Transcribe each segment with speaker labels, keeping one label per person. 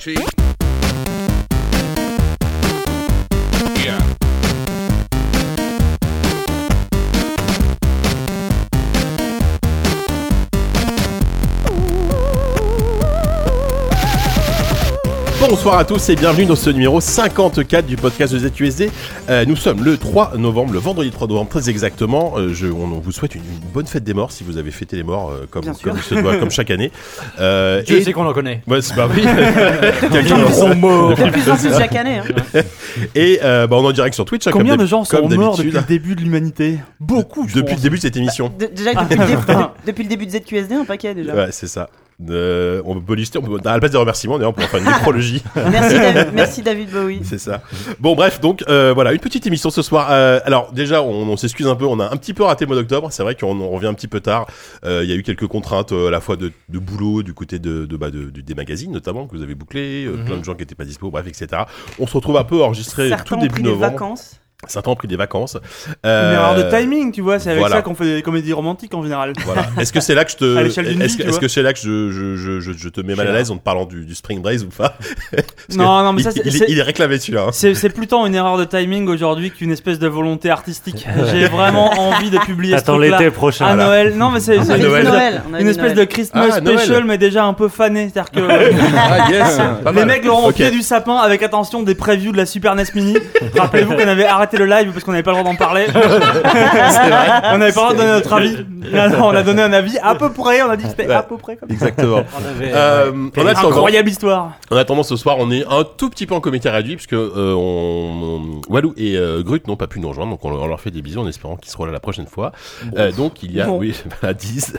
Speaker 1: Cheek.
Speaker 2: Ah,
Speaker 1: Yeah.
Speaker 2: Bonsoir à tous et bienvenue dans ce numéro 54 du podcast de ZQSD. Euh, nous sommes le 3 novembre, le vendredi 3 novembre très exactement. Euh, je, on vous souhaite une, une bonne fête des morts si vous avez fêté les morts euh, comme,
Speaker 3: Bien
Speaker 2: comme
Speaker 3: sûr.
Speaker 2: il se doit, comme chaque année. Euh,
Speaker 4: Dieu
Speaker 2: et-
Speaker 4: sait qu'on en connaît.
Speaker 2: Ouais, c'est- bah oui. Quelqu'un
Speaker 4: Ils
Speaker 2: le-
Speaker 4: sont morts.
Speaker 2: Depuis
Speaker 3: De plus en plus chaque année. hein.
Speaker 2: Et euh, bah, on est en direct sur Twitch. hein,
Speaker 5: Combien
Speaker 2: comme
Speaker 5: de
Speaker 2: d'hab-
Speaker 5: gens sont
Speaker 2: comme
Speaker 5: morts depuis
Speaker 2: d'habitude.
Speaker 5: le début de l'humanité Beaucoup, je
Speaker 2: depuis le
Speaker 5: pense.
Speaker 2: début de cette émission
Speaker 3: De- déjà, depuis le, dé- de- depuis le début de ZQSD, un paquet déjà.
Speaker 2: Ouais, c'est ça. Euh, on peut lister, on peut, à la place des remerciements, d'ailleurs, on pourrait faire une nécrologie.
Speaker 3: Merci, David, merci David Bowie.
Speaker 2: C'est ça. Bon, bref, donc euh, voilà, une petite émission ce soir. Euh, alors déjà, on, on s'excuse un peu, on a un petit peu raté le mois d'octobre. C'est vrai qu'on on revient un petit peu tard. Euh, Il y a eu quelques contraintes euh, à la fois de, de boulot du côté de, de, bah, de- du- des magazines notamment que vous avez bouclé, euh,
Speaker 4: Mhm.
Speaker 2: plein de gens qui n'étaient pas dispo, bref, etc. On se retrouve un peu enregistré tout
Speaker 3: Certains ont
Speaker 2: début
Speaker 3: pris des
Speaker 2: novembre.
Speaker 3: vacances.
Speaker 2: Certains ont pris des vacances.
Speaker 5: Une
Speaker 2: Euh,
Speaker 5: erreur de timing, tu vois, c'est avec
Speaker 2: voilà.
Speaker 5: ça qu'on fait des comédies romantiques en général.
Speaker 2: Voilà. Est-ce que c'est là que je te,
Speaker 5: À l'échelle d'une
Speaker 2: est-ce
Speaker 5: vie,
Speaker 2: que-
Speaker 5: tu
Speaker 2: est-ce
Speaker 5: vois.
Speaker 2: que c'est là que je, je, je, je, je te mets mal à
Speaker 5: Je sais
Speaker 2: l'aise en te parlant du, du Spring Breeze ou pas Parce que
Speaker 5: Non, non, mais ça,
Speaker 2: il,
Speaker 5: c'est-
Speaker 2: il-
Speaker 5: c'est-
Speaker 2: il est réclamé celui-là. hein.
Speaker 5: c'est c'est plutôt une erreur de timing aujourd'hui qu'une espèce de volonté artistique. J'ai vraiment envie de publier ce
Speaker 6: Attends
Speaker 5: truc-là
Speaker 6: l'été prochain.
Speaker 5: à Noël. Non, mais c'est
Speaker 2: À
Speaker 5: c'est une
Speaker 2: Noël.
Speaker 5: espèce de-
Speaker 3: on a
Speaker 5: une
Speaker 3: vu
Speaker 5: espèce de
Speaker 3: Noël.
Speaker 5: Christmas
Speaker 2: Ah, Noël.
Speaker 5: special, mais déjà un peu fané. C'est-à-dire que
Speaker 2: Ah yes, pas
Speaker 5: les
Speaker 2: mal.
Speaker 5: mecs l'auront
Speaker 2: Ok.
Speaker 5: au pied du sapin avec attention des previews de la Super NES Mini. Rappelez-vous qu'on avait arrêté le live parce qu'on n'avait pas le droit d'en parler. On n'avait pas le droit de donner notre avis. Non, non, on a donné un avis à peu près. On a dit que c'était
Speaker 2: Ouais.
Speaker 5: à peu près comme ça.
Speaker 2: Exactement.
Speaker 4: On avait,
Speaker 2: Euh, en, attendant,
Speaker 5: Incroyable histoire.
Speaker 2: en attendant, ce soir, on est un tout petit peu en comité réduit puisque euh, on, on- Walou et euh, Grut n'ont pas pu nous rejoindre, donc on, leur- on leur fait des bisous en espérant qu'ils seront là la prochaine fois. Euh, donc il y a,
Speaker 3: Bon.
Speaker 2: oui, voilà, 10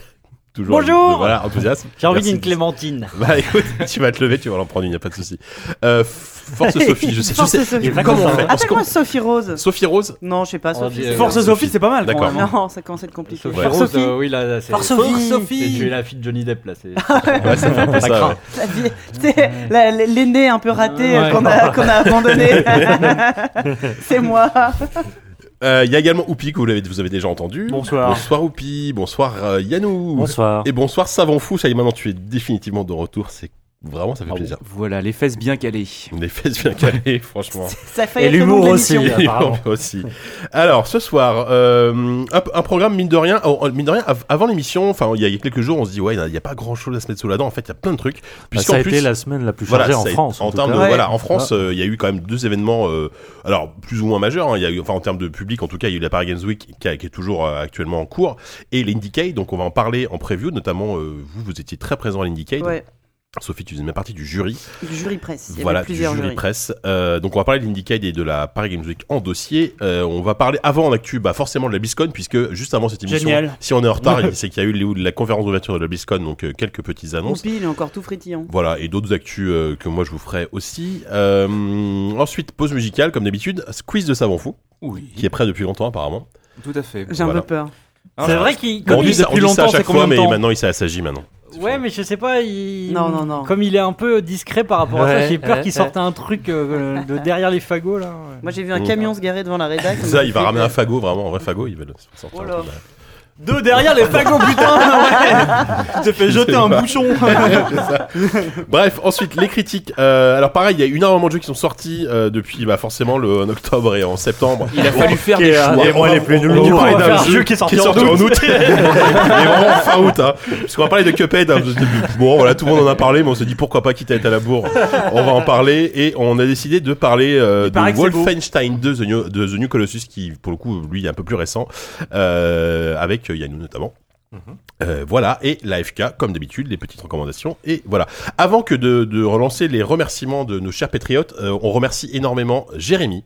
Speaker 2: Toujours
Speaker 3: Bonjour.
Speaker 2: Voilà, enthousiasme.
Speaker 4: J'ai envie
Speaker 2: Merci,
Speaker 4: d'une
Speaker 2: 10.
Speaker 4: clémentine.
Speaker 2: Bah écoute, tu vas te lever, tu vas en prendre une, y a pas de souci. Euh, force Sophie, je sais, je
Speaker 3: Force
Speaker 2: sais.
Speaker 3: Sophie.
Speaker 2: Comment on fait On se
Speaker 3: Appelle-moi Sophie Rose.
Speaker 2: Sophie Rose
Speaker 3: Non, je sais pas,
Speaker 4: On
Speaker 3: Sophie.
Speaker 4: dit,
Speaker 3: c'est-
Speaker 4: euh,
Speaker 5: Force Sophie, c'est pas mal.
Speaker 2: D'accord.
Speaker 5: quand même.
Speaker 3: Non, ça commence à être compliqué.
Speaker 4: Sophie
Speaker 2: Ouais.
Speaker 4: Rose,
Speaker 3: Sophie.
Speaker 4: euh, oui, là, là, c'est.
Speaker 3: Force Sophie.
Speaker 4: Force Tu es la fille de Johnny Depp, là. C'est
Speaker 2: Ah, Ouais, c'est un peu
Speaker 4: Ça
Speaker 2: ça,
Speaker 4: craint.
Speaker 2: ouais.
Speaker 3: La vie- c'est la- L'aîné un peu raté euh,
Speaker 4: Ouais.
Speaker 3: qu'on a, qu'on a abandonné. c'est moi.
Speaker 2: Euh, Il y a également Oupi que vous avez, vous avez déjà entendu.
Speaker 5: Bonsoir.
Speaker 2: Bonsoir Oupi, bonsoir euh, Yanou.
Speaker 6: Bonsoir.
Speaker 2: Et bonsoir Savant Fou, ça y est, maintenant tu es définitivement de retour, c'est vraiment ça fait
Speaker 4: Ah
Speaker 2: plaisir.
Speaker 7: Voilà, les fesses bien calées.
Speaker 2: Les fesses bien calées, franchement.
Speaker 3: Ça fait
Speaker 6: Et l'humour aussi.
Speaker 2: Et
Speaker 6: apparemment.
Speaker 2: moi aussi. Alors ce soir, euh, un, un programme mine de rien, oh, mine de rien av- avant l'émission, enfin il y, a- il y a quelques jours, on se dit ouais il n'y a, pas grand chose à se mettre sous la dent. En fait il y a plein de trucs.
Speaker 6: Bah,
Speaker 2: Puisqu'en
Speaker 6: ça a
Speaker 2: plus-
Speaker 6: été la semaine la plus chargée en
Speaker 2: ça a-
Speaker 6: France.
Speaker 2: En,
Speaker 6: tout
Speaker 2: termes de,
Speaker 6: cas.
Speaker 3: Ouais.
Speaker 2: voilà, en France, euh, il y a eu quand même deux événements, euh, alors plus ou moins majeurs. hein. Il y a eu, enfin, en termes de public, en tout cas, il y a eu la Paris Games Week qui, a- qui est toujours euh, actuellement en cours et l'Indicate. Donc, on va en parler en preview. Notamment, euh, vous, vous étiez très présent à l'Indicate.
Speaker 3: Ouais,
Speaker 2: Sophie, tu faisais même partie du jury.
Speaker 3: du jury presse. Il y
Speaker 2: Voilà,
Speaker 3: avait
Speaker 2: du
Speaker 3: plusieurs
Speaker 2: jury
Speaker 3: jurys.
Speaker 2: presse. Euh, donc, on va parler de l'Indicate et de la Paris Games Week en dossier. Euh, on va parler avant en actu, bah, forcément de la BlizzCon, puisque juste avant cette émission,
Speaker 5: Génial.
Speaker 2: si on est en retard, c'est qu'il y a eu les- la conférence d'ouverture de la BlizzCon. Donc, euh, quelques petites annonces.
Speaker 3: Oupi, il est encore tout frétillant.
Speaker 2: Voilà, et d'autres actus euh, que moi je vous ferai aussi. Euh, ensuite, pause musicale, comme d'habitude, Squeeze de Savant Fou,
Speaker 7: Oui.
Speaker 2: qui est prêt depuis longtemps apparemment.
Speaker 7: Tout à fait.
Speaker 3: J'ai
Speaker 2: Voilà.
Speaker 3: un peu peur.
Speaker 4: C'est vrai qu'il.
Speaker 2: Bon, on
Speaker 4: comme
Speaker 2: dit
Speaker 4: il-
Speaker 2: ça, on
Speaker 5: depuis
Speaker 2: dit ça à
Speaker 5: longtemps,
Speaker 2: chaque
Speaker 5: c'est combien
Speaker 2: fois,
Speaker 5: de
Speaker 2: mais
Speaker 5: temps
Speaker 2: maintenant il s'est- s'agit maintenant.
Speaker 4: Ouais, mais je sais pas. Il...
Speaker 3: Non, non, non.
Speaker 4: Comme il est un peu discret par rapport à ça,
Speaker 6: Ouais,
Speaker 4: j'ai peur
Speaker 6: ouais,
Speaker 4: qu'il sorte un truc euh, de derrière les fagots, là.
Speaker 3: Moi j'ai vu un
Speaker 2: Mmh.
Speaker 3: camion se garer devant la rédac.
Speaker 2: Ça, il va ramener un fagot, vraiment, un vrai fagot, il va le sortir.
Speaker 3: Oh là.
Speaker 2: un peu de la-
Speaker 5: Deux derrière les fagots, putain. Ouais. J'ai fait jeter un bouchon.
Speaker 2: Bref, ensuite, les critiques. Euh, alors pareil, il y a énormément de jeux qui sont sortis euh, depuis bah, forcément le, en octobre et en septembre.
Speaker 7: Il a fallu faire
Speaker 6: Qui est
Speaker 7: des
Speaker 6: un-
Speaker 7: choix.
Speaker 2: Et
Speaker 6: Et moi
Speaker 2: on
Speaker 6: les
Speaker 2: va-
Speaker 6: plus
Speaker 2: on-
Speaker 6: nuls.
Speaker 5: Du
Speaker 2: on va
Speaker 5: coup,
Speaker 2: parler
Speaker 5: on va
Speaker 2: d'un
Speaker 5: faire un jeu qui est sorti en août.
Speaker 2: mais vraiment fin août, hein. Parce qu'on va parler de Cuphead. hein. Bon, voilà, tout le monde en a parlé, mais on s'est dit pourquoi pas quitte à être à la bourre. On va en parler et on a décidé de parler euh,
Speaker 5: paraît
Speaker 2: de
Speaker 5: que c'est beau.
Speaker 2: Wolfenstein 2, The New, de The New Colossus, qui pour le coup, lui, est un peu plus récent, euh, avec euh, Yannou notamment.
Speaker 5: Mm-hmm.
Speaker 2: Euh, voilà, et l'AFK, comme d'habitude, les petites recommandations. Et voilà. Avant que de, de relancer les remerciements de nos chers patriotes, euh, on remercie énormément Jérémy.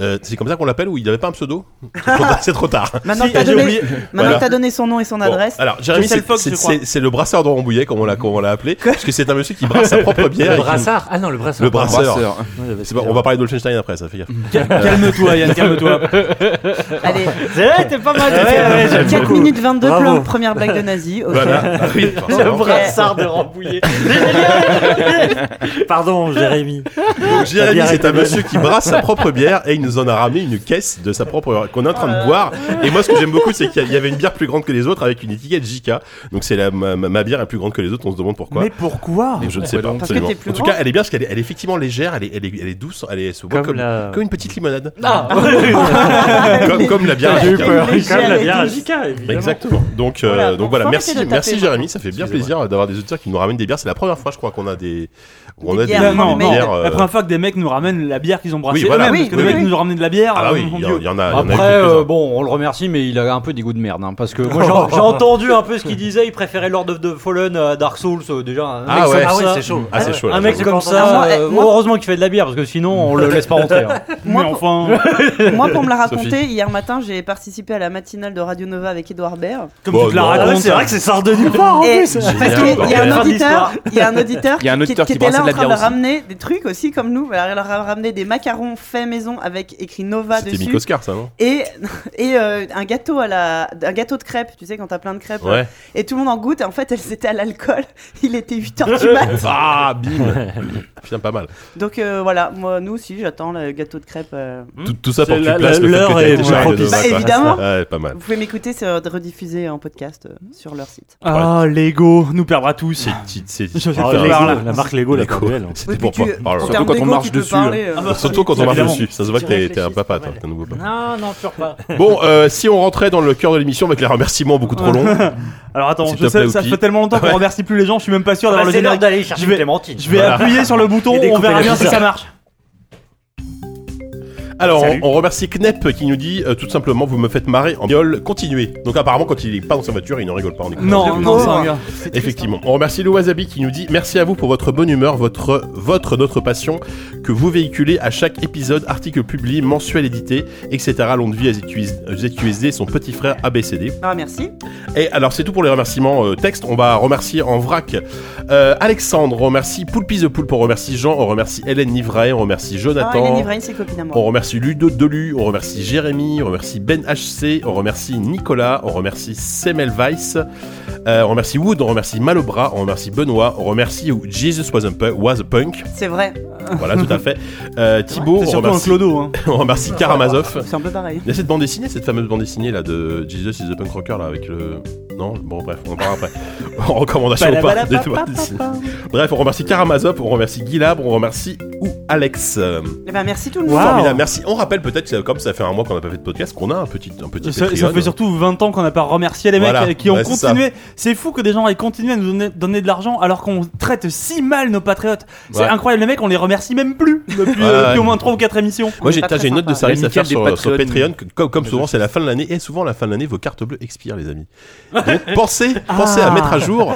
Speaker 2: Euh, c'est comme ça qu'on l'appelle ou il n'avait pas un pseudo C'est trop tard- C'est trop tard.
Speaker 4: Ah
Speaker 3: Maintenant
Speaker 5: Si,
Speaker 3: que t'as
Speaker 5: j'ai
Speaker 3: donné,
Speaker 5: oublié.
Speaker 3: maintenant
Speaker 2: Voilà.
Speaker 3: que t'as donné son nom et son
Speaker 2: Bon,
Speaker 3: adresse,
Speaker 2: alors, Jérémy,
Speaker 5: Jocel
Speaker 2: c'est-
Speaker 5: Fox,
Speaker 2: c'est-
Speaker 5: je crois.
Speaker 2: c'est c'est le brasseur de Rambouillet, comme on l'a comme on l'a appelé, parce que c'est un monsieur qui brasse sa propre bière. et
Speaker 6: Le
Speaker 2: qui-
Speaker 6: brassard Ah non, le brassard.
Speaker 2: Le brassard.
Speaker 6: Ouais, bah,
Speaker 2: C'est pas- on va parler de Wolfenstein après, ça fait gaffe.
Speaker 5: Calme-toi, Yann, calme-toi.
Speaker 3: allez,
Speaker 4: C'est vrai, t'es pas mal.
Speaker 3: ouais, 4 minutes 22
Speaker 6: Bravo.
Speaker 3: plans, première première blague de nazi. ok.
Speaker 2: Voilà. Ah Oui,
Speaker 4: Le
Speaker 2: forcément.
Speaker 4: brassard de Rambouillet.
Speaker 6: Pardon, Jérémy.
Speaker 2: Donc, Jérémy,
Speaker 6: bière
Speaker 2: c'est
Speaker 6: était
Speaker 2: un
Speaker 6: bonne.
Speaker 2: monsieur qui brasse sa propre bière et il nous en a ramené une caisse de sa propre qu'on est en train de boire. Et moi, ce que j'aime beaucoup, c'est qu'il y avait une bière plus grande que les autres avec une étiquette JK. Donc, c'est la- ma, ma- ma bière est plus grande que les autres. On se demande pourquoi.
Speaker 5: Mais pourquoi
Speaker 2: je ne sais pas.
Speaker 3: Parce que
Speaker 2: absolument.
Speaker 3: t'es plus
Speaker 2: en tout
Speaker 3: grand.
Speaker 2: cas, elle est bien parce qu'elle est, elle est effectivement légère, elle est, elle est, elle est douce, elle est, se boit
Speaker 6: Comme,
Speaker 2: comme,
Speaker 6: la.
Speaker 2: comme une petite limonade.
Speaker 6: Ah
Speaker 2: comme, comme la bière.
Speaker 6: J'ai eu
Speaker 2: JK.
Speaker 6: peur.
Speaker 3: Légère
Speaker 6: Comme la
Speaker 3: et
Speaker 6: bière à
Speaker 3: douce.
Speaker 6: Jika, évidemment.
Speaker 2: Exactement. Donc, euh,
Speaker 3: Voilà,
Speaker 2: donc
Speaker 3: donc
Speaker 2: voilà,
Speaker 3: faut
Speaker 2: merci,
Speaker 3: arrêter de
Speaker 2: merci
Speaker 3: taper,
Speaker 2: Jérémy, ça fait bien
Speaker 6: Excusez-moi.
Speaker 2: plaisir d'avoir des auditeurs qui nous ramènent des bières. C'est la première fois, je crois, qu'on a des, on a
Speaker 3: Des bières,
Speaker 5: non,
Speaker 3: non,
Speaker 2: bières,
Speaker 5: La
Speaker 2: euh,
Speaker 5: première fois que des mecs nous ramènent la bière qu'ils ont brassée
Speaker 2: Oui, voilà.
Speaker 5: eux-mêmes,
Speaker 3: Oui,
Speaker 5: parce que
Speaker 2: oui,
Speaker 5: les mecs
Speaker 3: oui.
Speaker 5: nous ramènent de la bière. hein,
Speaker 2: Ah bah oui,
Speaker 5: mon
Speaker 2: il y,
Speaker 5: Dieu.
Speaker 2: en- il y en a. il y en a eu
Speaker 8: Après,
Speaker 2: quelques-uns.
Speaker 8: euh, bon, on le remercie, mais il a un peu des goûts de merde, hein, parce que moi
Speaker 4: Moi, j'ai- J'ai entendu un peu ce qu'il disait. Il préférait Lord of the Fallen à Dark Souls euh, déjà. Un
Speaker 2: Ah
Speaker 4: mec
Speaker 2: ouais.
Speaker 4: comme
Speaker 2: Ah
Speaker 6: ouais,
Speaker 4: ça-
Speaker 6: c'est chaud.
Speaker 2: Ah, c'est chaud. là,
Speaker 4: Un mec
Speaker 2: j'avoue.
Speaker 4: comme
Speaker 3: Ah,
Speaker 4: ça,
Speaker 3: moi,
Speaker 4: euh,
Speaker 3: eh, moi-
Speaker 4: heureusement qu'il fait de la bière parce que sinon on le laisse pas rentrer. hein.
Speaker 5: Mais
Speaker 3: Moi,
Speaker 5: enfin,
Speaker 3: Moi, pour me la raconter,
Speaker 2: Sophie.
Speaker 3: hier matin, j'ai participé à la matinale de Radio Nova avec Edouard Baird.
Speaker 5: comme
Speaker 2: Bon,
Speaker 5: tu te la
Speaker 2: non.
Speaker 5: racontes. hein.
Speaker 2: Ah ouais,
Speaker 6: c'est vrai que Oh c'est sort de nulle part en
Speaker 3: Et
Speaker 6: plus.
Speaker 3: parce
Speaker 2: Génial,
Speaker 3: qu'il y a
Speaker 2: bordel.
Speaker 3: un
Speaker 5: Fin
Speaker 3: auditeur, il y a un auditeur,
Speaker 7: Il y a un auditeur qui
Speaker 3: était
Speaker 7: brassait
Speaker 3: là
Speaker 7: de la
Speaker 3: en train de
Speaker 7: bière aussi.
Speaker 3: ramener des trucs aussi comme nous. Voilà, Elle leur a ramené des macarons faits maison avec écrit Nova
Speaker 2: C'était
Speaker 3: dessus
Speaker 2: Micoscar, ça, non
Speaker 3: et et euh, un gâteau à la un gâteau de crêpes. Tu sais quand t'as plein de crêpes euh, et tout le monde en goûte. Et en fait, elles étaient à l'alcool. Il était 8 heures du mat.
Speaker 2: Ah, bim Bien, pas mal.
Speaker 3: Donc euh, voilà, moi nous aussi, j'attends le gâteau de crêpes. euh.
Speaker 2: Tout, tout ça pour
Speaker 6: C'est
Speaker 2: que
Speaker 6: la-
Speaker 2: tu places
Speaker 6: la-
Speaker 2: le fait que
Speaker 6: l'heure
Speaker 2: t'as
Speaker 6: est
Speaker 2: été
Speaker 6: propice.
Speaker 2: chargé de
Speaker 3: Bah,
Speaker 2: Nova, quoi.
Speaker 3: évidemment.
Speaker 2: Ouais, pas mal.
Speaker 3: Vous pouvez m'écouter, c'est euh, rediffusé en podcast euh, sur leur site.
Speaker 5: Ah, Lego nous perdra tous.
Speaker 2: C'est petit- c'est-
Speaker 5: Je-
Speaker 2: putain,
Speaker 5: Ah,
Speaker 6: Ah,
Speaker 5: je-
Speaker 2: les-
Speaker 5: Lego,
Speaker 6: Lego,
Speaker 5: là.
Speaker 6: la marque Lego, la
Speaker 2: Lego.
Speaker 6: bordel.
Speaker 2: C'était
Speaker 3: Oui,
Speaker 2: pour
Speaker 3: puis
Speaker 2: pas.
Speaker 3: tu-
Speaker 2: Oh là là.
Speaker 3: en
Speaker 7: Surtout
Speaker 3: termes
Speaker 7: quand on
Speaker 3: d'égo,
Speaker 7: marche
Speaker 3: tu peux
Speaker 7: dessus,
Speaker 3: parler, euh,
Speaker 2: Surtout quand on marche
Speaker 5: Évidemment.
Speaker 2: dessus, ça se voit que t'es t'es un papa, toi, t'es un nouveau papa.
Speaker 4: Non, non, toujours pas.
Speaker 2: Bon, euh, si on rentrait dans le cœur de l'émission avec les remerciements beaucoup trop longs,
Speaker 5: Alors attends,
Speaker 2: S'il
Speaker 5: je
Speaker 2: te plaît,
Speaker 5: sais, ça
Speaker 2: Oupi.
Speaker 5: fait tellement longtemps qu'on remercie plus les gens, je suis même pas sûr
Speaker 4: Bah,
Speaker 5: d'avoir le
Speaker 4: c'est l'heure
Speaker 5: générique.
Speaker 4: d'aller chercher
Speaker 5: Je vais-
Speaker 4: Clémentine.
Speaker 5: Je vais appuyer sur le bouton,
Speaker 6: Et
Speaker 5: on
Speaker 6: découper
Speaker 5: verra
Speaker 6: la
Speaker 5: bien si
Speaker 6: pizza.
Speaker 5: ça marche.
Speaker 2: Alors, on,
Speaker 6: Salut.
Speaker 2: on remercie Knep qui nous dit euh, tout simplement Vous me faites marrer en viol, continuez. Donc, apparemment, quand il est pas dans sa voiture, il ne rigole pas. On est
Speaker 5: Non,
Speaker 2: content.
Speaker 5: non,
Speaker 3: Oh.
Speaker 5: ça regarde.
Speaker 2: Effectivement. On remercie Lou Wasabi qui nous dit Merci à vous pour votre bonne humeur, votre, votre, notre passion que vous véhiculez à chaque épisode, article publié, mensuel édité, etc. Longue vie à ZQSD, ZQSD, son petit frère ABCD.
Speaker 3: Ah merci.
Speaker 2: Et alors, c'est tout pour les remerciements euh, texte. On va remercier en vrac euh, Alexandre, on remercie Poulpise de Poulpe, on remercie Jean, on remercie Hélène Livray, on remercie
Speaker 3: Ah,
Speaker 2: Jonathan.
Speaker 3: Hélène Ivrahim, c'est copine à moi.
Speaker 2: On remercie Ludo Delu, on remercie Jérémy, on remercie Ben HC, on remercie Nicolas, on remercie Semel Weiss, euh, on remercie Wood, on remercie Malobra, on remercie Benoît, on remercie Jesus was a punk, was a punk.
Speaker 3: C'est vrai.
Speaker 2: voilà tout à fait. Euh, Thibaut,
Speaker 5: C'est
Speaker 2: on
Speaker 5: surtout un
Speaker 2: remercie,
Speaker 5: clodo. hein.
Speaker 2: on remercie Karamazov.
Speaker 3: C'est un peu pareil.
Speaker 2: Il y a cette bande dessinée, cette fameuse bande dessinée là de Jesus is a punk rocker là avec le. Non, bon bref, on en parlera après. en recommandation ou pas. des bandes dessinées. Bref, on remercie Karamazov, on remercie Guilab, on remercie ou Alex. euh,
Speaker 3: Eh ben merci tout le
Speaker 5: Wow.
Speaker 3: monde.
Speaker 2: Formidable, merci. On rappelle peut-être, que comme ça fait un mois qu'on n'a pas fait de podcast, qu'on a un petit, un petit
Speaker 5: Ça, ça
Speaker 2: Patreon.
Speaker 5: fait surtout 20 ans qu'on n'a pas remercié les mecs
Speaker 2: Voilà.
Speaker 5: euh, qui ont
Speaker 2: Ouais, c'est ça.
Speaker 5: continué. C'est fou que des gens aient continué à nous donner, donner de l'argent alors qu'on traite si mal nos patriotes. C'est
Speaker 2: Ouais.
Speaker 5: incroyable, les mecs, on les remercie même plus depuis, euh,
Speaker 2: Ouais, ouais.
Speaker 5: depuis au moins 3 ou 4 émissions.
Speaker 2: Moi, j'ai
Speaker 3: pas
Speaker 2: t'as-
Speaker 3: très
Speaker 2: j'ai une note de
Speaker 3: sympa.
Speaker 2: service à faire
Speaker 7: Nickel des
Speaker 2: sur, sur
Speaker 7: Patreons.
Speaker 2: Patreon. que- Comme, comme souvent, c'est la fin de l'année. Et souvent, la fin de l'année, vos cartes bleues expirent, les amis. Donc, pensez, pensez
Speaker 5: Ah.
Speaker 2: à mettre à jour.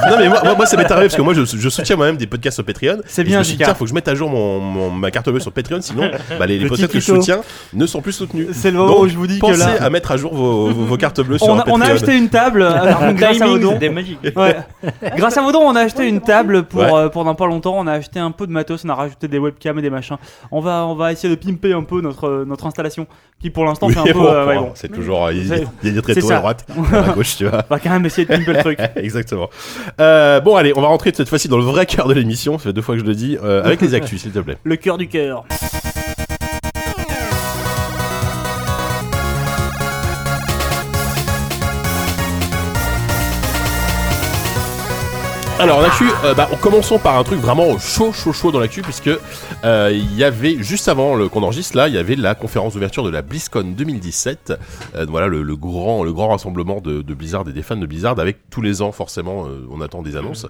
Speaker 2: non, mais moi, moi, moi, ça m'est arrivé parce que moi, je, je soutiens moi-même des podcasts sur Patreon.
Speaker 5: C'est
Speaker 2: Et
Speaker 5: bien,
Speaker 2: Je me suis dit,
Speaker 5: Jika.
Speaker 2: tiens, faut que je mette à jour mon, mon- ma carte bleue sur Patreon, sinon, bah, les, les
Speaker 5: Le
Speaker 2: podcasts que je
Speaker 5: Tikito.
Speaker 2: soutiens ne sont plus soutenus.
Speaker 5: C'est le moment
Speaker 2: Donc,
Speaker 5: où je vous dis que
Speaker 2: Pensez
Speaker 5: là.
Speaker 2: à mettre à jour vos, vos- vos cartes bleues sur
Speaker 5: On a,
Speaker 2: Patreon.
Speaker 5: on a acheté une table euh, grâce à vos dons.
Speaker 4: Timing, des magiques.
Speaker 5: Ouais. Grâce à vos dons, on a acheté une table pour,
Speaker 2: Ouais.
Speaker 5: euh, pour dans pas longtemps. On a acheté un peu de matos, on a rajouté des webcams et des machins. On va, on va essayer de pimper un peu notre, euh, notre installation qui pour l'instant
Speaker 2: Oui,
Speaker 5: fait un peu.
Speaker 2: bon,
Speaker 5: euh, ouais,
Speaker 2: bon,
Speaker 5: bon.
Speaker 2: C'est toujours, euh, il y a-
Speaker 5: C'est-
Speaker 2: il y a des
Speaker 5: c'est
Speaker 2: tréteaux à
Speaker 5: ça.
Speaker 2: droite, à gauche, tu vois.
Speaker 5: On va quand même essayer de pimper le truc.
Speaker 2: Exactement. Euh, bon, allez, on va rentrer cette fois-ci dans le vrai cœur de l'émission. Ça fait deux fois que je le dis. euh, avec les actus, s'il te plaît.
Speaker 5: Le cœur du cœur.
Speaker 2: Alors, l'actu, euh, bah, commençons par un truc vraiment chaud, chaud, chaud dans l'actu, puisque euh, il y avait, juste avant le- qu'on enregistre là, il y avait la conférence d'ouverture de la BlizzCon 2017. Euh, voilà, le, le grand, le grand rassemblement de, de Blizzard et des fans de Blizzard, avec tous les ans, forcément, euh, on attend des annonces.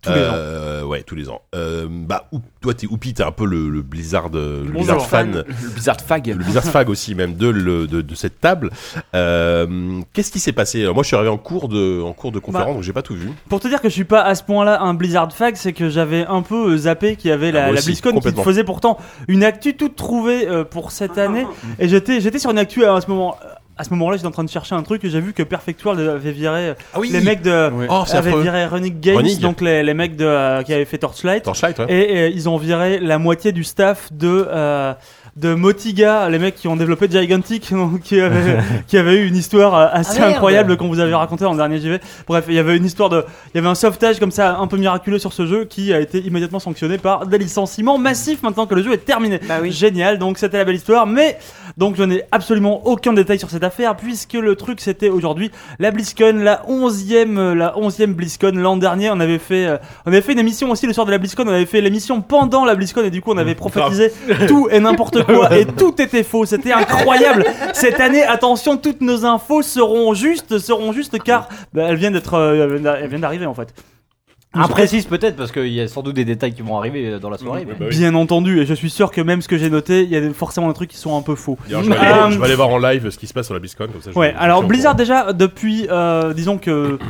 Speaker 5: Tous les
Speaker 2: Euh, Ouais, tous les ans. Euh, bah, ou- toi, t'es Oupi, t'es un peu le, le Blizzard, euh, le
Speaker 5: Bonjour.
Speaker 2: Blizzard fan.
Speaker 7: Le bizarre fag.
Speaker 2: le Blizzard Fag aussi même de, le- de, de cette table. Euh, Qu'est-ce qui s'est passé Alors, Moi je suis arrivé en cours de, en cours de conférence donc j'ai pas tout vu.
Speaker 5: Pour te dire que je suis pas à ce point-là un Blizzard fag, c'est que j'avais un peu euh, zappé qu'il y avait
Speaker 2: Ah,
Speaker 5: la,
Speaker 2: moi
Speaker 5: la
Speaker 2: aussi,
Speaker 5: BlizzCon qui te
Speaker 2: complètement.
Speaker 5: faisait pourtant une actu toute trouvée euh, pour cette année. Et j'étais, j'étais sur une actu euh, à ce moment. À ce moment-là, j'étais en train de chercher un truc et j'ai vu que Perfect World avait viré euh,
Speaker 2: Ah oui
Speaker 5: les mecs de
Speaker 7: Ouais.
Speaker 2: Oh c'est
Speaker 5: avaient
Speaker 2: affreux.
Speaker 5: viré Runic Games,
Speaker 2: Runic.
Speaker 5: donc les, les mecs de euh, qui avaient fait Torchlight,
Speaker 2: Torchlight ouais.
Speaker 5: et, euh, ils ont viré la moitié du staff de euh, de Motiga, les mecs qui ont développé Gigantic, donc, qui avaient, qui avaient eu une histoire euh, assez
Speaker 4: Ah, merde.
Speaker 5: incroyable qu'on vous avait raconté en dernier JV. Bref, il y avait une histoire de, il y avait un sauvetage comme ça un peu miraculeux sur ce jeu qui a été immédiatement sanctionné par des licenciements massifs maintenant que le jeu est terminé.
Speaker 4: Bah
Speaker 5: Génial, donc c'était la belle histoire, mais donc je n'ai absolument aucun détail sur cette affaire puisque le truc c'était aujourd'hui la BlizzCon, la 11e euh, la 11e BlizzCon l'an dernier, on avait fait euh, on avait fait une émission aussi le soir de la BlizzCon, on avait fait l'émission pendant la BlizzCon et du coup on
Speaker 2: Mmh.
Speaker 5: avait prophétisé
Speaker 2: Ah.
Speaker 5: tout et n'importe quoi et tout était faux, c'était incroyable. Cette année, attention, toutes nos infos seront justes, seront justes car bah, elles viennent d'être euh, elles viennent d'arriver en fait.
Speaker 4: Imprécise peut-être parce qu'il y a sans doute des détails qui vont arriver euh, dans la soirée. mais-
Speaker 5: Bien entendu, et je suis sûr que même ce que j'ai noté, il y a forcément des trucs qui sont un peu faux.
Speaker 2: D'ailleurs, je, vais aller,
Speaker 5: Euh,
Speaker 2: je vais aller voir en live ce qui se passe sur la BlizzCon. Comme ça, je-
Speaker 5: Ouais,
Speaker 2: je
Speaker 5: alors
Speaker 2: suis au
Speaker 5: Blizzard déjà depuis, euh, disons que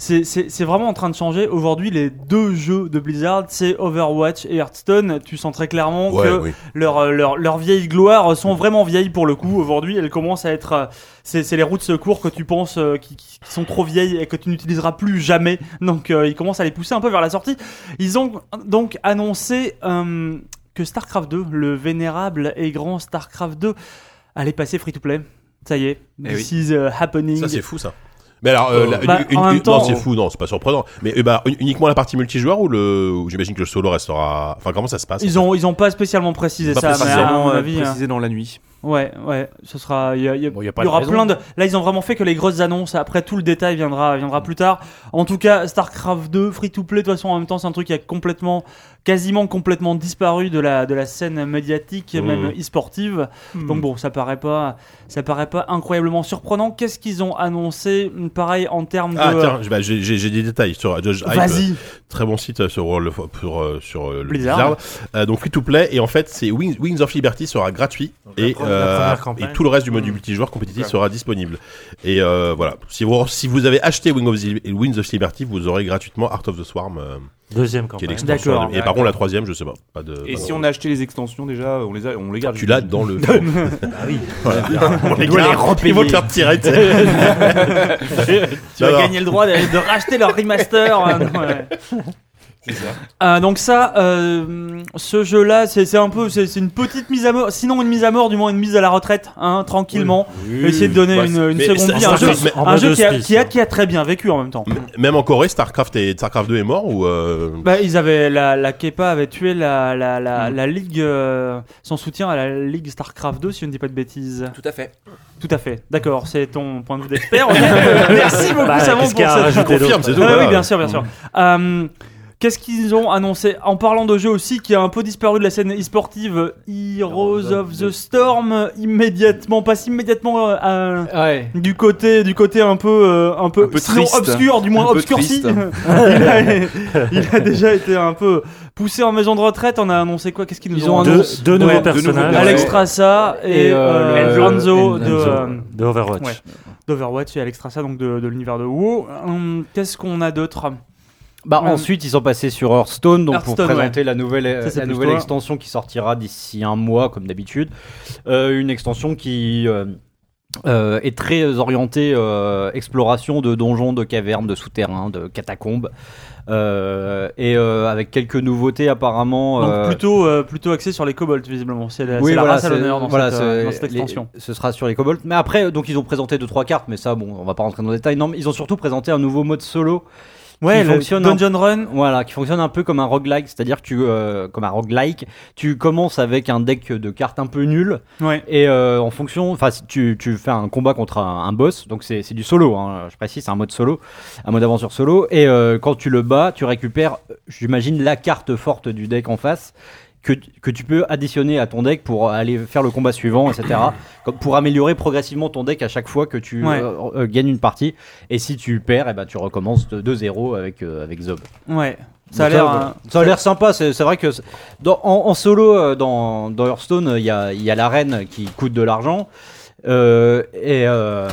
Speaker 5: c'est- c'est c'est vraiment en train de changer. Aujourd'hui, les deux jeux de Blizzard, c'est Overwatch et Hearthstone. Tu sens très clairement
Speaker 2: Ouais,
Speaker 5: que
Speaker 2: oui.
Speaker 5: leurs euh, leurs- leurs vieilles gloires sont vraiment vieilles pour le coup. Aujourd'hui, elles commencent à être... euh, C'est c'est les routes de secours que tu penses euh, qui, qui- qui sont trop vieilles et que tu n'utiliseras plus jamais. Donc euh, ils commencent à les pousser un peu vers la sortie. Ils ont donc annoncé euh, que StarCraft 2, le vénérable et grand StarCraft 2, allait passer free-to-play. Ça y est,
Speaker 2: Eh
Speaker 5: this
Speaker 2: oui.
Speaker 5: is uh, happening.
Speaker 2: Ça c'est fou ça. Mais alors, euh, la-
Speaker 5: Bah,
Speaker 2: une- une-
Speaker 5: en même
Speaker 2: une-
Speaker 5: temps-
Speaker 2: non, c'est fou, non, c'est pas surprenant. Mais euh, bah, un- uniquement la partie multijoueur ou le, ou j'imagine que le solo restera. Enfin, comment ça se passe
Speaker 5: Ils ont, ils ont pas spécialement précisé
Speaker 2: Pas
Speaker 5: ça, mais à
Speaker 2: précisément,
Speaker 5: mon
Speaker 2: euh,
Speaker 5: avis,
Speaker 2: précisé
Speaker 5: hein.
Speaker 2: dans la nuit.
Speaker 5: Ouais, ouais, ce sera. Il y, a- il y a-
Speaker 2: y a pas
Speaker 5: il y
Speaker 2: de
Speaker 5: aura
Speaker 2: raison.
Speaker 5: plein de. Là, ils ont vraiment fait que les grosses annonces. Après, tout le détail viendra, viendra plus tard. En tout cas, Starcraft 2, free to play. De toute façon, en même temps, c'est un truc qui a complètement, quasiment complètement disparu de la de la scène médiatique,
Speaker 9: Mmh.
Speaker 5: même e-sportive.
Speaker 9: Mmh.
Speaker 5: Donc bon, ça paraît pas, ça paraît pas incroyablement surprenant. Qu'est-ce qu'ils ont annoncé, pareil en termes de.
Speaker 2: Ah tiens, je- bah, j'ai j'ai- j'ai des détails sur Judge Hype.
Speaker 5: Vas-y.
Speaker 2: Euh, Très bon site euh, sur World of- pour, euh, sur euh, le
Speaker 5: Blizzard.
Speaker 2: Blizzard. Euh, donc free to play et en fait c'est Wings, Wings of Liberty sera gratuit et,
Speaker 9: première-
Speaker 2: euh,
Speaker 9: la première campagne.
Speaker 2: et tout le reste du mode multijoueur compétitif sera disponible. Et euh, voilà, si vous si vous avez acheté Wings of, Zi- Wings of Liberty, vous aurez gratuitement Art of the Swarm. euh,
Speaker 7: Deuxième
Speaker 2: qui est
Speaker 7: campagne.
Speaker 2: l'extension.
Speaker 7: Ah, D'accord.
Speaker 2: Et par contre la troisième, je sais pas. pas de,
Speaker 7: Et
Speaker 2: pas de-
Speaker 7: si on a acheté les extensions déjà, on les, a, on les garde.
Speaker 2: Tu l'as dans le-
Speaker 7: ah oui.
Speaker 2: Voilà. On les
Speaker 7: On doit
Speaker 2: garde.
Speaker 7: les repayer.
Speaker 2: Ils vont te faire tirer, tu sais.
Speaker 5: tu vas
Speaker 2: Non, non.
Speaker 5: gagner le droit de, de racheter leur remaster. euh, non, ouais.
Speaker 2: C'est ça.
Speaker 5: Euh, donc ça, euh, ce jeu-là, c'est c'est un peu, c'est c'est une petite mise à mort, sinon une mise à mort, du moins une mise à la retraite, hein, tranquillement.
Speaker 2: Oui.
Speaker 5: Essayer de donner
Speaker 2: Bah,
Speaker 5: une, une
Speaker 2: mais
Speaker 5: seconde
Speaker 2: ça-
Speaker 5: vie, à un jeu,
Speaker 2: ça reste-
Speaker 5: un
Speaker 2: en mode
Speaker 5: jeu qui, a,
Speaker 2: hospice,
Speaker 5: qui a- qui a très bien vécu en même temps.
Speaker 2: Même en Corée, Starcraft et Starcraft 2 est mort ou euh,
Speaker 5: Bah, ils avaient la, la Kepa avait tué la la, la, la ligue euh, son soutien à la ligue Starcraft 2 si je ne dis pas de bêtises.
Speaker 7: Tout à fait.
Speaker 5: Tout à fait. D'accord, c'est ton point de vue d'expert. ok. Merci beaucoup
Speaker 2: Bah,
Speaker 5: Savon
Speaker 2: qu'est-ce
Speaker 5: pour
Speaker 2: qu'il y a à
Speaker 5: ça.
Speaker 2: rajouter Je confirme, d'autre c'est tout,
Speaker 5: Ah
Speaker 2: voilà.
Speaker 5: Oui, bien sûr, bien sûr.
Speaker 2: Mm.
Speaker 5: Euh, Qu'est-ce qu'ils ont annoncé en parlant de jeu aussi qui a un peu disparu de la scène e-sportive Heroes of the Storm euh, immédiatement passe immédiatement euh,
Speaker 2: bah
Speaker 5: à- du côté du côté un peu euh, un peu,
Speaker 7: peu
Speaker 5: sinon
Speaker 7: triste.
Speaker 5: obscur du moins
Speaker 7: Un peu
Speaker 5: obscurci.
Speaker 7: triste.
Speaker 5: il, a, il a déjà été un peu poussé en maison de retraite. On a annoncé quoi Qu'est-ce qu'ils nous
Speaker 6: Ils ont deux-
Speaker 5: annoncé
Speaker 6: deux nouveaux personnages.
Speaker 5: Alex Trassa et,
Speaker 6: Et, euh,
Speaker 5: euh,
Speaker 6: le-
Speaker 5: Enzo de,
Speaker 6: Enzo
Speaker 5: euh,
Speaker 6: de Overwatch.
Speaker 5: ouais, d'Overwatch et Alex Trassa donc de, de l'univers de WoW. Hum, Qu'est-ce qu'on a d'autre
Speaker 4: Bah
Speaker 5: Ouais.
Speaker 4: ensuite ils sont passés sur Hearthstone donc
Speaker 5: Hearthstone,
Speaker 4: pour présenter
Speaker 5: ouais.
Speaker 4: la nouvelle euh,
Speaker 5: Ça, c'est
Speaker 4: la
Speaker 5: plus
Speaker 4: nouvelle
Speaker 5: toi.
Speaker 4: extension qui sortira d'ici un mois comme d'habitude Euh, une extension qui euh, euh, est très orientée euh, exploration de donjons de cavernes de souterrains de catacombes Euh, et euh, avec quelques nouveautés apparemment
Speaker 5: Donc
Speaker 4: euh,
Speaker 5: plutôt, euh, plutôt axé sur les kobolds, visiblement. C'est la, c'est la
Speaker 4: voilà,
Speaker 5: race à
Speaker 4: c'est-
Speaker 5: l'honneur dans,
Speaker 4: voilà,
Speaker 5: cette, euh,
Speaker 4: c'est-
Speaker 5: dans cette
Speaker 4: les-
Speaker 5: extension.
Speaker 4: ce sera sur les kobolds. Mais après, euh, donc ils ont présenté deux trois cartes, mais ça, bon, on va pas rentrer dans le détail. Non, mais ils ont surtout présenté un nouveau mode solo.
Speaker 5: Ouais, le
Speaker 4: un-
Speaker 5: Dungeon Run.
Speaker 4: Voilà, qui fonctionne un peu comme un roguelike, c'est-à-dire que tu, euh, comme un roguelike, tu commences avec un deck de cartes un peu nul.
Speaker 5: Ouais.
Speaker 4: Et euh, en fonction, enfin, si tu, tu fais un combat contre un, un boss, donc c'est c'est du solo, hein, je précise, c'est un mode solo, un mode aventure solo. Et euh, quand tu le bats, tu récupères, j'imagine, la carte forte du deck en face. Que, que tu peux additionner à ton deck pour aller faire le combat suivant, etc. comme pour améliorer progressivement ton deck à chaque fois que tu
Speaker 5: Ouais.
Speaker 4: euh, euh, gagnes une partie. Et si tu perds, eh ben, tu recommences de, de zéro avec, euh, avec Zob.
Speaker 5: Ouais. Ça a
Speaker 4: Donc
Speaker 5: l'air,
Speaker 4: voilà.
Speaker 5: hein.
Speaker 4: Ça a l'air sympa. C'est c'est vrai que c'est- dans- en, en solo euh, dans, dans Hearthstone, il y a, il y a l'arène qui coûte de l'argent Euh, et euh,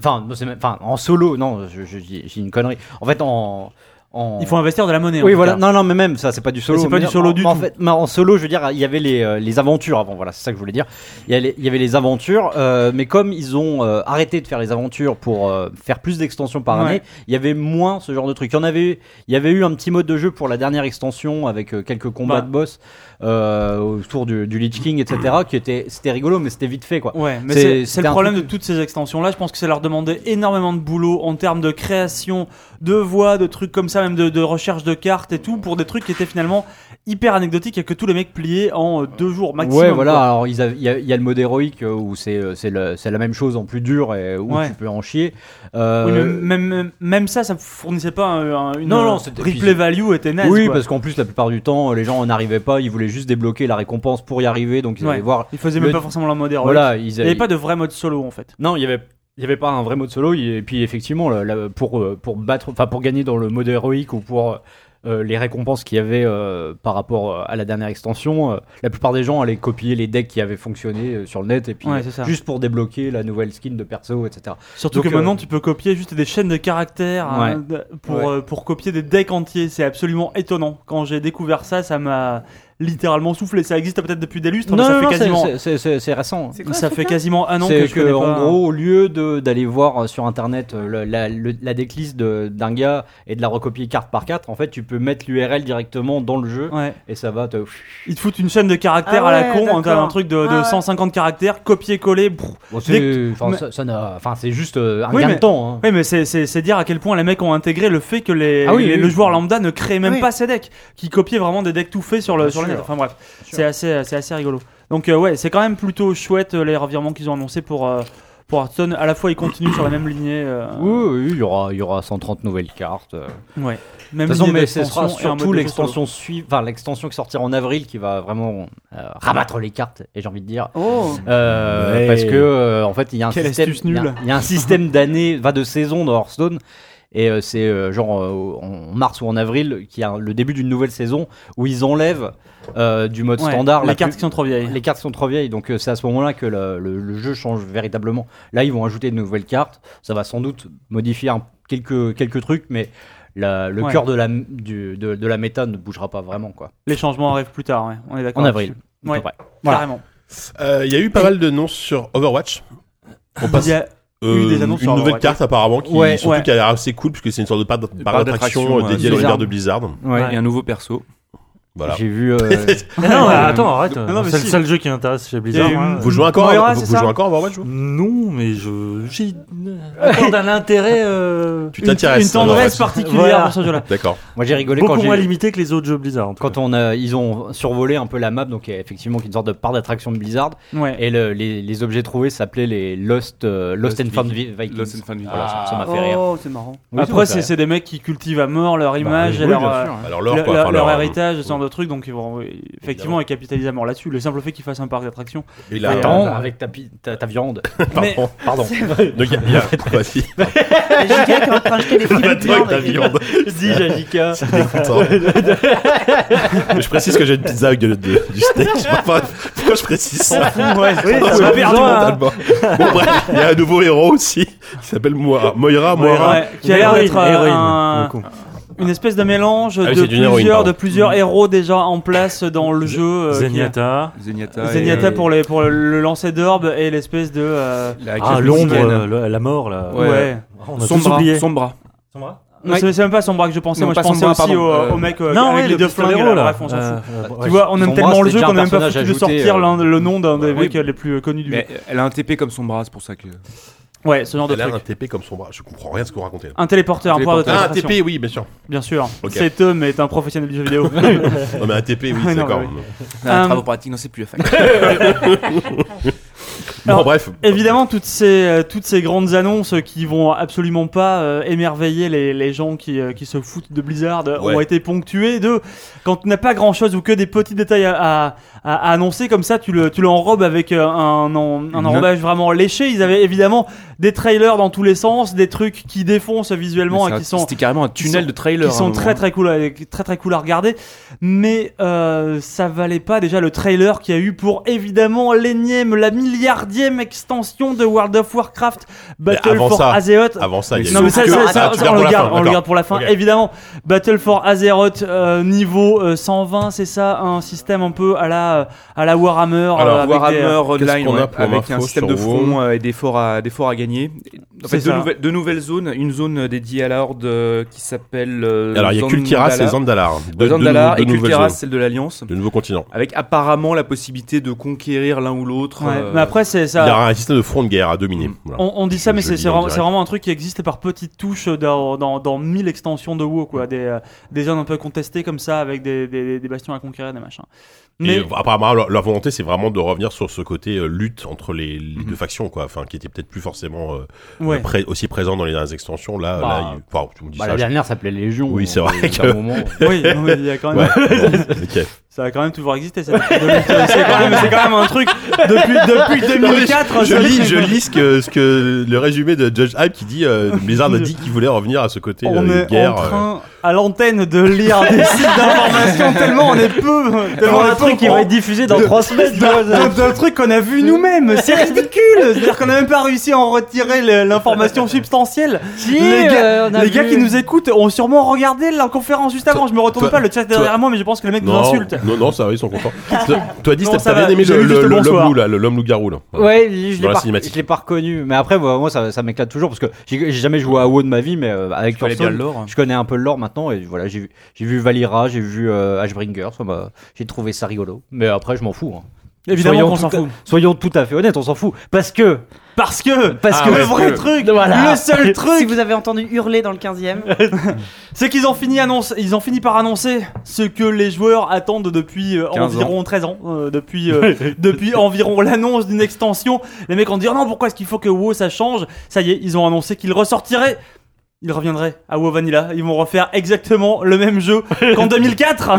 Speaker 4: Enfin, non, c'est même- enfin, en solo, non, je- je- j'ai j'ai une connerie. En fait, en, en-
Speaker 5: Il faut investir de la monnaie. en
Speaker 4: Oui,
Speaker 5: tout
Speaker 4: voilà.
Speaker 5: cas.
Speaker 4: Non, non, mais même ça, c'est pas du solo.
Speaker 5: Mais c'est pas
Speaker 4: Mais
Speaker 5: du
Speaker 4: non,
Speaker 5: solo
Speaker 4: en-
Speaker 5: du
Speaker 4: en
Speaker 5: tout.
Speaker 4: fait, mais en solo, je veux dire, il y avait les, euh, les aventures avant. Voilà, c'est ça que je voulais dire. Il y, a les- il y avait les aventures, euh, mais comme ils ont euh, arrêté de faire les aventures pour euh, faire plus d'extensions par
Speaker 5: Ouais.
Speaker 4: année, il y avait moins ce genre de truc. Il y en avait, il y avait eu un petit mode de jeu pour la dernière extension avec euh, quelques combats
Speaker 5: Bah.
Speaker 4: de boss euh, autour du, du Lich King, etc. qui était, c'était rigolo, mais c'était vite fait, quoi.
Speaker 5: Ouais, mais
Speaker 4: C'est-
Speaker 5: c'est- c'est
Speaker 4: c'était
Speaker 5: le
Speaker 4: un
Speaker 5: problème de
Speaker 4: truc-
Speaker 5: toutes ces extensions-là. Je pense que ça leur demandait énormément de boulot en termes de création, de voix, de trucs comme ça, même de, de recherche de cartes et tout, pour des trucs qui étaient finalement hyper anecdotiques et que tous les mecs pliaient en euh, deux jours maximum.
Speaker 4: ouais, voilà.
Speaker 5: quoi.
Speaker 4: Alors, ils avaient- il y, a- il y a le mode héroïque euh, où c'est euh, c'est le- c'est la même chose en plus dur et où
Speaker 5: Ouais.
Speaker 4: tu peux en chier. Euh,
Speaker 5: Oui, mais même, même- même ça, ça fournissait pas un, un- une
Speaker 4: Non, non,
Speaker 5: euh,
Speaker 4: c'était-
Speaker 5: replay value était naze.
Speaker 4: Oui,
Speaker 5: quoi.
Speaker 4: parce qu'en plus, la plupart du temps, les gens n'arrivaient pas, ils voulaient juste débloquer la récompense pour y arriver, donc ils
Speaker 5: Ouais.
Speaker 4: allaient voir.
Speaker 5: ils faisaient même
Speaker 4: le-
Speaker 5: pas forcément la mode héroïque.
Speaker 4: Voilà, ils
Speaker 5: Il n'y
Speaker 4: allaient-
Speaker 5: avait pas de vrai mode solo en fait.
Speaker 4: Non, il y avait. Il n'y avait pas un vrai mode solo, il- et puis effectivement, là, là, pour, euh, pour, battre, enfin, pour gagner dans le mode héroïque ou pour euh, les récompenses qu'il y avait euh, par rapport euh, à la dernière extension, euh, la plupart des gens allaient copier les decks qui avaient fonctionné euh, sur le net, et puis
Speaker 5: Ouais, c'est ça.
Speaker 4: juste pour débloquer la nouvelle skin de perso, etc.
Speaker 5: Surtout
Speaker 4: Donc,
Speaker 5: que maintenant
Speaker 4: euh,
Speaker 5: tu peux copier juste des chaînes de caractères hein,
Speaker 4: Ouais.
Speaker 5: de- pour,
Speaker 4: Ouais.
Speaker 5: euh, pour copier des decks entiers. C'est absolument étonnant. Quand j'ai découvert ça, ça m'a littéralement soufflé. Ça existe peut-être depuis des lustres, mais ça fait
Speaker 4: c'est-
Speaker 5: quasiment.
Speaker 4: c'est- c'est c'est- c'est récent.
Speaker 3: C'est quoi
Speaker 5: ça
Speaker 3: ce
Speaker 5: fait
Speaker 3: truc-là
Speaker 5: quasiment un an
Speaker 4: c'est
Speaker 5: Ah que je
Speaker 4: que,
Speaker 5: connais
Speaker 4: en
Speaker 5: pas. hein.
Speaker 4: gros, au lieu de- d'aller voir euh, sur internet euh, le- la, le- la décliste de- d'un gars et de la recopier carte par carte, en fait, tu peux mettre l'URL directement dans le jeu
Speaker 5: Ouais.
Speaker 4: et ça va te.
Speaker 5: Ils te foutent une chaîne de caractères
Speaker 3: Ah
Speaker 5: à la
Speaker 3: ouais,
Speaker 5: con, hein,
Speaker 3: d'accord.
Speaker 5: t'as un truc de, de
Speaker 3: Ah ouais.
Speaker 5: 150 caractères, copier-coller. brrr.
Speaker 4: Bon,
Speaker 5: Dès
Speaker 4: c'est- enfin,
Speaker 5: mais-
Speaker 4: ça- ça n'a- enfin, c'est juste euh, un
Speaker 5: Oui,
Speaker 4: gain
Speaker 5: mais-
Speaker 4: de temps. hein.
Speaker 5: Oui, mais c'est- c'est c'est dire à quel point les mecs ont intégré le fait que les,
Speaker 4: Ah oui,
Speaker 5: les-
Speaker 4: oui,
Speaker 5: le
Speaker 4: oui.
Speaker 5: joueur lambda ne créait même
Speaker 3: Oui.
Speaker 5: pas ses decks, qui copiait vraiment des decks tout faits sur le,
Speaker 4: Bien
Speaker 5: sur le
Speaker 4: sûr.
Speaker 5: net. Enfin bref,
Speaker 4: sûr.
Speaker 5: c'est assez, c'est assez rigolo. Donc euh, ouais, c'est quand même plutôt chouette euh, les revirements qu'ils ont annoncés pour, euh, pour Hearthstone. À la fois, ils continuent sur la même lignée. euh,
Speaker 4: Oui, oui, il y aura, il y aura 130 nouvelles cartes. euh.
Speaker 5: ouais.
Speaker 4: De
Speaker 5: Même
Speaker 4: toute façon,
Speaker 5: lignée
Speaker 4: mais ce
Speaker 5: d'extension
Speaker 4: sera
Speaker 5: et un mode de
Speaker 4: surtout
Speaker 5: jeu
Speaker 4: l'extension suivante, enfin l'extension qui sortira en avril qui va vraiment euh, rabattre les cartes. Et j'ai envie de dire,
Speaker 3: Oh
Speaker 4: Euh,
Speaker 7: Ouais.
Speaker 4: parce que euh, en fait il y a un
Speaker 5: Quelle
Speaker 4: système
Speaker 5: astuce nulle.
Speaker 4: il y a- il y, a un système d'années va de saison dans Hearthstone et euh, c'est euh, genre euh, en mars ou en avril qui a le début d'une nouvelle saison où ils enlèvent euh, du mode
Speaker 5: solo. Ouais,
Speaker 4: standard la
Speaker 5: les cartes
Speaker 4: pub-
Speaker 5: qui sont trop vieilles.
Speaker 4: les cartes sont trop vieilles donc euh, c'est à ce moment-là que le, le- le jeu change véritablement. Là ils vont ajouter de nouvelles cartes, ça va sans doute modifier un- quelques quelques trucs mais la- le
Speaker 5: Ouais.
Speaker 4: cœur de la du- de, de la méta ne bougera pas vraiment quoi.
Speaker 5: Les changements arrivent plus tard, ouais. on est d'accord.
Speaker 4: En avril. à peu
Speaker 5: Ouais.
Speaker 4: près.
Speaker 2: Voilà.
Speaker 5: Carrément.
Speaker 2: Euh, Il y a eu pas mal de noms sur Overwatch. On passe euh,
Speaker 5: Il y a- eu des annonces
Speaker 2: une
Speaker 5: sur
Speaker 2: nouvelle
Speaker 5: Overwatch.
Speaker 2: carte apparemment qui
Speaker 4: Ouais,
Speaker 2: surtout
Speaker 5: ouais.
Speaker 2: qui a l'air assez cool puisque c'est une sorte de parc d'at- parc
Speaker 7: parc
Speaker 2: d'attraction
Speaker 7: d'attraction,
Speaker 2: euh, dédié à
Speaker 4: ouais.
Speaker 2: l'univers de Blizzard.
Speaker 7: Et un nouveau perso.
Speaker 2: Voilà.
Speaker 4: J'ai vu euh,
Speaker 6: Ah non, mais attends, arrête.
Speaker 5: Non, non, mais
Speaker 6: c'est
Speaker 5: si.
Speaker 6: le seul jeu qui m'intéresse chez Blizzard.
Speaker 5: Il y a eu-
Speaker 6: hein.
Speaker 2: Vous jouez encore
Speaker 5: Moira,
Speaker 2: à- vous,
Speaker 5: c'est
Speaker 2: vous
Speaker 5: ça
Speaker 2: jouez encore à Overwatch vous
Speaker 6: Non, mais je j'ai accorde un intérêt euh,
Speaker 2: Tu
Speaker 5: Une-
Speaker 2: t'intéresses
Speaker 5: Une tendresse
Speaker 2: à Overwatch.
Speaker 5: particulière
Speaker 6: Voilà.
Speaker 5: pour ce jeu-là.
Speaker 2: D'accord.
Speaker 4: moi j'ai rigolé quand
Speaker 6: beaucoup
Speaker 4: j'ai
Speaker 6: moins limité que les autres jeux Blizzard. en tout
Speaker 4: quand on a, ils ont survolé un peu la map, donc il y a effectivement une sorte de part d'attraction de Blizzard,
Speaker 5: Ouais.
Speaker 4: et le- les, les objets trouvés s'appelaient les Lost, euh, Lost,
Speaker 7: Lost
Speaker 4: and Found
Speaker 7: Vi-
Speaker 4: Vi- Vikings.
Speaker 7: Lost and Found Vikings. Ah.
Speaker 4: Voilà, ça- ça m'a fait rire.
Speaker 3: Oh, c'est marrant.
Speaker 4: Oui, ça m'a
Speaker 5: Après,
Speaker 4: fait
Speaker 5: c'est
Speaker 4: rire.
Speaker 5: c'est des mecs qui cultivent à mort leur
Speaker 4: Bah,
Speaker 5: image et
Speaker 4: oui,
Speaker 5: leur,
Speaker 4: bien
Speaker 5: euh,
Speaker 4: sûr, hein.
Speaker 2: Alors leur
Speaker 5: Le-
Speaker 2: quoi,
Speaker 5: leur,
Speaker 2: enfin,
Speaker 5: leur
Speaker 2: leur- euh,
Speaker 5: héritage, ce genre de trucs, donc ils vont euh, effectivement ils capitalisent à mort là-dessus. Le simple fait qu'ils fassent un parc d'attractions.
Speaker 2: Et la-
Speaker 5: Attends.
Speaker 4: Attends, avec ta, pi- ta, ta viande.
Speaker 5: Mais
Speaker 2: Pardon.
Speaker 4: Pardon.
Speaker 2: Donc il y a- il y a vas-y.
Speaker 3: Et JK qui est en train de jeter des filets
Speaker 2: Bah,
Speaker 3: de
Speaker 2: toi avec ta
Speaker 3: viande.
Speaker 2: viande.
Speaker 4: Dis, Jajika.
Speaker 2: C'est dégoûtant. je précise que j'ai une pizza avec de- de- du steak. Je sais pas, enfin, pourquoi je précise ça
Speaker 5: ouais,
Speaker 2: Parce que mentalement. Bon, bref, il y a un nouveau héros aussi qui s'appelle Moira. Moira, Moira.
Speaker 5: qui a l'air
Speaker 6: Héroïne,
Speaker 5: d'être euh,
Speaker 6: héroïne,
Speaker 5: un-
Speaker 6: pour le coup.
Speaker 5: une espèce de mélange
Speaker 2: Ah
Speaker 5: de,
Speaker 2: oui, c'est une héroïne,
Speaker 5: plusieurs,
Speaker 2: pardon.
Speaker 5: de plusieurs héros déjà en place dans le jeu. euh, qui-
Speaker 6: Zenyatta.
Speaker 7: Zenyatta.
Speaker 5: Zenyatta
Speaker 7: et- euh,
Speaker 5: pour, les, pour le lancer d'orbe et l'espèce de. euh,
Speaker 7: La
Speaker 6: Ah, l'ombre, euh, le- la mort là. Oh,
Speaker 5: ouais.
Speaker 6: On a tous
Speaker 7: Sombra.
Speaker 6: oublié.
Speaker 7: Sombra.
Speaker 5: Non, C'est c'est même pas à son bras que je pensais,
Speaker 7: Non,
Speaker 5: moi je
Speaker 7: pas
Speaker 5: pensais
Speaker 7: Sombra,
Speaker 5: aussi
Speaker 7: pardon,
Speaker 5: au,
Speaker 7: euh,
Speaker 5: au mec euh,
Speaker 6: Non,
Speaker 5: avec
Speaker 6: ouais,
Speaker 5: les
Speaker 6: le
Speaker 5: deux
Speaker 6: pistolet
Speaker 5: flingues.
Speaker 6: héros
Speaker 5: là,
Speaker 6: là.
Speaker 5: bref, on s'en
Speaker 6: Euh,
Speaker 5: fout.
Speaker 6: euh,
Speaker 5: Tu
Speaker 6: ouais.
Speaker 5: vois, on aime
Speaker 4: Sombra,
Speaker 5: tellement le
Speaker 4: c'était
Speaker 5: jeu
Speaker 4: déjà
Speaker 5: qu'on
Speaker 4: un
Speaker 5: n'a même pas
Speaker 4: personnage
Speaker 5: foutu de
Speaker 4: ajouté,
Speaker 5: sortir
Speaker 4: euh,
Speaker 5: l'un- le nom d'un des
Speaker 4: ouais,
Speaker 5: mecs euh, les plus euh, connus du jeu.
Speaker 7: Mais elle a un TP comme Sombra, c'est pour
Speaker 5: Euh,
Speaker 7: ça que.
Speaker 5: Ouais, ce genre de
Speaker 2: Elle a
Speaker 5: truc.
Speaker 2: un TP comme son bras. Je comprends rien à ce que vous racontez. là.
Speaker 5: Un téléporteur, un pouvoir de
Speaker 2: Ah, un
Speaker 5: téléportation.
Speaker 2: TP, oui, bien sûr.
Speaker 5: Bien sûr,
Speaker 2: Ok.
Speaker 5: cet homme est un professionnel du jeu vidéo.
Speaker 2: Non, mais un TP, oui,
Speaker 5: Ouais, non,
Speaker 2: d'accord.
Speaker 5: mais
Speaker 7: Ah,
Speaker 5: Euh,
Speaker 7: travaux pratiques, non, c'est plus la fac.
Speaker 2: Bon,
Speaker 5: Alors,
Speaker 2: bref.
Speaker 5: Évidemment, toutes ces, euh, toutes ces grandes annonces qui vont absolument pas euh, émerveiller les, les gens qui, euh, qui se foutent de Blizzard euh, ont
Speaker 2: Ouais.
Speaker 5: été ponctuées de quand tu n'as pas grand chose ou que des petits détails à, à- à- à annoncer, comme ça tu le, tu l'enrobes avec euh, un, en- un enrobage vraiment léché. Ils avaient évidemment des trailers dans tous les sens, des trucs qui défoncent visuellement et qui hein, sont
Speaker 7: C'était carrément un tunnel
Speaker 5: sont-
Speaker 7: de hein, trailer.
Speaker 2: hein,
Speaker 5: qui sont très très cool, à- très très cool à regarder, mais euh, ça valait pas déjà le trailer qu'il y a eu pour évidemment l'énième, la millième milliardième extension de World of Warcraft Battle
Speaker 2: avant
Speaker 5: for
Speaker 2: ça-
Speaker 5: Azeroth.
Speaker 2: Avant ça, il y a
Speaker 5: Non
Speaker 2: eu-
Speaker 5: mais ça,
Speaker 2: que-
Speaker 5: ça, ça,
Speaker 2: Ah, tu
Speaker 5: ça,
Speaker 2: gardes
Speaker 5: on
Speaker 2: pour
Speaker 5: le
Speaker 2: la
Speaker 5: garde,
Speaker 2: fin,
Speaker 5: on le
Speaker 2: d'accord.
Speaker 5: garde pour la fin.
Speaker 2: Ok.
Speaker 5: Évidemment, Battle for Azeroth euh, niveau euh, 120, c'est ça, un système un peu à la euh, à la Warhammer. euh,
Speaker 7: Alors,
Speaker 5: avec
Speaker 7: Warhammer
Speaker 5: des-
Speaker 7: Online,
Speaker 2: qu'on a
Speaker 7: ouais,
Speaker 2: pour
Speaker 7: avec
Speaker 2: info
Speaker 7: un système
Speaker 2: sur
Speaker 7: de front
Speaker 2: WoW
Speaker 7: euh, et des forts à, des forts à gagner. En
Speaker 5: C'est
Speaker 7: fait, deux,
Speaker 5: ça.
Speaker 7: nouvelles, deux nouvelles zones. Une zone dédiée à la Horde euh, qui s'appelle. euh,
Speaker 2: Alors, il y a Kultiras et
Speaker 7: Zandalar.
Speaker 2: Zandalar. Deux, deux, nou-
Speaker 7: Zandalar et
Speaker 2: deux nouvelles
Speaker 7: Kultiras,
Speaker 2: zones.
Speaker 7: celle de l'Alliance.
Speaker 2: De nouveaux continents.
Speaker 7: Avec apparemment la possibilité de conquérir l'un ou l'autre.
Speaker 5: Ouais,
Speaker 7: euh,
Speaker 5: Mais après, c'est
Speaker 2: Il y
Speaker 5: ça. Mm.
Speaker 2: a un système de front de guerre à dominer. Voilà.
Speaker 5: On, on dit ça,
Speaker 2: Je-
Speaker 5: mais
Speaker 2: je
Speaker 5: c'est
Speaker 2: lis
Speaker 5: c'est
Speaker 2: en
Speaker 5: vraiment,
Speaker 2: direct.
Speaker 5: c'est vraiment un truc qui existe par petites touches dans, dans, dans 1000 extensions de WoW, quoi. Des, euh, des zones un peu contestées comme ça, avec des, des, des bastions à conquérir, des machins.
Speaker 2: Mais
Speaker 5: Mais
Speaker 2: apparemment, leur, leur volonté, c'est vraiment de revenir sur ce côté euh, lutte entre les, les deux factions, quoi. Enfin, qui était peut-être plus forcément euh,
Speaker 5: Mm. ouais.
Speaker 2: pré- aussi présent dans les dernières extensions. Là,
Speaker 4: Bah,
Speaker 2: là, il- enfin, tu me dis
Speaker 4: Bah,
Speaker 2: ça.
Speaker 4: la
Speaker 2: je-
Speaker 4: dernière s'appelait Légion.
Speaker 2: Oui, c'est
Speaker 4: euh,
Speaker 2: vrai
Speaker 4: à
Speaker 2: que-
Speaker 4: un moment.
Speaker 5: oui, non, mais il y a quand même.
Speaker 2: Ouais, bon, ok.
Speaker 5: Ça a quand même toujours existé. cette- de lutte. C'est quand même, c'est quand même un truc depuis depuis
Speaker 2: Non, mais
Speaker 5: 2004.
Speaker 2: je,
Speaker 5: ça-
Speaker 2: lis, je lis ce que, ce que le résumé de Judge Hype qui dit euh, Blizzard a dit qu'il voulait revenir à ce côté
Speaker 5: On
Speaker 2: euh,
Speaker 5: est
Speaker 2: guerre.
Speaker 5: en train à l'antenne de lire des sites d'information tellement on est peu, tellement
Speaker 4: un
Speaker 5: le
Speaker 4: truc
Speaker 5: truc
Speaker 4: qui va être diffusé dans 3 semaines.
Speaker 5: d'un d'un truc qu'on a vu nous-mêmes, c'est ridicule. C'est-à-dire qu'on a même pas réussi à en retirer le- l'information substantielle. les gars,
Speaker 4: euh,
Speaker 5: les gars qui nous écoutent ont sûrement regardé la conférence juste avant. Je me retourne
Speaker 2: toi-
Speaker 5: pas, le chat est derrière
Speaker 2: toi-
Speaker 5: moi, mais je pense que les mecs nous
Speaker 2: non,
Speaker 5: insultent.
Speaker 2: non, non, ça va, ils sont contents. Toi- Toi, dis,
Speaker 5: Non,
Speaker 2: t'as
Speaker 5: ça
Speaker 2: t'as
Speaker 5: va,
Speaker 2: bien aimé
Speaker 5: j'ai
Speaker 2: le-
Speaker 5: vu juste
Speaker 2: le- le-
Speaker 5: bonsoir.
Speaker 2: l'homme loup, là, le- l'homme loup-garou, là.
Speaker 4: Ouais, je
Speaker 2: Dans
Speaker 4: l'ai
Speaker 2: la
Speaker 4: pas,
Speaker 2: cinématique.
Speaker 4: je l'ai pas reconnu. Mais après, voilà, moi, ça, ça m'éclate toujours parce que j'ai j'ai jamais joué à WoW de ma vie, mais euh, avec
Speaker 7: il fallait bien
Speaker 4: Hearthstone,
Speaker 7: le lore.
Speaker 4: je connais un peu le lore maintenant. Et voilà, j'ai vu, j'ai vu Valira, j'ai vu euh, Ashbringer, ça m'a- j'ai trouvé ça rigolo. Mais après, je m'en fous. hein.
Speaker 5: Évidemment
Speaker 4: Soyons
Speaker 5: qu'on s'en
Speaker 4: tout à-
Speaker 5: fout.
Speaker 4: Soyons tout à fait honnêtes, on s'en fout. Parce que,
Speaker 5: Parce que,
Speaker 4: parce
Speaker 2: Ah
Speaker 4: que
Speaker 2: ouais,
Speaker 5: le vrai truc,
Speaker 4: Voilà.
Speaker 5: le seul truc,
Speaker 3: Si vous avez entendu hurler dans le 15ème,
Speaker 5: C'est qu'ils ont fini annonce, ils ont fini par annoncer ce que les joueurs attendent depuis euh,
Speaker 7: 15 ans.
Speaker 5: environ 13 ans, euh, depuis euh, depuis environ l'annonce d'une extension. Les mecs ont dit Oh non pourquoi est-ce qu'il faut que WoW ça change Ça y est, ils ont annoncé qu'ils ressortiraient. Ils reviendraient à WoW Vanilla. Ils vont refaire exactement le même jeu qu'en 2004.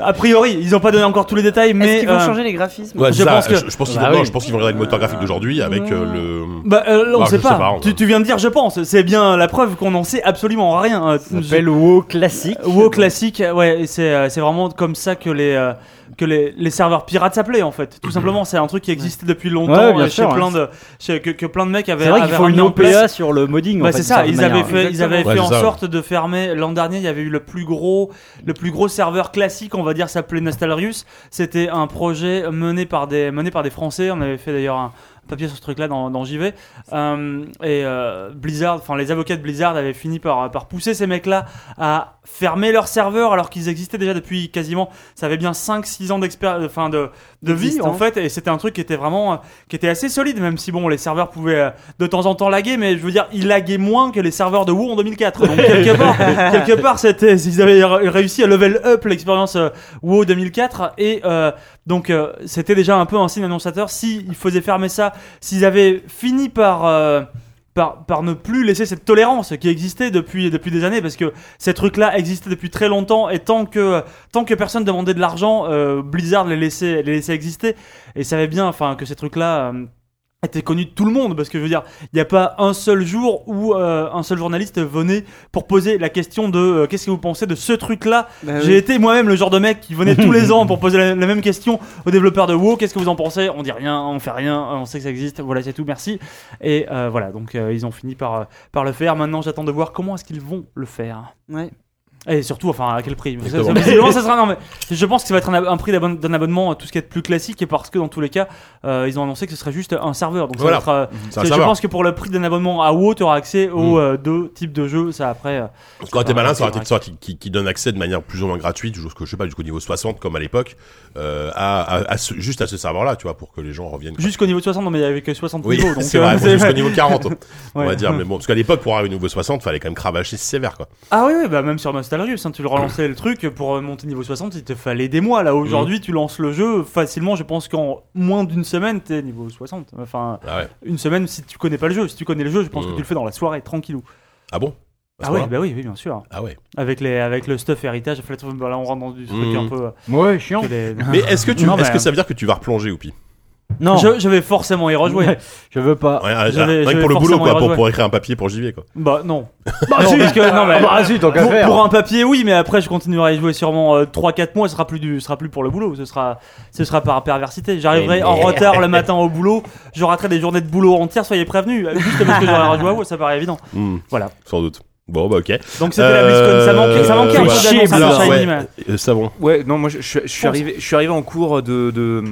Speaker 5: a priori, ils n'ont pas donné encore tous les détails, mais
Speaker 3: est-ce qu'ils vont
Speaker 5: euh,
Speaker 3: changer les graphismes
Speaker 2: Ouais,
Speaker 5: Je
Speaker 2: c'est ça,
Speaker 5: pense que-
Speaker 2: je, je pense qu'ils
Speaker 4: Bah
Speaker 2: vont, non,
Speaker 4: oui.
Speaker 2: je pense qu'ils vont regarder le moteur graphique d'aujourd'hui avec euh, le.
Speaker 5: Bah, euh, on
Speaker 2: Bah,
Speaker 5: sait
Speaker 2: je
Speaker 5: pas.
Speaker 2: sais pas, on-
Speaker 5: Tu, tu viens de dire, je pense. C'est bien la preuve qu'on n'en sait absolument rien. Euh,
Speaker 4: ça s'appelle WoW classique.
Speaker 5: WoW classique, ouais, et c'est euh, c'est vraiment comme ça que les euh, que les, les serveurs pirates s'appelaient en fait. Tout simplement, c'est un truc qui existait depuis longtemps
Speaker 4: Mhm. Ouais, bien
Speaker 5: euh, chez
Speaker 4: sûr, hein.
Speaker 5: plein de chez- que, que plein de mecs avaient.
Speaker 4: C'est vrai qu'il
Speaker 5: avaient
Speaker 4: faut une
Speaker 5: ramené en place.
Speaker 4: OPA sur le modding. en
Speaker 5: Bah
Speaker 4: fait,
Speaker 5: c'est
Speaker 4: d'une
Speaker 5: ça,
Speaker 4: certaine
Speaker 5: ils avaient
Speaker 4: manière.
Speaker 5: fait, ils avaient
Speaker 2: Exactement.
Speaker 5: fait
Speaker 2: Ouais,
Speaker 5: en
Speaker 2: c'est ça,
Speaker 5: sorte de fermer. L'an dernier, il y avait eu le plus gros, le plus gros serveur classique, on va dire, s'appelait Nostalrius. C'était un projet mené par des, mené par des Français. On avait fait d'ailleurs un papier sur ce truc-là dans, dans JV. Euh, et euh, Blizzard, enfin les avocats de Blizzard avaient fini par, par pousser ces mecs-là à fermer leur serveur alors qu'ils existaient déjà depuis quasiment, ça avait bien 5-6 ans d'expérience, enfin de, de vie en
Speaker 3: D'existence.
Speaker 5: fait. Et c'était un truc qui était vraiment, euh, qui était assez solide, même si bon, les serveurs pouvaient euh, de temps en temps laguer, mais je veux dire, ils laguaient moins que les serveurs de WoW en 2004. Donc quelque part, quelque part, c'était, ils avaient r- réussi à level up l'expérience euh, WoW 2004 et euh, donc euh, c'était déjà un peu un signe annonçateur. S'ils faisaient fermer ça, s'ils avaient fini par euh, par, par ne plus laisser cette tolérance qui existait depuis, depuis des années, parce que ces trucs-là existaient depuis très longtemps, et tant que, tant que personne demandait de l'argent, euh, Blizzard les laissait, les laissait exister, et savait bien enfin, que ces trucs-là euh, étaient connus de tout le monde, parce que je veux dire, il n'y a pas un seul jour où euh, un seul journaliste venait pour poser la question de euh, qu'est-ce que vous pensez de ce truc-là
Speaker 3: Ah Bah
Speaker 5: j'ai été moi-même le genre de mec qui venait tous les ans pour poser la, la même question aux développeurs de WoW. Qu'est-ce que vous en pensez On dit rien, on fait rien, on sait que ça existe. Voilà, c'est tout. Merci. Et euh, voilà, donc euh, ils ont fini par euh, par le faire. Maintenant, j'attends de voir comment est-ce qu'ils vont le faire.
Speaker 3: Ouais.
Speaker 5: Et surtout, enfin, à quel prix ça, ça,
Speaker 2: Exactement.
Speaker 5: visiblement, ça sera, non, mais Je pense que ça va être un, ab- un prix d'abonne- d'un abonnement à tout ce qui est plus classique, et parce que dans tous les cas, euh, ils ont annoncé que ce serait juste un serveur. Donc ça
Speaker 2: Voilà.
Speaker 5: va être, euh,
Speaker 2: C'est un
Speaker 5: je
Speaker 2: serveur. Mm.
Speaker 5: pense que pour le prix d'un abonnement à WoW, tu auras accès aux euh, deux types de jeux. Ça après. euh,
Speaker 2: Quand t'es
Speaker 5: Ouais,
Speaker 2: malin,
Speaker 5: c'est
Speaker 2: ça aurait été
Speaker 5: vrai.
Speaker 2: de sorte qui, qui donne accès de manière plus ou moins gratuite, jusqu'au je sais pas, jusqu'au niveau 60 comme à l'époque, euh, à, à- à ce- juste à ce serveur-là, tu vois, pour que les gens reviennent.
Speaker 5: Jusqu'au niveau de 60, non, mais il y avait que 60
Speaker 2: Oui,
Speaker 5: niveaux. donc,
Speaker 2: c'est
Speaker 5: euh,
Speaker 2: vrai, bon,
Speaker 5: c'est-
Speaker 2: jusqu'au niveau 40, on va
Speaker 5: Ouais.
Speaker 2: dire. Mais bon, parce qu'à l'époque, pour arriver au niveau 60, fallait quand même cravacher sévère, quoi.
Speaker 5: Ah oui, oui, bah même sur Nostalrius, hein, tu le relançais le truc pour euh, monter niveau 60, il te fallait des mois. Là, aujourd'hui, tu lances le jeu facilement. Je pense qu'en moins d'une semaine, t'es niveau 60. Enfin,
Speaker 2: Ah ouais.
Speaker 5: une semaine si tu connais pas le jeu. Si tu connais le jeu, je pense
Speaker 2: Mm.
Speaker 5: que tu le fais dans la soirée, tranquillou.
Speaker 2: Ah bon À ce
Speaker 5: Ah oui,
Speaker 2: moment-là
Speaker 5: bah oui, oui, bien sûr.
Speaker 2: Ah ouais.
Speaker 5: Avec les, avec le stuff héritage, Flight of- bah là, on rentre dans du truc
Speaker 2: Mm.
Speaker 5: un peu. euh,
Speaker 4: Ouais, chiant.
Speaker 5: que les-
Speaker 2: Mais est-ce que tu,
Speaker 5: Non,
Speaker 2: est-ce
Speaker 5: mais- euh,
Speaker 2: que ça veut dire que tu vas replonger, Oupi
Speaker 4: Non, je,
Speaker 5: Je, je vais forcément y rejouer.
Speaker 4: veux pas.
Speaker 2: Ouais, ouais,
Speaker 5: Je vais-
Speaker 2: rien que
Speaker 5: je vais
Speaker 2: pour le
Speaker 5: Ah, forcément
Speaker 2: boulot,
Speaker 5: y
Speaker 2: quoi, pour,
Speaker 5: rejouer.
Speaker 2: pour écrire un papier pour JV, quoi.
Speaker 5: bah non. Bah, si, parce que- non, mais-
Speaker 4: Bah, si, tant qu'à
Speaker 5: pour,
Speaker 4: faire.
Speaker 5: pour un papier, oui, mais après je continuerai à y jouer sûrement 3-4 mois. Ce sera plus du, ce sera plus pour le boulot. Ce sera, ce sera par perversité. J'arriverai en retard le matin au boulot. Je raterai des journées de boulot entières. Soyez prévenus. Euh, Juste parce que j'aurai rejoué à vous, ça paraît évident.
Speaker 2: Hmm,
Speaker 5: Voilà.
Speaker 2: sans doute. Bon, bah, ok.
Speaker 5: Donc c'était la BlizzCon.
Speaker 2: Euh,
Speaker 5: Ça manquait, ça manquait un
Speaker 2: voilà.
Speaker 5: peu d'annonce à
Speaker 2: Alors,
Speaker 5: Shiny,
Speaker 2: ouais,
Speaker 5: mais-
Speaker 2: euh, savon.
Speaker 7: Ouais, non, moi je, je- je suis arrivé, je suis arrivé en cours de, de,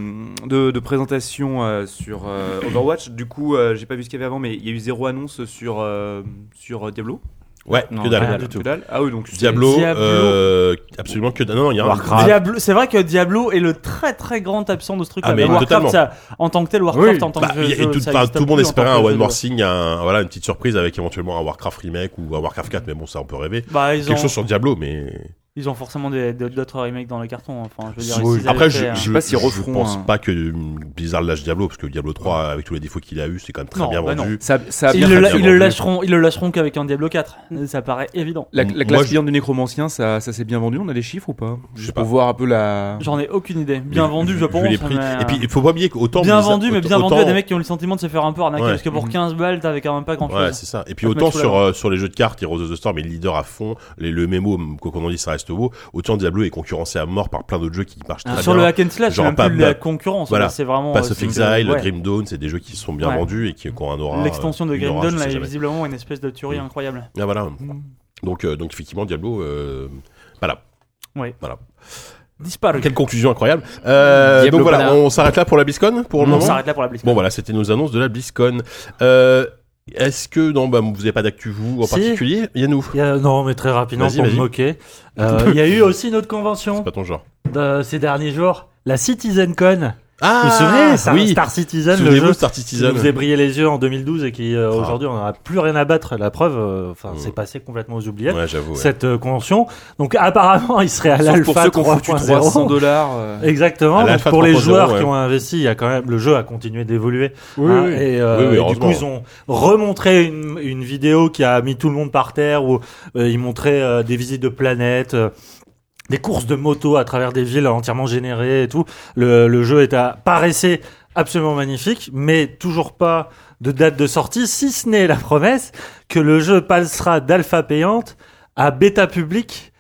Speaker 7: de, de présentation euh, sur euh, Overwatch. Du coup, euh, j'ai pas vu ce qu'il y avait avant, mais il y a eu zéro annonce sur, euh, sur euh, Diablo.
Speaker 2: Ouais,
Speaker 4: Non,
Speaker 2: que
Speaker 4: que
Speaker 2: dalle.
Speaker 4: dalle.
Speaker 2: du tout.
Speaker 7: Que dalle. Ah oui, donc c'est-
Speaker 2: Diablo,
Speaker 5: Diablo.
Speaker 2: euh, absolument que dalle. Non, non, il y a un.
Speaker 4: Warcraft.
Speaker 5: Diablo, c'est vrai que Diablo est le très très grand absent de ce truc.
Speaker 2: Ah, mais
Speaker 5: Warcraft,
Speaker 2: totalement.
Speaker 5: ça- en tant que tel, Warcraft
Speaker 4: Oui.
Speaker 5: en tant
Speaker 2: Bah,
Speaker 5: que
Speaker 2: il y a-
Speaker 5: jeu,
Speaker 2: tout,
Speaker 5: ça
Speaker 2: enfin,
Speaker 5: existe
Speaker 2: tout le
Speaker 5: plus
Speaker 2: monde
Speaker 5: en
Speaker 2: espérait
Speaker 5: tant
Speaker 2: un
Speaker 5: que
Speaker 2: One
Speaker 5: jeu.
Speaker 2: More Thing, un, voilà, une petite surprise avec éventuellement un Warcraft remake ou un Warcraft 4, mais bon, ça on peut rêver.
Speaker 5: Bah, ils ont,
Speaker 2: Quelque chose sur Diablo, mais.
Speaker 5: ils ont forcément des- des- d'autres remakes dans le carton. Enfin, je veux dire,
Speaker 2: Oui.
Speaker 5: s'ils avaient
Speaker 2: Après, je,
Speaker 5: fait,
Speaker 2: je,
Speaker 5: euh,
Speaker 7: sais pas s'ils
Speaker 2: je
Speaker 7: referont
Speaker 2: pense
Speaker 7: un-
Speaker 2: pas que hum, Blizzard lâche Diablo, parce que Diablo 3, avec tous les défauts qu'il a eu, c'est quand même très
Speaker 5: Non,
Speaker 2: bien
Speaker 5: bah non.
Speaker 2: vendu.
Speaker 7: Ça, ça a
Speaker 5: Ils
Speaker 7: bien
Speaker 5: le,
Speaker 2: très
Speaker 5: la-
Speaker 2: bien
Speaker 5: ils le
Speaker 2: vendu.
Speaker 5: lâcheront, ils le lâcheront qu'avec un Diablo 4. Ça paraît évident.
Speaker 7: La,
Speaker 2: Moi,
Speaker 7: la classe
Speaker 2: je-
Speaker 7: cliente du nécromancien, ça, ça s'est bien vendu. On a des chiffres ou pas Juste
Speaker 2: pas.
Speaker 7: pour voir un peu la.
Speaker 5: J'en ai aucune idée. Bien
Speaker 2: Vu-
Speaker 5: vendu,
Speaker 2: vu-
Speaker 5: je
Speaker 2: vu
Speaker 5: pense.
Speaker 2: les prix.
Speaker 5: mais, euh,
Speaker 2: Et puis, il faut pas oublier qu'autant.
Speaker 5: bien
Speaker 2: Blizzard-
Speaker 5: vendu, mais bien
Speaker 2: autant-
Speaker 5: vendu à des mecs qui ont le sentiment de se faire un peu arnaquer.
Speaker 2: Ouais.
Speaker 5: Parce que pour
Speaker 7: Mhm.
Speaker 5: 15 balles, t'avais quand même pas Euh, grand chose.
Speaker 2: Ouais, c'est ça. Et puis
Speaker 5: Faut te
Speaker 2: autant
Speaker 5: mettre sous la
Speaker 2: sur, euh, sur les jeux de cartes, Heroes of the Storm est leader à fond, les, le mémo, quoi qu'on en dise, ça reste beau. Autant Diablo est concurrencé à mort par plein d'autres jeux qui marchent très
Speaker 5: Ah, sur
Speaker 2: bien.
Speaker 5: le hack and slash, c'est
Speaker 2: Genre
Speaker 5: même
Speaker 2: pas-
Speaker 5: plus de la
Speaker 2: bah,
Speaker 5: concurrence.
Speaker 2: voilà.
Speaker 5: Là, c'est vraiment.
Speaker 2: Pass
Speaker 5: euh,
Speaker 2: of
Speaker 5: c'est-
Speaker 2: Exile,
Speaker 5: ouais.
Speaker 2: Grim Dawn, c'est des jeux qui sont bien
Speaker 5: Ouais.
Speaker 2: vendus et qui, qui ont un aura. euh,
Speaker 5: L'extension de
Speaker 2: une aura,
Speaker 5: Grim
Speaker 2: je
Speaker 5: Dawn,
Speaker 2: sais
Speaker 5: là, est
Speaker 2: jamais.
Speaker 5: visiblement une espèce de tuerie
Speaker 2: Mm.
Speaker 5: incroyable.
Speaker 2: Ah, voilà. Donc, euh, donc effectivement, Diablo. Euh... Voilà.
Speaker 5: Ouais.
Speaker 2: Voilà.
Speaker 5: Disparu.
Speaker 2: Quelle conclusion incroyable. Euh,
Speaker 8: Diablo
Speaker 2: donc voilà,
Speaker 8: Banner.
Speaker 2: on s'arrête là pour la BlizzCon pour le
Speaker 5: On
Speaker 2: moment.
Speaker 5: s'arrête là pour la BlizzCon.
Speaker 2: Bon voilà, c'était nos annonces de la BlizzCon. Euh, Est-ce que non, bah, vous n'avez pas d'actu vous en
Speaker 6: Si.
Speaker 2: particulier Yannou,
Speaker 6: Il y a- non, mais très rapidement
Speaker 2: Vas-y,
Speaker 6: pour me
Speaker 2: vas-y.
Speaker 6: moquer. Euh, il y a eu aussi une autre convention
Speaker 2: c'est pas ton genre.
Speaker 6: de ces derniers jours, la CitizenCon.
Speaker 2: Ah,
Speaker 6: vous vous souvenez Star,
Speaker 2: oui.
Speaker 6: Star Citizen, le
Speaker 2: Souvenez-vous
Speaker 6: jeu
Speaker 2: de Star
Speaker 6: qui nous
Speaker 2: Citizen.
Speaker 6: faisait briller les yeux en 2012 et qui euh,
Speaker 2: Ah.
Speaker 6: aujourd'hui on n'a plus rien à battre. La preuve, euh, enfin,
Speaker 2: Mm.
Speaker 6: c'est passé complètement aux oubliettes.
Speaker 2: Ouais, j'avoue. ouais.
Speaker 6: Cette euh, convention. Donc apparemment, il serait à
Speaker 7: Sauf pour
Speaker 6: l'alpha
Speaker 7: ceux qui ont foutu 300
Speaker 6: 3.0.
Speaker 7: dollars. euh,
Speaker 6: Exactement.
Speaker 2: À
Speaker 6: Donc,
Speaker 2: l'alpha
Speaker 6: pour les
Speaker 2: 3.0,
Speaker 6: joueurs
Speaker 2: ouais.
Speaker 6: qui ont investi, il y a quand même le jeu a continué d'évoluer.
Speaker 4: Oui,
Speaker 6: Hein,
Speaker 4: oui.
Speaker 7: Ah,
Speaker 6: Et, euh,
Speaker 2: Oui, oui,
Speaker 6: et du
Speaker 2: heureusement.
Speaker 6: coup, ils ont remontré une, une vidéo qui a mis tout le monde par terre où euh, ils montraient euh, des visites de planètes. euh, des courses de moto à travers des villes entièrement générées et tout. Le, le jeu est à paraissait absolument magnifique, mais toujours pas de date de sortie, si ce n'est la promesse que le jeu passera d'alpha payante à bêta publique,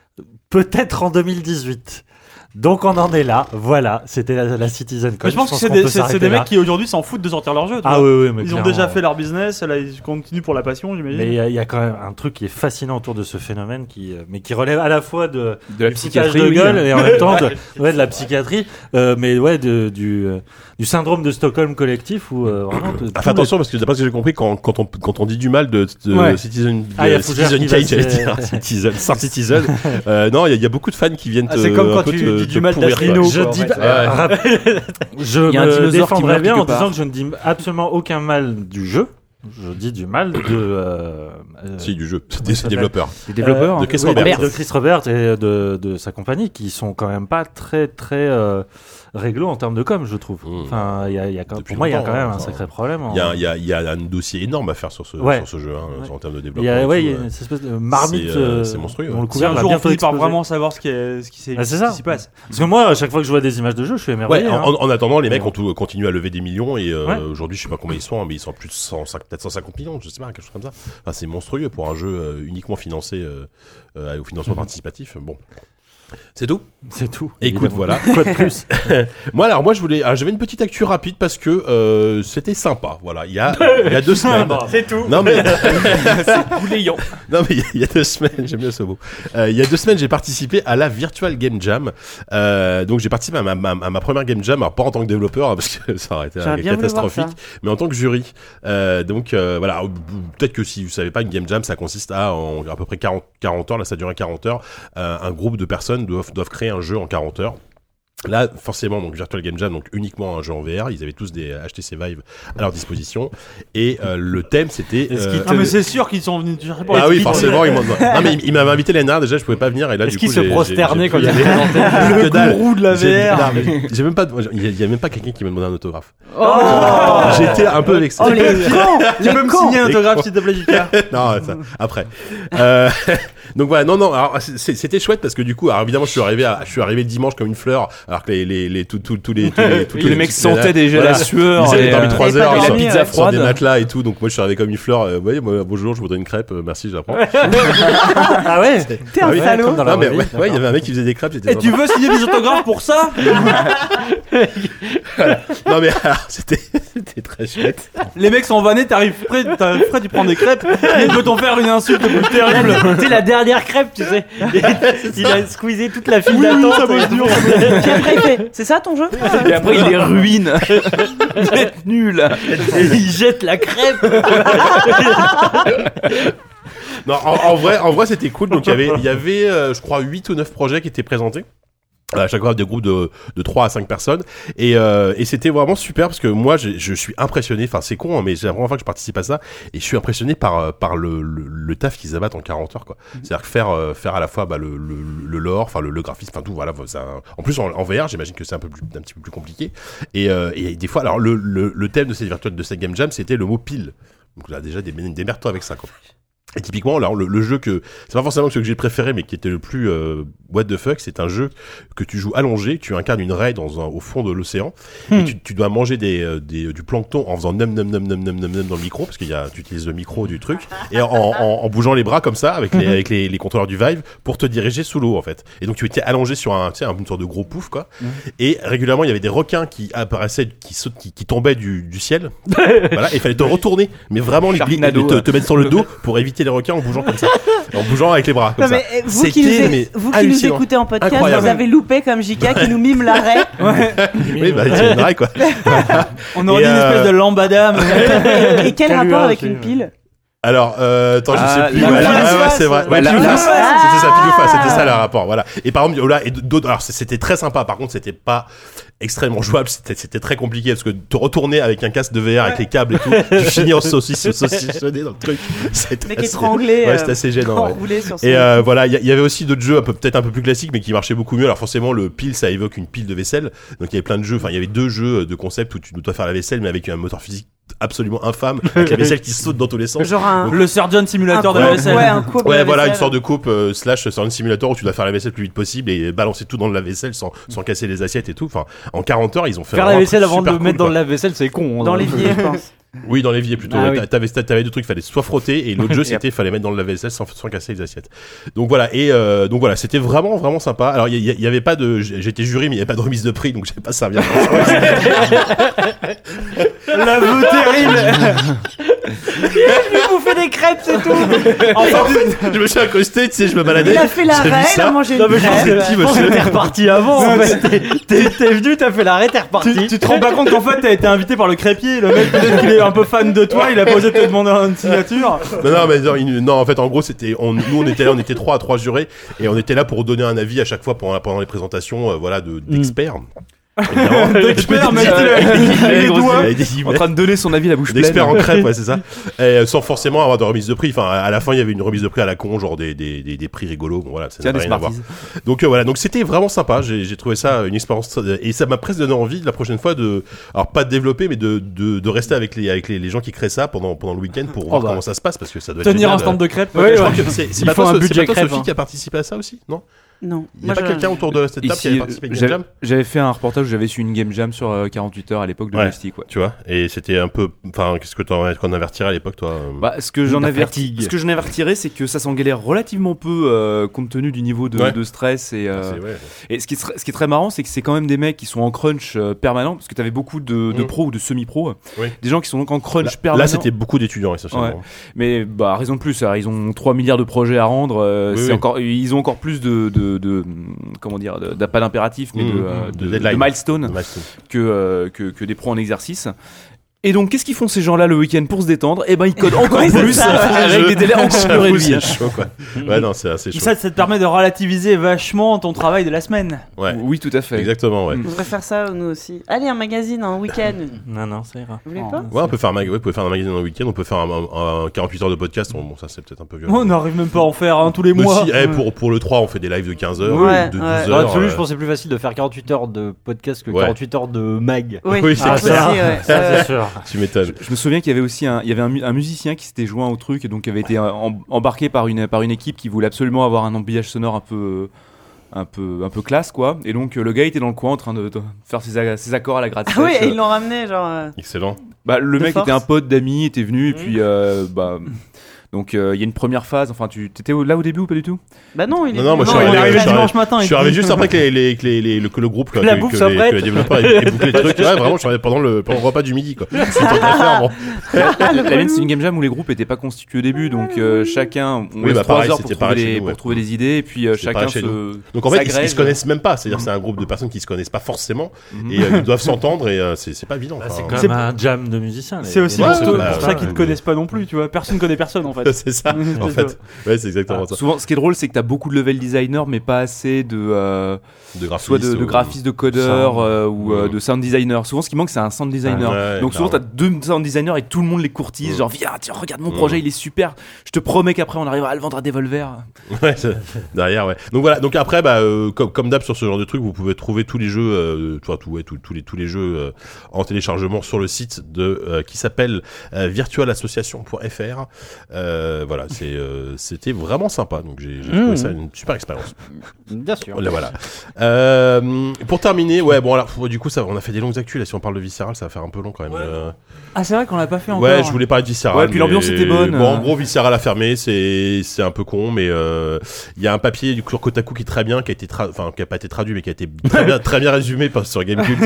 Speaker 6: peut-être en 2018. Donc on en est là. Voilà, c'était la, la Citizen
Speaker 5: Mais
Speaker 6: Con.
Speaker 5: je pense que c'est
Speaker 6: qu'on
Speaker 5: des,
Speaker 6: peut
Speaker 5: c'est- c'est
Speaker 6: s'arrêter
Speaker 5: des
Speaker 6: là.
Speaker 5: mecs qui aujourd'hui s'en foutent de sortir leur jeu. tu
Speaker 6: Ah
Speaker 5: vois.
Speaker 6: oui, oui, mais
Speaker 5: Ils ont
Speaker 6: clairement.
Speaker 5: déjà fait leur business, là ils continuent pour la passion,
Speaker 6: Mais il
Speaker 5: j'imagine.
Speaker 6: y, a- il y a quand même un truc qui est fascinant autour de ce phénomène, qui, euh, mais qui relève à la fois de,
Speaker 7: De la
Speaker 6: du foutage
Speaker 7: psychiatrie.
Speaker 6: de
Speaker 7: oui.
Speaker 4: euh,
Speaker 7: hein.
Speaker 6: gueule et en même temps de, ouais, de la psychiatrie, euh, mais ouais, de- du, euh, du syndrome de Stockholm collectif où euh, vraiment.
Speaker 2: Ah,
Speaker 6: de- tous
Speaker 2: fais attention parce que d'après ce que j'ai compris, quand, quand, on, quand on dit du mal de, de
Speaker 6: Ouais.
Speaker 2: Citizen,
Speaker 6: Ah, il y a
Speaker 2: de
Speaker 6: Fougère
Speaker 2: Citizen
Speaker 6: qui va
Speaker 2: Cage,
Speaker 6: se-
Speaker 2: j'allais dire, Citizen, Star Citizen, euh, non, il y, a- il y a beaucoup de fans qui viennent
Speaker 4: Ah,
Speaker 2: te-
Speaker 4: c'est comme
Speaker 2: un
Speaker 4: quand
Speaker 2: peu
Speaker 4: tu
Speaker 2: te-
Speaker 4: dis
Speaker 2: te
Speaker 4: du mal
Speaker 2: pourrir,
Speaker 4: d'Aslino,
Speaker 2: quoi.
Speaker 6: Je
Speaker 4: quoi, en
Speaker 6: dis
Speaker 4: fait.
Speaker 6: pas-
Speaker 2: Ouais.
Speaker 6: rap- je
Speaker 7: Il y a un
Speaker 6: me
Speaker 7: dinosaure qui
Speaker 6: défendrai
Speaker 7: meurt
Speaker 6: bien
Speaker 7: quelque
Speaker 6: en
Speaker 7: part.
Speaker 6: disant que je ne dis absolument aucun mal du jeu. Je dis du mal de euh, euh,
Speaker 2: Si, du jeu,
Speaker 6: Comment
Speaker 2: des
Speaker 6: ça
Speaker 2: développeurs.
Speaker 7: Les développeurs.
Speaker 6: euh,
Speaker 2: de Chris
Speaker 6: oui,
Speaker 2: Roberts.
Speaker 6: de Chris Roberts et de, de sa compagnie qui sont quand même pas très très euh, réglo en termes de com, je trouve.
Speaker 2: Mmh.
Speaker 6: Enfin, il y a- il y a quand-
Speaker 2: Depuis
Speaker 6: pour moi, il y a
Speaker 2: longtemps,
Speaker 6: quand même
Speaker 2: hein,
Speaker 6: un
Speaker 2: enfin,
Speaker 6: sacré problème. en-
Speaker 2: Il y a, il y, a, il y a un dossier énorme à faire sur ce,
Speaker 6: Ouais.
Speaker 2: sur ce jeu, hein,
Speaker 6: Ouais.
Speaker 2: en termes de
Speaker 6: Il y a-
Speaker 2: développement. et
Speaker 6: ouais,
Speaker 2: tout, euh.
Speaker 6: il y a
Speaker 2: ouais.
Speaker 6: une espèce de marmite.
Speaker 2: C'est, euh, c'est monstrueux,
Speaker 6: dont
Speaker 2: ouais.
Speaker 6: le
Speaker 5: Si
Speaker 6: couvert
Speaker 5: un
Speaker 6: l'a
Speaker 5: jour on
Speaker 6: bientôt
Speaker 5: finit par
Speaker 6: explosé.
Speaker 5: vraiment savoir ce qui est- ce qui s'est-
Speaker 6: Ah, c'est ça.
Speaker 5: ce qui s'y passe.
Speaker 6: Parce que moi, à chaque fois que je vois des images de jeu, je suis
Speaker 2: Ah Ouais,
Speaker 6: émerveillé. hein.
Speaker 2: en, en attendant, les mecs ont tout- continuent à lever des millions et euh,
Speaker 6: Ouais.
Speaker 2: aujourd'hui, je sais pas combien ils sont, hein, mais ils sont plus de 100, cinq- peut-être 150 millions, je sais pas, quelque chose comme ça. Enfin, c'est monstrueux pour un jeu euh, uniquement financé euh, euh, au financement participatif. Bon, c'est tout.
Speaker 6: C'est tout.
Speaker 2: Écoute,
Speaker 6: évidemment.
Speaker 2: voilà.
Speaker 6: Quoi de plus
Speaker 2: Moi, alors, moi, je voulais, alors, j'avais une petite actu rapide parce que euh, c'était sympa. Voilà, il y a, il y a deux semaines.
Speaker 5: Ah, C'est tout.
Speaker 2: Non mais Non mais il y a- il y, a deux semaines, j'aime bien ce mot. Euh, il y a deux semaines, j'ai participé à la Virtual Game Jam. Euh, donc j'ai participé à ma, ma- à ma première Game Jam, alors pas en tant que développeur hein, parce que ça aurait été
Speaker 3: J'aurais bien voulu voir
Speaker 2: catastrophique, mais en tant que jury. Euh, donc euh, voilà, peut-être que si vous savez pas, une Game Jam, ça consiste à en, à peu près 40, 40 heures. Là, ça durait 40 heures. Euh, un groupe de personnes doivent, doivent créer un jeu en 40 heures. Là, forcément, donc Virtual Game Jam, donc uniquement un jeu en VR. Ils avaient tous des HTC Vive à leur disposition. Et euh, le thème, c'était.
Speaker 6: Est-ce qu'ils
Speaker 2: euh,
Speaker 5: Ah, mais c'est sûr qu'ils sont venus.
Speaker 2: ah oui, forcément, il m'ont demandé. Non, mais il- il m'avait invité l'année dernière, déjà, je pouvais pas venir. Et là,
Speaker 4: Est-ce
Speaker 2: du coup,
Speaker 4: qu'il se
Speaker 2: j'ai- j'ai-
Speaker 4: prosternait
Speaker 2: j'ai
Speaker 4: quand
Speaker 2: pu
Speaker 4: il
Speaker 2: y aller.
Speaker 4: présentait
Speaker 2: Que dalle.
Speaker 5: de la
Speaker 2: J'ai-
Speaker 5: VR.
Speaker 2: non, mais J'ai même pas, il y a- il y a même pas quelqu'un qui m'a demandé un autographe.
Speaker 3: Oh,
Speaker 2: J'étais un peu vexé.
Speaker 3: Oh, les cons
Speaker 5: Tu peux
Speaker 3: Les
Speaker 5: me
Speaker 3: cons
Speaker 5: signer un autographe s'il te plaît, Jika
Speaker 2: non, ça, après. Euh, donc voilà, non, non. alors, c'est- C'était chouette parce que du coup, alors, évidemment, je suis arrivé, à- je suis arrivé le dimanche comme une fleur. Alors, Alors que les, les, les, tous tous- tous les, tous les, tous
Speaker 7: Tous les mecs sentaient déjà
Speaker 2: Voilà.
Speaker 7: la sueur.
Speaker 2: Ils avaient
Speaker 7: et,
Speaker 2: dormi
Speaker 7: euh,
Speaker 2: trois
Speaker 3: et
Speaker 2: heures
Speaker 3: pas
Speaker 7: et la
Speaker 2: sur-
Speaker 3: dormi,
Speaker 7: pizza
Speaker 2: sur des
Speaker 7: froide.
Speaker 2: matelas et tout. Donc moi, je suis arrivé comme une fleur. euh, ouais, moi, bonjour, je voudrais une crêpe. euh, merci, j'apprends.
Speaker 6: Ah ouais
Speaker 3: T'es un
Speaker 2: Ah oui,
Speaker 3: salaud.
Speaker 2: Non,
Speaker 7: bah
Speaker 2: mais ouais, ouais, il y avait un mec qui faisait des crêpes. j'étais
Speaker 5: Et tu
Speaker 2: sympa.
Speaker 5: veux signer des autographes pour ça
Speaker 2: Non, mais alors, c'était c'était très chouette.
Speaker 5: Les mecs sont vannés, t'arrives près, t'arrives près, tu prends des crêpes. Et peut-on faire une insulte plus terrible
Speaker 8: C'est la dernière crêpe, tu sais. Il a squeezé toute la file d'attente.
Speaker 3: Puis après, il fait, C'est ça ton jeu Ah, ouais.
Speaker 7: Et après, il les ruine. Vous êtes nuls.
Speaker 8: Et il jette la crêpe.
Speaker 2: Non, en, en vrai, en vrai c'était cool. Donc, il y avait, il y avait euh, je crois, 8 ou 9 projets qui étaient présentés. À chaque fois, des groupes de, de 3 à 5 personnes. Et, euh, et c'était vraiment super parce que moi, je, je suis impressionné. Enfin, c'est con, hein, mais c'est la première fois que je participe à ça. Et je suis impressionné par, euh, par le, le, le taf qu'ils abattent en 40 heures, quoi. C'est-à-dire que faire, euh, faire à la fois bah, le, le, le lore, enfin, le, le graphisme, enfin, tout, voilà. ça- en plus, en, en VR, j'imagine que c'est un, peu plus, un petit peu plus compliqué. Et, euh, et des fois, alors, le, le, le thème de cette, virtuelle- de cette Game Jam, c'était le mot pile. Donc là, déjà, des démerde-toi avec ça, quoi. Et typiquement, alors, le, le jeu que, c'est pas forcément celui que j'ai préféré, mais qui était le plus euh, what the fuck, c'est un jeu que tu joues allongé, tu incarnes une raie dans un, au fond de l'océan,
Speaker 3: Hmm.
Speaker 2: et tu, tu dois manger des, euh, des- du plancton en faisant nom nom nom nom nom nom nom dans le micro, parce qu'il y a, tu utilises le micro du truc, et en, en, en bougeant les bras comme ça, avec
Speaker 3: Hmm.
Speaker 2: les, avec les, les contrôleurs du Vive, pour te diriger sous l'eau, en fait. Et donc, tu étais allongé sur un, tu sais, une sorte de gros pouf, quoi.
Speaker 3: Hmm.
Speaker 2: Et régulièrement, il y avait des requins qui apparaissaient, qui, saut- qui, qui tombaient du, du ciel, voilà, et il fallait te retourner, mais vraiment les, les-
Speaker 7: Sharknado,
Speaker 2: te,
Speaker 7: ouais.
Speaker 2: te mettre sur le dos pour éviter les requins en bougeant comme ça, en bougeant avec les bras comme
Speaker 3: Non, mais
Speaker 2: ça.
Speaker 3: eh, vous qui,
Speaker 2: C'était,
Speaker 3: nous,
Speaker 2: mais
Speaker 3: vous qui nous
Speaker 2: hallucinant.
Speaker 3: écoutez en podcast,
Speaker 2: Incroyable.
Speaker 3: vous avez loupé comme JK qui nous mime l'arrêt.
Speaker 2: Oui, bah, c'est une raie, quoi.
Speaker 5: On aurait
Speaker 2: Et
Speaker 5: dit une
Speaker 2: euh,
Speaker 5: espèce de lambada. mais-
Speaker 3: Et quel
Speaker 6: Quel
Speaker 3: rapport
Speaker 6: huage,
Speaker 3: avec
Speaker 6: c'est-
Speaker 3: une pile
Speaker 2: Ah, Alors, euh, attends, je
Speaker 7: Ah,
Speaker 2: sais plus.
Speaker 7: la
Speaker 2: Ouais,
Speaker 7: face.
Speaker 2: ouais, ouais, c'est vrai. Ouais,
Speaker 7: La
Speaker 2: pile ou
Speaker 7: face.
Speaker 2: face. C'était ça, pile ou face. C'était ça le rapport. Voilà. Et par exemple, oh là, et d'autres. Alors, c'était très sympa. Par contre, c'était pas extrêmement jouable. C'était, c'était très compliqué parce que te retourner avec un casque de VR avec les câbles et tout, tu finis en saucisse, saucissonné dans le truc. C'était
Speaker 3: Mec
Speaker 2: assez-
Speaker 3: étranglé.
Speaker 2: Ouais,
Speaker 3: euh,
Speaker 2: c'était assez gênant. ouais.
Speaker 3: enroulé sur son-
Speaker 2: Et euh, voilà, il y, a- il y avait aussi d'autres jeux un peu- peut-être un peu plus classiques, mais qui marchaient beaucoup mieux. Alors forcément, le pile, ça évoque une pile de vaisselle. Donc il y avait plein de jeux. Enfin, il y avait deux jeux euh, de concept où tu dois faire la vaisselle, mais avec un moteur physique absolument infâme, avec la vaisselle qui saute dans tous les sens.
Speaker 3: Genre un.
Speaker 5: Le Surgeon
Speaker 3: un
Speaker 5: Simulator de la
Speaker 3: couple-
Speaker 5: vaisselle.
Speaker 3: Ouais, un couple
Speaker 2: Ouais,
Speaker 3: de
Speaker 2: voilà, une
Speaker 3: vaisselle.
Speaker 2: sorte de coupe euh, slash sur un simulateur où tu dois faire la vaisselle le plus vite possible et balancer tout dans le lave-vaisselle sans, sans casser les assiettes et tout. Enfin, en 40 heures, ils ont fait
Speaker 4: Faire la
Speaker 2: vraiment un
Speaker 4: vaisselle
Speaker 2: truc
Speaker 4: avant de
Speaker 2: super
Speaker 4: le mettre
Speaker 2: cool,
Speaker 4: dans le lave-vaisselle, c'est con. hein.
Speaker 3: Dans l'évier, je pense.
Speaker 2: quoi. Oui, dans l'évier plutôt.
Speaker 4: Ah
Speaker 2: Ouais,
Speaker 4: oui.
Speaker 2: t'a- T'avais, t'avais deux trucs, fallait soit frotter et l'autre jeu c'était fallait mettre dans le lave-vaisselle sans, sans casser les assiettes. Donc voilà, et euh, donc voilà, c'était vraiment vraiment sympa. Alors il y, il y avait pas de, j'étais jury mais il y avait pas de remise de prix donc j'ai pas servi. à grand-chose.
Speaker 5: L'aveu terrible.
Speaker 3: vous fait des crêpes, c'est tout.
Speaker 2: en fait, je me suis accosté, tu sais, je me baladais.
Speaker 3: Il a fait la
Speaker 2: j'ai vu
Speaker 3: reine, il
Speaker 2: ça.
Speaker 3: a mangé
Speaker 5: Ah,
Speaker 2: Non,
Speaker 3: une
Speaker 2: mais je
Speaker 3: crêpe.
Speaker 2: me suis dit, monsieur,
Speaker 4: T'es reparti avant, en fait. T'es- T'es t'es venu, t'as fait l'arrêt, t'es reparti.
Speaker 5: Tu, tu te rends pas compte qu'en fait t'as été invité par le crépier, le mec peut-être qu'il est un peu fan de toi, il a posé te demander une signature.
Speaker 2: Non, non, mais non, il- non, en fait, en gros, c'était, on, nous, on était là, on était trois à trois jurés, et on était là pour donner un avis à chaque fois pendant, pendant les présentations, euh, voilà,
Speaker 7: Mm.
Speaker 2: de, d'experts. Évidemment.
Speaker 5: D'expert, mais il a- il a euh, les doigts.
Speaker 2: Avec des
Speaker 7: En
Speaker 2: guillemets.
Speaker 7: train de donner son avis à la bouche pleine.
Speaker 2: D'experts en crêpes, ouais, c'est ça. Et, euh, sans forcément avoir de remise de prix. Enfin, à- à la fin, il y avait une remise de prix à la con, genre des, des, des, des prix rigolos. Bon, voilà, ça
Speaker 7: Tiens,
Speaker 2: n'a
Speaker 7: des
Speaker 2: rien à voir.
Speaker 7: Smarties.
Speaker 2: Donc euh, voilà, donc c'était vraiment sympa. J'ai j'ai trouvé ça une expérience très- et ça m'a presque donné envie la prochaine fois de, alors pas de développer, mais de, de, de rester avec les avec les, les gens qui créent ça pendant pendant le week-end
Speaker 7: Oh,
Speaker 2: pour voir
Speaker 4: bah.
Speaker 2: comment ça se passe parce que ça doit être
Speaker 5: Tenir
Speaker 2: génial.
Speaker 5: un stand de crêpes.
Speaker 4: Ouais,
Speaker 2: Je
Speaker 4: ouais.
Speaker 2: crois que c'est c'est
Speaker 4: Ils
Speaker 2: pas
Speaker 4: font
Speaker 2: toi,
Speaker 4: un
Speaker 2: Ce- c'est
Speaker 4: budget
Speaker 2: pas toi,
Speaker 4: crève,
Speaker 2: Sophie
Speaker 4: hein.
Speaker 2: qui a participé à ça aussi, non
Speaker 3: Non.
Speaker 2: Il n'y a
Speaker 3: moi,
Speaker 2: pas
Speaker 3: je-
Speaker 2: quelqu'un autour de cette table qui avait
Speaker 7: Ici,
Speaker 2: participé à une
Speaker 7: j'avais-
Speaker 2: game jam
Speaker 7: J'avais fait un reportage où j'avais su une game jam sur euh, 48 heures à l'époque de
Speaker 2: Ouais.
Speaker 7: Mystique. Ouais.
Speaker 2: Tu vois Et c'était un peu, enfin, qu'est-ce que t'en qu'on avertirait à l'époque, toi euh
Speaker 7: Bah, ce que j'en
Speaker 4: La
Speaker 7: avais,
Speaker 4: fatigue.
Speaker 7: ce que j'en avais retiré, c'est que ça s'en galère relativement peu euh, compte tenu du niveau de,
Speaker 2: Ouais.
Speaker 7: de stress et, euh,
Speaker 2: Ah, C'est- ouais.
Speaker 7: et ce qui, est tr- ce qui est très marrant, c'est que c'est quand même des mecs qui sont en crunch euh, permanent parce que t'avais beaucoup de, de
Speaker 2: Mm.
Speaker 7: pros ou de semi-pros, euh,
Speaker 2: Oui.
Speaker 7: des gens qui sont donc en crunch
Speaker 2: Là,
Speaker 7: permanent.
Speaker 2: là, c'était beaucoup d'étudiants essentiellement.
Speaker 7: Mais bah raison de plus, alors, ils ont 3 milliards de projets à rendre. euh,
Speaker 2: Oui,
Speaker 7: c'est
Speaker 2: oui.
Speaker 7: encore, ils ont encore plus de, de, de- comment dire, de- d'a- pas d'impératif, mais
Speaker 2: Mm,
Speaker 7: de, euh,
Speaker 2: mm, de
Speaker 7: de, de,
Speaker 2: deadline.
Speaker 7: milestone
Speaker 2: Master.
Speaker 7: que, euh, que, que des pros en exercice. Et donc, qu'est-ce qu'ils font ces gens-là le week-end pour se détendre Eh ben, ils codent encore
Speaker 3: Ouais, c'est
Speaker 7: plus
Speaker 3: ça.
Speaker 7: avec des délais encore plus
Speaker 2: J'avoue,
Speaker 7: réduits.
Speaker 2: C'est chaud, quoi. Ouais, non, c'est assez chaud.
Speaker 5: Ça, ça te permet de relativiser vachement ton travail de la semaine.
Speaker 2: Ouais.
Speaker 7: Oui, tout à fait.
Speaker 2: Exactement, ouais.
Speaker 7: Mm.
Speaker 3: On devrait faire ça nous aussi. Allez, un magazine, un week-end.
Speaker 6: Non, non, ça ira.
Speaker 3: Vous voulez pas
Speaker 2: Ouais, on peut faire un, mag- ouais, on peut faire un magazine dans le week-end, on peut faire un, un- un 48 heures de podcast. Bon, bon, ça, c'est peut-être un peu violent.
Speaker 5: On n'arrive même pas à en faire un tous les
Speaker 2: Mais
Speaker 5: mois.
Speaker 2: si, eh, pour, pour le 3, on fait des lives de 15 heures,
Speaker 3: Ouais,
Speaker 2: de 12
Speaker 3: ouais.
Speaker 4: Dans
Speaker 2: heures.
Speaker 4: l'absolu, Ah, je
Speaker 2: euh,
Speaker 4: pense que c'est plus facile de faire 48 heures de podcast que
Speaker 2: Ouais.
Speaker 4: 48 heures de mag.
Speaker 3: Oui,
Speaker 2: Oui, c'est
Speaker 3: ah,
Speaker 2: clair.
Speaker 3: aussi, ouais.
Speaker 6: Ça,
Speaker 3: Euh,
Speaker 6: c'est sûr.
Speaker 2: Tu m'étonnes.
Speaker 7: Je me souviens qu'il y avait aussi un, il y avait un, mu- un musicien qui s'était joint au truc et donc qui avait été euh, em- embarqué par une, par une équipe qui voulait absolument avoir un emballage sonore un peu, un peu, un peu classe, quoi. Et donc, euh, le gars était dans le coin en train de, de faire ses, a- ses accords à la gratte
Speaker 3: Ah oui, et ils l'ont ramené, genre. euh,
Speaker 2: Excellent.
Speaker 7: bah, le
Speaker 3: De
Speaker 7: mec
Speaker 3: force. Mmh.
Speaker 7: était un pote d'amis, était venu, et puis, euh, bah. Donc, euh, il y a une première phase. Enfin, tu t'étais au- là au début ou pas du tout
Speaker 3: Bah non, il est.
Speaker 2: Non, non, moi, je
Speaker 5: Non, il
Speaker 2: suis
Speaker 5: est
Speaker 2: arrivé-
Speaker 5: arrivé
Speaker 2: je suis arrivé-
Speaker 5: dimanche matin. euh,
Speaker 2: Je suis arrivé juste après que, les, les- que les- les- le, que le groupe, que,
Speaker 8: la
Speaker 2: que-
Speaker 8: bouffe
Speaker 2: que
Speaker 8: soit
Speaker 2: les,
Speaker 8: prête.
Speaker 2: que les développeurs aient aient bouclé le truc. Ouais, vraiment, je suis arrivé pendant le, pendant le repas du midi. Quoi. C'est tant qu'à faire, bon.
Speaker 7: La mienne, c'est une game jam où les groupes n'étaient pas constitués au début, donc euh, chacun, on
Speaker 2: Oui,
Speaker 7: laisse
Speaker 2: bah,
Speaker 7: trois
Speaker 2: pareil,
Speaker 7: heures pour
Speaker 2: c'était
Speaker 7: trouver,
Speaker 2: pareil
Speaker 7: des,
Speaker 2: chez nous,
Speaker 7: pour
Speaker 2: ouais.
Speaker 7: trouver des idées, et puis euh,
Speaker 2: C'était
Speaker 7: chacun
Speaker 2: pareil chez
Speaker 7: se.
Speaker 2: Donc en fait, ils,
Speaker 7: s'agrège.
Speaker 2: ils se connaissent même pas. C'est-à-dire, c'est un groupe de personnes qui se connaissent pas forcément
Speaker 7: Mhm.
Speaker 2: et euh, ils doivent s'entendre et euh, c'est c'est pas évident.
Speaker 6: Bah,
Speaker 2: enfin,
Speaker 6: c'est
Speaker 5: C'est-
Speaker 6: comme un jam de musiciens. les-
Speaker 5: C'est aussi
Speaker 6: les
Speaker 5: pour,
Speaker 2: Ouais,
Speaker 6: morceaux
Speaker 5: pour
Speaker 6: comme
Speaker 2: bah,
Speaker 5: ça qu'ils ne
Speaker 2: ouais.
Speaker 5: connaissent pas non plus, tu vois. Personne connaît personne en fait.
Speaker 2: c'est ça. En fait, ouais, c'est exactement ça.
Speaker 7: Souvent, ce qui est drôle, c'est que t'as beaucoup de level designers, mais pas assez de. euh,
Speaker 2: De graphistes.
Speaker 7: soit de, de
Speaker 2: ou-
Speaker 7: graphistes, de codeurs
Speaker 6: Sound.
Speaker 7: euh, ou euh,
Speaker 2: Ouais.
Speaker 7: de sound designer. Souvent, ce qui manque, c'est un sound designer.
Speaker 2: Ouais,
Speaker 7: Donc souvent,
Speaker 2: clairement.
Speaker 7: t'as deux sound designers et tout le monde les courtise.
Speaker 2: Mm.
Speaker 7: Genre, viens, tiens, regarde mon
Speaker 2: Mm.
Speaker 7: projet, il est super. Je te promets qu'après, on arrivera à le vendre à Devolver.
Speaker 2: Ouais, c'est- derrière, ouais. Donc voilà. Donc après, bah, euh, comme, comme d'hab sur ce genre de truc, vous pouvez trouver tous les jeux, euh, enfin, tout, ouais, tout- tous les tous les jeux euh, en téléchargement sur le site de euh, qui s'appelle euh, virtualassociation.fr. Euh, voilà, c'est euh, c'était vraiment sympa. Donc j'ai j'ai trouvé
Speaker 4: Mmh.
Speaker 2: ça une super expérience.
Speaker 4: Bien sûr.
Speaker 2: Voilà, voilà. Euh, pour terminer, ouais, bon alors pff, du coup, ça, on a fait des longues actus là. Si on parle de viscéral, ça va faire un peu long quand même. Euh,
Speaker 5: Ah, c'est vrai qu'on l'a pas fait encore.
Speaker 2: Ouais, je voulais parler de Visceral.
Speaker 7: Ouais, puis l'ambiance
Speaker 2: mais-
Speaker 7: était bonne.
Speaker 2: Bon, en gros, Visceral a fermé, c'est c'est un peu con, mais euh, il y a un papier du sur Kotaku qui est très bien, qui a été, tra- enfin, qui a pas été traduit, mais qui a été très bien, très bien résumé par, sur Gamecube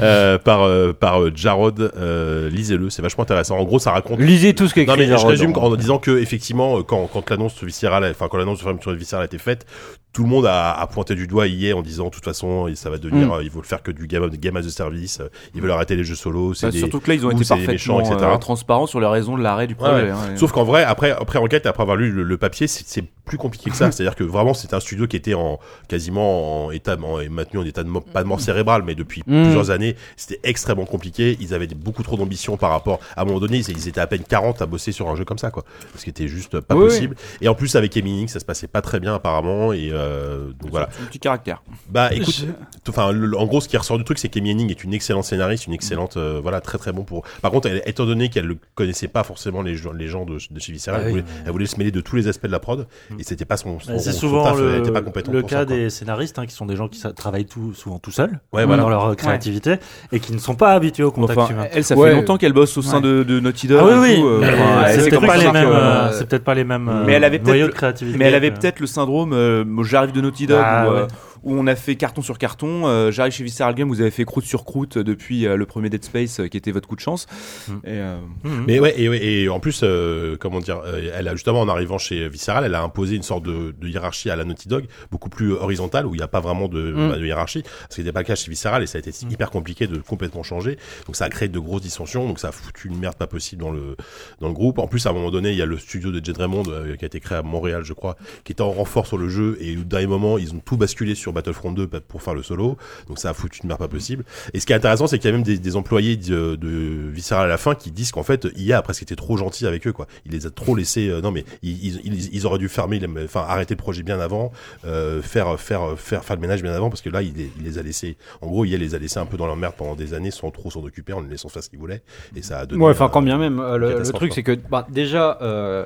Speaker 2: euh, par euh, par euh, Jarod. Euh, Lisez-le, c'est vachement intéressant. En gros, ça raconte.
Speaker 4: Lisez tout ce qu'écrit
Speaker 2: Non mais je
Speaker 4: Jarod.
Speaker 2: résume en disant que effectivement euh, quand quand l'annonce viscérale enfin quand l'annonce de fermeture de viscérale a été faite tout le monde a, a pointé du doigt hier en disant de toute façon ça va
Speaker 7: Mm.
Speaker 2: devenir euh, ils veulent faire que du game game as a service euh, ils veulent arrêter les jeux solo c'est
Speaker 7: Bah,
Speaker 2: des-
Speaker 7: Surtout que là, ils ont
Speaker 2: ou
Speaker 7: été
Speaker 2: c'est des méchants,
Speaker 7: parfaitement
Speaker 2: etc.
Speaker 7: euh, transparents sur les raisons de l'arrêt du projet.
Speaker 2: ouais.
Speaker 7: hein, et-
Speaker 2: Sauf qu'en vrai, après, après enquête, après avoir lu le, le papier, c'est c'est plus compliqué que ça. C'est-à-dire que vraiment, c'était un studio qui était en quasiment en état, en, et maintenu en état de mo- pas de mort cérébrale, mais depuis
Speaker 4: Mm.
Speaker 2: plusieurs années, c'était extrêmement compliqué. Ils avaient des- beaucoup trop d'ambition par rapport. À un moment donné, ils, ils étaient à peine 40 à bosser sur un jeu comme ça, quoi. Ce qui était juste pas
Speaker 4: Oui, oui.
Speaker 2: possible. Et en plus, avec Eminix, ça se passait pas très bien apparemment. Et euh, donc voilà.
Speaker 7: C'est un petit caractère.
Speaker 2: Bah écoute, t- enfin le- le- en gros ce qui ressort du truc c'est qu'Amy Henning est une excellente scénariste, une
Speaker 6: Mm.
Speaker 2: excellente euh, voilà très très bon pour. Par contre, elle, étant donné qu'elle ne connaissait pas forcément les gens les gens de, de chez Visceral,
Speaker 6: Ah
Speaker 2: elle,
Speaker 6: oui.
Speaker 2: voulait, elle voulait se mêler de tous les aspects de la prod et c'était pas son, son,
Speaker 6: Bah, C'est
Speaker 2: son
Speaker 6: souvent
Speaker 2: taf, elle
Speaker 6: le,
Speaker 2: était pas compétente
Speaker 6: le
Speaker 2: pour
Speaker 6: cas
Speaker 2: ça, quoi.
Speaker 6: des scénaristes hein, qui sont des gens qui sa- travaillent tout, souvent tout seuls
Speaker 2: Ouais, voilà. euh,
Speaker 6: dans leur euh, créativité et qui ne sont pas habitués au contact
Speaker 7: Enfin,
Speaker 6: humain.
Speaker 7: elle, ça
Speaker 4: Ouais.
Speaker 7: fait longtemps qu'elle bosse au sein de, de Naughty Dog.
Speaker 6: Ah oui,
Speaker 7: et
Speaker 6: oui,
Speaker 7: tout, euh,
Speaker 6: mais
Speaker 7: enfin, elle-
Speaker 6: c'est
Speaker 7: c'est
Speaker 6: peut-être
Speaker 7: comme
Speaker 6: pas,
Speaker 7: ça
Speaker 6: les
Speaker 7: que-
Speaker 6: mêmes,
Speaker 7: euh,
Speaker 6: euh, c'est peut-être pas les mêmes
Speaker 7: Mais elle avait
Speaker 6: euh, noyaux
Speaker 7: peut-être
Speaker 6: de créativité.
Speaker 7: Mais elle avait
Speaker 6: que-
Speaker 7: peut-être le syndrome, euh, moi, j'arrive de Naughty Dog,
Speaker 6: Ah,
Speaker 7: où, euh,
Speaker 6: ouais.
Speaker 7: où on a fait carton sur carton, euh, j'arrive chez Visceral Games, vous avez fait croûte sur croûte euh, depuis euh, le premier Dead Space, euh, qui était votre coup de chance.
Speaker 6: Mm.
Speaker 7: Et, euh,
Speaker 6: Mhm.
Speaker 2: Mais ouais, et, ouais, et en plus, euh, comment dire, euh, elle a justement en arrivant chez Visceral, elle a imposé une sorte de, de hiérarchie à la Naughty Dog, beaucoup plus euh, horizontale, où il n'y a pas vraiment de,
Speaker 4: Mm.
Speaker 2: bah, de hiérarchie, parce qu'il n'était pas le cas chez Visceral, et ça a été hyper compliqué de complètement changer. Donc ça a créé de grosses dissensions, donc ça a foutu une merde pas possible dans le, dans le groupe. En plus, à un moment donné, il y a le studio de Jed Raymond, euh, qui a été créé à Montréal, je crois, qui était en renfort sur le jeu, et au dernier moment, ils ont tout basculé sur Battlefront 2 pour faire le solo, donc ça a foutu une merde pas possible. Et ce qui est intéressant, c'est qu'il y a même des, des employés de, de Visceral à la fin qui disent qu'en fait, IA a presque été trop gentil avec eux, quoi. Il les a trop laissés. euh, non, mais ils, ils- ils- ils auraient dû fermer, les- enfin arrêter le projet bien avant, euh, faire, faire, faire, faire le ménage bien avant, parce que là, il, les- il les a laissés. En gros, IA les a laissés un peu dans leur merde pendant des années, sans trop s'en occuper, en les laissant faire ce qu'ils voulaient. Et ça a donné.
Speaker 4: Ouais, enfin,
Speaker 2: euh,
Speaker 4: quand bien même. euh, le- le,
Speaker 2: catastrophe,
Speaker 4: truc,
Speaker 2: quoi.
Speaker 4: c'est que bah, déjà, euh,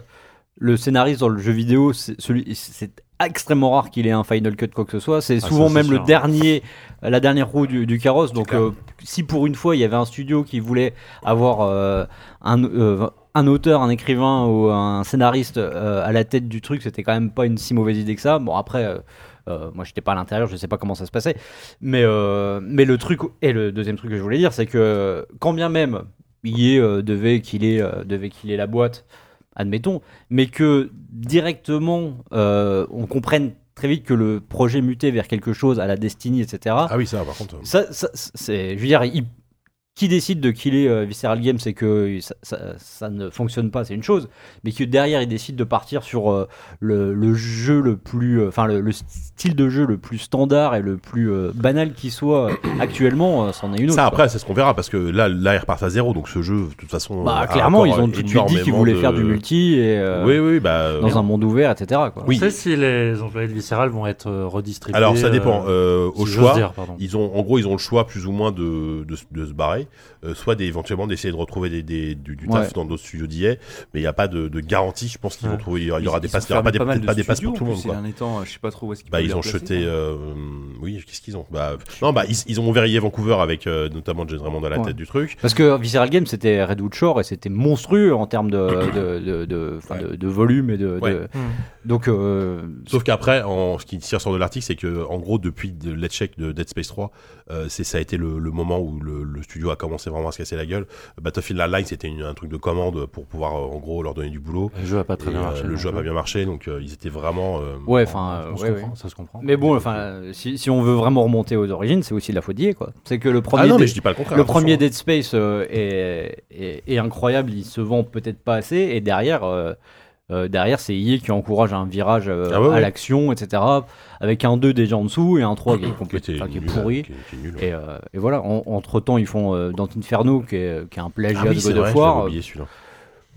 Speaker 4: le scénariste dans le jeu vidéo, c'est celui- c'est extrêmement rare qu'il ait un final cut quoi que ce soit. C'est
Speaker 6: ça,
Speaker 4: souvent
Speaker 6: c'est
Speaker 4: même le
Speaker 6: sûr.
Speaker 4: dernier, la dernière roue du, du carrosse. Donc,
Speaker 2: clair.
Speaker 4: euh, si pour une fois il y avait un studio qui voulait avoir euh, un, euh, un auteur, un écrivain ou un scénariste euh, à la tête du truc, c'était quand même pas une si mauvaise idée que ça. Bon, après. euh, euh, moi, j'étais pas à l'intérieur, je sais pas comment ça se passait. Mais, euh, mais le truc, et le deuxième truc que je voulais dire, c'est que quand bien même il y ait, euh, devait qu'il ait, euh, devait qu'il ait la boîte, admettons, mais que directement euh, on comprenne très vite que le projet mutait vers quelque chose à la destinée, etc.
Speaker 2: Ah oui, ça, par contre. euh,
Speaker 4: Ça, ça, c'est, je veux dire, il- qui décide de killer euh, Visceral Games, c'est que ça, ça- ça ne fonctionne pas, c'est une chose, mais que derrière, il décide de partir sur euh, le, le jeu le plus, euh, enfin le, le style de jeu le plus standard et le plus euh, banal qui soit euh, actuellement, euh, c'en est une autre.
Speaker 2: Ça,
Speaker 4: quoi.
Speaker 2: après, c'est ce qu'on verra, parce que là, là, ils repartent à zéro, donc ce jeu, de toute façon.
Speaker 4: Bah,
Speaker 2: a
Speaker 4: clairement,
Speaker 2: encore
Speaker 4: ils ont tout de suite dit qu'ils
Speaker 2: énormément
Speaker 4: voulaient
Speaker 2: de-
Speaker 4: faire du multi et euh,
Speaker 2: Oui, oui, bah.
Speaker 4: dans un monde ouvert, etc. Quoi.
Speaker 2: Oui.
Speaker 6: On sait si les employés de Visceral vont être euh, redistribués.
Speaker 2: Alors, ça
Speaker 6: euh,
Speaker 2: dépend. euh,
Speaker 6: si
Speaker 2: au
Speaker 6: j'ose
Speaker 2: choix.
Speaker 6: dire, pardon.
Speaker 2: Ils ont, en gros, ils ont le choix plus ou moins de, de, de se barrer. euh, soit des- éventuellement d'essayer de retrouver des, des- du, du taf
Speaker 4: Ouais.
Speaker 2: dans d'autres studios d'IA, mais il n'y a pas de, de garantie. Je pense qu'ils vont
Speaker 7: Ouais.
Speaker 2: trouver. Il y aura- il y
Speaker 7: Ils-
Speaker 2: aura des
Speaker 7: ils
Speaker 2: passes,
Speaker 7: ont
Speaker 2: il y aura pas
Speaker 7: fermé
Speaker 2: des,
Speaker 7: mal de
Speaker 2: pas des passes
Speaker 7: studios,
Speaker 2: pour tout le
Speaker 7: en
Speaker 2: monde.
Speaker 7: plus,
Speaker 2: quoi.
Speaker 7: Ces derniers temps, je sais pas trop où est-ce qu'ils
Speaker 2: Bah,
Speaker 7: peuvent
Speaker 2: ils
Speaker 7: les
Speaker 2: ont
Speaker 7: replacer.
Speaker 2: jeté. euh, oui, qu'est-ce qu'ils ont bah, Non, bah, ils, ils ont ouvert IA Vancouver avec euh, notamment James Raymond à la
Speaker 4: Ouais.
Speaker 2: tête du truc.
Speaker 4: Parce que Visceral Games, c'était Redwood Shore et c'était monstrueux en termes de, de, de, de- enfin, de- de volume et de.
Speaker 2: Ouais.
Speaker 4: de- Donc, euh,
Speaker 2: Sauf qu'après, en, ce qui tire sur de l'article, c'est que en gros, depuis de- Let's Check de Dead Space 3, euh, c'est ça a été le, le moment où le, le studio a commencé vraiment à se casser la gueule. Battlefield Online, c'était une- un truc de commande pour pouvoir euh, en gros leur donner du boulot.
Speaker 6: Le jeu a pas très
Speaker 2: Et,
Speaker 6: bien
Speaker 2: euh,
Speaker 6: marché.
Speaker 2: le
Speaker 6: non
Speaker 2: jeu a
Speaker 6: plus.
Speaker 2: pas bien marché, donc euh, ils étaient vraiment. euh,
Speaker 4: ouais, enfin. euh,
Speaker 6: On se
Speaker 4: ouais,
Speaker 6: comprend,
Speaker 4: ouais.
Speaker 6: Ça se comprend.
Speaker 4: Mais bon, enfin, euh, si, si on veut vraiment remonter aux origines, c'est aussi de la faute d'IA, quoi. C'est que le premier.
Speaker 2: Ah non, mais
Speaker 4: Dead-
Speaker 2: je dis pas le contraire.
Speaker 4: le
Speaker 2: attention. hein.
Speaker 4: premier Dead Space euh, est, est- est incroyable, il se vend peut-être pas assez, et derrière, euh, euh, derrière c'est IE qui encourage un virage euh,
Speaker 2: Ah ouais, ouais.
Speaker 4: à l'action, etc. Avec un 2 déjà en dessous et un 3 qui est,
Speaker 2: qui était
Speaker 4: complètement qui est
Speaker 2: nul, euh,
Speaker 4: pourri.
Speaker 2: qui est- qui est nul, ouais.
Speaker 4: Et, euh, et voilà, En- entre-temps, ils font euh, Dante Inferno, qui est, euh, qui est un plagiat
Speaker 2: Ah oui,
Speaker 4: de
Speaker 2: c'est
Speaker 4: God
Speaker 2: vrai,
Speaker 4: of
Speaker 2: je l'avais
Speaker 4: War.
Speaker 2: oublié celui-là.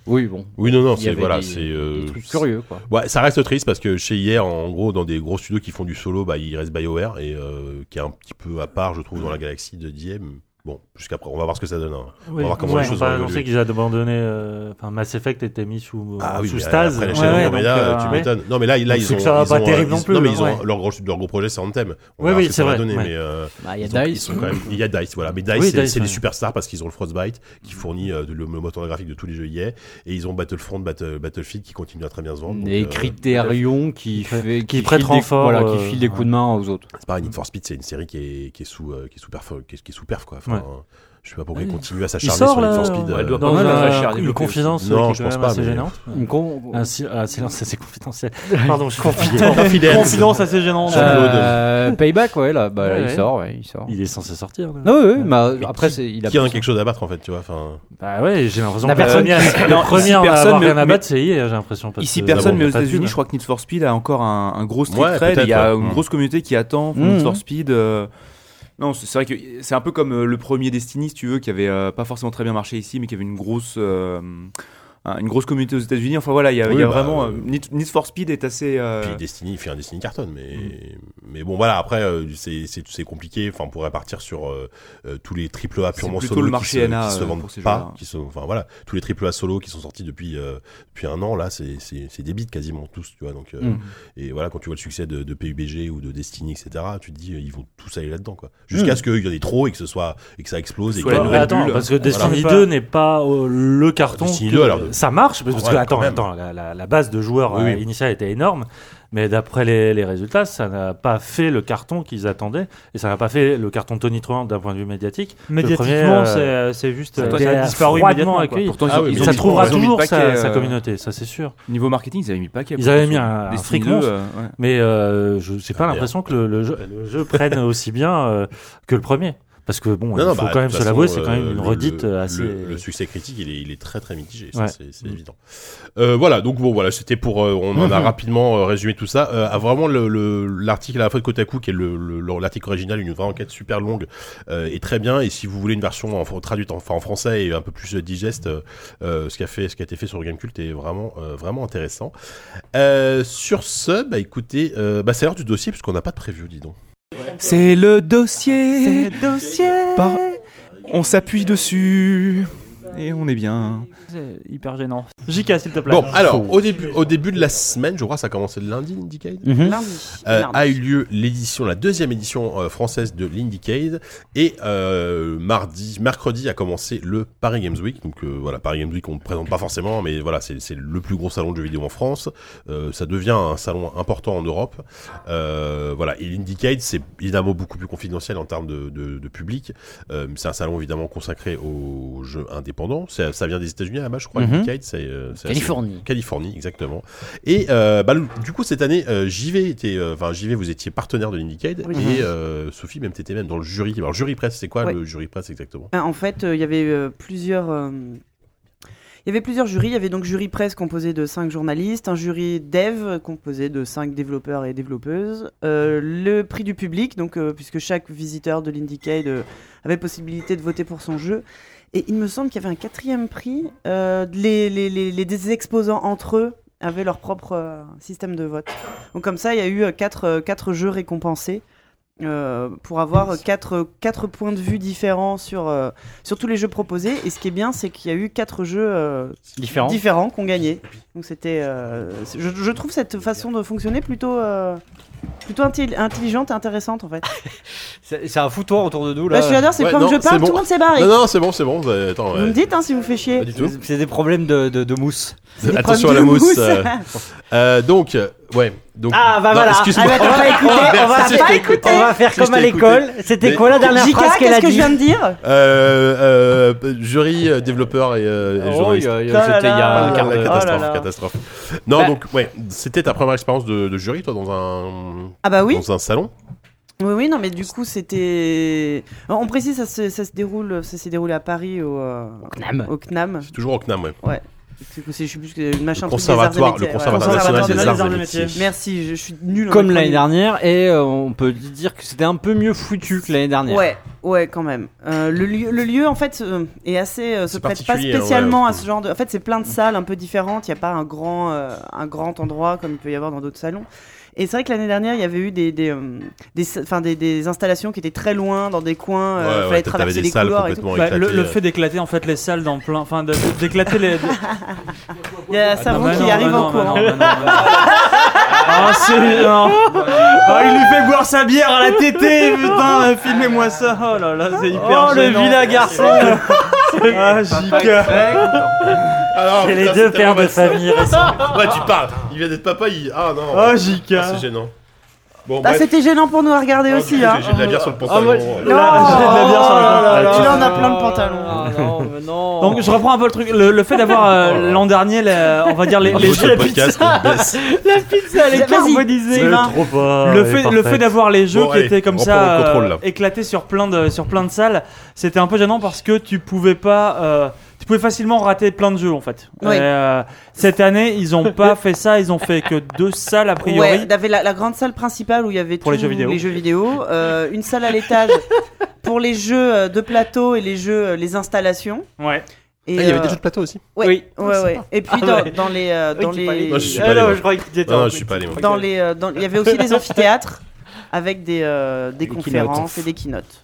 Speaker 4: Oui, bon.
Speaker 2: Oui, non, non,
Speaker 4: euh, Il y
Speaker 2: c'est
Speaker 4: avait
Speaker 2: voilà,
Speaker 4: des-
Speaker 2: c'est
Speaker 4: des
Speaker 2: euh,
Speaker 4: trucs curieux, quoi.
Speaker 2: Ouais, ça reste triste parce que chez hier, en gros, dans des gros studios qui font du solo, bah, il reste BioWare et euh, qui est un petit peu à part, je trouve, dans la galaxie de DM. Bon, jusqu'après, on va voir ce que ça donne. hein. On va voir comment les
Speaker 6: Ils
Speaker 2: choses
Speaker 6: ont
Speaker 2: vont
Speaker 6: pas
Speaker 2: évoluer.
Speaker 6: annoncé qu'ils abandonné. euh, Enfin, Mass Effect était mis sous euh,
Speaker 2: Ah oui,
Speaker 6: sous
Speaker 2: mais
Speaker 6: stase.
Speaker 2: après la
Speaker 6: Ouais,
Speaker 2: chaîne
Speaker 6: ouais,
Speaker 2: Andromeda,
Speaker 6: donc,
Speaker 2: tu
Speaker 6: euh,
Speaker 2: m'étonnes. Non, mais là, là
Speaker 6: On
Speaker 2: ils
Speaker 6: sait
Speaker 2: ont.
Speaker 6: que ça va
Speaker 2: ils
Speaker 6: pas
Speaker 2: ont,
Speaker 6: terrible
Speaker 2: ils-
Speaker 6: non plus,
Speaker 2: Non, mais
Speaker 6: hein,
Speaker 2: ils ont,
Speaker 6: ouais.
Speaker 2: leur, gros, leur gros projet, c'est Anthem. On
Speaker 6: Oui,
Speaker 2: verra
Speaker 6: oui,
Speaker 2: ce que
Speaker 6: c'est
Speaker 2: ça va
Speaker 6: vrai,
Speaker 2: donner,
Speaker 6: ouais.
Speaker 2: mais, euh,
Speaker 4: Bah, il y
Speaker 2: ils ont-
Speaker 4: a
Speaker 2: ils
Speaker 4: Dice.
Speaker 2: sont quand même- Il y a Dice, voilà. Mais Dice,
Speaker 6: Oui,
Speaker 2: c'est-
Speaker 6: Dice,
Speaker 2: c'est les
Speaker 6: ouais.
Speaker 2: superstars parce qu'ils ont le Frostbite qui fournit euh, le, le moteur graphique de tous les jeux EA. Et ils ont Battlefront, Battle- Battlefield qui continue à très bien se vendre. donc,
Speaker 4: Et
Speaker 2: euh,
Speaker 4: Criterion qui, fait, qui,
Speaker 6: prête
Speaker 4: file des-
Speaker 6: renfort,
Speaker 4: voilà, qui
Speaker 6: euh,
Speaker 4: file des coups de main aux autres.
Speaker 2: C'est pareil, Need for Speed, c'est une série qui est, qui est sous, euh, qui est sous perf, qui est, qui est sous perf, quoi. Enfin,
Speaker 6: Ouais.
Speaker 2: euh, je sais pas pourquoi ils
Speaker 6: Ouais.
Speaker 2: continuent à
Speaker 6: Il
Speaker 2: s'acharner
Speaker 6: sort
Speaker 2: sur Need
Speaker 6: là.
Speaker 2: for Speed.
Speaker 7: ouais,
Speaker 2: euh,
Speaker 7: elle doit-
Speaker 6: Dans
Speaker 7: Ouais,
Speaker 6: la-
Speaker 7: ouais, ouais, ouais,
Speaker 6: une
Speaker 7: ouais.
Speaker 6: confidence
Speaker 2: Non,
Speaker 6: euh, qui
Speaker 2: je
Speaker 6: est quand
Speaker 2: pense
Speaker 6: même
Speaker 2: pas,
Speaker 6: assez
Speaker 2: mais-
Speaker 6: gênante.
Speaker 4: Une con-
Speaker 6: Ah, si- ah, silence, ça, c'est confidentiel. Pardon, je suis confident.
Speaker 2: Confidence.
Speaker 5: Confidence assez gênante.
Speaker 4: Euh, payback, ouais, là, bah, là,
Speaker 6: Ouais,
Speaker 4: il
Speaker 6: ouais.
Speaker 4: sort, ouais, il sort.
Speaker 6: Il est censé sortir. là.
Speaker 4: Non, ouais, ouais, bah,
Speaker 2: Mais
Speaker 4: après,
Speaker 2: qui-
Speaker 4: c'est- il a
Speaker 2: Qui en
Speaker 4: pas-
Speaker 2: a quelque chose à battre, en fait, tu vois. Enfin,
Speaker 6: Bah ouais, j'ai l'impression
Speaker 4: La
Speaker 6: que
Speaker 4: personne-
Speaker 6: le premier, le premier à
Speaker 7: personne
Speaker 6: avoir
Speaker 7: ne-
Speaker 6: rien à
Speaker 7: mais-
Speaker 6: battre, c'est IA, j'ai l'impression. parce
Speaker 7: Ici,
Speaker 6: que-
Speaker 7: personne,
Speaker 6: d'abord,
Speaker 7: mais aux
Speaker 6: t'as pas de
Speaker 7: États-Unis,
Speaker 6: thunes.
Speaker 7: je crois que Need for Speed a encore un, un gros street
Speaker 2: Ouais,
Speaker 7: cred.
Speaker 2: peut-être,
Speaker 7: Il y a
Speaker 2: ouais.
Speaker 7: une
Speaker 2: Mm.
Speaker 7: grosse communauté qui attend
Speaker 4: Mm.
Speaker 7: Need for Speed. euh, Non, c'est c'est vrai que c'est un peu comme euh, le premier Destiny, si tu veux, qui avait euh, pas forcément très bien marché ici, mais qui avait une grosse. euh, un- une grosse communauté aux États-Unis. Enfin voilà, il y a, il y a
Speaker 2: Oui, bah,
Speaker 7: vraiment.
Speaker 2: euh,
Speaker 7: euh, Need, Need for Speed est assez. euh, Mm.
Speaker 2: puis Destiny, il fait un Destiny carton, mais, mais bon, voilà, après, euh, c'est, c'est, c'est compliqué. Enfin, on pourrait partir sur euh, euh, tous les AAA purement
Speaker 7: plutôt
Speaker 2: solo
Speaker 7: le
Speaker 2: qui, se,
Speaker 7: marché NA,
Speaker 2: qui se
Speaker 7: euh,
Speaker 2: vendent
Speaker 7: pour ces jeux-là.
Speaker 2: pas. Qui sont, enfin, voilà, tous les AAA solo qui sont sortis depuis, euh, depuis un an, là, c'est, c'est, c'est des bits quasiment tous, tu vois. Donc, euh,
Speaker 4: Mm.
Speaker 2: Et voilà, quand tu vois le succès de, de PUBG ou de Destiny, etc., tu te dis, euh, ils vont tous aller là-dedans, quoi. Jusqu'à ce qu'il y en ait trop et que, ce soit, et que ça explose. Et
Speaker 7: Mm. Soit
Speaker 2: que-
Speaker 7: la
Speaker 6: Ouais,
Speaker 7: nouvelle
Speaker 6: attends,
Speaker 7: bulle.
Speaker 6: parce que Destiny
Speaker 5: Voilà.
Speaker 6: 2 n'est pas euh, le carton.
Speaker 2: Destiny
Speaker 6: que-
Speaker 2: 2, alors, de-
Speaker 6: Ça marche, parce
Speaker 2: Ouais, quand
Speaker 6: que attends,
Speaker 2: même.
Speaker 6: attends, la, la- la base de joueurs
Speaker 2: Oui,
Speaker 6: euh,
Speaker 2: oui.
Speaker 6: initiale était énorme, mais d'après les, les résultats, ça n'a pas fait le carton qu'ils attendaient, et ça n'a pas fait le carton tonitruant d'un point de vue médiatique.
Speaker 8: Médiatiquement,
Speaker 6: Le premier, euh,
Speaker 8: c'est- c'est juste.
Speaker 6: ça
Speaker 8: euh,
Speaker 6: a été
Speaker 8: disparu
Speaker 6: froidement
Speaker 8: immédiatement. quoi.
Speaker 6: accueilli.
Speaker 7: Pourtant,
Speaker 2: Ah
Speaker 7: ils,
Speaker 2: oui,
Speaker 7: ils
Speaker 2: mais
Speaker 7: ont
Speaker 6: ça
Speaker 7: mis-
Speaker 6: trouvera
Speaker 7: ils ont mis
Speaker 6: toujours
Speaker 7: le
Speaker 6: sa,
Speaker 7: paquet,
Speaker 6: sa
Speaker 7: euh,
Speaker 6: communauté, ça c'est sûr.
Speaker 7: Niveau marketing, ils avaient mis le paquet.
Speaker 6: Ils
Speaker 7: pourtant,
Speaker 6: avaient mis
Speaker 7: sur
Speaker 6: un- un
Speaker 7: Destiny
Speaker 6: fric
Speaker 7: 2,
Speaker 6: monstre.
Speaker 7: euh, ouais.
Speaker 6: Mais euh, je n'ai pas
Speaker 2: Ah,
Speaker 6: l'impression que le, le jeu, le jeu prenne aussi bien euh, que le premier. Parce que bon, il
Speaker 2: Non, non,
Speaker 6: faut
Speaker 2: bah,
Speaker 6: quand même
Speaker 2: de
Speaker 6: se
Speaker 2: toute
Speaker 6: l'avouer,
Speaker 2: façon,
Speaker 6: c'est quand même
Speaker 2: euh,
Speaker 6: une
Speaker 2: le-
Speaker 6: redite
Speaker 2: le,
Speaker 6: euh, assez.
Speaker 2: Le, le succès critique, il est, il est très très mitigé, ça,
Speaker 6: Ouais.
Speaker 2: c'est c'est évident. Euh, voilà, donc bon, voilà, c'était pour. euh, on en
Speaker 6: Mhm.
Speaker 2: a rapidement euh, résumé tout ça. Euh, ah, vraiment, le- le- l'article à la fois de Kotaku, qui est l'article le, le- l'article original, une vraie enquête super longue, euh, est très bien. Et si vous voulez une version en, traduite en, enfin, en français et un peu plus euh, digeste, euh, euh, ce, qui a fait, ce qui a été fait sur Gamecult est vraiment, euh, vraiment intéressant. Euh, sur ce, bah écoutez, euh, bah, c'est l'heure du dossier, puisqu'on n'a pas de preview, dis donc.
Speaker 7: C'est le dossier.
Speaker 8: dossier
Speaker 7: Par- On s'appuie dessus. Et on est bien.
Speaker 8: C'est hyper gênant. JK, s'il te plaît.
Speaker 5: Bah,
Speaker 2: Bon, alors, au début, au début de la semaine, je crois que ça a commencé le lundi, Indiecade
Speaker 4: Mhm.
Speaker 3: Lundi.
Speaker 2: Euh,
Speaker 3: Merde.
Speaker 2: a eu lieu l'édition, la deuxième édition euh, française de l'Indiecade. Et euh, mardi, mercredi a commencé le Paris Games Week. Donc euh, voilà, Paris Games Week, on ne présente pas forcément, mais voilà, c'est c'est le plus gros salon de jeux vidéo en France. Euh, ça devient un salon important en Europe. Euh, voilà, et l'Indiecade, c'est évidemment beaucoup plus confidentiel en termes de, de- de public. Euh, c'est un salon évidemment consacré aux jeux indépendants. Ça, ça vient des États-Unis là-bas, je crois.
Speaker 4: Mhm.
Speaker 2: l'Indiecade, c'est euh, c'est assez-
Speaker 4: Californie.
Speaker 2: Californie, exactement. Et euh, bah, le- du coup, cette année, euh, JV était, euh, enfin JV, vous étiez partenaire de l'Indiecade
Speaker 3: Oui.
Speaker 4: Ah.
Speaker 2: et euh, Sophie, même t'étais même dans le jury. Alors, jury presse, c'est quoi
Speaker 3: Ouais.
Speaker 2: le jury presse exactement
Speaker 3: Ben, en fait, euh, il y avait euh, plusieurs. euh, Il y avait plusieurs jurys. Il y avait donc jury presse composé de 5 journalistes, un jury dev composé de 5 développeurs et développeuses, euh, le prix du public, donc euh, puisque chaque visiteur de l'Indiecade euh, avait possibilité de voter pour son jeu. Et il me semble qu'il y avait un quatrième prix. euh, les, les, les, les- des exposants entre eux avaient leur propre euh, système de vote. Donc comme ça, il y a eu 4 quatre, euh, quatre jeux euh, récompensés. euh, pour avoir quatre, quatre points de vue différents sur, euh, sur tous les jeux proposés. Et ce qui est bien, c'est qu'il y a eu quatre jeux euh,
Speaker 4: Différents.
Speaker 3: différents qu'on gagnait. Donc c'était, euh, c'est- je, je trouve cette façon de fonctionner plutôt, euh, plutôt intelli- intelligente et intéressante en fait.
Speaker 4: C'est c'est un foutoir autour de nous
Speaker 3: Bah,
Speaker 4: là.
Speaker 3: je suis j'adore, c'est
Speaker 2: ouais,
Speaker 3: comme
Speaker 2: non,
Speaker 3: je
Speaker 2: c'est
Speaker 3: parle,
Speaker 2: bon.
Speaker 3: tout le monde s'est
Speaker 4: Ah,
Speaker 3: barré.
Speaker 2: Non, non, c'est bon, c'est bon. vous avez- Attends,
Speaker 3: Vous
Speaker 2: ouais,
Speaker 3: me dites hein, si vous faites chier.
Speaker 2: pas du tout.
Speaker 4: C'est des problèmes de, de, de mousse.
Speaker 3: Des
Speaker 2: Attention à la
Speaker 3: problèmes de
Speaker 2: mousse. euh, euh, donc, euh, ouais. Donc,
Speaker 4: Ah, bah
Speaker 2: Non,
Speaker 4: voilà.
Speaker 2: Excuse-moi.
Speaker 4: Ah, bah, t'as pas écouté, on va-
Speaker 2: Merci,
Speaker 3: t'as
Speaker 2: je t'ai
Speaker 3: pas écouté.
Speaker 4: On va faire
Speaker 2: Si, je
Speaker 4: comme à
Speaker 2: t'ai écouté.
Speaker 4: l'école. C'était
Speaker 2: Mais-
Speaker 4: quoi la dernière
Speaker 3: Jika,
Speaker 4: phrase qu'elle a
Speaker 3: qu'est-ce que je
Speaker 4: dit
Speaker 3: viens de dire
Speaker 2: Euh, euh, jury, euh, développeur et, euh, et journaliste.
Speaker 4: C'était Ah, Oh, il y a
Speaker 2: Ah,
Speaker 4: un
Speaker 2: la
Speaker 4: quart d'heure.
Speaker 2: catastrophe,
Speaker 3: là là.
Speaker 2: catastrophe. Non,
Speaker 4: Oh Bah-
Speaker 2: donc, ouais, c'était ta première expérience de, de jury, toi, dans un,
Speaker 3: Ah bah oui.
Speaker 2: dans un salon
Speaker 3: Oui, oui, non, mais du coup, c'était. On précise, ça se, ça se déroule, ça s'est déroulé à Paris au, euh,
Speaker 4: CNAM.
Speaker 3: au CNAM.
Speaker 2: Toujours au CNAM, ouais.
Speaker 3: Du coup, c'est- je sais plus que machin.
Speaker 2: Le
Speaker 3: truc des arts et
Speaker 2: conservatoire, le
Speaker 3: métiers, ouais.
Speaker 2: conservatoire national des arts et métiers.
Speaker 3: Merci, je, je suis nul. en
Speaker 4: Comme
Speaker 3: acronyme.
Speaker 4: l'année dernière, et euh, on peut dire que c'était un peu mieux foutu que l'année dernière.
Speaker 3: Ouais, ouais, quand même. Euh, le, lieu, le lieu, en fait, euh, est assez, euh, se
Speaker 2: C'est
Speaker 3: prête pas
Speaker 2: particulier, hein,
Speaker 3: spécialement
Speaker 2: ouais.
Speaker 3: à ce genre de. En fait, c'est plein de salles un peu différentes. Il n'y a pas un grand, euh, un grand endroit comme il peut y avoir dans d'autres salons. Et c'est vrai que l'année dernière, il y avait eu des, des, euh, des, sa- enfin, des, des installations qui étaient très loin, dans des coins. euh,
Speaker 2: Ouais, ouais,
Speaker 3: fallait
Speaker 2: t'avais
Speaker 3: traverser
Speaker 2: des
Speaker 3: les
Speaker 2: salles
Speaker 3: couloirs et tout.
Speaker 2: complètement
Speaker 5: Bah, le,
Speaker 2: éclatées. euh.
Speaker 5: le fait d'éclater en fait les salles dans plein, enfin de- d'éclater les.
Speaker 3: Il y a Savon
Speaker 5: Non,
Speaker 3: qui
Speaker 5: mais Ah, bah non,
Speaker 3: arrive
Speaker 5: mais
Speaker 3: en
Speaker 5: non, mais
Speaker 3: courant.
Speaker 5: non, mais non, mais non. Ah c'est non. Ah, il lui fait boire sa bière à la tétée, putain, euh, filmez-moi ça. Oh là là, c'est hyper
Speaker 4: Oh, le
Speaker 5: gênant.
Speaker 4: vilain garçon.
Speaker 5: Ah Jika. Ah,
Speaker 2: Alors,
Speaker 6: C'est les deux pères de famille.
Speaker 2: Ouais, tu parles. Il vient d'être papa, il. Ah non.
Speaker 5: Oh
Speaker 2: Ah,
Speaker 5: Jika.
Speaker 2: c'est gênant. Bon,
Speaker 3: Ah,
Speaker 2: bref.
Speaker 3: c'était gênant pour nous à regarder
Speaker 2: Ah, du
Speaker 3: aussi.
Speaker 2: coup,
Speaker 3: Hein.
Speaker 2: J'ai j'ai de la bière sur le
Speaker 4: Ah, moi,
Speaker 2: pantalon.
Speaker 4: Non,
Speaker 5: j'ai de la bière sur le
Speaker 4: oh là
Speaker 5: pantalon.
Speaker 4: là
Speaker 3: Tu en
Speaker 4: là
Speaker 3: as plein le
Speaker 4: là
Speaker 3: pantalon.
Speaker 4: là là, Ah, Non, mais non.
Speaker 5: Donc je reprends un peu le truc, le, le fait d'avoir euh, l'an dernier, la- on va dire les,
Speaker 2: Oh Ah,
Speaker 5: les
Speaker 2: faut que le podcast il baisse.
Speaker 4: la pizza,
Speaker 3: elle est carbonisée.
Speaker 6: C'est
Speaker 3: Sylvain.
Speaker 6: trop fort.
Speaker 5: le
Speaker 6: et
Speaker 5: fait, le
Speaker 6: parfait.
Speaker 5: fait d'avoir les jeux
Speaker 2: Bon,
Speaker 5: qui
Speaker 2: allez,
Speaker 5: étaient comme
Speaker 2: reprends
Speaker 5: ça
Speaker 2: le contrôle,
Speaker 5: euh,
Speaker 2: là.
Speaker 5: éclatés sur plein de sur plein de salles, c'était un peu gênant parce que tu pouvais pas euh, tu pouvais facilement rater plein de jeux en fait.
Speaker 3: Oui.
Speaker 5: Et, euh, cette année, ils ont pas fait ça, ils ont fait que deux salles a priori.
Speaker 3: Ouais, il y avait la, la grande salle principale où il y avait
Speaker 5: Pour
Speaker 3: tous
Speaker 5: les jeux vidéo.
Speaker 3: vidéo, euh, une salle à l'étage pour les jeux euh, de plateau et les jeux, euh, les installations.
Speaker 5: Ouais.
Speaker 3: Et,
Speaker 2: Ah, il y avait
Speaker 3: euh,
Speaker 2: des jeux de plateau aussi.
Speaker 3: ouais,
Speaker 4: Oui.
Speaker 3: ouais, ouais. Et puis
Speaker 4: Ah,
Speaker 3: dans,
Speaker 4: ouais.
Speaker 3: dans les, euh, dans
Speaker 4: Ok, pas
Speaker 3: les,
Speaker 4: les-
Speaker 2: Moi, je suis
Speaker 4: Ah
Speaker 2: pas allé
Speaker 4: non,
Speaker 2: voir.
Speaker 4: je croyais que tu étais
Speaker 2: Non,
Speaker 4: en-
Speaker 2: non, je suis pas allé, moi.
Speaker 3: dans les, euh, dans- il y avait aussi des amphithéâtres avec des, euh, des
Speaker 4: Des
Speaker 3: conférences
Speaker 4: keynotes.
Speaker 3: et des keynotes.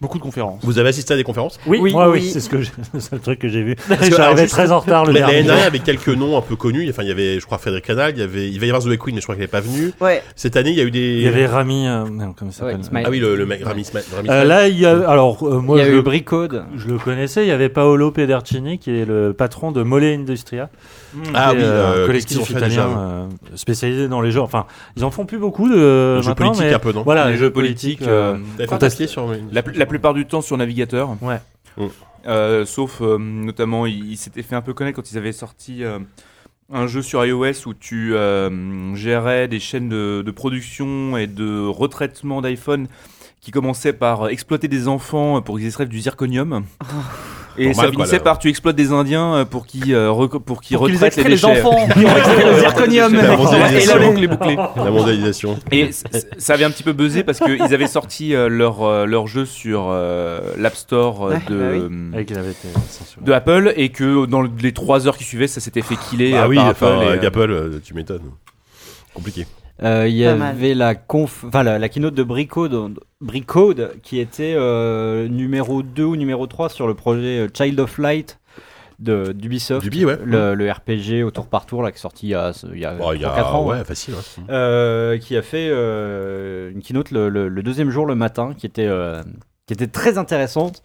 Speaker 5: Beaucoup de conférences.
Speaker 2: Vous avez assisté à des conférences
Speaker 6: Oui,
Speaker 4: Oui,
Speaker 6: moi, oui,
Speaker 3: oui.
Speaker 6: c'est ce que j'ai- c'est le seul truc que j'ai vu.
Speaker 2: que, alors,
Speaker 6: J'arrivais
Speaker 2: juste-
Speaker 6: très en retard le
Speaker 2: Mais
Speaker 6: dernier.
Speaker 2: l'année
Speaker 6: jour.
Speaker 2: dernière, il y avait quelques noms un peu connus. Enfin, il y avait, je crois, Frédéric Canal. Il y avait, il va y avoir Zoé Queen, mais je crois qu'elle n'est pas venue.
Speaker 3: Ouais.
Speaker 2: Cette année, il y a eu des.
Speaker 6: Il y avait Rami. euh, non, comment il s'appelle
Speaker 4: Ouais, Smile.
Speaker 2: Ah oui, le, le mec Rami Sma- Rami
Speaker 6: Euh,
Speaker 2: Sma-
Speaker 6: Là, il y a. Alors, euh,
Speaker 4: Il
Speaker 6: moi,
Speaker 4: y a
Speaker 6: je
Speaker 4: eu
Speaker 6: le
Speaker 4: Bricode.
Speaker 6: Je le connaissais, il y avait Paolo Pedercini qui est le patron de Mole Industria.
Speaker 2: Ah
Speaker 6: qui est,
Speaker 2: oui,
Speaker 6: euh,
Speaker 2: euh,
Speaker 6: un
Speaker 2: qu'est-ce
Speaker 6: collectif
Speaker 2: qu'ils ont fait déjà,
Speaker 6: italien euh, spécialisé dans les jeux. Enfin, ils en font plus beaucoup de
Speaker 2: Le jeu
Speaker 6: Euh, maintenant,
Speaker 2: politique
Speaker 6: mais
Speaker 2: un peu, non
Speaker 6: voilà,
Speaker 7: Les
Speaker 6: les
Speaker 7: jeux
Speaker 6: jeux
Speaker 7: politiques,
Speaker 6: politiques. euh,
Speaker 7: euh,
Speaker 2: T'avais fait un
Speaker 6: fantastique.
Speaker 2: papier sur une-
Speaker 7: La, pl- la plupart du temps sur navigateur.
Speaker 6: Ouais.
Speaker 2: Mm.
Speaker 7: Euh, sauf euh, notamment, ils il s'étaient fait un peu connaître quand ils avaient sorti euh, un jeu sur iOS où tu euh, gérais des chaînes de, de production et de retraitement d'iPhone qui commençaient par exploiter des enfants pour qu'ils extraient du zirconium. Et
Speaker 2: Normal, quoi,
Speaker 7: ça finissait
Speaker 2: là.
Speaker 7: par tu exploites des Indiens pour qu'ils euh, reco- pour qu'ils
Speaker 5: Pour qu'ils
Speaker 7: retraitent les
Speaker 5: extraient les
Speaker 7: déchets.
Speaker 5: enfants, qui ont extrait le zirconium.
Speaker 2: La
Speaker 7: et
Speaker 2: mondialisation.
Speaker 7: la boucle est bouclée.
Speaker 2: La mondialisation.
Speaker 7: Et c- c- ça avait un petit peu buzzé parce qu'ils avaient sorti euh, leur, euh, leur jeu sur euh, l'App Store euh,
Speaker 3: Ouais,
Speaker 7: de,
Speaker 3: bah
Speaker 6: Avec il avait été censuré.
Speaker 7: de Apple et que euh, dans le- les trois heures qui suivaient, ça s'était fait killer
Speaker 2: Ah
Speaker 7: euh,
Speaker 2: oui,
Speaker 7: par
Speaker 2: enfin,
Speaker 7: Apple. et,
Speaker 2: avec
Speaker 7: euh,
Speaker 2: Apple, euh, tu m'étonnes. Compliqué.
Speaker 4: Euh, Il y
Speaker 3: Pas mal.
Speaker 4: avait la conf, enfin la, la keynote de Bricode, Bricode qui était euh, numéro 2 ou numéro 3 sur le projet euh, Child of Light de d'Ubisoft.
Speaker 2: Dubi, ouais.
Speaker 4: Le, le RPG au tour par tour là, qui est sorti il y a, il y a
Speaker 2: Bon, Mm. Bah, il y
Speaker 4: 3-4
Speaker 2: a,
Speaker 4: ans,
Speaker 2: ouais, facile. hein. ouais.
Speaker 4: euh, qui a fait euh, une keynote le, le- le deuxième jour le matin, qui était, euh, qui était très intéressante,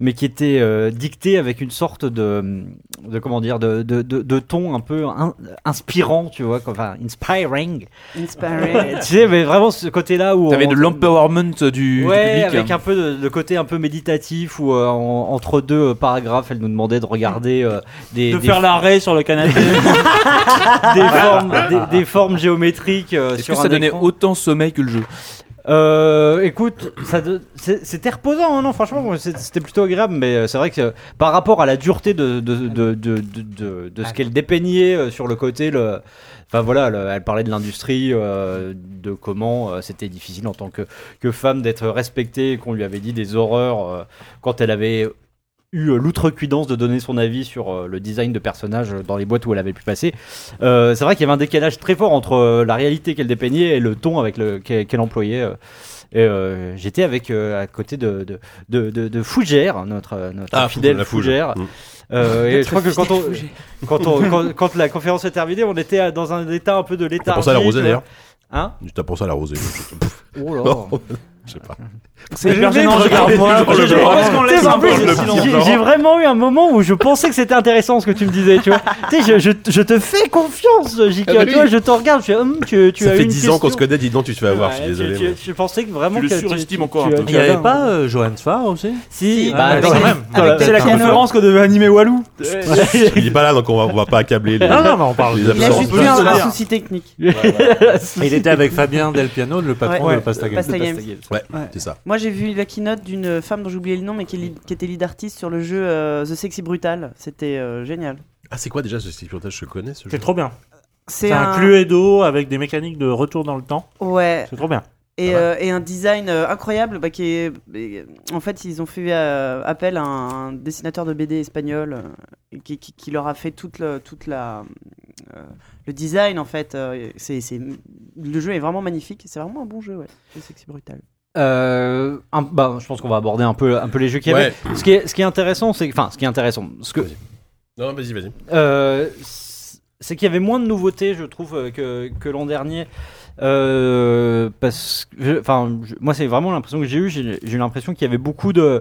Speaker 4: mais qui était euh, dictée avec une sorte de, de comment dire, de, de, de- de ton un peu in- inspirant, tu vois, comme- enfin inspiring.
Speaker 3: Inspiring.
Speaker 4: tu sais, mais vraiment ce côté-là où
Speaker 7: T'avais
Speaker 4: on-
Speaker 7: de l'empowerment du, du
Speaker 4: Ouais,
Speaker 7: public. hein.
Speaker 4: avec un peu de, de côté un peu méditatif où euh, en- entre deux euh, paragraphes, elle nous demandait de regarder euh, des,
Speaker 5: De
Speaker 4: des-
Speaker 5: faire l'arrêt sur le canapé.
Speaker 4: des formes, des, des formes géométriques euh,
Speaker 7: Est-ce
Speaker 4: sur
Speaker 7: que ça
Speaker 4: un
Speaker 7: donnait
Speaker 4: écran.
Speaker 7: autant sommeil que le jeu
Speaker 4: Euh, écoute, ça de- c'est- c'était reposant, hein, non Franchement, moi, c'est- c'était plutôt agréable, mais euh, c'est vrai que euh, par rapport à la dureté de, de, de, de, de, de- de ce qu'elle dépeignait euh, sur le côté, le, enfin voilà, le- elle parlait de l'industrie, euh, de comment euh, c'était difficile en tant que, que femme d'être respectée, qu'on lui avait dit des horreurs euh, quand elle avait eu euh, l'outrecuidance de donner son avis sur euh, le design de personnages euh, dans les boîtes où elle avait pu passer. Euh, c'est vrai qu'il y avait un décalage très fort entre euh, la réalité qu'elle dépeignait et le ton avec le qu'elle qu'elle employait. euh. Et, euh, j'étais avec euh, à côté de de, de, de- de Fougère, notre euh, notre
Speaker 2: Ah,
Speaker 4: fidèle
Speaker 2: la Fougère.
Speaker 4: Fougère.
Speaker 2: Mm.
Speaker 4: Euh, et je crois que quand on,
Speaker 3: Fougère.
Speaker 4: quand, on- quand- quand la conférence est terminée, on était à- dans un état un peu de
Speaker 2: T'as
Speaker 4: léthargie.
Speaker 2: pensé à la rosée
Speaker 4: tu vois.
Speaker 2: d'ailleurs
Speaker 4: Hein
Speaker 2: T'as pensé à la rosée
Speaker 4: Oh là.
Speaker 2: Non, je sais pas.
Speaker 5: C'est hyper gênant, je garde moi.
Speaker 2: le
Speaker 5: Je
Speaker 2: blanc.
Speaker 5: pense qu'on laisse
Speaker 4: Tu sais,
Speaker 5: un
Speaker 4: en
Speaker 5: peu
Speaker 4: plus,
Speaker 5: le
Speaker 2: le
Speaker 5: silence.
Speaker 2: petit-
Speaker 4: J'ai j'ai vraiment eu un moment où je pensais que c'était intéressant ce que tu me disais, tu vois. tu sais, je, je- je te fais confiance, JK.
Speaker 2: Ah bah
Speaker 4: tu
Speaker 2: oui.
Speaker 4: vois, je te regarde, je fais, hum, tu, tu
Speaker 2: Ça
Speaker 4: as
Speaker 2: fait
Speaker 4: une
Speaker 2: 10 ans qu'on se
Speaker 4: question.
Speaker 2: connaît, dis donc, tu te fais avoir, je suis
Speaker 4: Ouais, tu-
Speaker 2: désolé.
Speaker 4: tu-
Speaker 2: mais-
Speaker 4: Je pensais que vraiment
Speaker 7: Tu le
Speaker 4: que
Speaker 7: surestimes
Speaker 4: tu-
Speaker 7: encore un
Speaker 4: tu-
Speaker 7: peu.
Speaker 4: tu
Speaker 6: Il n'y avait
Speaker 4: avais un-
Speaker 6: pas euh, Johann Svar aussi
Speaker 4: Si,
Speaker 6: Ah,
Speaker 4: bah,
Speaker 6: avec-
Speaker 4: quand même.
Speaker 6: avec
Speaker 4: Quand
Speaker 5: C'est la
Speaker 4: même.
Speaker 5: conférence que devait animer Walou.
Speaker 2: Il est pas là, donc on va, on va pas accabler les.
Speaker 6: Ah Non, non, mais on parle
Speaker 2: Les
Speaker 6: de-
Speaker 3: Il a
Speaker 2: absences.
Speaker 3: juste
Speaker 5: peut
Speaker 3: eu un,
Speaker 5: se
Speaker 3: un
Speaker 5: dire.
Speaker 3: souci technique.
Speaker 6: Il était avec Fabien Delpiano, le patron
Speaker 3: Ouais.
Speaker 6: de Pastagame.
Speaker 3: Pasta Games.
Speaker 2: Ouais, c'est ça.
Speaker 3: Moi, j'ai vu la keynote d'une femme dont j'ai oublié le nom, mais qui, est lead- qui était lead artiste sur le jeu euh, The Sexy Brutal. C'était euh, génial.
Speaker 2: Ah, c'est quoi déjà ce pilotage Je connais ce jeu.
Speaker 6: C'est trop bien.
Speaker 3: C'est
Speaker 6: C'est un Cluedo avec des mécaniques de retour dans le temps.
Speaker 3: Ouais,
Speaker 6: C'est trop bien.
Speaker 3: et,
Speaker 2: Ah ouais.
Speaker 3: euh, et un design euh, incroyable bah, qui est. et, En fait, ils ont fait euh, appel à un dessinateur de BD espagnol euh, qui, qui- qui leur a fait toute le, toute la, euh, le design en fait. euh, c'est, c'est- le jeu est vraiment magnifique. C'est vraiment un bon jeu, ouais. Le sexy brutal.
Speaker 4: Euh, un- bah, je pense qu'on va aborder un peu, un peu les jeux qu'il y avait.
Speaker 2: Ouais.
Speaker 4: Ce qui est, ce qui est intéressant, c'est enfin, ce qui est intéressant, ce que,
Speaker 2: Non, non, vas-y, vas-y.
Speaker 4: Euh, c'est qu'il y avait moins de nouveautés, je trouve, euh, que, que l'an dernier. Euh, parce que, je- enfin, je- moi, c'est vraiment l'impression que j'ai eue. J'ai j'ai eu l'impression qu'il y avait beaucoup de,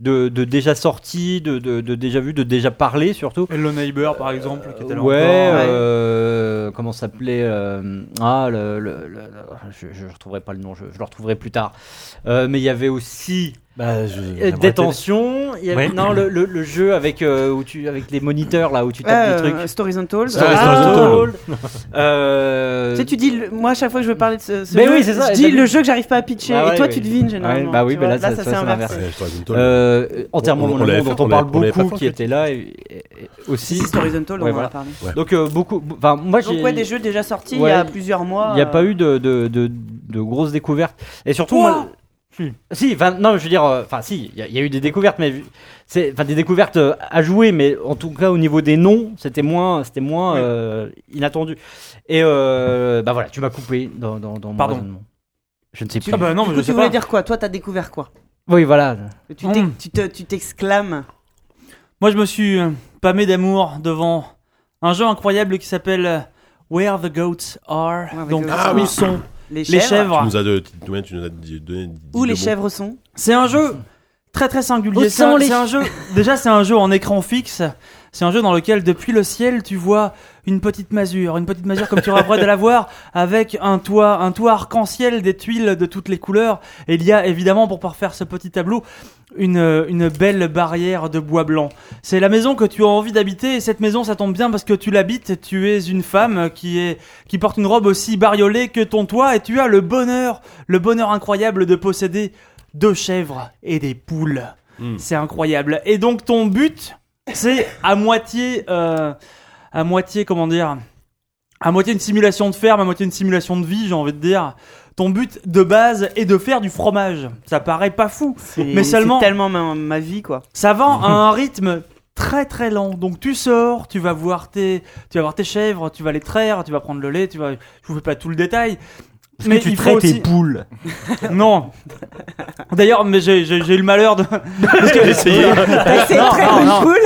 Speaker 4: de, de déjà sortis, de, de- de déjà vus, de déjà parlés surtout.
Speaker 5: Hello Neighbor, par exemple, qui était
Speaker 4: Ouais,
Speaker 5: là
Speaker 4: euh, comment ça s'appelait euh, Ah, le, le- le- le- je, je retrouverai pas le nom, je, je le retrouverai plus tard. Euh, mais il y avait aussi
Speaker 6: Bah,
Speaker 4: euh, Détention, il y avait-
Speaker 6: Oui.
Speaker 4: non, le, le- le jeu avec, euh, où tu, avec les moniteurs là, où tu tapes des trucs.
Speaker 3: euh, Stories Untold.
Speaker 2: Stories
Speaker 3: Ah,
Speaker 2: Untold.
Speaker 4: Euh,
Speaker 3: Tu sais, tu dis, le- moi, à chaque fois que je veux parler de ce, ce
Speaker 4: Mais
Speaker 3: jeu,
Speaker 4: oui, c'est ça,
Speaker 3: je
Speaker 4: t'as
Speaker 3: dis
Speaker 4: vu.
Speaker 3: le jeu que j'arrive pas à pitcher.
Speaker 4: Ah ouais,
Speaker 3: et toi,
Speaker 4: oui.
Speaker 3: tu devines généralement.
Speaker 4: Ouais, bah oui,
Speaker 3: tu
Speaker 4: bah
Speaker 3: vois.
Speaker 4: là, ça-
Speaker 3: ça
Speaker 4: ça,
Speaker 3: s'est
Speaker 4: c'est
Speaker 3: inversé.
Speaker 4: l'inverse.
Speaker 2: Ouais, je te raconte le-
Speaker 4: euh, entièrement
Speaker 2: On- on
Speaker 4: mon
Speaker 2: l'avait
Speaker 4: nom
Speaker 2: fait-
Speaker 4: dont
Speaker 2: on
Speaker 4: on parle
Speaker 2: l'avait- on l'avait
Speaker 4: beaucoup,
Speaker 2: pas fait,
Speaker 4: qui
Speaker 2: en
Speaker 4: était là et- et- et aussi.
Speaker 3: Si, Stories Untold,
Speaker 4: Ouais,
Speaker 3: on en
Speaker 4: voilà.
Speaker 3: a parlé.
Speaker 4: Donc euh, beaucoup. Enfin, moi, j'ai.
Speaker 3: Donc, ouais, des jeux déjà sortis il y
Speaker 4: Ouais.
Speaker 3: a plusieurs mois.
Speaker 4: Il n'y a pas
Speaker 3: euh,
Speaker 4: eu de, de, de, de grosses découvertes. Et surtout,
Speaker 5: Quoi
Speaker 4: moi. Si, enfin, non, je veux dire, euh, enfin, si, il y, a- il y a eu des découvertes, mais vu- c'est, enfin, des découvertes euh, à jouer, mais en tout cas au niveau des noms, c'était moins, c'était moins euh, inattendu. Et euh, bah voilà, tu m'as coupé dans, dans, dans mon
Speaker 5: Pardon.
Speaker 4: raisonnement. Je ne sais plus.
Speaker 5: Ah bah non, mais je
Speaker 3: euh, Tu
Speaker 5: sais
Speaker 3: voulais
Speaker 5: pas.
Speaker 3: dire quoi Toi, t'as découvert quoi
Speaker 4: Oui, voilà.
Speaker 3: Tu
Speaker 4: Hmm.
Speaker 3: t'ex-
Speaker 5: Mm.
Speaker 3: tu te- tu t'exclames.
Speaker 5: Moi, je me suis euh, pâmé d'amour devant un jeu incroyable qui s'appelle euh, Where the Goats Are.
Speaker 3: Where the
Speaker 5: Donc,
Speaker 3: Goats
Speaker 5: où
Speaker 3: Are.
Speaker 5: sont
Speaker 3: Les
Speaker 5: les
Speaker 3: chèvres.
Speaker 5: chèvres
Speaker 2: Tu nous as de- tu nous as- tu nous as dit- donné. dix-
Speaker 3: Où
Speaker 2: dix
Speaker 3: les
Speaker 2: mots.
Speaker 3: chèvres sont
Speaker 5: C'est un jeu très très
Speaker 4: Où
Speaker 5: singulier. C'est
Speaker 4: sont
Speaker 5: un,
Speaker 4: les-
Speaker 5: c'est un jeu. Déjà, c'est un jeu en écran fixe. C'est un jeu dans lequel, depuis le ciel, tu vois une petite masure, une petite masure comme tu rêverais de la voir, avec un toit, un toit arc-en-ciel, des tuiles de toutes les couleurs. Et il y a évidemment pour parfaire ce petit tableau. Une, une belle barrière de bois blanc. C'est la maison que tu as envie d'habiter et cette maison ça tombe bien parce que tu l'habites, tu es une femme qui est qui porte une robe aussi bariolée que ton toit et tu as le bonheur, le bonheur incroyable de posséder deux chèvres et des poules.
Speaker 2: Mm.
Speaker 5: C'est incroyable. Et donc ton but, c'est à moitié, euh, à moitié, comment dire, à moitié une simulation de ferme, à moitié une simulation de vie, j'ai envie de dire. Ton but de base est de faire du fromage. Ça paraît pas fou.
Speaker 3: C'est-
Speaker 5: Mais seulement-
Speaker 3: C'est tellement ma, ma vie, quoi.
Speaker 5: Ça va à un rythme très très lent. Donc tu sors, tu vas voir tes, tu vas voir tes chèvres, tu vas les traire, tu vas prendre le lait, tu vas. Je vous fais pas tout le détail. mais il faut aussi-
Speaker 4: poules.
Speaker 5: Non. D'ailleurs, mais j'ai j'ai- j'ai eu le malheur de. Parce que-
Speaker 3: C'est
Speaker 5: Non,
Speaker 3: très
Speaker 5: non,
Speaker 3: bonne
Speaker 5: non.
Speaker 3: poule.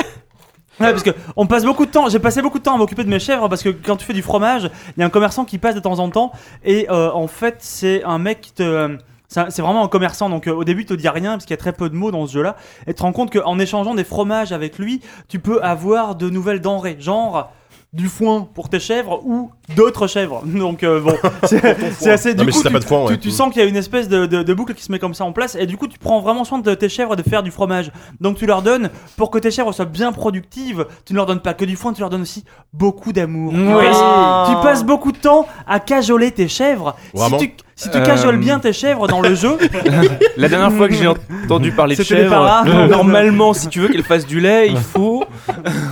Speaker 5: Ouais, parce que on passe beaucoup de temps. J'ai passé beaucoup de temps à m'occuper de mes chèvres parce que quand tu fais du fromage, il y a un commerçant qui passe de temps en temps et euh, en fait c'est un mec qui te euh, c'est un- c'est vraiment un commerçant, donc euh, au début il te dit rien parce qu'il y a très peu de mots dans ce jeu-là, et tu te rends compte qu'en échangeant des fromages avec lui, tu peux avoir de nouvelles denrées, genre du foin pour tes chèvres ou d'autres chèvres. Donc euh, bon, c'est c'est assez
Speaker 2: Non,
Speaker 5: du
Speaker 2: mais
Speaker 5: coup,
Speaker 2: si t'as
Speaker 5: tu-
Speaker 2: pas de foin,
Speaker 5: tu,
Speaker 2: ouais.
Speaker 5: tu sens qu'il y a une espèce de, de- de boucle qui se met comme ça en place, et du coup tu prends vraiment soin de tes chèvres et de faire du fromage. Donc tu leur donnes, pour que tes chèvres soient bien productives, tu ne leur donnes pas que du foin, tu leur donnes aussi beaucoup d'amour. Tu
Speaker 4: Oui.
Speaker 5: passes- tu passes beaucoup de temps à cajoler tes chèvres.
Speaker 2: Ah. Vraiment
Speaker 5: Si tu, si tu
Speaker 7: Euh,
Speaker 5: cajoles bien tes chèvres dans le jeu,
Speaker 7: La dernière fois que j'ai entendu parler de
Speaker 5: C'était les
Speaker 7: chèvres, euh,
Speaker 5: paras.
Speaker 7: normalement, si tu veux qu'elle fasse du lait, il faut.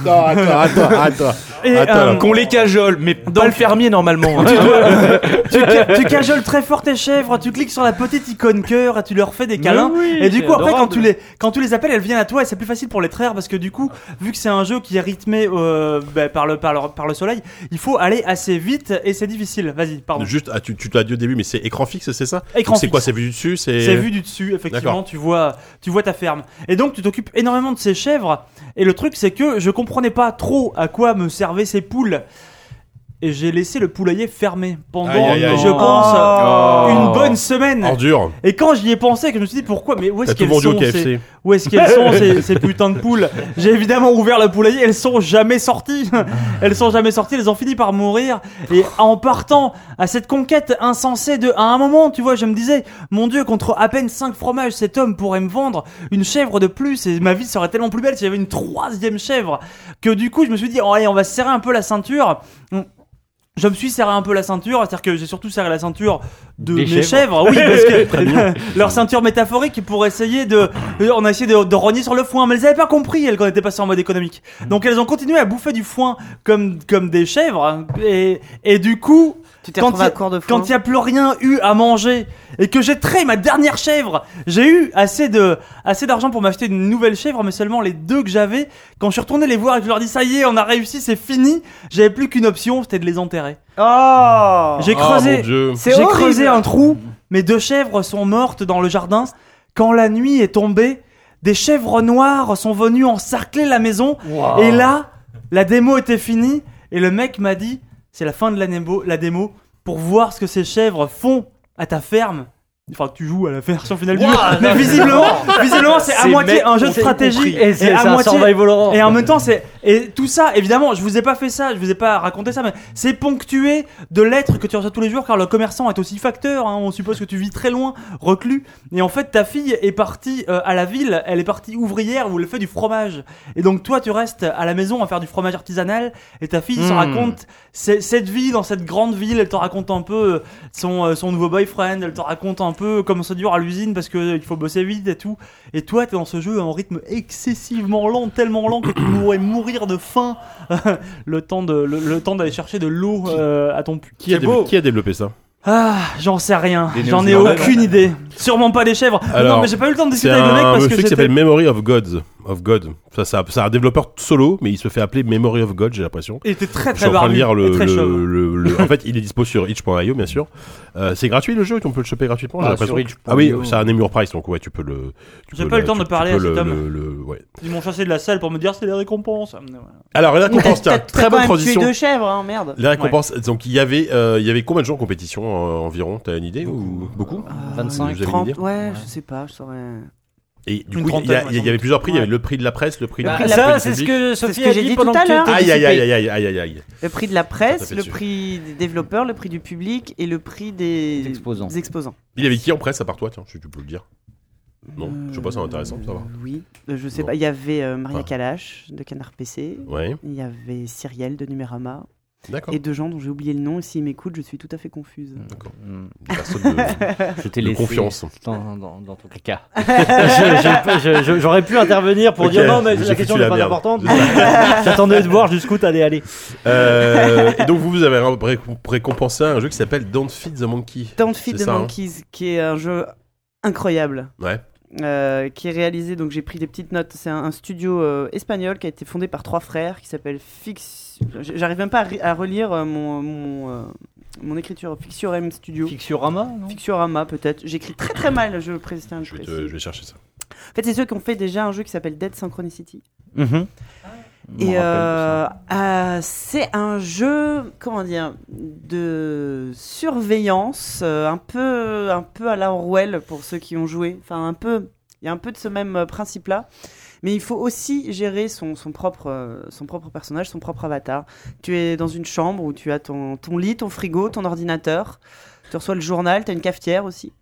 Speaker 2: Non, attends, attends, attends.
Speaker 5: Et,
Speaker 2: Attends,
Speaker 5: euh,
Speaker 2: là.
Speaker 7: Qu'on les cajole, mais pas le fermier normalement. hein.
Speaker 5: tu, ca- tu cajoles très fort tes chèvres, tu cliques sur la petite icône cœur, et tu leur fais des câlins.
Speaker 8: oui,
Speaker 5: et du
Speaker 8: c'est
Speaker 5: coup, après, quand
Speaker 8: adorable.
Speaker 5: tu, les, quand tu les appelles, elles viennent à toi et c'est plus facile pour les traire parce que du coup, vu que c'est un jeu qui est rythmé euh, bah, par, le, par, le, par le soleil, il faut aller assez vite et c'est difficile. Vas-y, pardon.
Speaker 2: Juste, ah, tu, tu l'as dit au début, mais c'est écran fixe, c'est ça
Speaker 5: Écran
Speaker 2: C'est quoi
Speaker 5: fixe.
Speaker 2: C'est vu du dessus
Speaker 5: C'est vu du dessus, effectivement,
Speaker 2: D'accord.
Speaker 5: tu vois, tu vois ta ferme. Et donc, tu t'occupes énormément de ces chèvres. Et le truc, c'est que je comprenais pas trop à quoi me servaient ces poules. Et j'ai laissé le poulailler fermé pendant,
Speaker 2: Aïe, aïe, aïe.
Speaker 5: je pense,
Speaker 7: Oh.
Speaker 5: une bonne semaine.
Speaker 2: Ordure.
Speaker 5: Et quand j'y ai pensé, que je me suis dit pourquoi, mais où est-ce
Speaker 2: T'as tout
Speaker 5: qu'elles
Speaker 2: vendu au
Speaker 5: sont ces-
Speaker 2: KFC.
Speaker 5: où est-ce qu'elles sont ces, ces putains de poules J'ai évidemment ouvert le poulailler, elles sont jamais sorties. Elles sont jamais sorties, elles ont fini par mourir. Et en partant à cette conquête insensée de, à un moment, tu vois, je me disais, mon Dieu, contre à peine 5 fromages, cet homme pourrait me vendre une chèvre de plus et ma vie serait tellement plus belle si j'avais une troisième chèvre. Que du coup, je me suis dit, oh, allez, on va serrer un peu la ceinture. Je me suis serré un peu la ceinture, c'est-à-dire que j'ai surtout serré la ceinture de
Speaker 4: Des
Speaker 5: mes chèvres, oui, parce que leur ceinture métaphorique pour essayer de, euh, on a essayé de, de rogner sur le foin, mais elles avaient pas compris elles quand on était passé en mode économique.
Speaker 2: Mm.
Speaker 5: Donc elles ont continué à bouffer du foin comme comme des chèvres hein, et et du coup
Speaker 3: Tu t'es
Speaker 5: Quand
Speaker 3: retrouvé
Speaker 5: il-
Speaker 3: à court de foin.
Speaker 5: quand il n'y a plus rien eu à manger et que j'ai trait ma dernière chèvre, j'ai eu assez de assez d'argent pour m'acheter une nouvelle chèvre, mais seulement les deux que j'avais. Quand je suis retourné les voir et que je leur dis ça y est, on a réussi, c'est fini, j'avais plus qu'une option, c'était de les enterrer.
Speaker 3: Oh
Speaker 5: J'ai creusé,
Speaker 2: Ah. mon dieu.
Speaker 3: C'est
Speaker 5: j'ai
Speaker 3: horrible.
Speaker 5: creusé un trou. Mes deux chèvres sont mortes dans le jardin. Quand la nuit est tombée, des chèvres noires sont venues encercler la maison.
Speaker 4: Oh.
Speaker 5: Et là, la démo était finie. Et le mec m'a dit c'est la fin de la démo, la démo pour voir ce que ces chèvres font à ta ferme. Enfin, tu joues à la version finale du jeu. Mais visiblement, visiblement c'est à
Speaker 8: Ces
Speaker 5: moitié
Speaker 8: mecs
Speaker 5: un jeu de
Speaker 8: ont
Speaker 5: stratégie.
Speaker 8: compris.
Speaker 4: Eh,
Speaker 8: Et c'est
Speaker 5: à
Speaker 8: c'est un
Speaker 5: moitié-
Speaker 8: survival horror.
Speaker 5: et
Speaker 4: Bah,
Speaker 5: en même temps, c'est et tout ça, évidemment, je vous ai pas fait ça, je vous ai pas raconté ça, mais c'est ponctué de lettres que tu reçois tous les jours, car le commerçant est aussi facteur. hein. on suppose que tu vis très loin, reclus, et en fait, ta fille est partie euh, à la ville, elle est partie ouvrière où elle fait du fromage, et donc toi, tu restes à la maison à faire du fromage artisanal, et ta fille se
Speaker 7: Hmm.
Speaker 5: raconte c- cette vie dans cette grande ville, elle te raconte un peu euh, son euh, son nouveau boyfriend, elle te raconte un peu comment se dure à l'usine parce que euh, il faut bosser vite et tout. Et toi, t'es dans ce jeu à un rythme excessivement lent, tellement lent que tu pourrais mourir de faim le temps de le, le temps d'aller chercher de l'eau euh, à ton puits.
Speaker 2: Qui a,
Speaker 5: beau.
Speaker 2: développé, qui a développé ça
Speaker 5: Ah, j'en sais rien.
Speaker 7: Des
Speaker 5: J'en ai
Speaker 7: Néo-Zélandais,
Speaker 5: aucune idée. Sûrement pas des chèvres.
Speaker 2: Alors,
Speaker 5: non, mais j'ai pas eu le temps de
Speaker 2: C'est
Speaker 5: discuter avec le mec
Speaker 2: un
Speaker 5: parce
Speaker 2: monsieur
Speaker 5: que
Speaker 2: qui
Speaker 5: j'étais.
Speaker 2: s'appelle Memory of Gods. Of God. Ça, ça, c'est un développeur solo, mais il se fait appeler Memory of God, j'ai l'impression.
Speaker 5: Il était très
Speaker 2: Je
Speaker 5: très
Speaker 2: suis en train de
Speaker 5: barbu
Speaker 2: lire le.
Speaker 5: et très
Speaker 2: le-
Speaker 5: chauve.
Speaker 2: le- le- en fait, il est dispo sur itch.io, bien sûr. Euh, c'est gratuit le jeu, on peut le choper gratuitement. j'ai
Speaker 4: Ah,
Speaker 2: l'impression.
Speaker 4: sur itch.io.
Speaker 2: Ah oui, c'est un Emure Price, donc ouais, tu peux le. tu
Speaker 5: J'ai
Speaker 2: peux
Speaker 5: pas eu le temps de
Speaker 2: tu-
Speaker 5: parler
Speaker 2: tu
Speaker 5: à cet
Speaker 2: peux le-
Speaker 5: homme.
Speaker 2: le- le- ouais.
Speaker 5: Ils m'ont chassé de la salle pour me dire c'est les récompenses. Mais voilà.
Speaker 2: Alors, la
Speaker 3: T'as-
Speaker 2: récompense,
Speaker 3: t'as-
Speaker 2: tiens,
Speaker 3: t'as
Speaker 2: très
Speaker 3: quand
Speaker 2: bonne
Speaker 3: même
Speaker 2: transition.
Speaker 3: tué deux chèvres, hein, merde.
Speaker 2: La récompense, donc il y avait, euh, il y avait combien de gens en compétition euh, environ T'as une idée ou beaucoup
Speaker 4: 25,
Speaker 2: Vous avez une
Speaker 3: 30,
Speaker 2: idée
Speaker 3: ouais, je sais pas, je saurais.
Speaker 2: Et du
Speaker 5: Une
Speaker 2: coup, il y, a-
Speaker 5: trentaine,
Speaker 2: il y avait plusieurs prix. Il y avait
Speaker 5: ouais.
Speaker 2: le prix de la presse, le prix de
Speaker 3: Le
Speaker 2: la
Speaker 3: prix de la
Speaker 8: Ça,
Speaker 2: presse,
Speaker 8: c'est
Speaker 2: le
Speaker 8: ce
Speaker 2: public.
Speaker 8: que
Speaker 3: Bah, C'est ce
Speaker 8: Sophie
Speaker 3: que
Speaker 8: a
Speaker 3: j'ai
Speaker 8: dit
Speaker 3: dit
Speaker 8: pendant
Speaker 3: tout à
Speaker 8: que tu
Speaker 3: l'heure.
Speaker 2: Aïe
Speaker 8: participais.
Speaker 2: aïe aïe aïe aïe aïe aïe aïe.
Speaker 3: Le prix de la
Speaker 2: Ça
Speaker 3: presse,
Speaker 2: fait
Speaker 3: le
Speaker 2: sûr.
Speaker 3: prix des développeurs, le prix du public et le prix des
Speaker 4: Des exposants.
Speaker 3: des exposants.
Speaker 2: Il y avait qui en presse à part toi Tiens, tu tu peux le dire. Non, je sais pas, c'est intéressant, ça va.
Speaker 3: Euh, Oui, Euh, je sais
Speaker 2: Non.
Speaker 3: pas. Il y avait euh, Maria
Speaker 2: Ah.
Speaker 3: Kalash de Canard PC.
Speaker 2: Ouais,
Speaker 3: Il y avait Cyrielle de Numérama
Speaker 2: d'accord.
Speaker 3: et deux gens dont j'ai oublié le nom. Et s'ils m'écoutent, je suis tout à fait confuse.
Speaker 2: Mm.
Speaker 4: Hum,
Speaker 2: Personne de-
Speaker 4: Je t'ai
Speaker 2: De
Speaker 4: laissé
Speaker 2: confiance.
Speaker 5: euh,
Speaker 4: Dans, dans- dans ton caca. Je- j'ai- je- je- J'aurais pu intervenir pour
Speaker 2: Ok,
Speaker 4: dire non, mais
Speaker 2: j'ai
Speaker 4: la question
Speaker 2: foutu
Speaker 4: n'est pas
Speaker 2: la merde.
Speaker 4: importante. J'attendais de voir jusqu'où t'allais aller.
Speaker 2: Euh, et donc vous, vous avez ré- récompensé un jeu qui s'appelle Don't Feed the Monkey.
Speaker 3: Don't Feed
Speaker 2: C'est
Speaker 3: the
Speaker 2: ça, hein.
Speaker 3: Monkeys, qui est un jeu incroyable.
Speaker 2: Ouais.
Speaker 3: Euh, qui est réalisé, donc j'ai pris des petites notes. C'est un, un studio euh, espagnol qui a été fondé par trois frères qui s'appelle Fix. j'- J'arrive même pas à, ri- à relire euh, mon, mon, euh, mon écriture Fixiorem Studio.
Speaker 4: Fixiorama, non
Speaker 3: Fixiorama, peut-être. J'écris très très mal, je le précise. je
Speaker 2: Je vais,
Speaker 3: précise.
Speaker 2: te- je vais chercher ça.
Speaker 3: En fait, c'est ceux qui ont fait déjà un jeu qui s'appelle Dead Synchronicity.
Speaker 4: Mhm. Je m'en rappelle de
Speaker 3: Et
Speaker 4: ça.
Speaker 3: euh, euh, c'est un jeu, comment dire, de surveillance, euh, un peu, un peu à la Orwell pour ceux qui ont joué. Enfin, un peu, il y a un peu de ce même euh, principe-là. Mais il faut aussi gérer son, son propre, euh, son propre personnage, son propre avatar. Tu es dans une chambre où tu as ton, ton lit, ton frigo, ton ordinateur. Tu reçois le journal, tu as une cafetière aussi.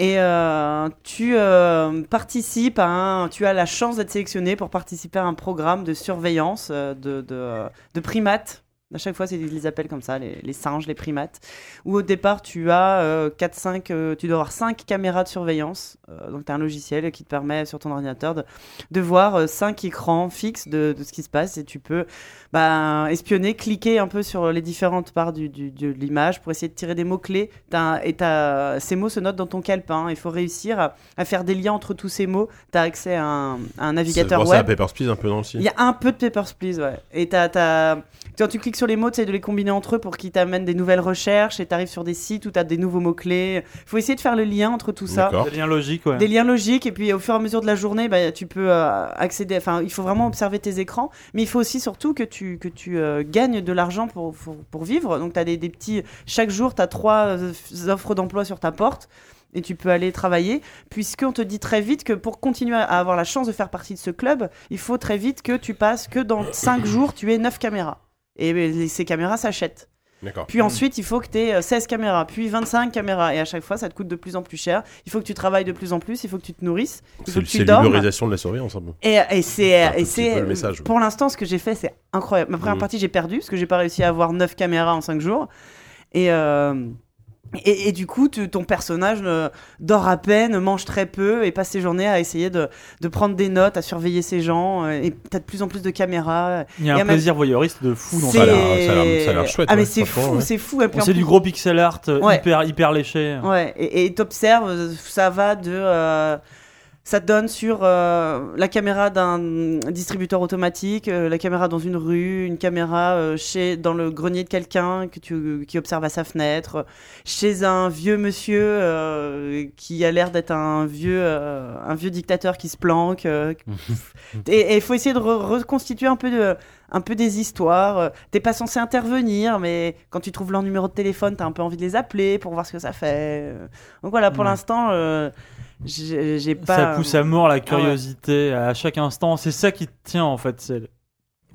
Speaker 3: Et euh, tu euh, participes à un, tu as la chance d'être sélectionné pour participer à un programme de surveillance euh, de, de, euh, de primates À chaque fois, c'est- ils les appellent comme ça, les, les singes, les primates. Où au départ, tu as euh, 4, 5, tu dois avoir 5 caméras de surveillance. Euh, donc, tu as un logiciel qui te permet sur ton ordinateur de, de voir 5 écrans fixes de, de ce qui se passe et tu peux bah, espionner, cliquer un peu sur les différentes parts du- du- de l'image pour essayer de tirer des mots-clés. T'as- Et t'as- ces mots se notent dans ton calepin. Il faut réussir à, à faire des liens entre tous ces mots. Tu as accès à un, à un navigateur
Speaker 2: ça, se voit ça à
Speaker 3: web.
Speaker 2: Papers, Please un peu dans le
Speaker 3: Il y
Speaker 2: style.
Speaker 3: a un peu de Papers, Please, ouais. Et t'as, t'as- quand tu cliques sur les mots, tu essaies de les combiner entre eux pour qu'ils t'amènent des nouvelles recherches et t'arrives sur des sites où t'as des nouveaux mots-clés. faut essayer de faire le lien entre tout ça.
Speaker 2: D'accord.
Speaker 5: Des liens logiques, ouais.
Speaker 3: Des liens logiques, et puis au fur et à mesure de la journée, bah, tu peux euh, accéder. Enfin, il faut vraiment observer tes écrans, mais il faut aussi surtout que tu, que tu euh, gagnes de l'argent pour, pour, pour vivre. Donc, tu as des, des petits. Chaque jour, tu as trois euh, offres d'emploi sur ta porte. Et tu peux aller travailler, puisqu'on te dit très vite que pour continuer à avoir la chance de faire partie de ce club, il faut très vite que tu passes que dans cinq jours, tu aies neuf caméras. Et euh, ces caméras s'achètent.
Speaker 2: D'accord.
Speaker 3: Puis ensuite, il faut que tu aies 16 caméras, puis 25 caméras. Et à chaque fois, ça te coûte de plus en plus cher. Il faut que tu travailles de plus en plus, il faut que tu te nourrisses, il
Speaker 2: C'est
Speaker 3: faut que
Speaker 2: c'est
Speaker 3: tu dormes.
Speaker 2: l'uberisation de la surveillance. un peu.
Speaker 3: Et, et c'est.
Speaker 2: un
Speaker 3: et
Speaker 2: petit
Speaker 3: c'est-
Speaker 2: peu le message.
Speaker 3: Pour l'instant, ce que j'ai fait, c'est incroyable. Ma première
Speaker 2: Mhm.
Speaker 3: partie, j'ai perdu, parce que j'ai pas réussi à avoir 9 caméras en 5 jours. Et. euh, et, et du coup, tu- ton personnage euh, dort à peine, mange très peu et passe ses journées à essayer de, de prendre des notes, à surveiller ses gens. euh, Et t'as de plus en plus de caméras.
Speaker 5: Il y a
Speaker 3: Il y
Speaker 5: un
Speaker 3: a même-
Speaker 5: plaisir voyeur de fou dans
Speaker 2: Ça
Speaker 5: ça.
Speaker 2: a l'air- ça a l'air- ça a l'air chouette,
Speaker 3: Ah, mais
Speaker 2: ouais,
Speaker 3: c'est
Speaker 2: franchement,
Speaker 3: fou,
Speaker 2: ouais.
Speaker 3: c'est fou. Et puis en
Speaker 5: C'est
Speaker 3: plus-
Speaker 5: du gros pixel art euh,
Speaker 3: Ouais.
Speaker 5: hyper, hyper léché.
Speaker 3: Ouais, et et t'observes, euh, ça va de. euh, ça te donne sur euh, la caméra d'un distributeur automatique, euh, la caméra dans une rue, une caméra euh, chez, dans le grenier de quelqu'un que tu, qui observe à sa fenêtre, euh, chez un vieux monsieur euh, qui a l'air d'être un vieux, euh, un vieux dictateur qui se planque. euh, et il faut essayer de re- reconstituer un peu de, un peu des histoires. euh, T'es pas censé intervenir, mais quand tu trouves leur numéro de téléphone, t'as un peu envie de les appeler pour voir ce que ça fait. euh. Donc voilà, pour
Speaker 5: Ouais.
Speaker 3: l'instant, euh, j'ai j'ai pas.
Speaker 5: Ça pousse à mort la
Speaker 3: Ah ouais.
Speaker 5: curiosité à chaque instant. C'est ça qui te tient en fait. C'est le-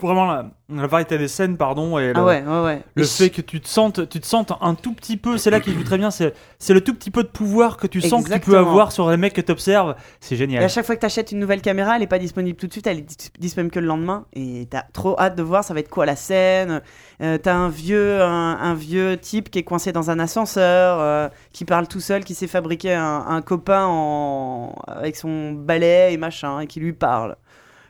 Speaker 5: vraiment la, la variété des scènes, pardon, et le,
Speaker 3: Ah ouais, ouais, ouais.
Speaker 5: le
Speaker 3: Et
Speaker 5: fait que tu te sentes, tu te sentes un tout petit peu. C'est là qui joue très bien. C'est c'est le tout petit peu de pouvoir que tu sens que tu peux
Speaker 3: Exactement.
Speaker 5: avoir sur les mecs que t'observes. C'est
Speaker 3: Et à
Speaker 5: génial.
Speaker 3: chaque fois que tu achètes une nouvelle caméra, elle n'est pas disponible tout de suite, elle est dis- disponible que le lendemain. Et t'as trop hâte de voir, ça va être quoi la scène. Euh, t'as un vieux, un, un vieux type qui est coincé dans un ascenseur, euh, qui parle tout seul, qui s'est fabriqué un, un copain en... avec son balai et machin, et qui lui parle.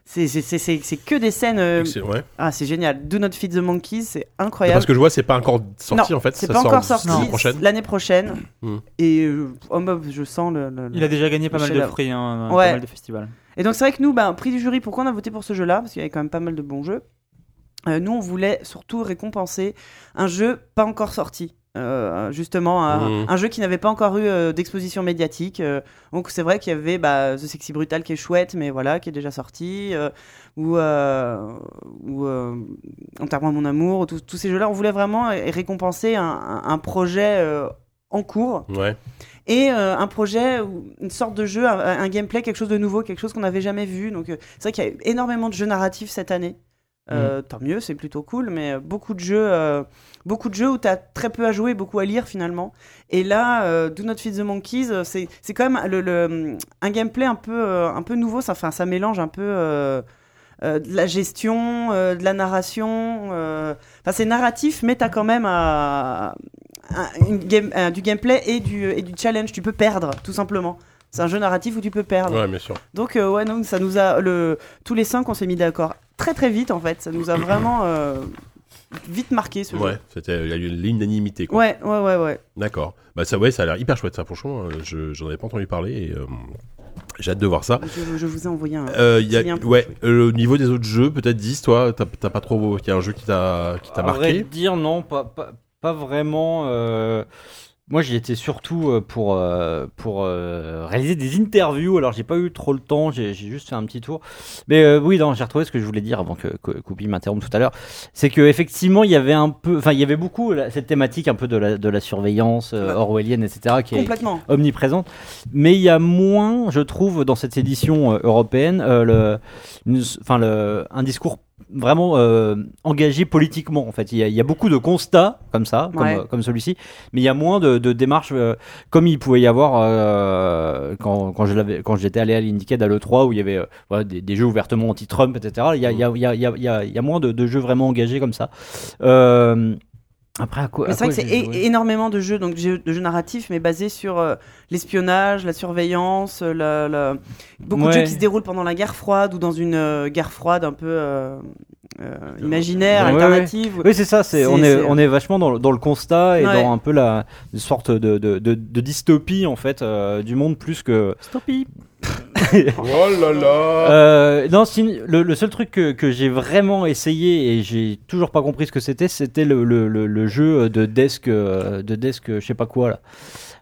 Speaker 3: C'est c'est- c'est- c'est- c'est que des scènes. euh,
Speaker 2: C'est- ouais.
Speaker 3: Ah, c'est génial. Do not feed the monkeys, c'est
Speaker 2: Parce
Speaker 3: incroyable.
Speaker 2: que je vois, c'est pas encore sorti en fait.
Speaker 3: C'est
Speaker 2: ça
Speaker 3: pas
Speaker 2: sort
Speaker 3: encore sorti.
Speaker 2: l'année prochaine.
Speaker 3: L'année prochaine.
Speaker 2: Hmm.
Speaker 3: Et euh, oh, bah, je sens le. le- le-
Speaker 5: Il a déjà gagné pas mal de
Speaker 3: Chef-d'œuvre.
Speaker 5: prix, hein,
Speaker 3: Ouais.
Speaker 5: pas mal de festivals.
Speaker 3: Et donc c'est vrai que nous, ben, prix du jury, pourquoi on a voté pour ce jeu-là Parce qu'il y avait quand même pas mal de bons jeux. Euh, nous, on voulait surtout récompenser un jeu pas encore sorti. Euh, justement, un,
Speaker 2: Mhm.
Speaker 3: un jeu qui n'avait pas encore eu euh, d'exposition médiatique. Euh, donc c'est vrai qu'il y avait bah, The Sexy Brutal qui est chouette, mais voilà, qui est déjà sorti. euh, ou euh, ou euh, Enterre-moi mon amour, ou tous tous ces jeux-là. On voulait vraiment euh, récompenser un, un- un projet euh, en cours
Speaker 2: Ouais.
Speaker 3: et euh, un projet, ou une sorte de jeu, un, un gameplay, quelque chose de nouveau, quelque chose qu'on n'avait jamais vu. Donc euh, c'est vrai qu'il y a eu énormément de jeux narratifs cette année. Euh, Tant mieux, c'est plutôt cool, mais euh, beaucoup de jeux, euh, beaucoup de jeux où t'as très peu à jouer, beaucoup à lire finalement. Et là, euh, Do Not Feed the Monkeys, euh, c'est c'est quand même le, le- un gameplay un peu, euh, un peu nouveau. Ça, enfin, ça mélange un peu euh, euh, de la gestion, euh, de la narration. euh, Enfin, c'est narratif, mais t'as quand même à, un- une game- euh, du gameplay et du, et du challenge. Tu peux perdre, tout simplement. C'est un jeu narratif où tu peux perdre.
Speaker 2: Ouais, bien sûr.
Speaker 3: Donc, euh, ouais, non, ça nous a. Le, tous les cinq, on s'est mis d'accord très très vite en fait. Ça nous a vraiment euh, vite marqué ce
Speaker 2: Ouais.
Speaker 3: jeu.
Speaker 2: C'était, il y a eu l'unanimité. quoi.
Speaker 3: Ouais, ouais, ouais, ouais.
Speaker 2: D'accord. Bah ça, ouais, ça a l'air hyper chouette. Ça, franchement, euh, je, j'en avais pas entendu parler. Et, euh, j'ai hâte de voir ça.
Speaker 3: Je, je vous ai envoyé un.
Speaker 2: Euh, il y a-
Speaker 3: C'est bien pour
Speaker 2: ouais,
Speaker 3: jouer.
Speaker 2: euh, au niveau des autres jeux, peut-être 10, toi, t'as, t'as pas trop. Il y a un jeu qui t'a, qui t'a
Speaker 3: Ah,
Speaker 4: À vrai
Speaker 2: marqué.
Speaker 4: dire non, pas, pas, pas vraiment. euh, Moi, j'y étais surtout euh, pour, euh, pour euh, réaliser des interviews. Alors, j'ai pas eu trop le temps, j'ai j'ai juste fait un petit tour. Mais euh, oui, non, j'ai retrouvé ce que je voulais dire avant que, que Koupi m'interrompe tout à l'heure. C'est que effectivement, il y avait un peu, enfin, il y avait beaucoup là, cette thématique un peu de la, de la surveillance euh,
Speaker 3: Ouais.
Speaker 4: orwellienne, etc., qui est,
Speaker 3: Complètement.
Speaker 4: omniprésente. Mais il y a moins, je trouve, dans cette édition euh, européenne, euh, le, une- enfin, le, un discours vraiment euh, engagé politiquement en fait. Il y, a, il y a beaucoup de constats comme ça, comme,
Speaker 3: Ouais.
Speaker 4: euh, comme celui-ci, mais il y a moins de, de démarches euh, comme il pouvait y avoir euh, quand, quand je l'avais- quand j'étais allé à l'Indiecade à l'E3 où il y avait euh, voilà, des, des jeux ouvertement anti-Trump, etc. Il y a, il y a- il y a- il y a- il y a- il y a moins de, de jeux vraiment engagés comme ça. Euh, Bah, après, à quoi
Speaker 3: Mais
Speaker 4: à
Speaker 3: c'est vrai que
Speaker 4: quoi
Speaker 3: c'est
Speaker 4: j'ai
Speaker 3: é-
Speaker 4: joué
Speaker 3: énormément de jeux, donc jeux- de jeux narratifs, mais basés sur euh, l'espionnage, la surveillance, euh, la, la- beaucoup
Speaker 4: Ouais.
Speaker 3: de jeux qui se déroulent pendant la guerre froide ou dans une euh, guerre froide un peu euh, euh, imaginaire,
Speaker 4: Ouais, ouais, ouais.
Speaker 3: alternative.
Speaker 4: Oui, c'est ça. C'est
Speaker 3: C'est-
Speaker 4: on est,
Speaker 3: c'est-
Speaker 4: on est vachement dans, le- dans le constat et
Speaker 3: Ouais.
Speaker 4: dans un peu la une sorte de, de, de, de dystopie en fait euh, du monde plus que.
Speaker 3: Dystopie.
Speaker 2: Oh là là
Speaker 4: Euh, non, si- le, le seul truc que, que j'ai vraiment essayé et j'ai toujours pas compris ce que c'était, c'était le, le, le, le jeu de desk euh, de desk euh, je sais pas quoi là.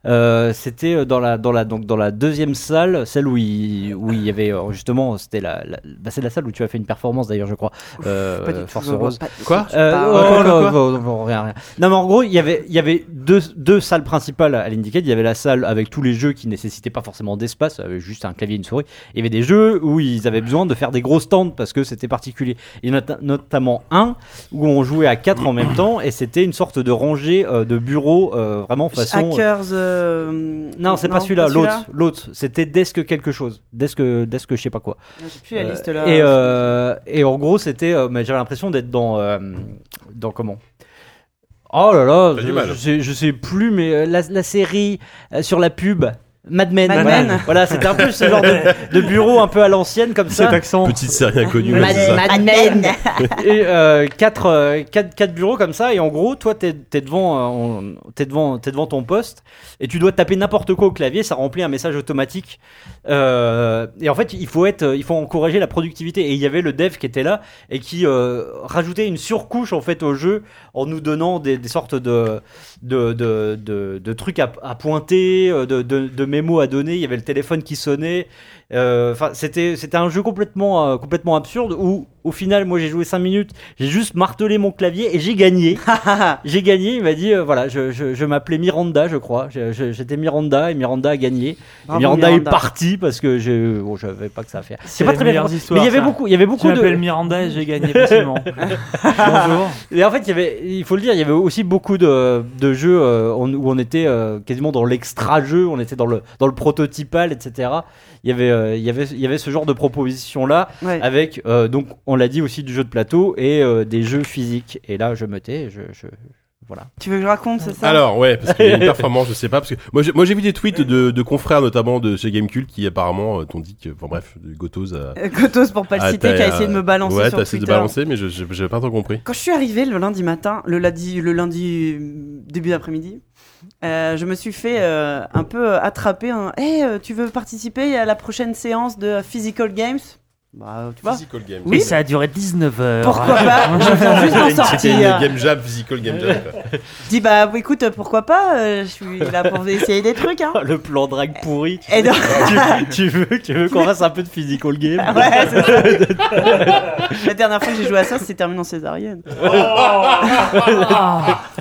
Speaker 4: Euh, c'était dans la dans la donc dans la deuxième salle, celle où il où il y avait euh, justement c'était la, la- bah, c'est la salle où tu as fait une performance d'ailleurs je crois. Euh,
Speaker 3: Pas du tout,
Speaker 4: Force
Speaker 3: je vois
Speaker 4: Rose.
Speaker 3: pas-
Speaker 2: Quoi
Speaker 3: je
Speaker 4: Euh,
Speaker 3: parle.
Speaker 4: oh,
Speaker 2: quoi,
Speaker 4: non,
Speaker 2: quoi,
Speaker 4: bon, bon, rien, rien. Non, mais en gros, il y avait, il y avait deux, deux salles principales à l'Indiecade. Il y avait la salle avec tous les jeux qui nécessitaient pas forcément d'espace, euh, juste un clavier et une souris. Il y avait des jeux où ils avaient besoin de faire des gros stands parce que c'était particulier. Il y en a ta- notamment un où on jouait à quatre en même temps et c'était une sorte de rangée euh, de bureaux euh, vraiment façon.
Speaker 3: Hackers. euh,
Speaker 4: Non, c'est pas celui-là,
Speaker 3: pas
Speaker 4: l'autre, l'autre. C'était Desk quelque chose, Desk, Desk, je sais pas quoi.
Speaker 3: Non, J'ai plus la
Speaker 4: Euh,
Speaker 3: liste là.
Speaker 4: Et, euh, et en gros, c'était. euh, mais J'avais l'impression d'être dans. euh, dans comment Oh là là,
Speaker 2: T'as
Speaker 4: je,
Speaker 2: du mal.
Speaker 4: je sais, je sais plus, mais euh, la, la série euh, sur la pub. Mad Men.
Speaker 3: Mad
Speaker 4: voilà.
Speaker 3: Men.
Speaker 4: Voilà, c'était un peu ce genre de, de bureau un peu à l'ancienne comme ça.
Speaker 5: Cet accent.
Speaker 2: Euh, Petite série inconnue,
Speaker 3: Mad-
Speaker 2: ouais, c'est ça.
Speaker 3: Mad Men.
Speaker 4: Et euh, quatre, euh, quatre, quatre bureaux comme ça, et en gros, toi, t'es es devant, euh, on- t'es devant, t'es devant ton poste, et tu dois taper n'importe quoi au clavier, ça remplit un message automatique. Euh, et en fait, il faut être, euh, il faut encourager la productivité. Et il y avait le dev qui était là et qui euh, rajoutait une surcouche en fait au jeu en nous donnant des, des sortes de de, de, de, de trucs à, à pointer, euh, de, de, de mémos à donner. Il y avait le téléphone qui sonnait. Euh, Enfin, c'était c'était un jeu complètement euh, complètement absurde où au final, moi, j'ai joué 5 minutes, j'ai juste martelé mon clavier et j'ai gagné. j'ai gagné. Il m'a dit euh, voilà, je, je, je m'appelais Miranda, je crois. Je- je- J'étais Miranda et Miranda a gagné.
Speaker 5: Ah,
Speaker 3: Bravo,
Speaker 4: Miranda,
Speaker 3: Miranda.
Speaker 4: est parti parce que je bon, j'avais pas que ça à faire.
Speaker 5: C'est
Speaker 4: pas
Speaker 5: les
Speaker 4: très bien.
Speaker 5: meilleures
Speaker 4: Mais il y
Speaker 5: histoires,
Speaker 4: avait
Speaker 5: ça.
Speaker 4: beaucoup, il y avait
Speaker 5: Je
Speaker 4: beaucoup de.
Speaker 5: m'appelle Miranda et j'ai gagné facilement. Bonjour.
Speaker 4: Et en fait, il y avait, il faut le dire, il y avait aussi beaucoup de, de jeux euh, on- où on était euh, quasiment dans l'extra-jeu, on était dans le, dans le prototypal, etc. Il y avait, euh, il y avait, il y avait ce genre de proposition-là,
Speaker 3: Ouais.
Speaker 4: avec, euh, donc, on l'a dit aussi, du jeu de plateau et euh, des jeux physiques. Et là, je me tais, je, je- voilà.
Speaker 3: Tu veux que je raconte, c'est ça
Speaker 2: Alors ouais, parce qu'il y a une performance, je sais pas, parce que moi j'ai, moi, j'ai vu des tweets de, de confrères notamment de chez Gamecube qui apparemment euh, t'ont dit que, enfin bref, Gotos a,
Speaker 3: Euh, Gotos, pour pas le
Speaker 2: a-
Speaker 3: citer,
Speaker 2: Ah, t'as-
Speaker 3: qui a essayé de me balancer
Speaker 2: Ouais,
Speaker 3: sur
Speaker 2: t'as
Speaker 3: Twitter.
Speaker 2: essayé de balancer, mais je, je- j'avais pas trop compris.
Speaker 3: Quand je suis arrivée le lundi matin, le lundi, le lundi euh, début d'après-midi, euh, je me suis fait euh, un peu attraper un Eh, euh, tu veux participer à la prochaine séance de Physical Games Bah, tu vois.
Speaker 2: Physical Game.
Speaker 3: Oui,
Speaker 8: Ça a duré 19 heures.
Speaker 3: Pourquoi pas Je viens juste d'en
Speaker 2: C'était une
Speaker 3: sortir.
Speaker 2: game jam, physical game
Speaker 3: Euh,
Speaker 2: jam.
Speaker 3: Je dis Bah, écoute, pourquoi pas euh, Je suis là pour essayer des trucs. Hein.
Speaker 4: Le plan drague pourri. Tu,
Speaker 3: Et donc-
Speaker 4: tu veux, tu veux qu'on fasse un peu de physical game
Speaker 3: Ouais, c'est ça. La dernière fois que j'ai joué à ça, c'est terminé en césarienne.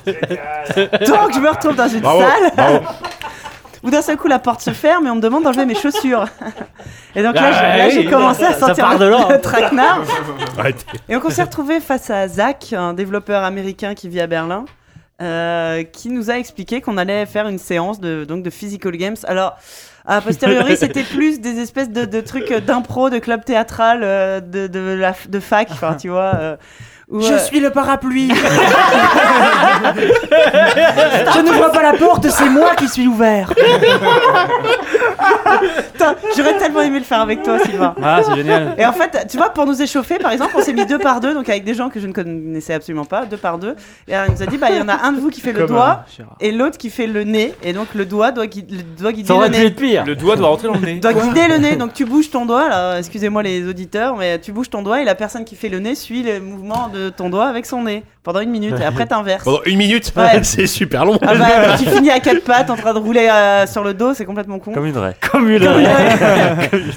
Speaker 3: Donc je me retrouve dans une
Speaker 2: Bravo,
Speaker 3: salle
Speaker 2: bravo.
Speaker 3: où d'un seul coup la porte se ferme et on me demande d'enlever mes chaussures. Et donc là, je- là, j'ai commencé à
Speaker 4: Ah, Ça
Speaker 3: sentir
Speaker 4: part
Speaker 3: le-
Speaker 4: de là, hein.
Speaker 3: le traquenard.
Speaker 2: Arrêtez.
Speaker 3: Et donc on s'est retrouvé face à Zach, un développeur américain qui vit à Berlin, euh, qui nous a expliqué qu'on allait faire une séance de, donc de physical games. Alors, a posteriori, c'était plus des espèces de, de trucs d'impro, de club théâtral, euh, de, de, la, de fac, enfin, tu vois. euh, où, euh,
Speaker 8: suis le parapluie.
Speaker 3: je ne vois pas la porte, c'est moi qui suis ouvert. Putain, J'aurais tellement aimé le faire avec toi, Sylvain.
Speaker 5: Ah, c'est génial.
Speaker 3: Et en fait, tu vois, pour nous échauffer, par exemple, on s'est mis deux par deux, donc avec des gens que je ne connaissais absolument pas, deux par deux. Et alors, il nous a dit, bah, il y en a un de vous qui fait le doigt et l'autre qui fait le nez. Et donc, le doigt doit, gui- le doigt guider
Speaker 4: Ça
Speaker 3: le
Speaker 4: aurait pu
Speaker 3: nez.
Speaker 4: être pire.
Speaker 7: Le doigt doit rentrer dans le nez.
Speaker 3: Doit guider le nez. Donc, tu bouges ton doigt, là, excusez-moi les auditeurs, mais tu bouges ton doigt et la personne qui fait le nez suit le mouvement de ton doigt avec son nez pendant une minute. Et après, t'inverses.
Speaker 2: Pendant une minute,
Speaker 3: Ouais.
Speaker 2: c'est super long.
Speaker 3: Ah bah, quand tu finis à quatre pattes en train de rouler euh, sur le dos, c'est complètement con.
Speaker 6: Comme une vraie.
Speaker 4: Comme une-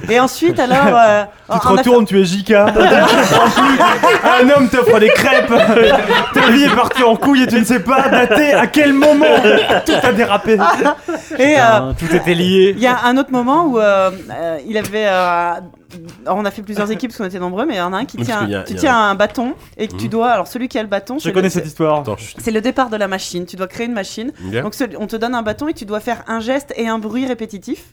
Speaker 3: Et ensuite, alors. euh, en-
Speaker 5: Tu te
Speaker 3: en
Speaker 5: retournes, tu es JK. Un homme t'offre des crêpes. Ta vie est partie en couille et tu ne sais pas dater à quel moment tout a dérapé.
Speaker 3: affaire- Et euh,
Speaker 4: Tout était lié.
Speaker 3: il y a un autre moment où euh, euh, il avait euh, alors, on a fait plusieurs équipes parce qu'on était nombreux, mais il y en a un qui
Speaker 2: Parce
Speaker 3: tient,
Speaker 2: qu'il y a-
Speaker 3: tu
Speaker 2: il y a
Speaker 3: tiens un bâton et que tu
Speaker 2: Mhm.
Speaker 3: dois. Alors celui qui a le bâton,
Speaker 5: Je
Speaker 3: c'est
Speaker 5: connais
Speaker 3: le-
Speaker 5: cette histoire.
Speaker 2: Attends, je suis
Speaker 3: c'est le départ de la machine. Tu dois créer une machine.
Speaker 2: bien.
Speaker 3: Donc celui- on te donne un bâton et tu dois faire un geste et un bruit répétitif.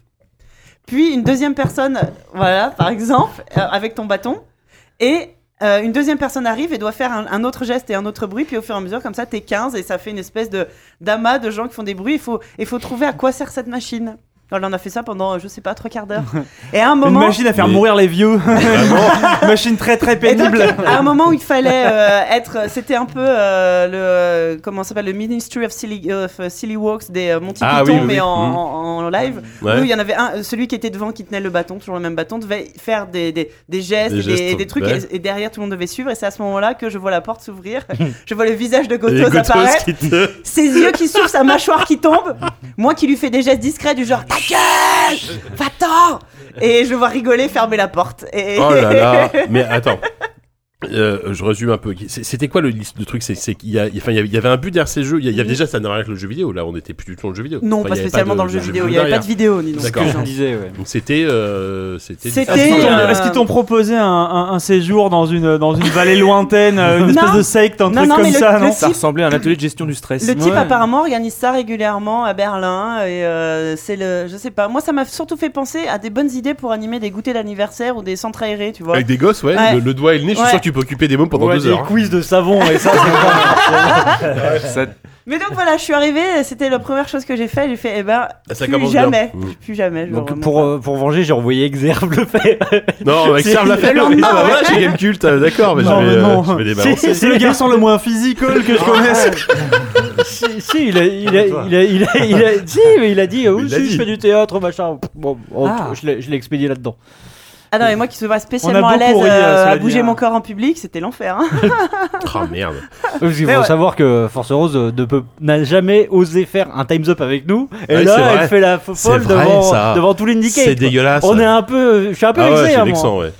Speaker 3: Puis une deuxième personne, voilà, par exemple, euh, avec ton bâton. Et euh, une deuxième personne arrive et doit faire un, un autre geste et un autre bruit. Puis au fur et à mesure, comme ça, t'es 15 et ça fait une espèce de d'amas de gens qui font des bruits. Il faut, il faut trouver à quoi sert cette machine. Alors, on a fait ça pendant, je sais pas, trois quarts d'heure. Et à un
Speaker 5: Une
Speaker 3: moment, Ah
Speaker 5: machine à faire
Speaker 2: Mais-
Speaker 5: mourir les vieux. machine très très
Speaker 3: et donc,
Speaker 5: pénible.
Speaker 3: à un moment où il fallait euh, être, c'était un peu euh, le euh, comment ça s'appelle le Ministry of Silly, of Silly Walks des euh, Monty
Speaker 2: Ah
Speaker 3: Python,
Speaker 2: oui, oui,
Speaker 3: mais
Speaker 2: oui.
Speaker 3: En,
Speaker 2: Mhm.
Speaker 3: en- en live.
Speaker 2: Ouais.
Speaker 3: Où il y en avait un, euh, celui qui était devant, qui tenait le bâton, toujours le même bâton, devait faire des, des, des gestes,
Speaker 2: Des
Speaker 3: des,
Speaker 2: gestes,
Speaker 3: des trucs,
Speaker 2: ouais.
Speaker 3: et, et derrière tout le monde devait suivre. Et c'est à ce moment-là que je vois la porte s'ouvrir, je vois le visage de
Speaker 2: Et
Speaker 3: Gotos
Speaker 2: Gotos
Speaker 3: apparaître,
Speaker 2: qui te-
Speaker 3: ses yeux qui s'ouvrent, sa mâchoire qui tombe, moi qui lui fais des gestes discrets du genre ta gueule, va-t'en, et je le vois rigoler, fermer la porte. Et...
Speaker 2: Oh là là Mais attends. Euh, je résume un peu. C'est- C'était quoi le, le truc C'est c'est qu'il y, a- enfin, il y avait- il y avait un but derrière ces jeux. Il y, a- il y a déjà ça n'a rien à voir avec le jeu vidéo. Là, on était plus du tout dans le jeu vidéo.
Speaker 3: Mm-hmm. Non,
Speaker 2: Enfin,
Speaker 3: pas
Speaker 2: il y avait
Speaker 3: spécialement
Speaker 2: de-
Speaker 3: dans le
Speaker 2: de
Speaker 3: jeu vidéo. Il n'y avait
Speaker 2: derrière.
Speaker 3: pas de vidéo, ni non.
Speaker 2: D'accord.
Speaker 4: Je disais, ouais.
Speaker 2: Donc c'était, euh, c'était. du-
Speaker 3: C'était-
Speaker 5: Est-ce qu'ils t'ont-
Speaker 3: euh,
Speaker 5: est-ce qu'ils t'ont proposé un, un- un séjour dans une, dans une vallée lointaine, euh, une espèce
Speaker 3: Non.
Speaker 5: de secte, un
Speaker 3: Non,
Speaker 5: truc
Speaker 3: non,
Speaker 5: comme
Speaker 3: mais le-
Speaker 5: ça,
Speaker 3: le
Speaker 5: non
Speaker 7: Ça
Speaker 3: type-
Speaker 7: ressemblait à un atelier de gestion du stress.
Speaker 3: Le type
Speaker 7: Ouais.
Speaker 3: apparemment organise ça régulièrement à Berlin et euh, c'est le, je sais pas. Moi, ça m'a surtout fait penser à des bonnes idées pour animer des goûters d'anniversaire ou des centres aérés, tu vois.
Speaker 2: Avec des gosses, ouais.
Speaker 3: Ouais.
Speaker 2: Le, le doigt et le nez. Je suis
Speaker 3: Ouais.
Speaker 2: sûr que tu peux occuper des mômes pendant
Speaker 4: Ouais,
Speaker 2: deux
Speaker 4: des
Speaker 2: heures. hein.
Speaker 4: quiz de savon et ça, c'est
Speaker 7: Ça-
Speaker 3: Mais donc voilà, je suis arrivée, c'était la première chose que j'ai fait. J'ai fait, eh ben,
Speaker 2: Ah, Ça
Speaker 3: plus
Speaker 2: commence bien.
Speaker 3: jamais,
Speaker 2: Mmh.
Speaker 3: plus jamais. je
Speaker 4: Donc
Speaker 3: remonte
Speaker 4: pour,
Speaker 3: pas.
Speaker 4: euh, pour venger, j'ai envoyé Exerve le fait.
Speaker 2: Non, avec
Speaker 4: C'est-
Speaker 2: Serve l'a
Speaker 4: le
Speaker 2: fait. Ah,
Speaker 4: lendemain,
Speaker 2: bah
Speaker 4: ouais.
Speaker 2: voilà, chez Gamekult, euh, d'accord, mais je
Speaker 5: Non,
Speaker 2: vais,
Speaker 5: mais
Speaker 2: euh,
Speaker 5: non.
Speaker 2: je vais les
Speaker 4: Si, si,
Speaker 2: balancer.
Speaker 5: C'est le garçon le moins physical
Speaker 3: Ah.
Speaker 5: que je connaisse.
Speaker 4: si, si, il a, il a, il a, il a, il a- si, mais Ah, il a dit, euh, oui,
Speaker 2: Il l'a
Speaker 4: si,
Speaker 2: dit.
Speaker 4: je fais du théâtre, machin. Bon, en tout,
Speaker 5: Ah.
Speaker 4: je l'ai- je l'ai expédié là-dedans.
Speaker 3: Ah non, et moi qui se vois spécialement
Speaker 5: On a
Speaker 3: à
Speaker 5: beaucoup
Speaker 3: l'aise
Speaker 5: ri, euh,
Speaker 3: euh,
Speaker 5: cela
Speaker 3: à
Speaker 5: dit,
Speaker 3: bouger
Speaker 5: hein.
Speaker 3: mon corps en public, c'était l'enfer. hein.
Speaker 2: Oh merde.
Speaker 4: Oui, Parce qu'il
Speaker 3: Mais
Speaker 4: faut
Speaker 3: ouais.
Speaker 4: savoir que Force Rose euh, ne peut- n'a jamais osé faire un time's up avec nous. Et
Speaker 2: Ouais, c'est
Speaker 4: là,
Speaker 2: vrai.
Speaker 4: elle fait la fo-
Speaker 2: C'est
Speaker 4: folle
Speaker 2: vrai,
Speaker 4: devant,
Speaker 2: ça.
Speaker 4: devant tout l'indicate.
Speaker 2: C'est dégueulasse.
Speaker 4: On est un
Speaker 3: euh,
Speaker 4: peu, je suis un peu
Speaker 2: Ah ouais,
Speaker 4: vexé,
Speaker 2: c'est
Speaker 4: hein, moi.
Speaker 2: vexant, ouais.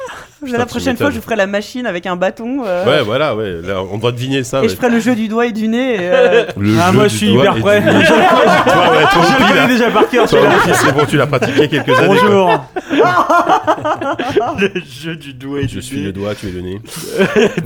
Speaker 2: Putain,
Speaker 3: la
Speaker 2: tu
Speaker 3: prochaine
Speaker 2: m'étonnes.
Speaker 3: fois, je ferai la machine avec un bâton. euh,
Speaker 2: Ouais, voilà, ouais. Là, on doit deviner ça.
Speaker 3: Et
Speaker 2: ouais.
Speaker 3: je ferai le jeu du doigt et du nez. et, euh,
Speaker 2: Le
Speaker 5: Ah,
Speaker 2: jeu
Speaker 5: moi,
Speaker 2: du
Speaker 5: je suis
Speaker 2: doigt
Speaker 5: hyper
Speaker 2: et du
Speaker 5: prêt.
Speaker 2: nez. toi, ouais, toi,
Speaker 5: Je le
Speaker 2: Whoopi,
Speaker 5: connais
Speaker 2: là.
Speaker 5: déjà par cœur.
Speaker 2: Toi, Whoopi, c'est bon, tu l'as pratiqué quelques années. quoi.
Speaker 5: Bonjour.
Speaker 2: Je suis le doigt, tu es le nez.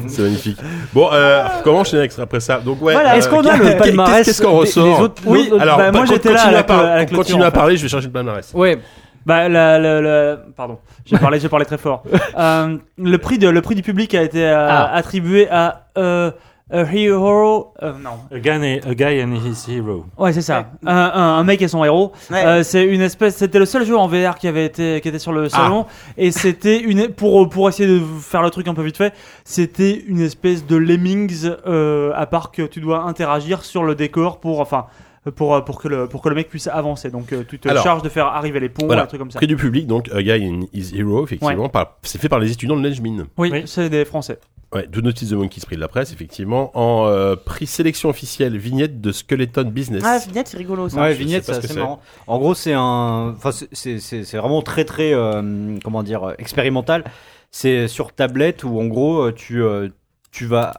Speaker 2: c'est magnifique. Bon, euh, comment enchaîner après ça Donc, ouais.
Speaker 3: Voilà,
Speaker 2: euh,
Speaker 4: Est-ce qu'on a
Speaker 2: qu'est-
Speaker 4: le palmarès
Speaker 2: Qu'est-ce qu'on
Speaker 4: des-
Speaker 2: ressort
Speaker 4: des autres-
Speaker 5: Oui,
Speaker 4: l'autre-
Speaker 2: Alors,
Speaker 5: bah, moi,
Speaker 2: pas-
Speaker 5: j'étais là
Speaker 2: continue
Speaker 5: à la
Speaker 2: à
Speaker 5: clo- à la
Speaker 2: parler.
Speaker 5: clôture,
Speaker 2: Continue
Speaker 5: en
Speaker 2: à
Speaker 5: fait.
Speaker 2: parler, je vais chercher le palmarès.
Speaker 4: Ouais,
Speaker 5: Bah, la, la- la- Pardon, j'ai parlé, j'ai parlé très fort. Euh, le, prix de, le prix du public a été euh,
Speaker 4: Ah.
Speaker 5: attribué à euh, a Hero. euh, non.
Speaker 6: A guy, and- a guy and his hero.
Speaker 5: Ouais, c'est ça. Un, un- un mec et son héros.
Speaker 3: ouais.
Speaker 5: Euh, c'est une espèce. C'était le seul jeu en VR qui avait été qui était sur
Speaker 4: Ah.
Speaker 5: le salon et c'était une pour pour essayer de faire le truc un peu vite fait. C'était une espèce de lemmings euh, à part que tu dois interagir sur le décor pour enfin pour pour que le pour que le mec puisse avancer. Donc euh, tu te
Speaker 2: Alors.
Speaker 5: charges de faire arriver les ponts,
Speaker 2: Voilà.
Speaker 5: un truc comme ça.
Speaker 2: Prix du public, donc A Guy in His Hero, effectivement, par- c'est fait par les étudiants de l'Engmin.
Speaker 5: Oui,
Speaker 6: Oui.
Speaker 5: c'est des Français.
Speaker 2: Ouais, d'où Notice the Monkeys, prix de la presse, effectivement, en euh, prix sélection officielle, vignette de Skeleton Business.
Speaker 3: Ah, vignette, c'est rigolo ça.
Speaker 4: Ouais,
Speaker 2: je
Speaker 4: vignette,
Speaker 2: sais
Speaker 4: c'est
Speaker 2: pas ce que
Speaker 4: assez
Speaker 2: c'est.
Speaker 4: marrant. En gros, c'est un. Enfin, c'est- c'est c'est- c'est vraiment très, très. euh, comment dire euh, Expérimental. C'est sur tablette où, en gros, euh, tu, euh, tu vas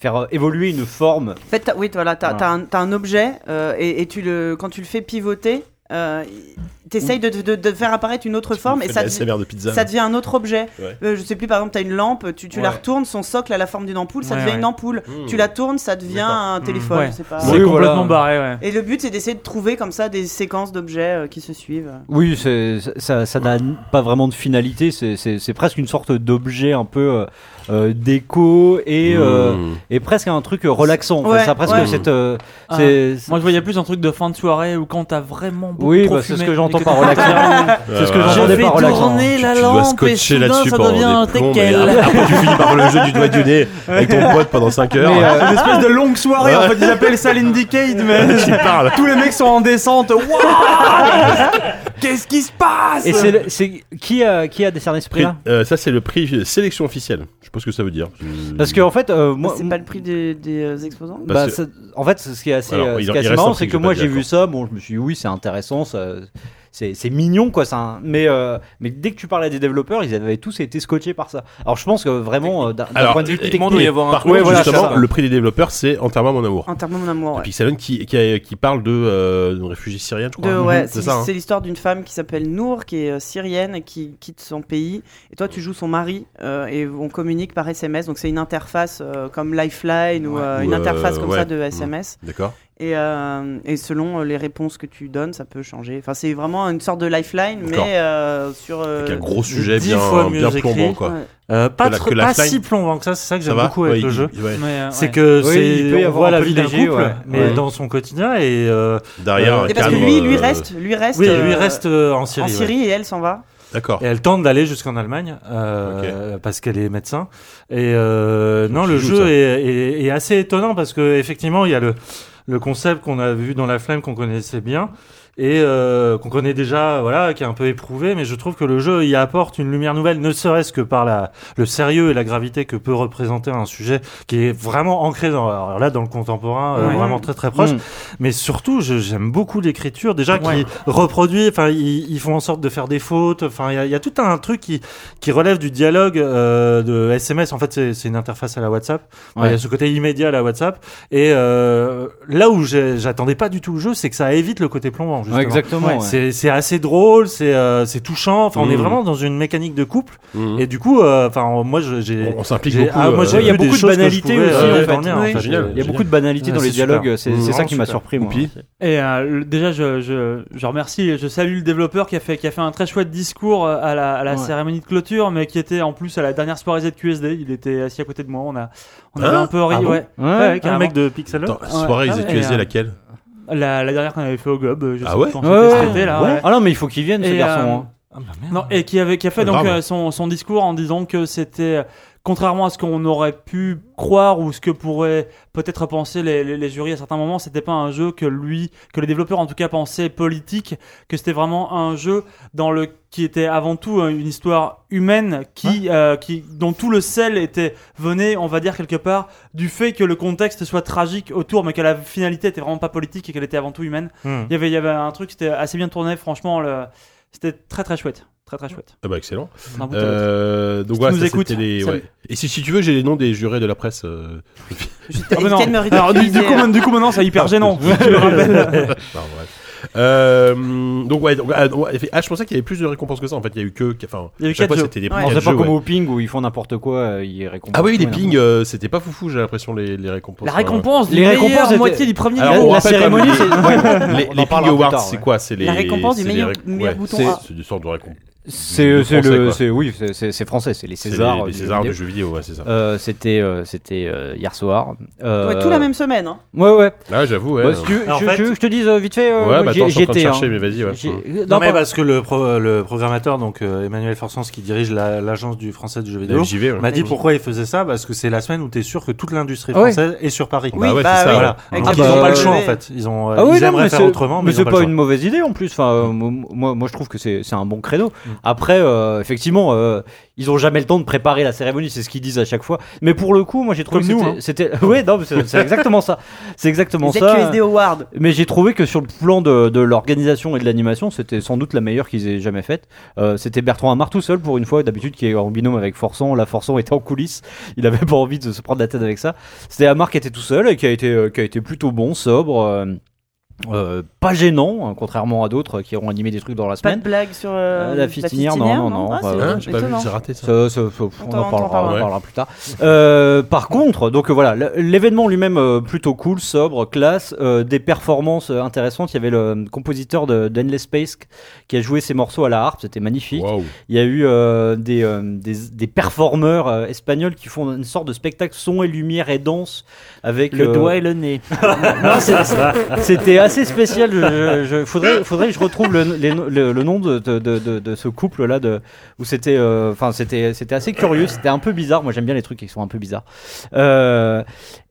Speaker 4: faire euh, évoluer une forme.
Speaker 3: En fait, t'as- oui, voilà, t'as
Speaker 4: Voilà.
Speaker 3: t'as un, t'as un objet euh, et, et tu le, quand tu le fais pivoter, euh, il- t'essayes de, de, de faire apparaître une autre forme et
Speaker 2: Fait de
Speaker 3: ça,
Speaker 2: la
Speaker 3: devi-
Speaker 2: SMR de pizza.
Speaker 3: ça devient un autre objet.
Speaker 2: Ouais.
Speaker 3: Euh, je sais plus, par exemple, t'as une lampe, tu, tu la
Speaker 7: Ouais.
Speaker 3: retournes, son socle a la forme d'une ampoule, ça
Speaker 5: Ouais,
Speaker 3: devient
Speaker 5: ouais.
Speaker 3: une ampoule.
Speaker 2: Mmh.
Speaker 3: Tu la tournes, ça devient
Speaker 2: D'accord. Hmm.
Speaker 3: un téléphone.
Speaker 5: ouais.
Speaker 3: je sais pas.
Speaker 5: C'est
Speaker 4: Oui, voilà.
Speaker 5: complètement barré, ouais.
Speaker 3: Et le but, c'est d'essayer de trouver comme ça des séquences d'objets euh, qui se suivent.
Speaker 4: Oui, c'est- ça ça n'a pas vraiment de finalité. c'est- C'est c'est presque une sorte d'objet un peu euh, euh, déco et, euh,
Speaker 2: Mmh.
Speaker 4: et presque un truc euh, relaxant. Enfin,
Speaker 3: Ouais,
Speaker 4: ça a presque
Speaker 3: ouais.
Speaker 4: cette. euh,
Speaker 5: Ah.
Speaker 4: c'est-
Speaker 5: Moi je voyais plus un truc de fin de soirée ou quand t'as vraiment beaucoup
Speaker 4: Oui,
Speaker 5: trop
Speaker 4: bah, c'est ce
Speaker 5: fumé
Speaker 4: que j'entends
Speaker 5: et
Speaker 4: par
Speaker 5: t'as-
Speaker 4: relaxant.
Speaker 2: Ouais,
Speaker 4: C'est ce que
Speaker 2: ouais,
Speaker 5: Je
Speaker 4: j'entendais
Speaker 5: fais
Speaker 4: par relaxant.
Speaker 5: tourner la
Speaker 2: tu dois
Speaker 5: lampe et
Speaker 2: scotcher
Speaker 5: soudain,
Speaker 2: là-dessus
Speaker 5: ça
Speaker 2: pendant
Speaker 5: devient un
Speaker 2: des plombs, mais
Speaker 5: teckel.
Speaker 2: après tu finis par le jeu du doigt du nez avec ton pote pendant 5 heures. hein,
Speaker 4: Mais, euh,
Speaker 5: Une espèce de longue soirée, en fait, ils appellent ça l'Indicate, mais
Speaker 3: euh,
Speaker 2: Qui parle.
Speaker 5: tous les mecs sont en descente. Wouah Qu'est-ce qui se passe
Speaker 4: Et c'est le- c'est qui a qui a décerné ce
Speaker 2: Prix-
Speaker 3: hein.
Speaker 4: prix-là
Speaker 2: euh, ça, c'est le prix sélection officielle. Je sais pas ce que ça veut dire. Je-
Speaker 4: Parce que en fait, euh,
Speaker 5: Bah,
Speaker 4: moi,
Speaker 3: c'est pas le prix des, des, euh, exposants
Speaker 2: Bah,
Speaker 4: Bah,
Speaker 2: c'est-
Speaker 4: ça- en fait, ce qui est assez,
Speaker 2: Alors,
Speaker 4: euh,
Speaker 2: il-
Speaker 4: ce qui est
Speaker 2: il
Speaker 4: assez
Speaker 2: reste un
Speaker 4: marrant,
Speaker 2: truc
Speaker 4: c'est
Speaker 2: que
Speaker 4: que
Speaker 2: j'ai
Speaker 4: moi
Speaker 2: pas
Speaker 4: j'ai
Speaker 2: dit
Speaker 4: vu ça, bon, je me suis dit oui, c'est intéressant, ça- c'est c'est mignon quoi. Ça, hein. mais euh, mais dès que tu parlais des développeurs, ils avaient tous été scotchés par ça. Alors je pense que vraiment euh, d'un d'un
Speaker 2: Alors,
Speaker 4: point de vue
Speaker 7: techniquement, doit y
Speaker 4: technique,
Speaker 7: avoir un
Speaker 2: Par
Speaker 7: trou.
Speaker 2: contre,
Speaker 4: Ouais, voilà, c'est
Speaker 2: justement,
Speaker 4: ça.
Speaker 2: le prix des développeurs, c'est entièrement mon amour.
Speaker 3: En termes de mon amour, ouais.
Speaker 2: Pixelon qui, qui, a- qui parle de euh, d'une réfugiée syrienne, je crois.
Speaker 3: De- ouais,
Speaker 2: c'est
Speaker 3: c'est
Speaker 2: ça. hein.
Speaker 3: c'est l'histoire d'une femme qui s'appelle Nour, qui est euh, syrienne, et qui quitte son pays. Et toi, tu joues son mari, euh, et on communique par SMS. Donc c'est une interface euh, comme Lifeline ou euh,
Speaker 2: Ou,
Speaker 3: une
Speaker 2: euh,
Speaker 3: interface comme
Speaker 2: ouais.
Speaker 3: ça de SMS.
Speaker 2: D'accord.
Speaker 3: Et, euh, et selon euh, les réponses que tu donnes, ça peut changer. Enfin, c'est vraiment une sorte de Lifeline,
Speaker 2: D'accord.
Speaker 3: mais euh, sur. euh,
Speaker 2: Avec un gros sujet
Speaker 6: dix
Speaker 2: bien,
Speaker 6: fois mieux
Speaker 2: bien
Speaker 6: écrit.
Speaker 2: plombant, quoi.
Speaker 3: ouais.
Speaker 6: Euh, pas
Speaker 2: Que la-
Speaker 6: trop-
Speaker 2: que la
Speaker 6: pas
Speaker 2: fly-
Speaker 6: si plombant que ça, c'est ça que
Speaker 2: Ça
Speaker 6: j'aime
Speaker 2: va
Speaker 6: beaucoup
Speaker 2: Ouais,
Speaker 6: avec le
Speaker 2: il-
Speaker 6: jeu.
Speaker 2: il- ouais.
Speaker 6: C'est que
Speaker 4: Oui, il
Speaker 6: c'est
Speaker 4: peut y
Speaker 6: on
Speaker 4: avoir
Speaker 6: voit
Speaker 4: un
Speaker 6: la
Speaker 4: peu de
Speaker 6: vie d'un
Speaker 4: léger,
Speaker 6: couple,
Speaker 4: ouais.
Speaker 6: mais
Speaker 4: Ouais.
Speaker 6: dans son quotidien et euh,
Speaker 2: Derrière,
Speaker 6: Euh,
Speaker 2: un
Speaker 3: Et parce que
Speaker 2: cadre,
Speaker 3: lui, lui
Speaker 2: euh,
Speaker 3: reste, lui reste.
Speaker 6: oui,
Speaker 3: euh,
Speaker 6: lui reste euh, en Syrie.
Speaker 3: en
Speaker 6: ouais.
Speaker 3: Syrie et elle s'en va.
Speaker 2: D'accord.
Speaker 6: Et elle tente d'aller jusqu'en Allemagne euh, parce qu'elle est médecin. Et euh, non,
Speaker 2: tu
Speaker 6: le
Speaker 2: joues,
Speaker 6: jeu
Speaker 2: ça.
Speaker 6: est, est- est assez étonnant parce que effectivement, il y a le le concept qu'on a vu dans la flemme qu'on connaissait bien et euh, qu'on connaît déjà, voilà, qui est un peu éprouvé. Mais je trouve que le jeu y apporte une lumière nouvelle, ne serait-ce que par la le sérieux et la gravité que peut représenter un sujet qui est vraiment ancré dans alors là dans le contemporain, euh,
Speaker 3: Ouais.
Speaker 6: vraiment très très proche.
Speaker 4: Mm.
Speaker 6: Mais surtout, je- j'aime beaucoup l'écriture. Déjà,
Speaker 8: Ouais.
Speaker 6: qui reproduit, enfin, ils, ils font en sorte de faire des fautes. Enfin, il y a- il y, a tout un truc qui, qui relève du dialogue euh, de SMS. En fait, c'est c'est une interface à la WhatsApp. Enfin, Il y a
Speaker 4: Ouais.
Speaker 6: ce côté immédiat à la WhatsApp. Et euh, là où j'ai- j'attendais pas du tout le jeu, c'est que ça évite le côté plombant, justement.
Speaker 4: Ouais, exactement. ouais. Mm.
Speaker 6: C'est c'est assez drôle, c'est euh, c'est touchant. Enfin, on est
Speaker 2: Mhm.
Speaker 6: vraiment dans une mécanique de couple.
Speaker 2: Mhm.
Speaker 6: Et du coup, euh, enfin, moi, je- j'ai.
Speaker 2: On, on s'implique
Speaker 6: j'ai-
Speaker 2: beaucoup.
Speaker 6: ah, moi,
Speaker 2: euh,
Speaker 6: j'ai
Speaker 4: ouais, il y a
Speaker 6: vu
Speaker 4: beaucoup
Speaker 6: des
Speaker 4: de
Speaker 6: choses que je
Speaker 4: banalité
Speaker 6: pouvais,
Speaker 4: aussi,
Speaker 6: euh,
Speaker 4: en fait.
Speaker 6: dormir, en
Speaker 4: Oui.
Speaker 6: fait.
Speaker 2: Génial.
Speaker 4: Il y a beaucoup de banalité
Speaker 6: Ouais,
Speaker 4: dans les
Speaker 6: c'est super.
Speaker 4: dialogues. C'est
Speaker 2: Mmh.
Speaker 4: c'est ça qui m'a
Speaker 6: Super.
Speaker 4: surpris. moi.
Speaker 2: Oupi.
Speaker 5: Et euh, le- déjà, je, je, je remercie, et je salue le développeur qui a fait, qui a fait un très chouette discours euh, à la, à la
Speaker 4: Ouais.
Speaker 5: cérémonie de clôture, mais qui était en plus à la dernière soirée de QSD. Il était assis à côté de moi. On a, on avait
Speaker 2: Hein
Speaker 5: un peu ri.
Speaker 2: Ah bon
Speaker 5: ouais.
Speaker 4: Ouais.
Speaker 5: Ouais,
Speaker 6: Un
Speaker 5: carrément.
Speaker 6: mec de Pixel
Speaker 2: Attends,
Speaker 5: Ouais.
Speaker 2: soirée,
Speaker 5: Ah
Speaker 2: ils
Speaker 5: ouais,
Speaker 2: étaient
Speaker 5: et,
Speaker 2: usés
Speaker 5: euh,
Speaker 2: laquelle
Speaker 5: La, la dernière qu'on avait fait au Globe. euh, Je
Speaker 2: Ah
Speaker 5: sais
Speaker 2: ouais
Speaker 5: plus quand
Speaker 4: Ouais,
Speaker 5: c'était,
Speaker 4: ouais.
Speaker 5: c'était, là.
Speaker 4: Ouais.
Speaker 5: ouais.
Speaker 4: Ah non, mais il faut qu'il vienne ce
Speaker 5: Et,
Speaker 4: garçon.
Speaker 5: euh,
Speaker 4: hein.
Speaker 5: Non, et qui avait qui a fait
Speaker 2: Ouais,
Speaker 5: donc
Speaker 2: bravo.
Speaker 5: euh, son, son discours en disant que c'était euh, contrairement à ce qu'on aurait pu croire ou ce que pourraient peut-être penser les, les, les jurys à certains moments, c'était pas un jeu que lui que les développeurs en tout cas pensaient politique, que c'était vraiment un jeu dans le qui était avant tout euh, une histoire humaine qui euh, qui dont tout le sel était venait on va dire quelque part du fait que le contexte soit tragique autour mais que la finalité était vraiment pas politique et qu'elle était avant tout humaine.
Speaker 6: Mhm.
Speaker 5: Il y avait il y avait un truc c'était assez bien tourné franchement le c'était très très chouette, très très chouette.
Speaker 2: Ah bah excellent.
Speaker 5: D'un bout à l'autre.
Speaker 2: Euh, donc
Speaker 5: Si
Speaker 2: voilà,
Speaker 5: tu nous
Speaker 2: ça,
Speaker 5: écoutes,
Speaker 2: c'était les.
Speaker 5: salut.
Speaker 2: ouais. Et si, si tu veux, j'ai les noms des jurés de la presse. euh.
Speaker 3: J'étais-
Speaker 5: Ah bah non.
Speaker 3: Ken me
Speaker 5: Alors, du, du
Speaker 3: ridiculisait,
Speaker 5: coup,
Speaker 3: hein.
Speaker 5: maintenant- du coup, maintenant, c'est hyper gênant. je le rappelle.
Speaker 2: Enfin, bref. Euh, donc ouais, donc, ah, ouais, ah, je pensais qu'il y avait plus de récompenses que ça. En fait, il y a eu que, enfin,
Speaker 5: Il y a eu
Speaker 2: à chaque
Speaker 5: quatre
Speaker 2: fois,
Speaker 5: jeux.
Speaker 2: c'était des
Speaker 3: Ouais.
Speaker 2: prix
Speaker 4: On
Speaker 2: quatre
Speaker 4: sait pas
Speaker 2: jeux,
Speaker 4: comme
Speaker 2: ouais.
Speaker 4: au ping où ils font n'importe quoi, euh, ils récompensent.
Speaker 2: Ah oui,
Speaker 4: tout
Speaker 2: les
Speaker 4: et
Speaker 2: pings, euh, c'était pas foufou. J'ai l'impression les, les récompenses.
Speaker 5: La
Speaker 2: hein.
Speaker 5: récompense,
Speaker 4: Les
Speaker 5: les
Speaker 4: récompenses
Speaker 5: récompenses
Speaker 4: étaient-
Speaker 5: moitié du premier
Speaker 2: Alors,
Speaker 4: La-
Speaker 2: on
Speaker 5: niveau.
Speaker 4: la
Speaker 2: rappelle quand même
Speaker 4: cérémonie,
Speaker 2: les-
Speaker 4: c'est-
Speaker 2: les,
Speaker 4: on en
Speaker 2: les Ping
Speaker 4: parlera plus
Speaker 2: Awards,
Speaker 4: tard,
Speaker 2: c'est
Speaker 4: ouais.
Speaker 2: quoi C'est les
Speaker 3: La récompense du
Speaker 2: c'est les
Speaker 3: meilleur-
Speaker 2: réc-
Speaker 3: meilleur
Speaker 2: ouais,
Speaker 3: bouton
Speaker 2: C'est
Speaker 3: A.
Speaker 2: c'est du sort de récompense.
Speaker 4: C'est c'est
Speaker 2: Français,
Speaker 4: le
Speaker 2: quoi.
Speaker 4: c'est oui c'est- c'est c'est français c'est les
Speaker 2: C'est
Speaker 4: Césars euh,
Speaker 2: les, les
Speaker 4: du
Speaker 2: Césars
Speaker 4: jeu
Speaker 2: de
Speaker 4: vidéo.
Speaker 2: jeux vidéo, ouais, c'est ça.
Speaker 4: Euh, c'était euh, c'était euh, hier soir. Euh,
Speaker 3: Ouais, tout la même semaine. hein.
Speaker 4: Ouais ouais.
Speaker 2: Ah, j'avoue, ouais.
Speaker 4: Bah, si tu veux,
Speaker 6: Alors,
Speaker 4: je,
Speaker 6: en fait-
Speaker 4: tu veux que je te dise euh, vite fait. euh,
Speaker 2: Ouais,
Speaker 4: moi,
Speaker 2: bah
Speaker 4: j'y-
Speaker 2: attends, je suis
Speaker 4: j'y
Speaker 2: en train de
Speaker 4: étais,
Speaker 2: chercher,
Speaker 4: hein.
Speaker 2: mais vas-y, ouais.
Speaker 4: J'y-
Speaker 2: Hum.
Speaker 4: euh,
Speaker 6: Non,
Speaker 4: non,
Speaker 6: mais
Speaker 4: pas-
Speaker 6: parce que le, pro- le programmateur, donc euh, Emmanuel Forsens, qui dirige la- l'agence du français du jeu
Speaker 2: La
Speaker 6: vidéo,
Speaker 2: FJV, ouais.
Speaker 6: m'a dit
Speaker 3: Oui.
Speaker 6: pourquoi il faisait ça parce que c'est la semaine où tu es sûr que toute l'industrie
Speaker 4: Ah ouais.
Speaker 6: française est sur Paris.
Speaker 2: Bah ouais,
Speaker 3: bah
Speaker 2: c'est ça.
Speaker 3: oui.
Speaker 2: voilà.
Speaker 6: Voilà.
Speaker 3: Avec
Speaker 6: Donc,
Speaker 4: les
Speaker 6: Ah, ils n'ont
Speaker 4: gens
Speaker 6: pas le
Speaker 4: qui
Speaker 6: choix en
Speaker 3: veulent-
Speaker 6: fait. Ils ont euh,
Speaker 4: Ah oui,
Speaker 6: ils
Speaker 4: non,
Speaker 6: aimeraient
Speaker 4: mais
Speaker 6: faire
Speaker 4: c'est-
Speaker 6: autrement, mais,
Speaker 4: mais
Speaker 6: ils ont
Speaker 4: c'est
Speaker 6: pas,
Speaker 4: pas,
Speaker 6: le choix. Mm.
Speaker 4: une mauvaise idée en plus. Enfin, euh, mo- moi, moi, je trouve que c'est c'est un bon créneau. Après, euh, effectivement, euh, ils ont jamais le temps de préparer la cérémonie, c'est ce qu'ils disent à chaque fois. Mais pour le coup, moi, j'ai trouvé
Speaker 5: Comme nous,
Speaker 4: que
Speaker 6: hein.
Speaker 4: c'était- c'était. Ouais, non, mais c'est c'est exactement ça. C'est exactement
Speaker 3: Les
Speaker 4: ça.
Speaker 6: euh,
Speaker 3: QSD Awards.
Speaker 4: Mais j'ai trouvé que sur le plan de, de l'organisation et de l'animation, c'était sans doute la meilleure qu'ils aient jamais faite. Euh, c'était Bertrand Amar tout seul pour une fois, d'habitude qui est en binôme avec Forçant. Là, Forçant était en coulisses, il avait pas envie de se prendre la tête avec ça. C'était Amar qui était tout seul et qui a été, euh, qui a été plutôt bon, sobre. euh, euh, pas gênant, hein, contrairement à d'autres qui auront animé des trucs dans la
Speaker 3: Pas de
Speaker 4: semaine.
Speaker 3: blague sur
Speaker 4: Euh,
Speaker 3: euh,
Speaker 4: la fistinière, non, non, non,
Speaker 3: Ah,
Speaker 4: bah,
Speaker 3: c'est
Speaker 4: ouais,
Speaker 2: Hein, J'ai pas vu,
Speaker 3: étonnant.
Speaker 2: j'ai raté ça.
Speaker 4: Ça, ça, ça, on,
Speaker 3: t'en-
Speaker 4: en parlera,
Speaker 3: on t'en
Speaker 4: on en
Speaker 2: parlera.
Speaker 4: parlera plus tard. Euh, par contre, donc euh, voilà, l- l'événement lui-même euh, plutôt cool, sobre, classe, euh, des performances euh, intéressantes. Il y avait le euh, compositeur de d'Endless Space qui a joué ses morceaux à la harpe, c'était magnifique.
Speaker 2: Waouh.
Speaker 4: Il y a eu euh, des, euh, des, des performeurs euh, espagnols qui font une sorte de spectacle son et lumière et danse avec
Speaker 8: Le
Speaker 4: euh,
Speaker 8: doigt et le nez.
Speaker 4: non, c'est- C'était assez spécial. Je, je- faudrait, faudrait que je retrouve le, les- le- le nom de, de, de- de- de ce couple là, de où c'était, euh, enfin c'était, c'était assez curieux. C'était un peu bizarre. Moi, j'aime bien les trucs qui sont un peu bizarres. Euh,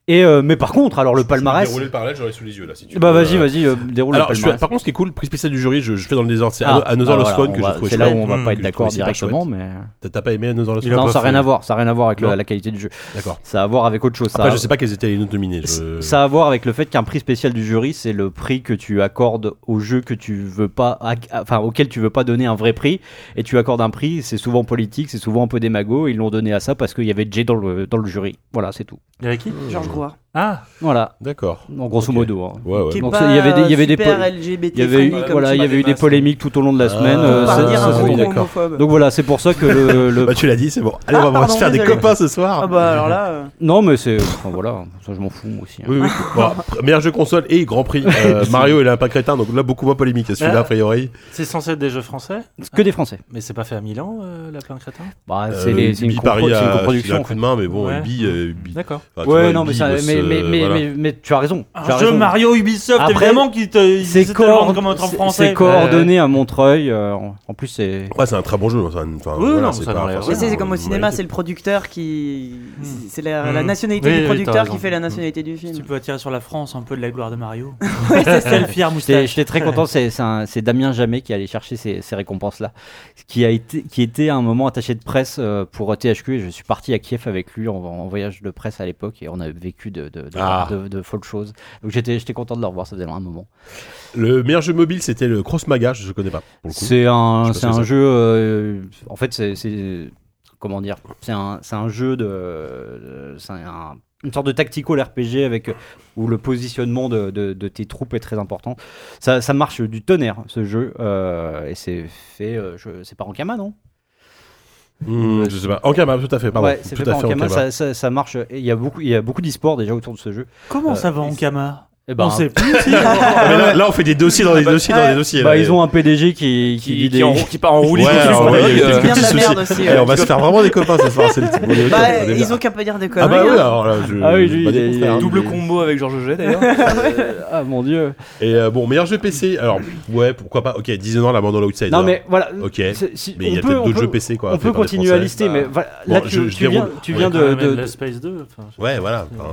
Speaker 4: Et euh, mais par contre, alors le palmarès.
Speaker 2: Dérouler le parallèle, j'aurais sous les yeux là si tu veux.
Speaker 4: Bah vas-y, vas-y, euh, déroule
Speaker 2: Alors,
Speaker 4: le
Speaker 2: je fais-
Speaker 4: palmarès.
Speaker 2: par contre, ce qui est cool, prix spécial du jury, je, je fais dans le désordre. C'est
Speaker 4: Ah,
Speaker 2: Another
Speaker 4: ah,
Speaker 2: Lost
Speaker 4: voilà,
Speaker 2: One
Speaker 4: on
Speaker 2: que
Speaker 4: va-
Speaker 2: je trouve
Speaker 4: C'est là où on
Speaker 2: chouette, Mm.
Speaker 4: va pas
Speaker 2: que
Speaker 4: être
Speaker 2: je
Speaker 4: d'accord
Speaker 2: trouve aussi pas
Speaker 4: directement, mais
Speaker 2: chouette. T'as- T'as pas aimé Another Lost
Speaker 6: Il a
Speaker 2: One
Speaker 4: non,
Speaker 6: pas
Speaker 4: ça n'a rien
Speaker 6: fait.
Speaker 4: à voir. Ça a rien à voir avec le-
Speaker 2: Non.
Speaker 4: la qualité du jeu.
Speaker 2: D'accord.
Speaker 4: Ça a à voir avec autre chose. Ça
Speaker 2: Après,
Speaker 4: a-
Speaker 2: je sais pas quelles étaient les notes dominées. je-
Speaker 4: Ça a à voir avec le fait qu'un prix spécial du jury, c'est le prix que tu accordes au jeu que tu veux pas, ac- enfin auquel tu veux pas donner un vrai prix, et tu accordes un prix. C'est souvent politique, c'est souvent un peu démago. Ils l'ont donné à ça parce qu'il y avait Jay dans le dans le jury. Voilà, c'est tout.
Speaker 6: Il y avait qui
Speaker 3: Georges Grouard.
Speaker 6: Ah,
Speaker 4: Voilà,
Speaker 2: D'accord.
Speaker 4: en grosso
Speaker 2: Ok.
Speaker 4: modo. hein.
Speaker 2: Ouais, ouais.
Speaker 3: Qui est
Speaker 4: Donc,
Speaker 3: pas,
Speaker 4: ça, il y avait des- il y
Speaker 3: euh,
Speaker 4: avait des
Speaker 3: super
Speaker 4: pol-
Speaker 3: LGBT
Speaker 4: Il y avait eu,
Speaker 3: friendly, comme
Speaker 4: voilà,
Speaker 3: tu
Speaker 4: il y
Speaker 3: l'as
Speaker 4: avait eu
Speaker 3: dit.
Speaker 4: des polémiques tout au long de la
Speaker 2: Ah,
Speaker 4: semaine. euh,
Speaker 2: on
Speaker 3: Pour
Speaker 2: va
Speaker 4: ça-
Speaker 3: pas dire
Speaker 4: ça
Speaker 3: un
Speaker 4: se
Speaker 3: gros
Speaker 2: oui,
Speaker 4: tournait.
Speaker 3: mot
Speaker 2: d'accord.
Speaker 3: homophobe.
Speaker 4: Donc voilà, c'est pour ça que le, le-
Speaker 2: Bah, tu l'as dit, c'est bon. Allez,
Speaker 3: Ah,
Speaker 2: on va
Speaker 3: pardon,
Speaker 2: se faire des
Speaker 3: désolé.
Speaker 2: copains ce
Speaker 3: Ah
Speaker 2: soir.
Speaker 3: bah alors là, euh,
Speaker 4: non mais c'est enfin, voilà, ça je m'en fous moi aussi. hein.
Speaker 2: Oui, oui. Bon, meilleur jeu console et grand prix. Euh, Mario, il a un pas crétin, donc là, beaucoup moins polémique. Celui-là, a priori.
Speaker 6: c'est censé être des jeux français,
Speaker 4: C'est Que des Français.
Speaker 6: mais c'est pas fait à Milan, euh, Lapin Crétin
Speaker 4: Bah,
Speaker 2: Euh,
Speaker 4: c'est les- c'est une,
Speaker 2: Ubi
Speaker 4: compro-
Speaker 2: Paris
Speaker 4: c'est une
Speaker 2: a filé
Speaker 4: coproduction.
Speaker 2: un coup de main, mais bon,
Speaker 6: Ouais.
Speaker 2: Ubi, euh, Ubi-
Speaker 6: D'accord.
Speaker 2: enfin, tu vois,
Speaker 4: Ouais, non, mais,
Speaker 2: Ubi
Speaker 4: ça-
Speaker 2: bosse,
Speaker 4: mais, mais,
Speaker 2: euh,
Speaker 4: mais,
Speaker 2: voilà.
Speaker 4: mais- mais tu as raison. tu as
Speaker 5: Un jeu
Speaker 4: raison.
Speaker 5: Mario Ubisoft,
Speaker 4: Après,
Speaker 5: évidemment, qui te,
Speaker 4: C'est
Speaker 5: c'est
Speaker 4: coord-
Speaker 5: comme être en
Speaker 4: c'est-
Speaker 5: français.
Speaker 4: c'est coordonné à Montreuil. euh, en en plus, c'est.
Speaker 2: Ouais, c'est un très bon jeu. Enfin, enfin,
Speaker 6: Oui,
Speaker 2: voilà,
Speaker 6: non,
Speaker 2: c'est
Speaker 6: ça
Speaker 2: pas
Speaker 6: n'enlève
Speaker 2: forcément
Speaker 3: tu sais, c'est
Speaker 2: une
Speaker 3: comme au cinéma,
Speaker 2: mauvaise
Speaker 3: c'est le producteur qui. c'est- C'est la,
Speaker 6: Mm.
Speaker 3: la nationalité
Speaker 6: Oui,
Speaker 3: du
Speaker 6: oui, t'as
Speaker 3: producteur
Speaker 6: raison.
Speaker 3: qui fait la nationalité du
Speaker 5: Tu
Speaker 3: film.
Speaker 5: peux attirer sur la France un peu de la gloire de Mario. ouais, c'est ça, le fier
Speaker 4: J'étais
Speaker 5: moustache.
Speaker 4: j'étais très content, c'est c'est un- c'est Damien Jamet qui allait chercher ces, ces récompenses-là, qui, a été- qui était à un moment attaché de presse euh, pour THQ et je suis parti à Kiev avec lui en, en voyage de presse à l'époque et on a vécu de, de, de,
Speaker 2: Ah.
Speaker 4: de- de folles choses. Donc j'étais j'étais content de le revoir, ça faisait un moment.
Speaker 2: Le meilleur jeu mobile, c'était le Cross Maga, je connais pas. Pour le coup.
Speaker 4: C'est
Speaker 2: Je
Speaker 4: un,
Speaker 2: sais
Speaker 4: c'est
Speaker 2: pas ce
Speaker 4: un
Speaker 2: que
Speaker 4: jeu. euh, en fait, c'est- c'est comment dire C'est un, c'est un jeu de, de- c'est un- une sorte de tactical RPG avec où le positionnement de, de- de tes troupes est très important. Ça, ça marche du tonnerre ce jeu euh, et c'est fait. euh, je- c'est par Ankama, non
Speaker 2: Hmm, je sais pas. En Kama, tout à fait, pardon.
Speaker 4: Ouais, c'est fait
Speaker 2: tout
Speaker 4: par
Speaker 2: à fait en
Speaker 4: Ankama.
Speaker 2: Kama.
Speaker 4: Ça, ça- ça marche. Et Il y a beaucoup, il y a beaucoup d'e-sport déjà autour de ce jeu.
Speaker 5: Comment
Speaker 4: Euh,
Speaker 5: ça va
Speaker 4: ils-
Speaker 5: en Kama
Speaker 4: Et ben,
Speaker 5: On sait plus. si.
Speaker 2: Ah, mais là, là, on fait des dossiers dans des dossiers dans des dossiers.
Speaker 4: bah,
Speaker 2: là.
Speaker 4: ils ont un PDG qui, qui,
Speaker 7: qui,
Speaker 4: dit
Speaker 7: qui
Speaker 4: des-
Speaker 7: en- qui part en roue
Speaker 2: Ouais,
Speaker 7: libre sur
Speaker 2: ouais,
Speaker 7: le
Speaker 2: il y a eu quelques
Speaker 7: blog, euh,
Speaker 3: Bien de la
Speaker 2: petits
Speaker 3: merde
Speaker 2: soucis.
Speaker 3: aussi,
Speaker 2: Eh,
Speaker 3: ouais.
Speaker 2: on va se faire vraiment des copains ce soir. C'est le petit-
Speaker 3: Bah,
Speaker 2: on est
Speaker 3: ils
Speaker 2: bien.
Speaker 3: ont qu'à pas dire des
Speaker 2: Ah
Speaker 3: conneries.
Speaker 2: bah oui,
Speaker 3: hein.
Speaker 2: alors là, je.
Speaker 4: Ah oui,
Speaker 2: je
Speaker 4: lui,
Speaker 2: bats des
Speaker 4: il est-
Speaker 2: confrères, hein.
Speaker 7: Double combo avec Georges Jet d'ailleurs.
Speaker 4: Ah mon dieu.
Speaker 2: Et euh, bon, meilleur jeu PC. Alors, ouais, pourquoi pas. Ok, 10 ans, la bande dans l'Outsider.
Speaker 4: Non mais voilà.
Speaker 2: Ok.
Speaker 4: C'est- si-
Speaker 2: Mais il y a
Speaker 4: on peut-
Speaker 2: peut-être
Speaker 4: on
Speaker 2: d'autres
Speaker 4: peut-
Speaker 2: jeux PC, quoi.
Speaker 4: On
Speaker 2: fait
Speaker 4: peut
Speaker 2: par des
Speaker 4: continuer à
Speaker 2: Français.
Speaker 4: lister, mais voilà,
Speaker 2: Bon,
Speaker 4: là
Speaker 2: je-
Speaker 4: tu,
Speaker 2: je
Speaker 4: tu viens,
Speaker 2: déroule.
Speaker 4: tu viens
Speaker 6: Ah,
Speaker 4: de,
Speaker 6: mais
Speaker 4: de-
Speaker 6: la
Speaker 4: de-
Speaker 6: Space 2. enfin, je-
Speaker 2: Ouais, voilà. enfin,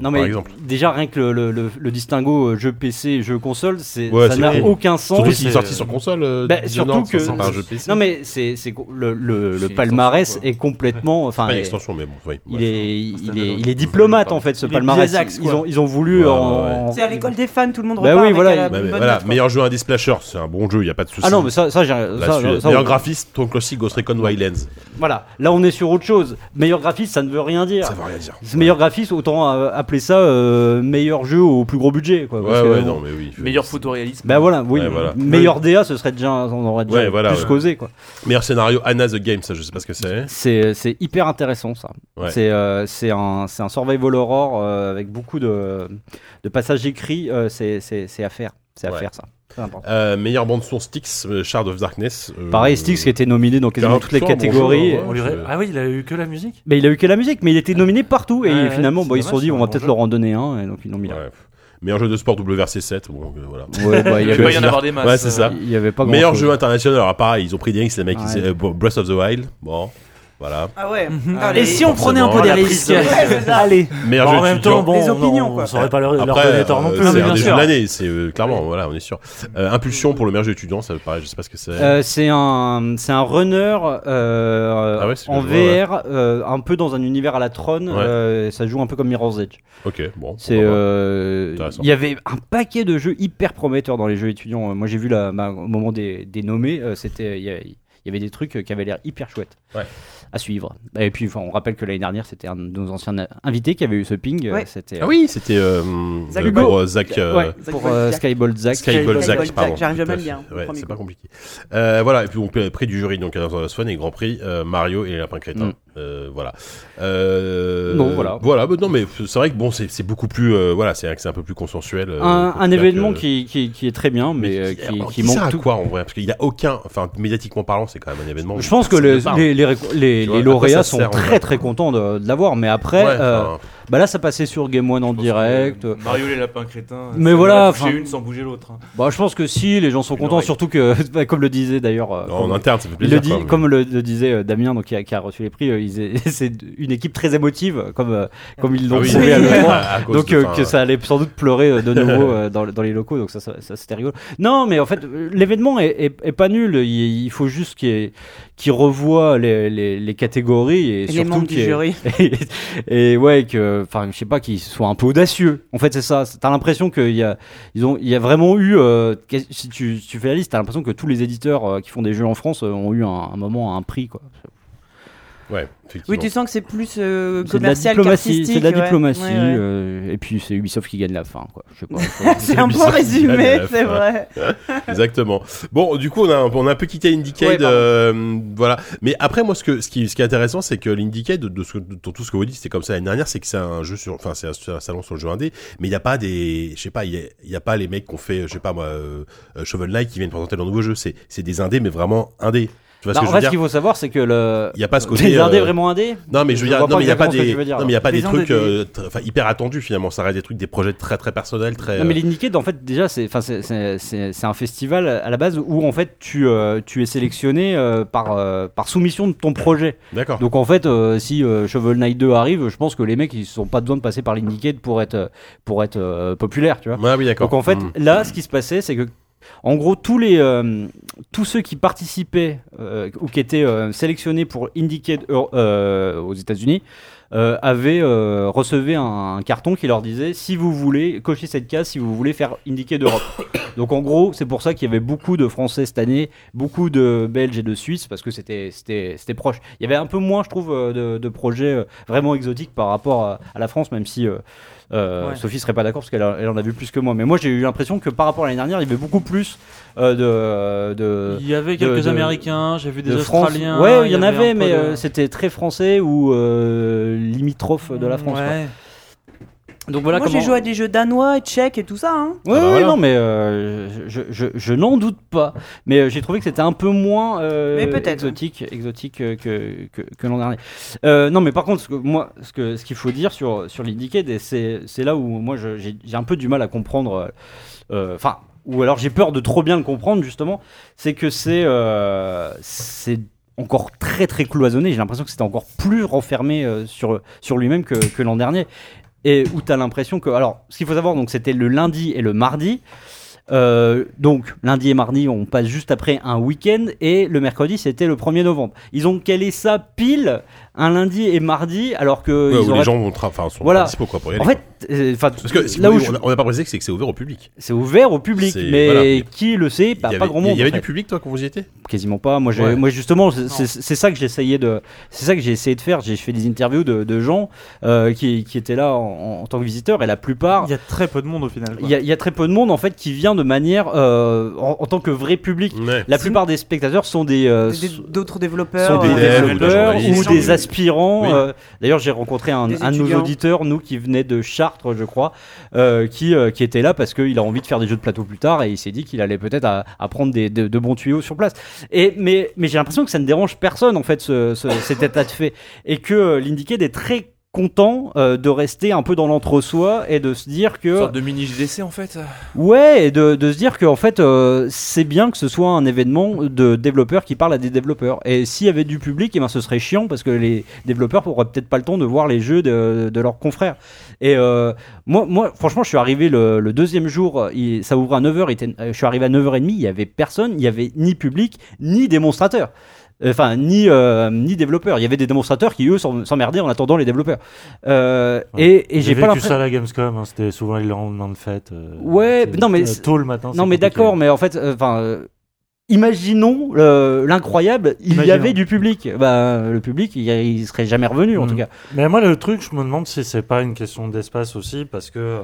Speaker 4: non
Speaker 2: Par
Speaker 4: mais
Speaker 2: exemple.
Speaker 4: déjà rien que le, le, le- le distinguo euh, jeu PC et jeu console, c'est
Speaker 2: Ouais,
Speaker 4: ça
Speaker 2: c'est
Speaker 4: n'a
Speaker 2: horrible.
Speaker 4: aucun sens.
Speaker 2: Surtout
Speaker 6: Oui,
Speaker 2: qu'il est
Speaker 6: c'est-
Speaker 2: sorti sur console. euh,
Speaker 4: Bah,
Speaker 2: Dishonored,
Speaker 4: surtout que-
Speaker 2: c'est pas un jeu PC.
Speaker 4: non mais c'est c'est gros- le le, le
Speaker 7: C'est une
Speaker 4: palmarès
Speaker 7: extension,
Speaker 4: est complètement enfin
Speaker 2: Pas une
Speaker 4: est-
Speaker 2: extension, mais bon, oui.
Speaker 4: il est, il, est, il est
Speaker 7: Pardon.
Speaker 4: diplomate en fait ce
Speaker 5: Il est
Speaker 4: palmarès.
Speaker 5: biaisé,
Speaker 4: Ils
Speaker 5: quoi.
Speaker 4: ont, ils ont voulu. euh,
Speaker 2: Ouais, ouais,
Speaker 4: en-
Speaker 3: C'est à l'école des fans, tout le monde
Speaker 4: Bah
Speaker 3: repart.
Speaker 4: oui,
Speaker 3: avec
Speaker 4: voilà,
Speaker 3: la
Speaker 4: il-
Speaker 2: Ouais,
Speaker 3: bonne
Speaker 2: mais
Speaker 3: note,
Speaker 2: voilà,
Speaker 3: quoi.
Speaker 2: meilleur jeu indie slasher, c'est un bon jeu, il y a pas de souci.
Speaker 4: hein. Ah non mais ça ça j'ai ça,
Speaker 2: Là-dessus.
Speaker 4: ça,
Speaker 2: meilleur
Speaker 4: on-
Speaker 2: graphiste, ton classique Ghost Recon Wildlands.
Speaker 4: voilà là on est sur autre chose. Meilleur graphiste ça ne veut rien dire.
Speaker 2: Ça veut rien dire.
Speaker 4: Ce Meilleur graphiste autant euh, appeler ça euh, meilleur jeu au plus gros budget quoi.
Speaker 2: Ouais,
Speaker 4: parce que
Speaker 2: ouais,
Speaker 4: bon,
Speaker 2: non, mais oui.
Speaker 7: Meilleur photoréalisme.
Speaker 4: Bah voilà, oui.
Speaker 2: Ouais, voilà.
Speaker 4: Meilleur DA, ce serait déjà, on aurait déjà
Speaker 2: Ouais, voilà,
Speaker 4: plus
Speaker 2: ouais.
Speaker 4: causé quoi.
Speaker 2: Meilleur scénario, Anna the Game, ça, je sais pas ce que c'est.
Speaker 4: C'est c'est hyper intéressant ça.
Speaker 2: Ouais.
Speaker 4: C'est euh, c'est un c'est un survival horror euh, avec beaucoup de de passages écrits. euh, c'est c'est c'est à faire, c'est à
Speaker 2: Ouais.
Speaker 4: faire ça. C'est important.
Speaker 2: Euh, meilleure bande-son Styx, euh, Shard of Darkness. euh,
Speaker 4: Pareil, Styx qui était nominé dans quasiment
Speaker 2: Car-
Speaker 4: toutes les
Speaker 2: bon,
Speaker 4: catégories.
Speaker 2: bonjour,
Speaker 6: On lui
Speaker 2: Ouais,
Speaker 6: ré-
Speaker 2: je-
Speaker 6: Ah oui, il a eu que la musique
Speaker 4: Mais il a eu que la musique, mais il était nominé partout et
Speaker 6: Ouais,
Speaker 4: finalement,
Speaker 6: c'est
Speaker 4: bon, ils se sont
Speaker 6: dommage,
Speaker 4: dit,
Speaker 6: c'est
Speaker 4: on
Speaker 6: un
Speaker 4: va
Speaker 6: bon
Speaker 4: peut-être
Speaker 6: jeu.
Speaker 4: leur en donner un, et donc ils l'ont mis là.
Speaker 2: Ouais. Meilleur jeu de sport WRC7, bon, euh, voilà.
Speaker 4: Ouais, bah, il
Speaker 7: Il
Speaker 4: y
Speaker 7: va pas y en
Speaker 4: avait,
Speaker 7: avoir des masses.
Speaker 2: Ouais, c'est ça.
Speaker 4: il y avait euh, pas grand
Speaker 2: Meilleur
Speaker 4: chose.
Speaker 2: jeu international, alors pareil, ils ont pris des risques, les mecs,
Speaker 4: Ouais.
Speaker 2: c'est, euh, bon, Breath of the Wild, bon, voilà.
Speaker 3: Ah ouais.
Speaker 5: Et si on prenait un peu des
Speaker 2: Forcément,
Speaker 5: risques
Speaker 4: Allez,
Speaker 2: Meilleur
Speaker 6: Bon,
Speaker 2: jeu
Speaker 6: En même
Speaker 2: étudiant.
Speaker 6: temps, bon,
Speaker 3: Les opinions,
Speaker 6: on
Speaker 3: quoi.
Speaker 6: ne saurait pas leur, leur
Speaker 2: Après,
Speaker 6: donner tort non
Speaker 2: euh,
Speaker 6: plus.
Speaker 5: Non,
Speaker 2: c'est
Speaker 5: mais
Speaker 2: un
Speaker 5: bien
Speaker 2: des jeux
Speaker 5: sûr.
Speaker 2: de l'année, c'est euh, clairement, voilà, on est sûr. Euh, Impulsion pour le meilleur jeu étudiant, ça pareil, je sais pas ce que c'est.
Speaker 4: Euh, c'est un c'est un runner euh,
Speaker 2: Ah ouais, c'est
Speaker 4: en
Speaker 2: le jeu, ouais.
Speaker 4: VR euh, un peu dans un univers à la Tron
Speaker 2: Ouais.
Speaker 4: euh, ça joue un peu comme Mirror's Edge
Speaker 2: ok, bon.
Speaker 4: c'est
Speaker 2: pourquoi pas.
Speaker 4: euh,
Speaker 2: Intéressant.
Speaker 4: il y avait un paquet de jeux hyper prometteurs dans les jeux étudiants moi j'ai vu la, ma- au moment des, des nommés euh, c'était il y, a- il y avait des trucs qui avaient l'air hyper chouettes
Speaker 2: Ouais.
Speaker 4: à suivre et puis enfin, on rappelle que l'année dernière c'était un de nos anciens invités qui avait eu ce ping euh,
Speaker 3: Ouais.
Speaker 4: c'était
Speaker 2: Ah oui, c'était euh, hum,
Speaker 3: Zach
Speaker 2: euh,
Speaker 3: Hugo.
Speaker 2: pour euh, Zach. euh,
Speaker 4: ouais, pour euh,
Speaker 3: Zach
Speaker 4: Skybolt Zack
Speaker 2: Skybolt
Speaker 3: Skybolt
Speaker 2: Zach,
Speaker 3: Zach,
Speaker 2: pardon.
Speaker 3: j'arrive
Speaker 2: tout
Speaker 3: jamais
Speaker 2: à
Speaker 3: à le
Speaker 2: fait.
Speaker 3: dire, au
Speaker 2: Ouais,
Speaker 3: premier
Speaker 2: c'est
Speaker 3: coup.
Speaker 2: pas compliqué. Euh, voilà, et puis on peut prix du jury, donc Another Lost One et Grand Prix, euh, Mario et les Lapins Crétins.
Speaker 4: Mm.
Speaker 2: Euh, voilà. Euh,
Speaker 4: Non, voilà.
Speaker 2: Voilà, bah, non, mais c'est vrai que bon, c'est c'est beaucoup plus. euh, voilà, c'est vrai que c'est un peu plus consensuel. euh,
Speaker 4: un,
Speaker 2: en
Speaker 4: un
Speaker 2: tout cas
Speaker 4: événement
Speaker 2: que-
Speaker 4: qui, qui, qui est très bien mais, euh, qui,
Speaker 2: alors,
Speaker 4: qui
Speaker 2: sert
Speaker 4: manque
Speaker 2: à
Speaker 4: tout
Speaker 2: quoi en vrai Parce qu'il n'y a aucun. Enfin, médiatiquement parlant, c'est quand même un événement.
Speaker 4: Je pense que les, les, les réco- les-
Speaker 2: Tu
Speaker 4: les
Speaker 2: vois, à quoi ça
Speaker 4: lauréats
Speaker 2: sert, euh,
Speaker 4: sont
Speaker 2: en fait
Speaker 4: très très contents de, de l'avoir, mais après, euh, bah là ça passait sur Game One en direct.
Speaker 7: Euh, Mario les lapins crétins.
Speaker 4: Mais
Speaker 7: ça
Speaker 4: voilà,
Speaker 7: va toucher
Speaker 4: enfin-
Speaker 7: une sans bouger l'autre. hein.
Speaker 4: Bah, je pense que si, les gens sont
Speaker 7: Une
Speaker 4: contents,
Speaker 7: oreille.
Speaker 4: surtout que, bah, comme le disait d'ailleurs, euh,
Speaker 2: en
Speaker 4: comme-
Speaker 2: interne, ça fait
Speaker 4: il le
Speaker 2: plaisir.
Speaker 4: dit,
Speaker 2: quoi, mais- Ah
Speaker 4: comme le, le disait euh, Damien, donc qui a, qui a reçu les prix, euh, il- ils aient- c'est une équipe très émotive, comme, euh, comme ils l'ont
Speaker 2: Ah oui,
Speaker 4: trouvé à
Speaker 2: oui,
Speaker 4: l'E3.
Speaker 2: à- à cause
Speaker 4: Donc
Speaker 2: de-
Speaker 4: euh,
Speaker 2: enfin,
Speaker 4: que ça allait sans doute pleurer euh, de nouveau euh, dans, dans les locaux, donc ça, ça, ça, c'était rigolo. Non, mais en fait, euh, l'événement est, est- est pas nul. Il, il faut juste qu'il y ait- qu'il revoie les, les, les catégories et,
Speaker 3: Et les
Speaker 4: surtout
Speaker 3: membres du
Speaker 4: qu'il y ait-
Speaker 3: jury.
Speaker 4: et, et ouais, que, enfin, je sais pas, qu'ils soient un peu audacieux. En fait, c'est ça. C'est- T'as l'impression qu'il y a, ils ont, il y a vraiment eu. euh, qu'est- si tu, si tu fais la liste, t'as l'impression que tous les éditeurs euh, qui font des jeux en France euh, ont eu un, un moment, un prix, quoi.
Speaker 2: Ouais,
Speaker 3: Oui,
Speaker 2: effectivement.
Speaker 3: tu sens que c'est plus euh,
Speaker 4: C'est de la
Speaker 3: commercial
Speaker 4: diplomatie, c'est de la
Speaker 3: qu'artistique, ouais.
Speaker 4: diplomatie.
Speaker 3: Ouais, ouais.
Speaker 4: euh, et puis c'est Ubisoft qui gagne la fin, quoi. Je sais pas.
Speaker 3: c'est un bon
Speaker 2: bizarre, c'est
Speaker 3: résumé,
Speaker 2: la fin.
Speaker 3: c'est vrai.
Speaker 2: Exactement. Bon, du coup, on a, on a un peu quitté Indiecade,
Speaker 4: Ouais, pardon.
Speaker 2: euh, voilà. Mais après, moi, ce, que, ce, qui, ce qui est intéressant, c'est que l'Indiecade, de, ce que- de tout ce que vous dites, c'est comme ça l'année dernière, c'est que c'est un jeu sur, enfin, c'est un, c'est un salon sur le jeu indé, mais il n'y a pas des, je sais pas, il y a- il y, a pas les mecs qu'on fait, je sais pas moi, euh, euh, Shovel Knight qui viennent présenter leur nouveau jeu. C'est, c'est des indés, mais vraiment indés. Tu vois
Speaker 4: Bah,
Speaker 2: ce
Speaker 4: en
Speaker 2: que je veux
Speaker 4: fait, ce
Speaker 2: dire
Speaker 4: qu'il faut savoir, c'est que le.
Speaker 2: Il y a pas ce côté,
Speaker 4: Des indés
Speaker 2: euh,
Speaker 4: vraiment indés
Speaker 2: Non, mais je veux
Speaker 4: Je
Speaker 2: dire,
Speaker 4: vois
Speaker 2: non,
Speaker 4: pas
Speaker 2: mais il n'y a pas
Speaker 4: exactement ce que
Speaker 2: des,
Speaker 4: tu veux dire.
Speaker 2: non, mais il y a pas
Speaker 3: Les
Speaker 2: des trucs
Speaker 3: indés.
Speaker 2: euh, tr- enfin, hyper attendus finalement. Ça reste des trucs, des projets très très personnels, très.
Speaker 4: Non, mais
Speaker 2: euh,
Speaker 4: l'Indicate, en fait, déjà, c'est, enfin, c'est, c'est, c'est, c'est un festival à la base où, en fait, tu, euh, tu es sélectionné euh, par, euh, par soumission de ton projet.
Speaker 2: D'accord.
Speaker 4: Donc, en fait, euh, si euh, Shovel Knight 2 arrive, je pense que les mecs, ils n'ont pas besoin de passer par l'Indicate pour être, pour être euh, populaire, tu vois.
Speaker 2: Ouais, oui, d'accord.
Speaker 4: Donc, en fait,
Speaker 2: Mm.
Speaker 4: là, ce qui se passait, c'est que. En gros, tous, les, euh, tous ceux qui participaient euh, ou qui étaient euh, sélectionnés pour Indicate Euro- euh, aux États-Unis euh, avaient euh, recevaient un, un carton qui leur disait si vous voulez cocher cette case, si vous voulez faire Indicate Europe. Donc en gros, c'est pour ça qu'il y avait beaucoup de Français cette année, beaucoup de Belges et de Suisses parce que c'était c'était c'était proche. Il y avait un peu moins, je trouve, euh, de, de projets euh, vraiment exotiques par rapport à, à la France, même si euh, euh,
Speaker 3: Ouais.
Speaker 4: Sophie serait pas d'accord parce qu'elle a- elle en a vu plus que moi. Mais moi, j'ai eu l'impression que par rapport à l'année dernière, il y avait beaucoup plus euh, de de
Speaker 5: Il y avait
Speaker 4: de-
Speaker 5: quelques
Speaker 4: de-
Speaker 5: Américains, j'ai vu des
Speaker 4: de France.
Speaker 5: Australiens.
Speaker 4: Ouais, il y en avait,
Speaker 5: un peu
Speaker 4: mais
Speaker 5: de-
Speaker 4: euh, c'était très français ou euh, limitrophe de la France.
Speaker 5: Ouais.
Speaker 4: quoi. Donc voilà
Speaker 3: Moi,
Speaker 4: comment.
Speaker 3: j'ai joué à des jeux danois et tchèques et tout ça. Hein.
Speaker 4: Ouais,
Speaker 2: Ah bah
Speaker 4: ouais,
Speaker 2: voilà.
Speaker 4: non, mais euh, je, je, je n'en doute pas. Mais euh, j'ai trouvé que c'était un peu moins euh,
Speaker 3: Mais peut-être.
Speaker 4: exotique, exotique euh, que, que, que l'an dernier. Euh, non, mais par contre, ce que, moi, ce que ce qu'il faut dire sur sur l'Indicate, et c'est c'est là où moi je- j'ai j'ai un peu du mal à comprendre. euh, Enfin, ou alors j'ai peur de trop bien le comprendre justement. C'est que c'est euh, c'est encore très très cloisonné. J'ai l'impression que c'était encore plus renfermé euh, sur sur lui-même que, que l'an dernier. Et où t'as l'impression que. Alors, ce qu'il faut savoir, donc c'était le lundi et le mardi. Euh, donc lundi et mardi, on passe juste après un week-end et le mercredi, c'était le 1er novembre. Ils ont calé ça pile un lundi et mardi, alors que
Speaker 2: Ouais,
Speaker 4: euh, ils
Speaker 2: où
Speaker 4: auraient-
Speaker 2: les gens vont tra- enfin, sont
Speaker 4: Voilà.
Speaker 2: pas dispo, quoi, pour y aller.
Speaker 4: en
Speaker 2: quoi.
Speaker 4: fait, euh, enfin,
Speaker 2: parce que ce
Speaker 4: là
Speaker 2: qu'on-
Speaker 4: où je-
Speaker 2: on a- on n'a pas précisé que c'est que c'est ouvert au public.
Speaker 4: c'est ouvert au public,
Speaker 2: C'est-
Speaker 4: mais
Speaker 2: voilà.
Speaker 4: qui le sait Pas,
Speaker 2: il y
Speaker 4: Bah, pas
Speaker 2: avait,
Speaker 4: grand
Speaker 2: il y
Speaker 4: monde. en
Speaker 2: avait
Speaker 4: fait.
Speaker 2: du public, toi, quand vous y étiez
Speaker 4: Quasiment pas. Moi, j'ai-
Speaker 2: Ouais.
Speaker 4: moi justement, c'est- c'est c'est ça que j'essayais de, c'est ça que j'ai essayé de faire. J'ai fait des interviews de, de gens euh, qui, qui étaient là en, en tant que visiteurs et la plupart
Speaker 5: Il y a très peu de monde au final. quoi.
Speaker 4: Il y, a- il y a très peu de monde en fait qui vient de manière euh, en, en tant que vrai public.
Speaker 2: Ouais.
Speaker 4: La plupart des spectateurs sont des, euh,
Speaker 3: Des-
Speaker 4: sont-
Speaker 3: D'autres
Speaker 4: sont
Speaker 3: développeurs.
Speaker 4: des
Speaker 2: des
Speaker 3: euh,
Speaker 2: élèves,
Speaker 4: développeurs
Speaker 2: des
Speaker 4: ou
Speaker 2: journalistes,
Speaker 4: des
Speaker 2: oui.
Speaker 4: aspirants.
Speaker 2: Oui.
Speaker 4: euh, D'ailleurs, j'ai rencontré un,
Speaker 3: Des
Speaker 4: un de nos
Speaker 3: étudiants.
Speaker 4: auditeurs, nous qui venait de Chartres, je crois, euh, qui, euh, qui était là parce qu'il a envie de faire des jeux de plateau plus tard et il s'est dit qu'il allait peut-être à- apprendre des, de, de bons tuyaux sur place. Et mais, mais j'ai l'impression que ça ne dérange personne en fait ce, ce- cet état de fait et que euh, l'Indiqué est très content euh, de rester un peu dans l'entre-soi et de se dire que
Speaker 7: Une sorte de mini JDC en fait.
Speaker 4: Ouais, et de, de se dire que en fait, euh, c'est bien que ce soit un événement de développeurs qui parlent à des développeurs. Et s'il y avait du public, eh ben, ce serait chiant parce que les développeurs n'auraient peut-être pas le temps de voir les jeux de, de leurs confrères. Et euh, moi, moi, franchement, je suis arrivé le, le deuxième jour, il- ça ouvrait à 9h, il était- euh, je suis arrivé à 9h30, il y avait personne, il y avait ni public, ni démonstrateur. Enfin, ni, euh, ni développeur. Il y avait des démonstrateurs qui, eux, s'en- s'emmerdaient en attendant les développeurs. Euh,
Speaker 6: Ouais.
Speaker 4: Et, et j'ai
Speaker 6: j'ai
Speaker 4: pas
Speaker 6: vécu
Speaker 4: l'impression.
Speaker 6: ça à la Gamescom, hein, c'était souvent les lendemains de fête. euh,
Speaker 4: Ouais,
Speaker 6: c'est-
Speaker 4: mais non, mais
Speaker 6: euh,
Speaker 4: c'est-
Speaker 6: tôt le matin.
Speaker 4: Non,
Speaker 6: c'est
Speaker 4: mais
Speaker 6: compliqué.
Speaker 4: d'accord, mais en fait, euh, enfin. euh, Imaginons euh, l'incroyable, il y
Speaker 5: Imaginons.
Speaker 4: avait du public. Bah, le public, il, il serait jamais revenu en
Speaker 6: Mm.
Speaker 4: tout cas.
Speaker 6: Mais moi, le truc, je me demande si c'est pas une question d'espace aussi, parce que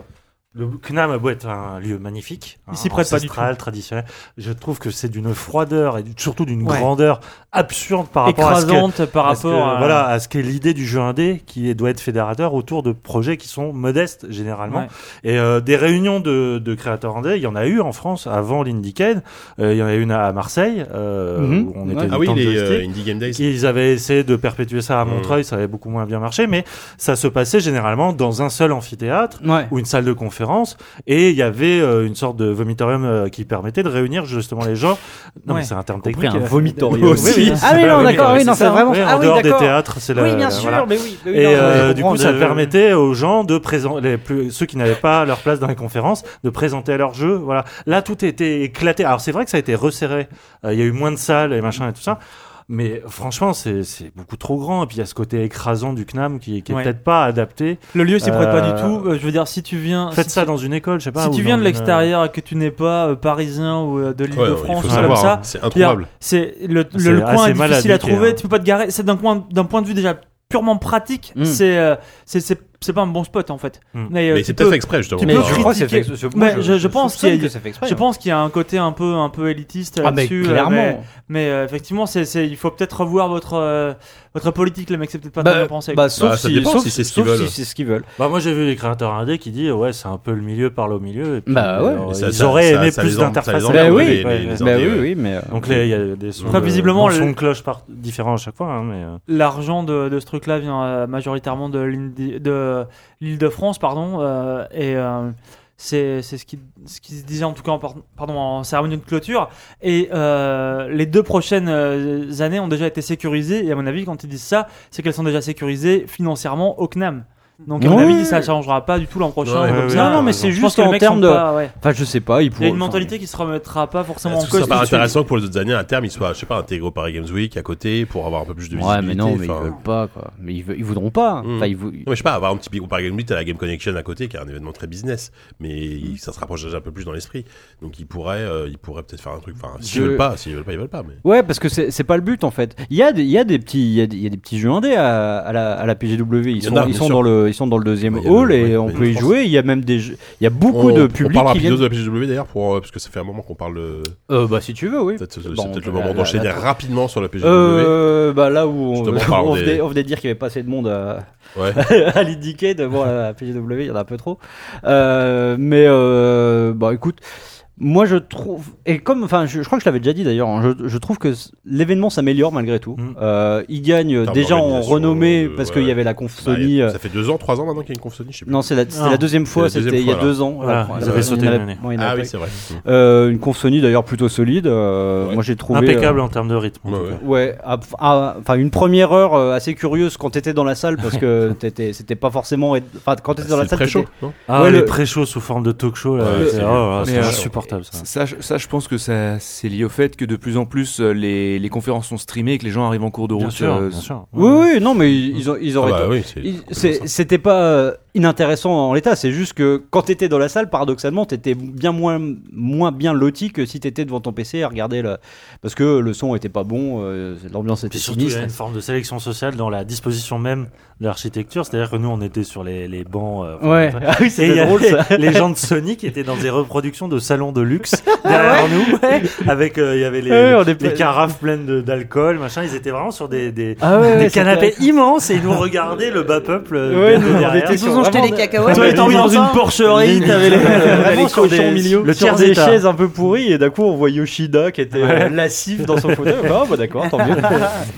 Speaker 6: le CNAM a beau être un lieu magnifique, hein,
Speaker 5: Il s'y prête pas du
Speaker 6: ancestral, traditionnel. Je trouve que c'est d'une froideur et d- surtout d'une grandeur absurde par rapport à ce qu'est-
Speaker 5: Écrasante par
Speaker 6: à ce que-
Speaker 5: rapport à.
Speaker 6: voilà, à ce qu'est l'idée du jeu indé qui est- doit être fédérateur autour de projets qui sont modestes généralement.
Speaker 5: Ouais.
Speaker 6: Et euh, des réunions de, de créateurs indé, il y en a eu en France avant l'Indiecade. Euh, il y en a une à Marseille euh,
Speaker 4: Mhm.
Speaker 6: où on était
Speaker 4: Ouais.
Speaker 6: du
Speaker 2: Ah oui,
Speaker 6: temps de
Speaker 2: les
Speaker 6: joystick.
Speaker 2: euh, Indie Game Days.
Speaker 6: Ils avaient essayé de perpétuer ça à
Speaker 2: Mm.
Speaker 6: Montreuil, ça avait beaucoup moins bien marché, mais ça se passait généralement dans un seul amphithéâtre
Speaker 4: Ouais.
Speaker 6: ou une salle de conférences et il y avait euh, une sorte de vomitorium euh, qui permettait de réunir justement les gens. Non,
Speaker 5: Ouais.
Speaker 6: mais c'est un terme
Speaker 4: Compris
Speaker 6: technique.
Speaker 4: un
Speaker 6: euh,
Speaker 4: vomitorium.
Speaker 6: aussi.
Speaker 4: Oui, oui.
Speaker 6: c'est
Speaker 4: Ah oui,
Speaker 6: ça,
Speaker 4: non, d'accord, oui, non, c'est
Speaker 6: ça.
Speaker 4: vraiment-
Speaker 6: Oui, en
Speaker 4: ah oui,
Speaker 6: dehors des
Speaker 4: d'accord.
Speaker 6: théâtres, c'est la.
Speaker 4: oui, bien
Speaker 6: la-
Speaker 4: sûr,
Speaker 6: voilà.
Speaker 4: mais oui. oui,
Speaker 6: Et
Speaker 4: non,
Speaker 6: euh,
Speaker 4: je
Speaker 6: du
Speaker 4: comprends
Speaker 6: coup, ça
Speaker 4: de-
Speaker 6: permettait aux gens de présenter, les plus, ceux qui n'avaient pas leur place dans les conférences, de présenter leur jeu. Voilà. Là, tout était éclaté. Alors, c'est vrai que ça a été resserré. Euh, Il y a eu moins de salles et machin et tout ça. Mais franchement, c'est c'est beaucoup trop grand. Et puis, il y a ce côté écrasant du CNAM qui, qui est
Speaker 5: Ouais.
Speaker 6: peut-être pas adapté.
Speaker 5: Le lieu s'y prête pas du
Speaker 6: Euh,
Speaker 5: tout. Euh, Je veux dire, si tu viens.
Speaker 6: Faites
Speaker 5: si
Speaker 6: ça
Speaker 5: tu-
Speaker 6: dans une école, je sais pas.
Speaker 5: Si
Speaker 6: ou
Speaker 5: tu viens
Speaker 6: dans
Speaker 5: de
Speaker 6: une- euh,
Speaker 5: l'extérieur et que tu n'es pas euh, parisien ou euh, de l'île
Speaker 2: Ouais,
Speaker 5: de
Speaker 2: non, il
Speaker 5: France,
Speaker 2: faut
Speaker 5: un truc comme
Speaker 2: savoir,
Speaker 5: ça,
Speaker 2: hein, c'est introuvable.
Speaker 5: c'est le,
Speaker 6: C'est
Speaker 5: le, le coin
Speaker 6: assez
Speaker 5: est
Speaker 6: mal
Speaker 5: difficile à
Speaker 6: habité,
Speaker 5: trouver,
Speaker 6: hein.
Speaker 5: tu peux pas te garer. C'est d'un coin d'un point de vue déjà purement pratique,
Speaker 4: Mm.
Speaker 5: c'est euh, c'est c'est c'est pas un bon spot en fait.
Speaker 6: Mm.
Speaker 5: Mais, euh,
Speaker 2: Hmm. Mais
Speaker 5: tu
Speaker 2: c'est
Speaker 5: peux-
Speaker 2: peut-être fait exprès, justement.
Speaker 5: tu
Speaker 4: Mais
Speaker 5: peux
Speaker 2: Ah,
Speaker 4: je crois que c'est fait exprès.
Speaker 5: Mais
Speaker 4: Moi,
Speaker 5: Bah, je- je pense
Speaker 4: soupçonne
Speaker 5: qu'il y a-
Speaker 4: que c'est fait exprès.
Speaker 5: je pense qu'il y a un côté un peu un peu élitiste
Speaker 4: Ah, mais
Speaker 5: là-dessus. euh,
Speaker 4: clairement.
Speaker 5: mais, mais, euh, effectivement, c'est c'est il faut peut-être revoir votre euh, votre politique, les mecs, c'est peut-être pas
Speaker 4: Bah,
Speaker 5: comme pensé.
Speaker 4: bah, sauf
Speaker 2: Bah, ça
Speaker 4: si,
Speaker 2: dépend
Speaker 4: sauf-
Speaker 2: si c'est ce
Speaker 4: sauf
Speaker 2: qu'ils
Speaker 4: si
Speaker 2: veulent.
Speaker 4: c'est ce qu'ils veulent.
Speaker 6: Bah, moi, j'ai vu les créateurs indés qui disent, ouais, c'est un peu le milieu par le milieu. Et puis,
Speaker 4: Bah, ouais.
Speaker 6: alors,
Speaker 2: Et ça-
Speaker 6: ils
Speaker 2: ça-
Speaker 6: auraient
Speaker 2: ça-
Speaker 6: aimé
Speaker 2: ça les
Speaker 6: plus
Speaker 2: en- ça
Speaker 6: d'interfaces.
Speaker 2: les
Speaker 6: à
Speaker 4: Bah
Speaker 6: la-
Speaker 2: emmerde,
Speaker 4: oui,
Speaker 2: les-
Speaker 6: ouais,
Speaker 2: les
Speaker 6: ouais.
Speaker 4: Bah
Speaker 2: Indés,
Speaker 4: oui,
Speaker 2: ouais.
Speaker 4: oui, mais. euh,
Speaker 6: Donc, là, il y a des sons.
Speaker 5: Après,
Speaker 6: de-
Speaker 5: visiblement,
Speaker 6: des sons
Speaker 5: le-
Speaker 6: de cloche par... différents à chaque fois. hein, mais, euh,
Speaker 5: L'argent de, de ce truc-là vient euh, majoritairement de l'Indi- de l'Île-de-France, pardon, euh, et euh, c'est c'est ce qui, ce qui se disait en tout cas en, par- pardon, en cérémonie de clôture. Et euh, les deux prochaines euh, années ont déjà été sécurisées, et à mon avis, quand ils disent ça, c'est qu'elles sont déjà sécurisées financièrement au CNAM. Donc à mon
Speaker 4: Oui.
Speaker 5: avis, ça ne changera pas du tout l'an prochain.
Speaker 2: Ouais,
Speaker 5: comme
Speaker 6: ouais,
Speaker 5: ça.
Speaker 4: Non,
Speaker 6: ouais,
Speaker 4: non, mais
Speaker 6: ouais,
Speaker 4: c'est
Speaker 5: Je pense
Speaker 4: juste
Speaker 5: que les
Speaker 4: en
Speaker 5: mecs
Speaker 4: termes
Speaker 5: sont
Speaker 4: de.
Speaker 5: pas, ouais.
Speaker 4: Enfin, je sais pas, ils
Speaker 5: Il y a
Speaker 4: pourraient-
Speaker 5: une
Speaker 4: enfin,
Speaker 5: mentalité qui se remettra pas forcément en
Speaker 2: Est-ce que
Speaker 5: cause.
Speaker 2: ça paraît
Speaker 5: tout de suite.
Speaker 2: intéressant que pour les autres années, à terme, ils soient, je sais pas, intégrés au Paris Games Week à côté pour avoir un peu plus de
Speaker 4: Ouais,
Speaker 2: visibilité.
Speaker 4: mais non, mais ils
Speaker 2: enfin.
Speaker 4: veulent pas, quoi. Mais ils, veulent- ils voudront pas.
Speaker 2: Mm.
Speaker 4: Enfin, ils vou-
Speaker 2: Non, mais je sais pas, avoir un petit pic au Paris Game Week, t'as la Game Connection à côté, qui est un événement très business, mais ça se rapproche déjà un peu plus dans l'esprit. Donc ils pourraient, euh, ils pourraient peut-être faire un truc. Enfin, s'ils
Speaker 4: Je-
Speaker 2: veulent pas, s'ils veulent pas, ils veulent pas. Mais
Speaker 4: Ouais, parce que c'est c'est pas le but en fait. Il y a des, il y a des petits, il y a des, il y a des petits jeux indés à, à la, à la PGW. Ils
Speaker 2: Il y en
Speaker 4: sont,
Speaker 2: a,
Speaker 4: ils
Speaker 2: bien
Speaker 4: sont
Speaker 2: sûr.
Speaker 4: dans le, ils sont dans le deuxième
Speaker 2: Ouais, il y en a,
Speaker 4: hall et
Speaker 2: ouais,
Speaker 4: on
Speaker 2: mais
Speaker 4: peut
Speaker 2: je
Speaker 4: y
Speaker 2: pense-
Speaker 4: jouer. Il y a même des, jeux- il y a beaucoup
Speaker 2: on,
Speaker 4: de
Speaker 2: on
Speaker 4: public
Speaker 2: parlera
Speaker 4: qui
Speaker 2: plus
Speaker 4: viennent.
Speaker 2: de la PGW d'ailleurs, pour, euh, parce que ça fait un moment qu'on parle. de-
Speaker 4: Euh, bah si tu veux, oui.
Speaker 2: peut-être- C'est
Speaker 4: Bon,
Speaker 2: peut-être le
Speaker 4: la-
Speaker 2: moment
Speaker 4: la-
Speaker 2: d'enchaîner
Speaker 4: la-
Speaker 2: rapidement sur la PGW.
Speaker 4: Euh, bah là où on,
Speaker 2: Justement, parle
Speaker 4: on
Speaker 2: des-
Speaker 4: venait, on venait de dire qu'il n'y avait pas assez de monde à,
Speaker 2: Ouais.
Speaker 4: à l'indiquer devant la PGW, il y en a un peu trop. Euh, mais euh, bah écoute, moi je trouve et comme enfin je, je crois que je l'avais déjà dit d'ailleurs, hein, je, je trouve que c- l'événement s'améliore malgré tout.
Speaker 6: Mm.
Speaker 4: Euh, il gagne
Speaker 2: termes
Speaker 4: déjà en
Speaker 2: d'organisation,
Speaker 4: renommée
Speaker 2: euh,
Speaker 4: parce
Speaker 2: ouais.
Speaker 4: qu'il y avait la conf
Speaker 2: Bah,
Speaker 4: Sony. euh,
Speaker 2: ça fait deux ans, trois ans maintenant qu'il y a une conf Sony, je sais plus.
Speaker 4: non, c'est la, c'était
Speaker 6: Non.
Speaker 4: la deuxième fois,
Speaker 2: C'est la
Speaker 4: c'était
Speaker 2: deuxième
Speaker 4: il y a
Speaker 2: fois, là.
Speaker 4: deux ans.
Speaker 6: Voilà,
Speaker 4: la-
Speaker 6: ils
Speaker 4: la-
Speaker 6: avaient
Speaker 4: il
Speaker 6: sauté
Speaker 4: y en avait-
Speaker 6: une année.
Speaker 4: bon, il y en
Speaker 2: Ah
Speaker 4: avait
Speaker 2: oui,
Speaker 4: pas-
Speaker 2: c'est vrai.
Speaker 4: Euh, une conf Sony d'ailleurs plutôt solide. euh,
Speaker 2: Ouais.
Speaker 4: Moi j'ai trouvé euh,
Speaker 6: Impeccable en termes de rythme. en
Speaker 2: Ouais,
Speaker 6: tout
Speaker 2: ouais.
Speaker 4: Ouais,
Speaker 6: cas.
Speaker 4: à- à- enfin une première heure euh, assez curieuse quand t'étais dans la salle parce que t'étais, c'était pas forcément, enfin quand
Speaker 6: Bah,
Speaker 4: t'étais dans la
Speaker 2: Bah, C'est
Speaker 4: salle,
Speaker 2: très chaud.
Speaker 4: t'étais-
Speaker 2: non
Speaker 6: Ah,
Speaker 4: Ouais,
Speaker 6: les
Speaker 4: le-
Speaker 6: pré-shows sous forme de talk show, là,
Speaker 2: Ouais,
Speaker 6: c'est-
Speaker 2: c'est-
Speaker 6: oh là là,
Speaker 7: mais,
Speaker 6: c'est
Speaker 7: euh,
Speaker 6: insupportable ça.
Speaker 7: Ça, je- ça, je pense que ça, c'est lié au fait que de plus en plus euh, les, les conférences sont streamées et que les gens arrivent en cours de route. euh,
Speaker 6: hein, sûr.
Speaker 4: Oui, oui, non, mais ils, ils ont- ils auraient.
Speaker 2: Ah bah oui, c'est-
Speaker 4: ils- c'est- c'était pas euh, inintéressant en l'état, c'est juste que quand t'étais dans la salle, paradoxalement, t'étais bien moins, moins bien loti que si t'étais devant ton PC à regarder le. Parce que le son était pas bon, euh, l'ambiance était
Speaker 6: Puis surtout, il y
Speaker 4: sinistre.
Speaker 6: a une forme de sélection sociale dans la disposition même de l'architecture. C'est-à-dire que nous, on était sur les, les bancs. euh,
Speaker 4: Ouais,
Speaker 6: enfin,
Speaker 4: ah oui,
Speaker 6: Et il y
Speaker 4: c'était drôle ça.
Speaker 6: avait les gens de Sony qui étaient dans des reproductions de salons de luxe derrière nous, avec euh, il y avait les,
Speaker 4: Ah Ouais, on est
Speaker 6: les
Speaker 4: pas-
Speaker 6: carafes pleines de- d'alcool, machin. Ils étaient vraiment sur des, des,
Speaker 4: Ah ouais,
Speaker 6: des
Speaker 4: ouais,
Speaker 6: canapés
Speaker 4: c'était-
Speaker 6: immenses et ils nous regardaient le bas peuple. euh,
Speaker 4: Ouais,
Speaker 6: de-
Speaker 4: nous, on
Speaker 6: derrière.
Speaker 4: était
Speaker 3: Ils
Speaker 4: sur
Speaker 3: vous ont jeté
Speaker 4: vraiment-
Speaker 3: des cacahuètes.
Speaker 5: Toi, t'es
Speaker 3: dans
Speaker 5: mis dans une
Speaker 3: ça
Speaker 5: porcherie, t'avais les,
Speaker 4: Vraiment
Speaker 5: les
Speaker 4: sur
Speaker 5: cochons
Speaker 4: des-
Speaker 5: au milieu.
Speaker 6: Le
Speaker 4: sur
Speaker 6: tiers
Speaker 4: des
Speaker 6: état.
Speaker 4: chaises un peu pourries et d'un coup on voit Yoshida qui était euh, lassif dans son fauteuil. Ah bah d'accord, tant mieux.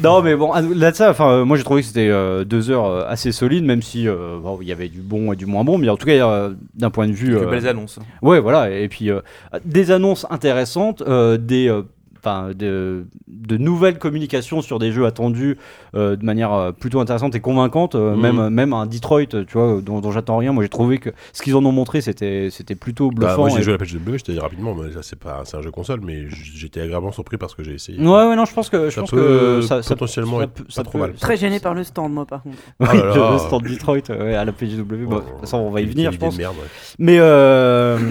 Speaker 4: non mais bon, à- là de ça, enfin euh, moi j'ai trouvé que c'était euh, deux heures euh, assez solides, même si euh, bon, il y avait du bon et du moins bon, mais en tout cas euh, d'un point de vue,
Speaker 7: quelques
Speaker 4: euh,
Speaker 7: belles annonces.
Speaker 4: ouais voilà, et puis euh, des annonces intéressantes, euh, des euh, Enfin, de, de nouvelles communications sur des jeux attendus euh, de manière euh, plutôt intéressante et convaincante. euh,
Speaker 2: Mhm.
Speaker 4: même, même un Detroit, tu vois, dont, dont j'attends rien. Moi, j'ai trouvé que ce qu'ils en ont montré, c'était c'était plutôt
Speaker 2: Bah,
Speaker 4: bluffant.
Speaker 2: moi j'ai
Speaker 4: et-
Speaker 2: joué à la PGW, je t'ai dit rapidement, mais ça, c'est pas, c'est un jeu console, mais j- j'étais agréablement surpris parce que j'ai essayé.
Speaker 4: Ouais, ouais, non, je pense que, je
Speaker 2: Ça
Speaker 4: pense
Speaker 2: peut
Speaker 4: que ça, ça-
Speaker 2: potentiellement
Speaker 4: ça
Speaker 2: être
Speaker 4: peut-
Speaker 2: pas
Speaker 4: ça
Speaker 2: trop
Speaker 4: peut-
Speaker 2: mal.
Speaker 3: Très gêné par le stand, moi, par contre.
Speaker 4: Oui,
Speaker 2: Oh là là. Oh.
Speaker 4: le stand Detroit euh, ouais, à la PGW. bon, de toute façon, on va y
Speaker 2: Quelle-
Speaker 4: venir,
Speaker 2: quelle
Speaker 4: je
Speaker 2: idée
Speaker 4: pense.
Speaker 2: de merde, ouais.
Speaker 4: Mais euh,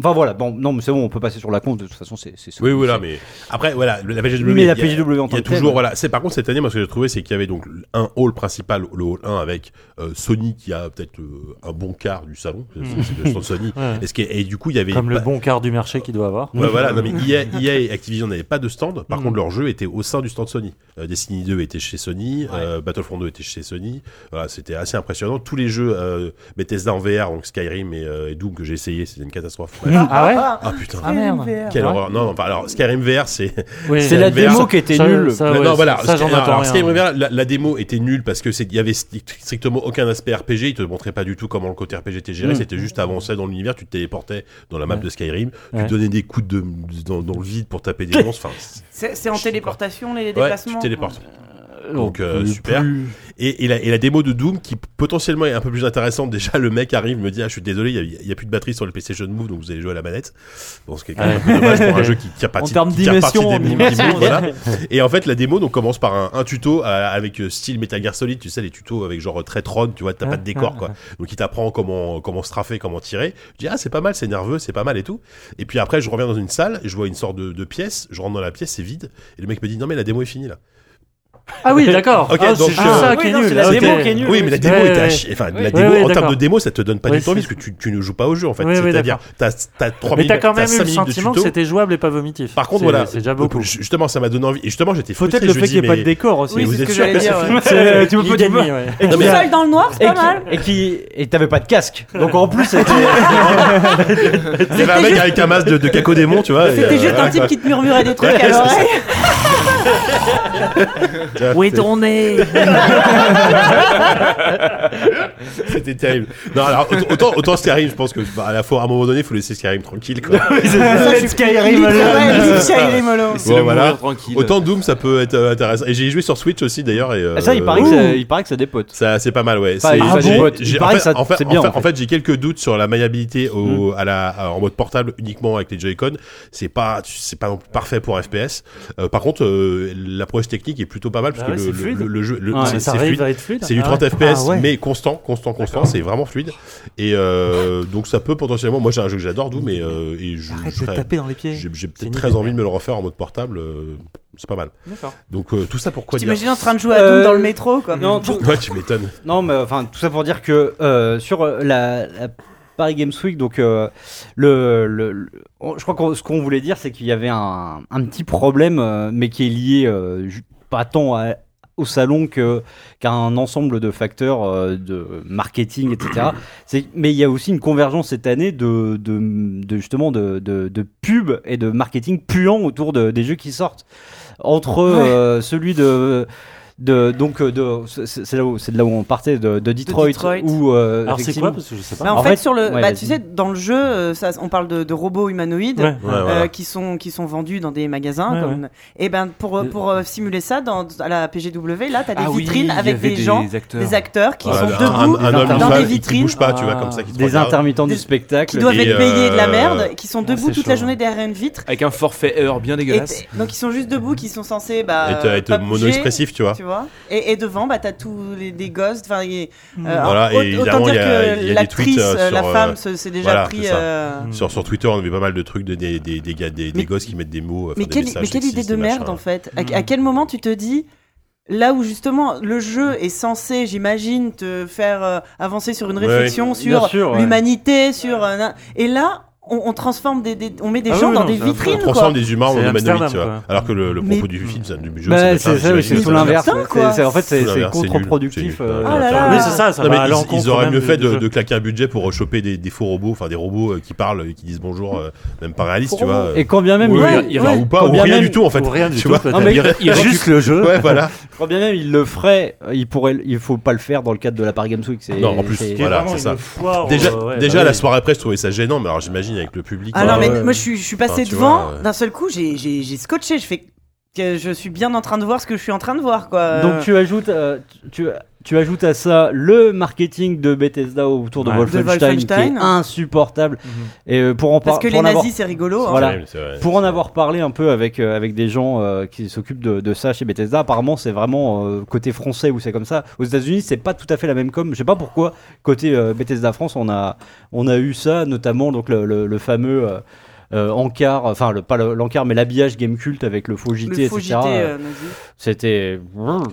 Speaker 4: enfin voilà, bon, non, mais c'est bon, on peut passer sur la compte. De toute façon, c'est c'est
Speaker 2: Oui, voilà, mais après, voilà, le- la PGW.
Speaker 4: Mais la
Speaker 2: il y a-
Speaker 4: PGW en
Speaker 2: Il y
Speaker 4: tant
Speaker 2: a
Speaker 4: que telle,
Speaker 2: toujours, voilà. C'est par contre cette année, moi, ce que j'ai trouvé, c'est qu'il y avait donc un hall principal, le hall 1 avec euh, Sony qui a peut-être euh, un bon quart du salon, c'est c'est le stand Sony.
Speaker 6: Ouais.
Speaker 2: Et, ce qui est- et du coup, il y avait
Speaker 6: Comme le
Speaker 2: pas-
Speaker 6: bon quart du marché qu'il doit avoir.
Speaker 2: Ouais, voilà, non, mais E EA, EA et Activision n'avaient pas de stand.
Speaker 6: Mm.
Speaker 2: Par contre, leur jeu était au sein du stand Sony. Euh, Destiny 2 était chez Sony, euh, Battlefront 2 était chez Sony. Voilà, c'était assez impressionnant. Tous les jeux euh, Bethesda en VR, donc Skyrim et, euh, et Doom que j'ai essayé, c'était une catastrophe. VR.
Speaker 6: Ah ouais
Speaker 2: Ah putain.
Speaker 6: Ah merde.
Speaker 3: VR.
Speaker 2: Quelle
Speaker 6: ouais.
Speaker 2: horreur. Non, enfin, alors, Skyrim VR, c'est.
Speaker 6: Oui,
Speaker 4: C'est la
Speaker 2: Skyrim VR,
Speaker 4: démo qui était
Speaker 6: ça-
Speaker 4: nulle.
Speaker 6: ça,
Speaker 2: non,
Speaker 6: Ah ouais,
Speaker 2: non, voilà.
Speaker 6: Ça, j'en
Speaker 2: Sky- alors,
Speaker 6: attends rien.
Speaker 2: Skyrim VR, la, la démo était nulle parce que c'est- il y avait sti- strictement aucun aspect RPG. Il te montrait pas du tout comment le côté RPG était géré.
Speaker 6: Mm.
Speaker 2: C'était juste avancer dans l'univers. Tu te téléportais dans la map
Speaker 6: Ouais.
Speaker 2: de Skyrim.
Speaker 6: Ouais.
Speaker 2: Tu donnais des coups de, dans, dans le vide pour taper des monstres. Enfin, c'est-
Speaker 3: C'est c'est en
Speaker 2: Je sais pas.
Speaker 3: téléportation les
Speaker 2: ouais,
Speaker 3: déplacements
Speaker 2: tu te téléportes. Donc euh, super. Et, et la, et la démo de Doom qui potentiellement est un peu plus intéressante. Déjà, le mec arrive, me dit Ah, je suis désolé, il n'y a, plus de batterie sur le PlayStation Move, donc vous allez jouer à la manette. Bon, ce qui est quand même un peu dommage pour un jeu qui tire pas
Speaker 5: En termes
Speaker 2: qui tire Ah, parti
Speaker 5: d'immersion,
Speaker 2: des moves,
Speaker 5: d'immersion,
Speaker 2: qui montent, voilà. Et en fait, la démo donc, commence par un, un tuto euh, avec euh, style Metal Gear Solid, tu sais, les tutos avec genre euh, très tron, tu vois, t'as pas de décor quoi. Donc il t'apprend comment, comment straffer, comment tirer. Je dis Ah, c'est pas mal, c'est nerveux, c'est pas mal et tout. Et puis après, je reviens dans une salle, je vois une sorte de, de pièce, je rentre dans la pièce, c'est vide. Et le mec me dit Non, mais la démo est finie là.
Speaker 6: Ah oui, d'accord.
Speaker 2: Ok,
Speaker 6: Ah,
Speaker 2: donc,
Speaker 6: c'est juste
Speaker 2: euh,
Speaker 6: ça
Speaker 8: oui,
Speaker 6: qui est
Speaker 8: non,
Speaker 6: nul.
Speaker 8: c'est la
Speaker 5: Ah,
Speaker 6: Ok.
Speaker 8: démo qui est nulle.
Speaker 2: Oui, mais la
Speaker 6: oui,
Speaker 2: démo
Speaker 6: oui.
Speaker 2: est
Speaker 6: Ouais,
Speaker 2: hachée. Enfin,
Speaker 6: Oui.
Speaker 2: la démo,
Speaker 6: Oui, oui,
Speaker 2: en termes
Speaker 6: d'accord.
Speaker 2: de démo, ça te donne pas
Speaker 6: Oui,
Speaker 2: du tout envie
Speaker 6: c'est
Speaker 2: parce que tu, tu ne joues pas au jeu en fait.
Speaker 6: Oui, oui,
Speaker 2: C'est-à-dire, t'as t'as trois
Speaker 6: Mais
Speaker 2: minutes,
Speaker 6: t'as quand même
Speaker 2: t'as
Speaker 6: eu
Speaker 2: cinq
Speaker 6: le
Speaker 2: minutes de
Speaker 6: sentiment que
Speaker 2: tuto.
Speaker 6: c'était jouable et pas vomitif.
Speaker 2: Par contre,
Speaker 6: C'est-
Speaker 2: voilà.
Speaker 6: C'est déjà
Speaker 2: Donc,
Speaker 6: beaucoup.
Speaker 2: ju- Justement, ça m'a donné envie. Et justement, j'étais frustré.
Speaker 5: Peut-être le
Speaker 2: je
Speaker 5: fait
Speaker 2: me
Speaker 5: qu'il n'y
Speaker 2: dis,
Speaker 5: ait pas de
Speaker 2: mais-
Speaker 5: décor aussi.
Speaker 3: Oui,
Speaker 2: mais vous
Speaker 3: c'est ce
Speaker 2: êtes
Speaker 3: que
Speaker 2: sûr que
Speaker 3: j'allais dire. ouais.
Speaker 5: C'est- euh, tu peux pas- tu peux-
Speaker 6: L'idémie, ouais.
Speaker 2: Non,
Speaker 3: Tout
Speaker 2: mais-
Speaker 3: seul dans le noir, c'est
Speaker 4: Et
Speaker 3: pas
Speaker 4: qui-
Speaker 3: mal.
Speaker 4: Et qui et t'avais pas de casque. Donc en plus, c'était-
Speaker 2: Il y avait un mec avec un masque de, de cacodémon, tu vois. et, euh,
Speaker 3: C'était juste un
Speaker 2: voilà,
Speaker 3: type qui te murmurait des trucs
Speaker 2: Ouais,
Speaker 3: à
Speaker 2: c'est
Speaker 3: l'oreille.
Speaker 2: quoi.
Speaker 3: Où est ton nez
Speaker 2: C'était terrible. Non, alors, autant- autant, autant Skyrim, je pense que bah, à la fois, à un moment donné, faut laisser Skyrim tranquille, quoi.
Speaker 4: Let's Skyrim.
Speaker 3: euh,
Speaker 7: C'est
Speaker 2: Bon,
Speaker 7: le
Speaker 2: voilà.
Speaker 7: mourir tranquille.
Speaker 2: Autant Doom, ça peut être euh, intéressant. Et j'ai joué sur Switch aussi, d'ailleurs. et, euh,
Speaker 4: Ah, Ça, il paraît, que ça, il paraît que ça dépote.
Speaker 2: Ça, c'est pas mal, ouais.
Speaker 4: Pareil,
Speaker 2: C'est-
Speaker 4: ça
Speaker 2: j'ai-
Speaker 4: déboîte.
Speaker 2: j'ai-
Speaker 4: Il
Speaker 2: en
Speaker 4: paraît
Speaker 2: fait,
Speaker 4: que ça-
Speaker 2: en fait,
Speaker 4: c'est bien,
Speaker 2: en fait,
Speaker 4: en fait. Mm.
Speaker 2: en fait, j'ai quelques doutes sur la maniabilité au, à la, à- en mode portable uniquement avec les Joy-Con. C'est pas, c'est pas non plus parfait pour FPS. Euh, par contre, euh, l'approche technique est plutôt pas mal parce
Speaker 6: Bah
Speaker 2: que
Speaker 6: ouais,
Speaker 2: le,
Speaker 6: c'est
Speaker 2: le-
Speaker 6: fluide.
Speaker 2: le, le jeu, le-
Speaker 4: Ouais,
Speaker 2: c'est
Speaker 6: ça
Speaker 2: c'est
Speaker 6: arrive
Speaker 2: fluide.
Speaker 6: à être fluide.
Speaker 2: C'est du
Speaker 6: Ah ouais.
Speaker 2: 30 FPS,
Speaker 6: Ah ouais.
Speaker 2: mais constant, constant, constant. C'est vraiment fluide. Et euh, donc, ça peut potentiellement. Moi, j'ai un jeu que j'adore, Doom, mais euh, et je,
Speaker 6: Arrête
Speaker 2: je
Speaker 6: de
Speaker 2: serais-
Speaker 6: taper dans les pieds.
Speaker 2: j'ai j'ai
Speaker 6: C'est
Speaker 2: peut-être très
Speaker 6: nickel.
Speaker 2: envie de me le refaire en mode portable. euh, c'est pas mal.
Speaker 6: D'accord.
Speaker 2: Donc, euh, tout ça pourquoi dire
Speaker 3: T'imagines en train de jouer à Doom
Speaker 4: Euh,
Speaker 3: dans le métro quoi.
Speaker 4: Non, tout-
Speaker 2: Toi, tu m'étonnes.
Speaker 4: Non, mais enfin, tout ça pour dire que euh, sur euh, la, la Paris Games Week, donc euh, le, le- le- on- je crois que ce qu'on voulait dire, c'est qu'il y avait un, un petit problème, euh, mais qui est lié euh, ju- pas tant à- au salon que qu'à un ensemble de facteurs euh, de marketing, etc. C'est- Mais il y a aussi une convergence cette année de, de, de- justement de, de, de pub et de marketing puant autour de- des jeux qui sortent entre euh, celui de de donc euh, de c'est- c'est là où c'est de là où on partait de, de Detroit,
Speaker 3: Detroit.
Speaker 4: où euh,
Speaker 6: Alors c'est
Speaker 4: effectivement-
Speaker 6: quoi Parce que je sais
Speaker 3: Bah,
Speaker 6: pas.
Speaker 3: en,
Speaker 4: en
Speaker 3: fait,
Speaker 4: fait,
Speaker 3: sur le,
Speaker 4: ouais,
Speaker 3: bah,
Speaker 4: vas-y.
Speaker 3: tu sais, dans le jeu, euh, ça, on parle de, de robots humanoïdes
Speaker 6: Ouais.
Speaker 2: Ouais, voilà.
Speaker 3: euh, qui sont qui sont vendus dans des magasins.
Speaker 6: Ouais,
Speaker 3: comme- Et ben pour euh, pour euh, simuler ça dans à la PGW, là, t'as des
Speaker 7: Ah oui,
Speaker 3: vitrines
Speaker 7: il y
Speaker 3: avec
Speaker 7: avait
Speaker 3: des gens,
Speaker 7: acteurs.
Speaker 3: des acteurs qui
Speaker 2: Voilà,
Speaker 3: sont
Speaker 2: un-
Speaker 3: debout
Speaker 2: un, un homme, une
Speaker 3: dans
Speaker 2: femme
Speaker 3: des
Speaker 2: qui- qui
Speaker 3: vitrines.
Speaker 2: bouge pas, tu vois,
Speaker 6: Ah.
Speaker 2: comme ça, qui te
Speaker 4: des
Speaker 2: regarde.
Speaker 4: intermittents
Speaker 3: Des-
Speaker 4: du spectacle
Speaker 3: qui doivent
Speaker 2: Et,
Speaker 4: et-
Speaker 3: être payés de la
Speaker 2: euh,
Speaker 3: merde, qui sont debout
Speaker 6: c'est
Speaker 3: toute la
Speaker 6: chaud.
Speaker 3: journée derrière une vitre.
Speaker 7: Avec un forfait heure bien
Speaker 3: Et
Speaker 7: dégueulasse.
Speaker 3: t- donc ils sont juste debout, qui sont censés bah,
Speaker 2: être,
Speaker 3: euh,
Speaker 2: être
Speaker 3: pas bouger,
Speaker 2: mono-expressif, tu vois.
Speaker 3: tu vois. Et, et devant, bah t'as tous les des ghosts. Enfin, il y a- euh,
Speaker 2: Voilà,
Speaker 3: alors,
Speaker 2: et
Speaker 3: au-
Speaker 2: évidemment,
Speaker 3: autant
Speaker 2: il y
Speaker 3: dire
Speaker 2: a- il y a
Speaker 3: que
Speaker 2: des
Speaker 3: l'actrice,
Speaker 2: tweets, euh,
Speaker 3: euh, la
Speaker 2: sur,
Speaker 3: femme,
Speaker 2: euh,
Speaker 3: se- s'est
Speaker 2: voilà,
Speaker 3: déjà pris.
Speaker 2: c'est ça.
Speaker 3: euh,
Speaker 2: Sur, sur Twitter, on avait pas mal de trucs de des, des, des gars, des, des
Speaker 3: Mais-
Speaker 2: gosses qui mettent des mots. euh, enfin,
Speaker 3: Mais
Speaker 2: des
Speaker 3: quelle,
Speaker 2: messages
Speaker 3: mais quelle idée
Speaker 2: sexistes,
Speaker 3: de
Speaker 2: des
Speaker 3: merde
Speaker 2: machins.
Speaker 3: en fait à, à quel moment tu te dis là où justement le jeu
Speaker 2: Hmm.
Speaker 3: est censé, j'imagine, te faire euh, avancer sur une
Speaker 2: Ouais,
Speaker 3: réflexion
Speaker 4: Bien
Speaker 3: sur
Speaker 4: sûr, ouais.
Speaker 3: l'humanité, sur euh, na- et là on, on transforme des, des- on met des
Speaker 6: Ah
Speaker 3: gens
Speaker 6: oui,
Speaker 3: dans
Speaker 6: non,
Speaker 3: des
Speaker 6: c'est un peu-
Speaker 2: On
Speaker 3: vitrines
Speaker 2: transforme
Speaker 3: quoi.
Speaker 2: des humains en
Speaker 6: C'est
Speaker 2: humanoïdes,
Speaker 6: Amsterdam,
Speaker 2: tu vois.
Speaker 6: quoi.
Speaker 2: Alors que le, le
Speaker 3: Mais-
Speaker 2: propos du film, c'est du jeu.
Speaker 4: Bah,
Speaker 2: de
Speaker 4: c'est
Speaker 2: faire des
Speaker 4: ça, oui, c'est
Speaker 2: imagines,
Speaker 4: tout
Speaker 2: de
Speaker 4: l'inverse.
Speaker 2: faire-
Speaker 3: Putain,
Speaker 4: C'est-
Speaker 3: quoi.
Speaker 4: c'est- En fait,
Speaker 2: Tout
Speaker 4: c'est
Speaker 2: l'inverse,
Speaker 4: c'est
Speaker 2: c'est nul,
Speaker 4: contre-productif.
Speaker 2: c'est nul.
Speaker 4: euh,
Speaker 3: Ah là là.
Speaker 6: Oui, c'est ça, ça
Speaker 2: Non, mais
Speaker 6: va à
Speaker 2: ils- ils,
Speaker 6: l'encontre.
Speaker 2: auraient
Speaker 6: même
Speaker 2: mieux
Speaker 6: du
Speaker 2: fait de,
Speaker 6: jeu.
Speaker 2: de claquer un budget pour choper des, des faux robots, enfin des robots euh, qui parlent et qui disent bonjour, euh, même pas réaliste, tu vois. euh.
Speaker 4: Et quand bien même,
Speaker 2: Oui,
Speaker 4: il-
Speaker 2: oui, enfin,
Speaker 4: ouais,
Speaker 2: ou pas,
Speaker 4: quand
Speaker 2: ou
Speaker 4: bien
Speaker 2: rien
Speaker 4: même-
Speaker 2: du tout en fait.
Speaker 6: Ou rien du
Speaker 2: tu
Speaker 6: tout.
Speaker 2: vois.
Speaker 4: Non, mais-
Speaker 6: peut-être. Il reste juste le jeu.
Speaker 2: Ouais, voilà.
Speaker 4: quand bien même il le ferait, euh, il pourrait, il faut pas le faire dans le cadre de la Paris Games Week. c'est-
Speaker 2: Non, en plus,
Speaker 4: c'est-
Speaker 6: Qui est
Speaker 2: Voilà,
Speaker 6: vraiment
Speaker 2: c'est ça.
Speaker 6: une
Speaker 4: Oh,
Speaker 6: foire,
Speaker 2: Déjà,
Speaker 6: euh, ouais,
Speaker 2: déjà
Speaker 6: bah
Speaker 2: la
Speaker 6: oui.
Speaker 2: soirée après, je trouvais ça gênant, mais alors j'imagine avec le public.
Speaker 3: Ah non
Speaker 2: euh,
Speaker 3: mais moi je suis, je suis passé
Speaker 2: Enfin, tu
Speaker 3: devant,
Speaker 2: vois, euh. ouais.
Speaker 3: d'un seul coup j'ai- j'ai j'ai scotché, je fais que je suis bien en train de voir ce que je suis en train de voir quoi.
Speaker 4: Donc tu ajoutes, euh, tu, tu ajoutes à ça le marketing de Bethesda autour de
Speaker 6: Ouais.
Speaker 4: Wolfenstein,
Speaker 3: De Wolfenstein. Mhm.
Speaker 4: qui est insupportable. Et euh, pour en par-
Speaker 3: parce que
Speaker 4: pour
Speaker 3: les
Speaker 4: en avoir-
Speaker 3: nazis c'est rigolo. hein.
Speaker 4: Voilà.
Speaker 2: terrible, c'est vrai.
Speaker 4: Pour en avoir parlé un peu avec, euh, avec des gens euh, qui s'occupent de, de ça chez Bethesda, apparemment c'est vraiment euh, côté français où c'est comme ça. Aux États-Unis, c'est pas tout à fait la même com. Je sais pas pourquoi côté euh, Bethesda France, on a, on a eu ça, notamment donc le, le- le fameux euh, euh, encart, enfin le, pas le- l'encart, mais l'habillage Game Cult avec le faux
Speaker 3: Le
Speaker 4: JT,
Speaker 3: faux
Speaker 4: etc.
Speaker 3: JT euh, nazi.
Speaker 4: C'était,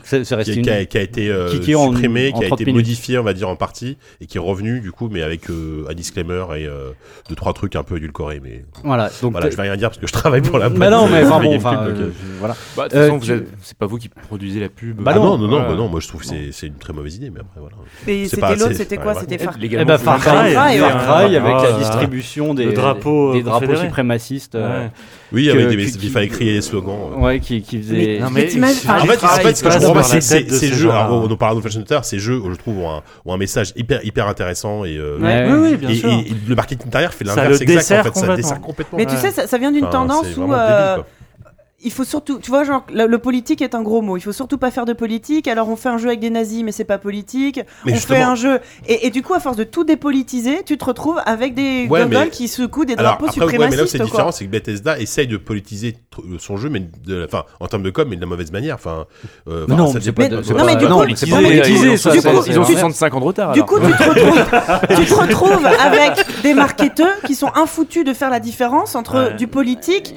Speaker 4: c'est c'est resté
Speaker 2: qui,
Speaker 4: une.
Speaker 2: qui a, qui a été euh,
Speaker 4: qui- qui est en-
Speaker 2: supprimé,
Speaker 4: en
Speaker 2: qui a
Speaker 4: 30
Speaker 2: été
Speaker 4: minutes.
Speaker 2: modifié, on va dire en partie, et qui est revenu du coup, mais avec euh, un disclaimer et euh, deux trois trucs un peu édulcorés. Mais
Speaker 4: Voilà. Donc
Speaker 2: voilà, je vais rien dire parce que je travaille pour la.
Speaker 4: Bah non, mais enfin
Speaker 2: Gamecube,
Speaker 4: bon, enfin,
Speaker 2: donc,
Speaker 4: euh,
Speaker 2: euh,
Speaker 4: je- voilà.
Speaker 7: Bah, de toute
Speaker 4: Euh,
Speaker 7: façon, vous
Speaker 4: tu-
Speaker 7: êtes- c'est pas vous qui produisez la pub.
Speaker 4: Bah
Speaker 2: Ah non, non, non,
Speaker 7: Voilà.
Speaker 2: bah non, moi je trouve que c'est- c'est une très mauvaise idée, mais après voilà.
Speaker 3: Et
Speaker 2: C'est pas-
Speaker 3: c'était l'autre,
Speaker 2: c'est-
Speaker 3: c'était quoi
Speaker 2: ouais,
Speaker 3: C'était Far
Speaker 7: Les
Speaker 4: Eh
Speaker 7: gars,
Speaker 4: ben,
Speaker 7: vous-
Speaker 4: Far Cry,
Speaker 6: Cry,
Speaker 4: Far Cry,
Speaker 3: et
Speaker 6: Cry, euh,
Speaker 4: avec
Speaker 6: ah,
Speaker 4: la distribution des,
Speaker 6: le drapeau,
Speaker 4: des
Speaker 6: euh,
Speaker 4: drapeaux
Speaker 6: confédéré.
Speaker 4: suprémacistes. euh,
Speaker 6: Ouais.
Speaker 2: Oui,
Speaker 4: Que-
Speaker 2: avec des,
Speaker 4: qui-
Speaker 2: il
Speaker 4: qui-
Speaker 2: fallait crier les slogans. euh.
Speaker 4: Ouais, qui, qui faisait.
Speaker 6: Non,
Speaker 3: mais
Speaker 6: mais
Speaker 3: t'imagines-
Speaker 6: il-
Speaker 3: Ah,
Speaker 2: En fait,
Speaker 3: travail
Speaker 2: en fait, ce que je
Speaker 3: passe
Speaker 2: comprends pas,
Speaker 6: par
Speaker 2: c'est
Speaker 6: la
Speaker 2: c'est-
Speaker 6: tête de
Speaker 2: ces
Speaker 6: ces
Speaker 2: jeux.
Speaker 6: gens-là.
Speaker 2: alors, on en parlait de Fashion Twitter, ces jeux, je trouve, ont un, ont un message hyper, hyper intéressant et, euh,
Speaker 4: Ouais.
Speaker 6: Oui, oui, bien
Speaker 2: et-
Speaker 6: sûr.
Speaker 2: et- et le marketing derrière fait
Speaker 6: Ça
Speaker 2: l'inverse
Speaker 6: le
Speaker 2: exact. En fait,
Speaker 6: dessert
Speaker 2: ça
Speaker 6: complètement.
Speaker 2: dessert complètement.
Speaker 3: Mais tu
Speaker 6: Ouais.
Speaker 3: sais, ça, ça vient d'une
Speaker 2: Enfin,
Speaker 3: tendance
Speaker 2: c'est
Speaker 3: où.
Speaker 2: vraiment
Speaker 3: euh,
Speaker 2: débile, quoi.
Speaker 3: il faut surtout, tu vois, genre, le, le politique est un gros mot. Il faut surtout pas faire de politique. Alors on fait un jeu avec des nazis, mais c'est pas politique.
Speaker 2: Mais
Speaker 3: on
Speaker 2: justement-
Speaker 3: fait un jeu, et, et du coup, à force de tout dépolitiser, tu te retrouves avec des
Speaker 2: Ouais,
Speaker 3: gondoles
Speaker 2: mais-
Speaker 3: qui secouent des
Speaker 2: Alors,
Speaker 3: drapeaux
Speaker 2: après, ouais, mais là où
Speaker 3: suprémacistes.
Speaker 2: c'est
Speaker 3: quoi.
Speaker 2: différent, c'est que Bethesda essaye de politiser tr- son jeu, mais de la, enfin, en termes de com, mais de la mauvaise manière. Enfin, euh, enfin,
Speaker 3: Bah,
Speaker 4: non,
Speaker 2: ça-
Speaker 4: mais c'est pas-
Speaker 3: mais-
Speaker 4: c'est
Speaker 3: non,
Speaker 4: pas-
Speaker 3: mais du
Speaker 4: non,
Speaker 3: coup,
Speaker 4: c'est
Speaker 7: ils
Speaker 4: pas
Speaker 7: ont-
Speaker 3: politisé,
Speaker 7: ils ont
Speaker 4: ça,
Speaker 3: du
Speaker 4: c'est-
Speaker 3: coup,
Speaker 4: c'est-
Speaker 7: ils ont
Speaker 4: c'est-
Speaker 7: 65 ans de retard.
Speaker 3: Du
Speaker 7: alors.
Speaker 3: coup, tu te retrouves, tu te retrouves avec des marketeurs qui sont infoutus de faire la différence entre
Speaker 6: Ouais.
Speaker 3: du politique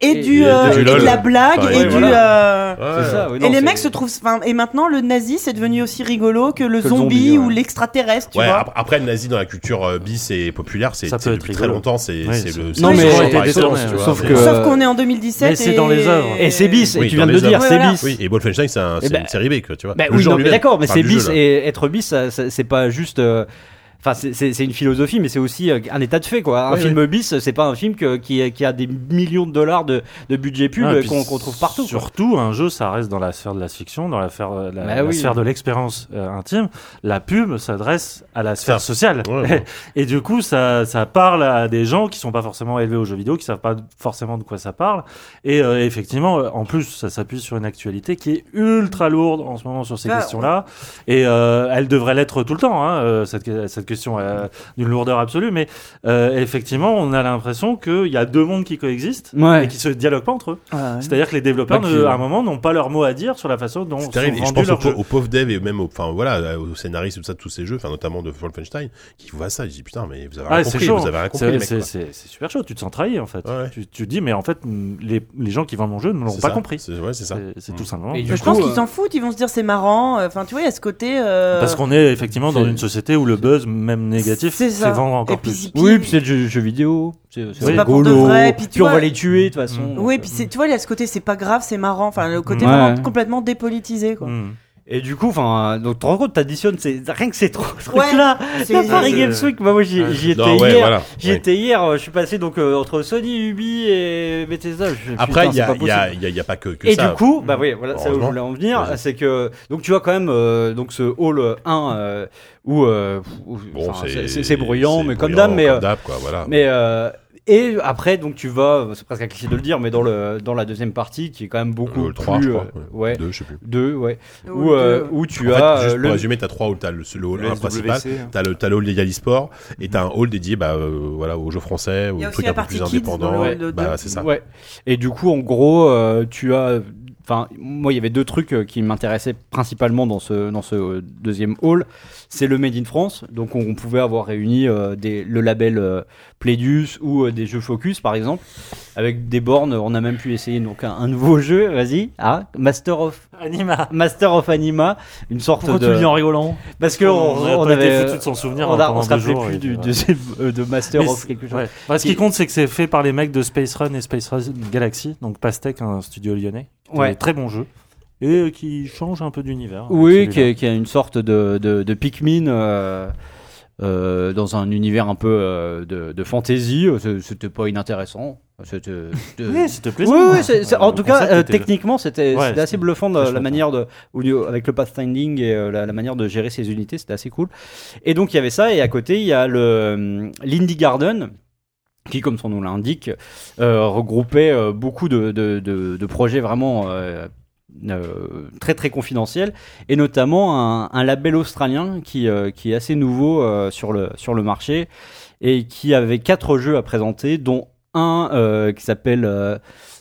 Speaker 3: et,
Speaker 4: Et-
Speaker 3: du,
Speaker 4: et
Speaker 3: euh,
Speaker 2: du
Speaker 3: et
Speaker 2: lol.
Speaker 3: de la blague
Speaker 2: Enfin,
Speaker 3: et
Speaker 2: ouais,
Speaker 3: du. euh,
Speaker 2: Ouais.
Speaker 4: c'est ça, oui,
Speaker 3: et
Speaker 4: non,
Speaker 3: les
Speaker 4: c'est-
Speaker 3: mecs se trouvent. enfin, Et maintenant, le nazi, c'est devenu aussi rigolo que le
Speaker 4: Que le
Speaker 3: zombie,
Speaker 4: zombie,
Speaker 3: ou
Speaker 4: ouais.
Speaker 3: l'extraterrestre, tu
Speaker 2: Ouais,
Speaker 3: vois.
Speaker 2: ap- après, le nazi dans la culture euh, bis et populaire, c'est
Speaker 6: Ça
Speaker 2: c'est
Speaker 6: peut être
Speaker 2: depuis très
Speaker 6: rigolo.
Speaker 2: longtemps, c'est
Speaker 6: Ouais,
Speaker 2: c'est
Speaker 6: c'est-
Speaker 2: le.
Speaker 4: Non,
Speaker 2: c'est le
Speaker 4: mais-
Speaker 2: genre
Speaker 4: été
Speaker 2: par excellence,
Speaker 6: détourné,
Speaker 2: tu vois,
Speaker 4: sauf
Speaker 2: mais-
Speaker 4: que-
Speaker 3: Sauf qu'on est en 2017.
Speaker 6: mais c'est dans les œuvres.
Speaker 4: Et Eh, c'est bis,
Speaker 2: Oui,
Speaker 4: et tu
Speaker 2: dans
Speaker 4: viens de
Speaker 2: les
Speaker 4: le dire,
Speaker 3: œuvres.
Speaker 4: c'est
Speaker 3: Voilà.
Speaker 4: bis.
Speaker 2: Oui, et Wolfenstein, c'est un,
Speaker 4: Eh
Speaker 2: c'est
Speaker 4: ben-
Speaker 2: une série B, quoi, tu vois.
Speaker 4: Bah
Speaker 2: Le
Speaker 4: oui,
Speaker 2: genre
Speaker 4: non, mais
Speaker 2: lui-même.
Speaker 4: d'accord, mais
Speaker 2: Enfin,
Speaker 4: c'est
Speaker 2: du
Speaker 4: bis
Speaker 2: jeu, là.
Speaker 4: et être bis, ça- ça- c'est pas juste. euh, Enfin, c'est- c'est c'est une philosophie, mais c'est aussi euh, un état de fait, quoi. Un
Speaker 2: Oui,
Speaker 4: film bis, c'est pas un film que- qui, qui a des millions de dollars de, de budget pub
Speaker 6: Ah, et
Speaker 4: euh,
Speaker 6: puis
Speaker 4: qu'on qu'on trouve partout. quoi.
Speaker 6: Surtout, un jeu, ça reste dans la sphère de la fiction, dans la, sphère, euh, la,
Speaker 4: Bah
Speaker 6: la
Speaker 4: oui.
Speaker 6: sphère de l'expérience euh, intime. La pub s'adresse à la sphère
Speaker 2: Ça-
Speaker 6: sociale.
Speaker 2: Ouais, ouais.
Speaker 6: Et du coup, ça, ça parle à des gens qui sont pas forcément élevés aux jeux vidéo, qui savent pas forcément de quoi ça parle. Et euh, effectivement, euh, en plus, ça s'appuie sur une actualité qui est ultra lourde en ce moment sur ces
Speaker 3: Ah,
Speaker 6: questions-là. Et euh, elle devrait l'être tout le temps, hein, euh, cette, que- cette question euh, d'une lourdeur absolue. Mais euh, effectivement, on a l'impression qu'il y a deux mondes qui coexistent
Speaker 4: Ouais.
Speaker 6: et qui se dialoguent pas entre eux.
Speaker 3: Ah, ouais.
Speaker 6: Mmh. C'est-à-dire que les développeurs,
Speaker 4: Bah,
Speaker 6: ne-
Speaker 4: qui-
Speaker 6: à un moment, n'ont pas leur mot à dire sur la façon dont
Speaker 2: hein. C'est
Speaker 6: sont
Speaker 2: terrible. Et je
Speaker 6: vendus
Speaker 2: pense aux,
Speaker 6: leurs jeux.
Speaker 2: pau- aux pauvres devs et même aux, enfin voilà, aux scénaristes tout ça, de tous ces jeux, enfin notamment de Wolfenstein, qui voient ça, ils disent putain, mais vous avez rien
Speaker 6: Ah, c'est
Speaker 2: compris,
Speaker 6: chaud.
Speaker 2: vous avez rien compris, les
Speaker 6: C'est
Speaker 2: mecs.
Speaker 6: c'est-
Speaker 2: quoi.
Speaker 6: c'est- c'est super chaud. Tu te sens trahi en fait.
Speaker 2: Ouais.
Speaker 6: Tu, tu te dis mais en fait mm, les, les gens qui vendent mon jeu ne l'ont
Speaker 2: C'est
Speaker 6: pas
Speaker 2: ça.
Speaker 6: compris.
Speaker 2: C'est- Ouais, c'est ça.
Speaker 6: C'est c'est
Speaker 2: Mm.
Speaker 6: tout simplement.
Speaker 4: Et
Speaker 3: Je
Speaker 4: du coup,
Speaker 3: pense
Speaker 4: euh,
Speaker 3: qu'ils s'en foutent, ils vont se dire c'est marrant. Enfin, tu vois, il y a ce côté. euh,
Speaker 6: Parce qu'on est effectivement dans
Speaker 4: c'est-
Speaker 6: une société où le buzz, même négatif,
Speaker 3: C'est
Speaker 6: c'est
Speaker 3: ça.
Speaker 6: vendre
Speaker 3: et
Speaker 6: encore
Speaker 3: puis,
Speaker 6: plus.
Speaker 3: puis-
Speaker 4: Oui, puis c'est le jeu, jeu vidéo. C'est c'est
Speaker 6: Oui.
Speaker 3: pas pour de
Speaker 4: rigolo.
Speaker 3: vrai, puis tu
Speaker 4: on
Speaker 3: vois- Mm.
Speaker 4: va les tuer, de toute façon.
Speaker 3: Oui, puis c'est- tu vois, il y a ce côté, c'est pas grave, c'est marrant. Enfin, le côté
Speaker 4: Ouais.
Speaker 3: vraiment complètement dépolitisé, quoi.
Speaker 6: Mm.
Speaker 4: Et du coup, enfin, euh, donc tu te rends compte, t'additionnes, c'est rien que ces trois trucs-là.
Speaker 3: c'est-
Speaker 4: La Paris
Speaker 6: c'est-
Speaker 4: Games Week, bah, moi j'y
Speaker 6: Ouais.
Speaker 4: j'y étais
Speaker 2: Ah, Non, ouais,
Speaker 4: hier.
Speaker 2: voilà.
Speaker 4: J'y
Speaker 2: Ouais.
Speaker 4: étais hier, euh, je suis passé donc euh, entre Sony, Ubi et Bethesda. Je fais,
Speaker 2: Après,
Speaker 4: putain,
Speaker 2: il y a,
Speaker 4: c'est pas
Speaker 2: il y a,
Speaker 4: possible.
Speaker 2: il y a- il y a pas que, que
Speaker 4: et
Speaker 2: ça.
Speaker 4: du coup, bah oui, voilà, c'est là où je
Speaker 2: Heureusement.
Speaker 4: voulais en venir,
Speaker 2: Vas-y.
Speaker 4: c'est que donc tu vois quand même euh, donc ce hall euh, 1 euh, où, euh, où-
Speaker 2: Bon,
Speaker 4: enfin, c'est c'est- c'est bruyant, mais comme
Speaker 2: bruyant,
Speaker 4: d'hab, mais euh,
Speaker 2: d'hab, quoi, voilà.
Speaker 4: mais euh, et après donc tu vas, c'est presque un cliché de le dire, mais dans le dans la deuxième partie qui est quand même beaucoup
Speaker 2: Le 3,
Speaker 4: plus
Speaker 2: je crois,
Speaker 4: euh, ouais
Speaker 2: Deux, je sais plus.
Speaker 4: deux ouais
Speaker 3: Ou
Speaker 4: où euh,
Speaker 3: de-
Speaker 4: où tu
Speaker 2: en
Speaker 4: as
Speaker 2: fait,
Speaker 4: euh,
Speaker 2: juste pour
Speaker 4: le-
Speaker 2: résumer, t'as trois halls, t'as le, le hall
Speaker 7: Le
Speaker 2: 1 principal,
Speaker 7: SWC, hein.
Speaker 2: t'as le, t'as le hall dédié à l'e-sport, et t'as un hall dédié, bah, euh, voilà, aux jeux français,
Speaker 3: Il
Speaker 2: aux
Speaker 3: y a aussi
Speaker 2: trucs
Speaker 3: la
Speaker 2: un peu plus
Speaker 3: partie kids dans
Speaker 2: indépendants.
Speaker 3: le hall de
Speaker 2: Bah,
Speaker 3: deux.
Speaker 2: c'est ça.
Speaker 4: Ouais. Et du coup, en gros, euh, tu as. Enfin, moi, il y avait deux trucs euh, qui m'intéressaient principalement dans ce, dans ce euh, deuxième hall. C'est le Made in France. Donc, on, on pouvait avoir réuni euh, des, le label euh, Playdius ou euh, des jeux Focus, par exemple. Avec des bornes, on a même pu essayer donc un, un nouveau jeu. Vas-y. Ah, Master of,
Speaker 6: Anima.
Speaker 4: Master of Anima. Une sorte
Speaker 5: Pourquoi
Speaker 4: de.
Speaker 5: tu le dis en rigolant
Speaker 4: Parce que on,
Speaker 6: a
Speaker 4: on
Speaker 6: pas été
Speaker 4: avait. euh,
Speaker 6: foutu de s'en souvenir
Speaker 4: on a- on
Speaker 6: pendant
Speaker 4: se
Speaker 6: deux
Speaker 4: rappelait
Speaker 6: jours,
Speaker 4: plus
Speaker 6: et
Speaker 4: du,
Speaker 6: voilà.
Speaker 4: de, euh, de Master
Speaker 6: Mais
Speaker 4: of
Speaker 6: c'est-
Speaker 4: quelque chose.
Speaker 6: Ouais. Enfin, ce qui compte, c'est que c'est fait par les mecs de Space Run et Space Run Galaxy, donc Pastèque, un studio lyonnais. qui fait
Speaker 4: Ouais.
Speaker 6: Des très bons jeux et euh, qui change un peu d'univers.
Speaker 4: Oui,
Speaker 6: celui-là.
Speaker 4: qui, est- qui a une sorte de, de, de Pikmin euh, euh, dans un univers un peu euh, de, de fantasy. Euh, c'est- C'était pas inintéressant. C'était. c'était-
Speaker 6: Oui, c'était
Speaker 4: Oui,
Speaker 6: plaisant.
Speaker 4: oui, c'est- c'est- en
Speaker 6: Le
Speaker 4: tout cas,
Speaker 6: concept
Speaker 4: euh,
Speaker 6: était-
Speaker 4: techniquement, c'était
Speaker 6: Ouais,
Speaker 4: c'était
Speaker 6: c'était
Speaker 4: assez bluffant de-
Speaker 6: très
Speaker 4: la
Speaker 6: chouette,
Speaker 4: manière de, au lieu- avec le pathfinding et euh, la, la manière de gérer ses unités, c'était assez cool. Et donc il y avait ça, et à côté il y a le euh, l'Indie Garden qui, comme son nom l'indique, euh, regroupait euh, beaucoup de, de- de- de projets vraiment euh, euh, très très confidentiels, et notamment un, un label australien qui, euh, qui est assez nouveau euh, sur, le, sur le marché et qui avait quatre jeux à présenter, dont un euh, qui s'appelle euh,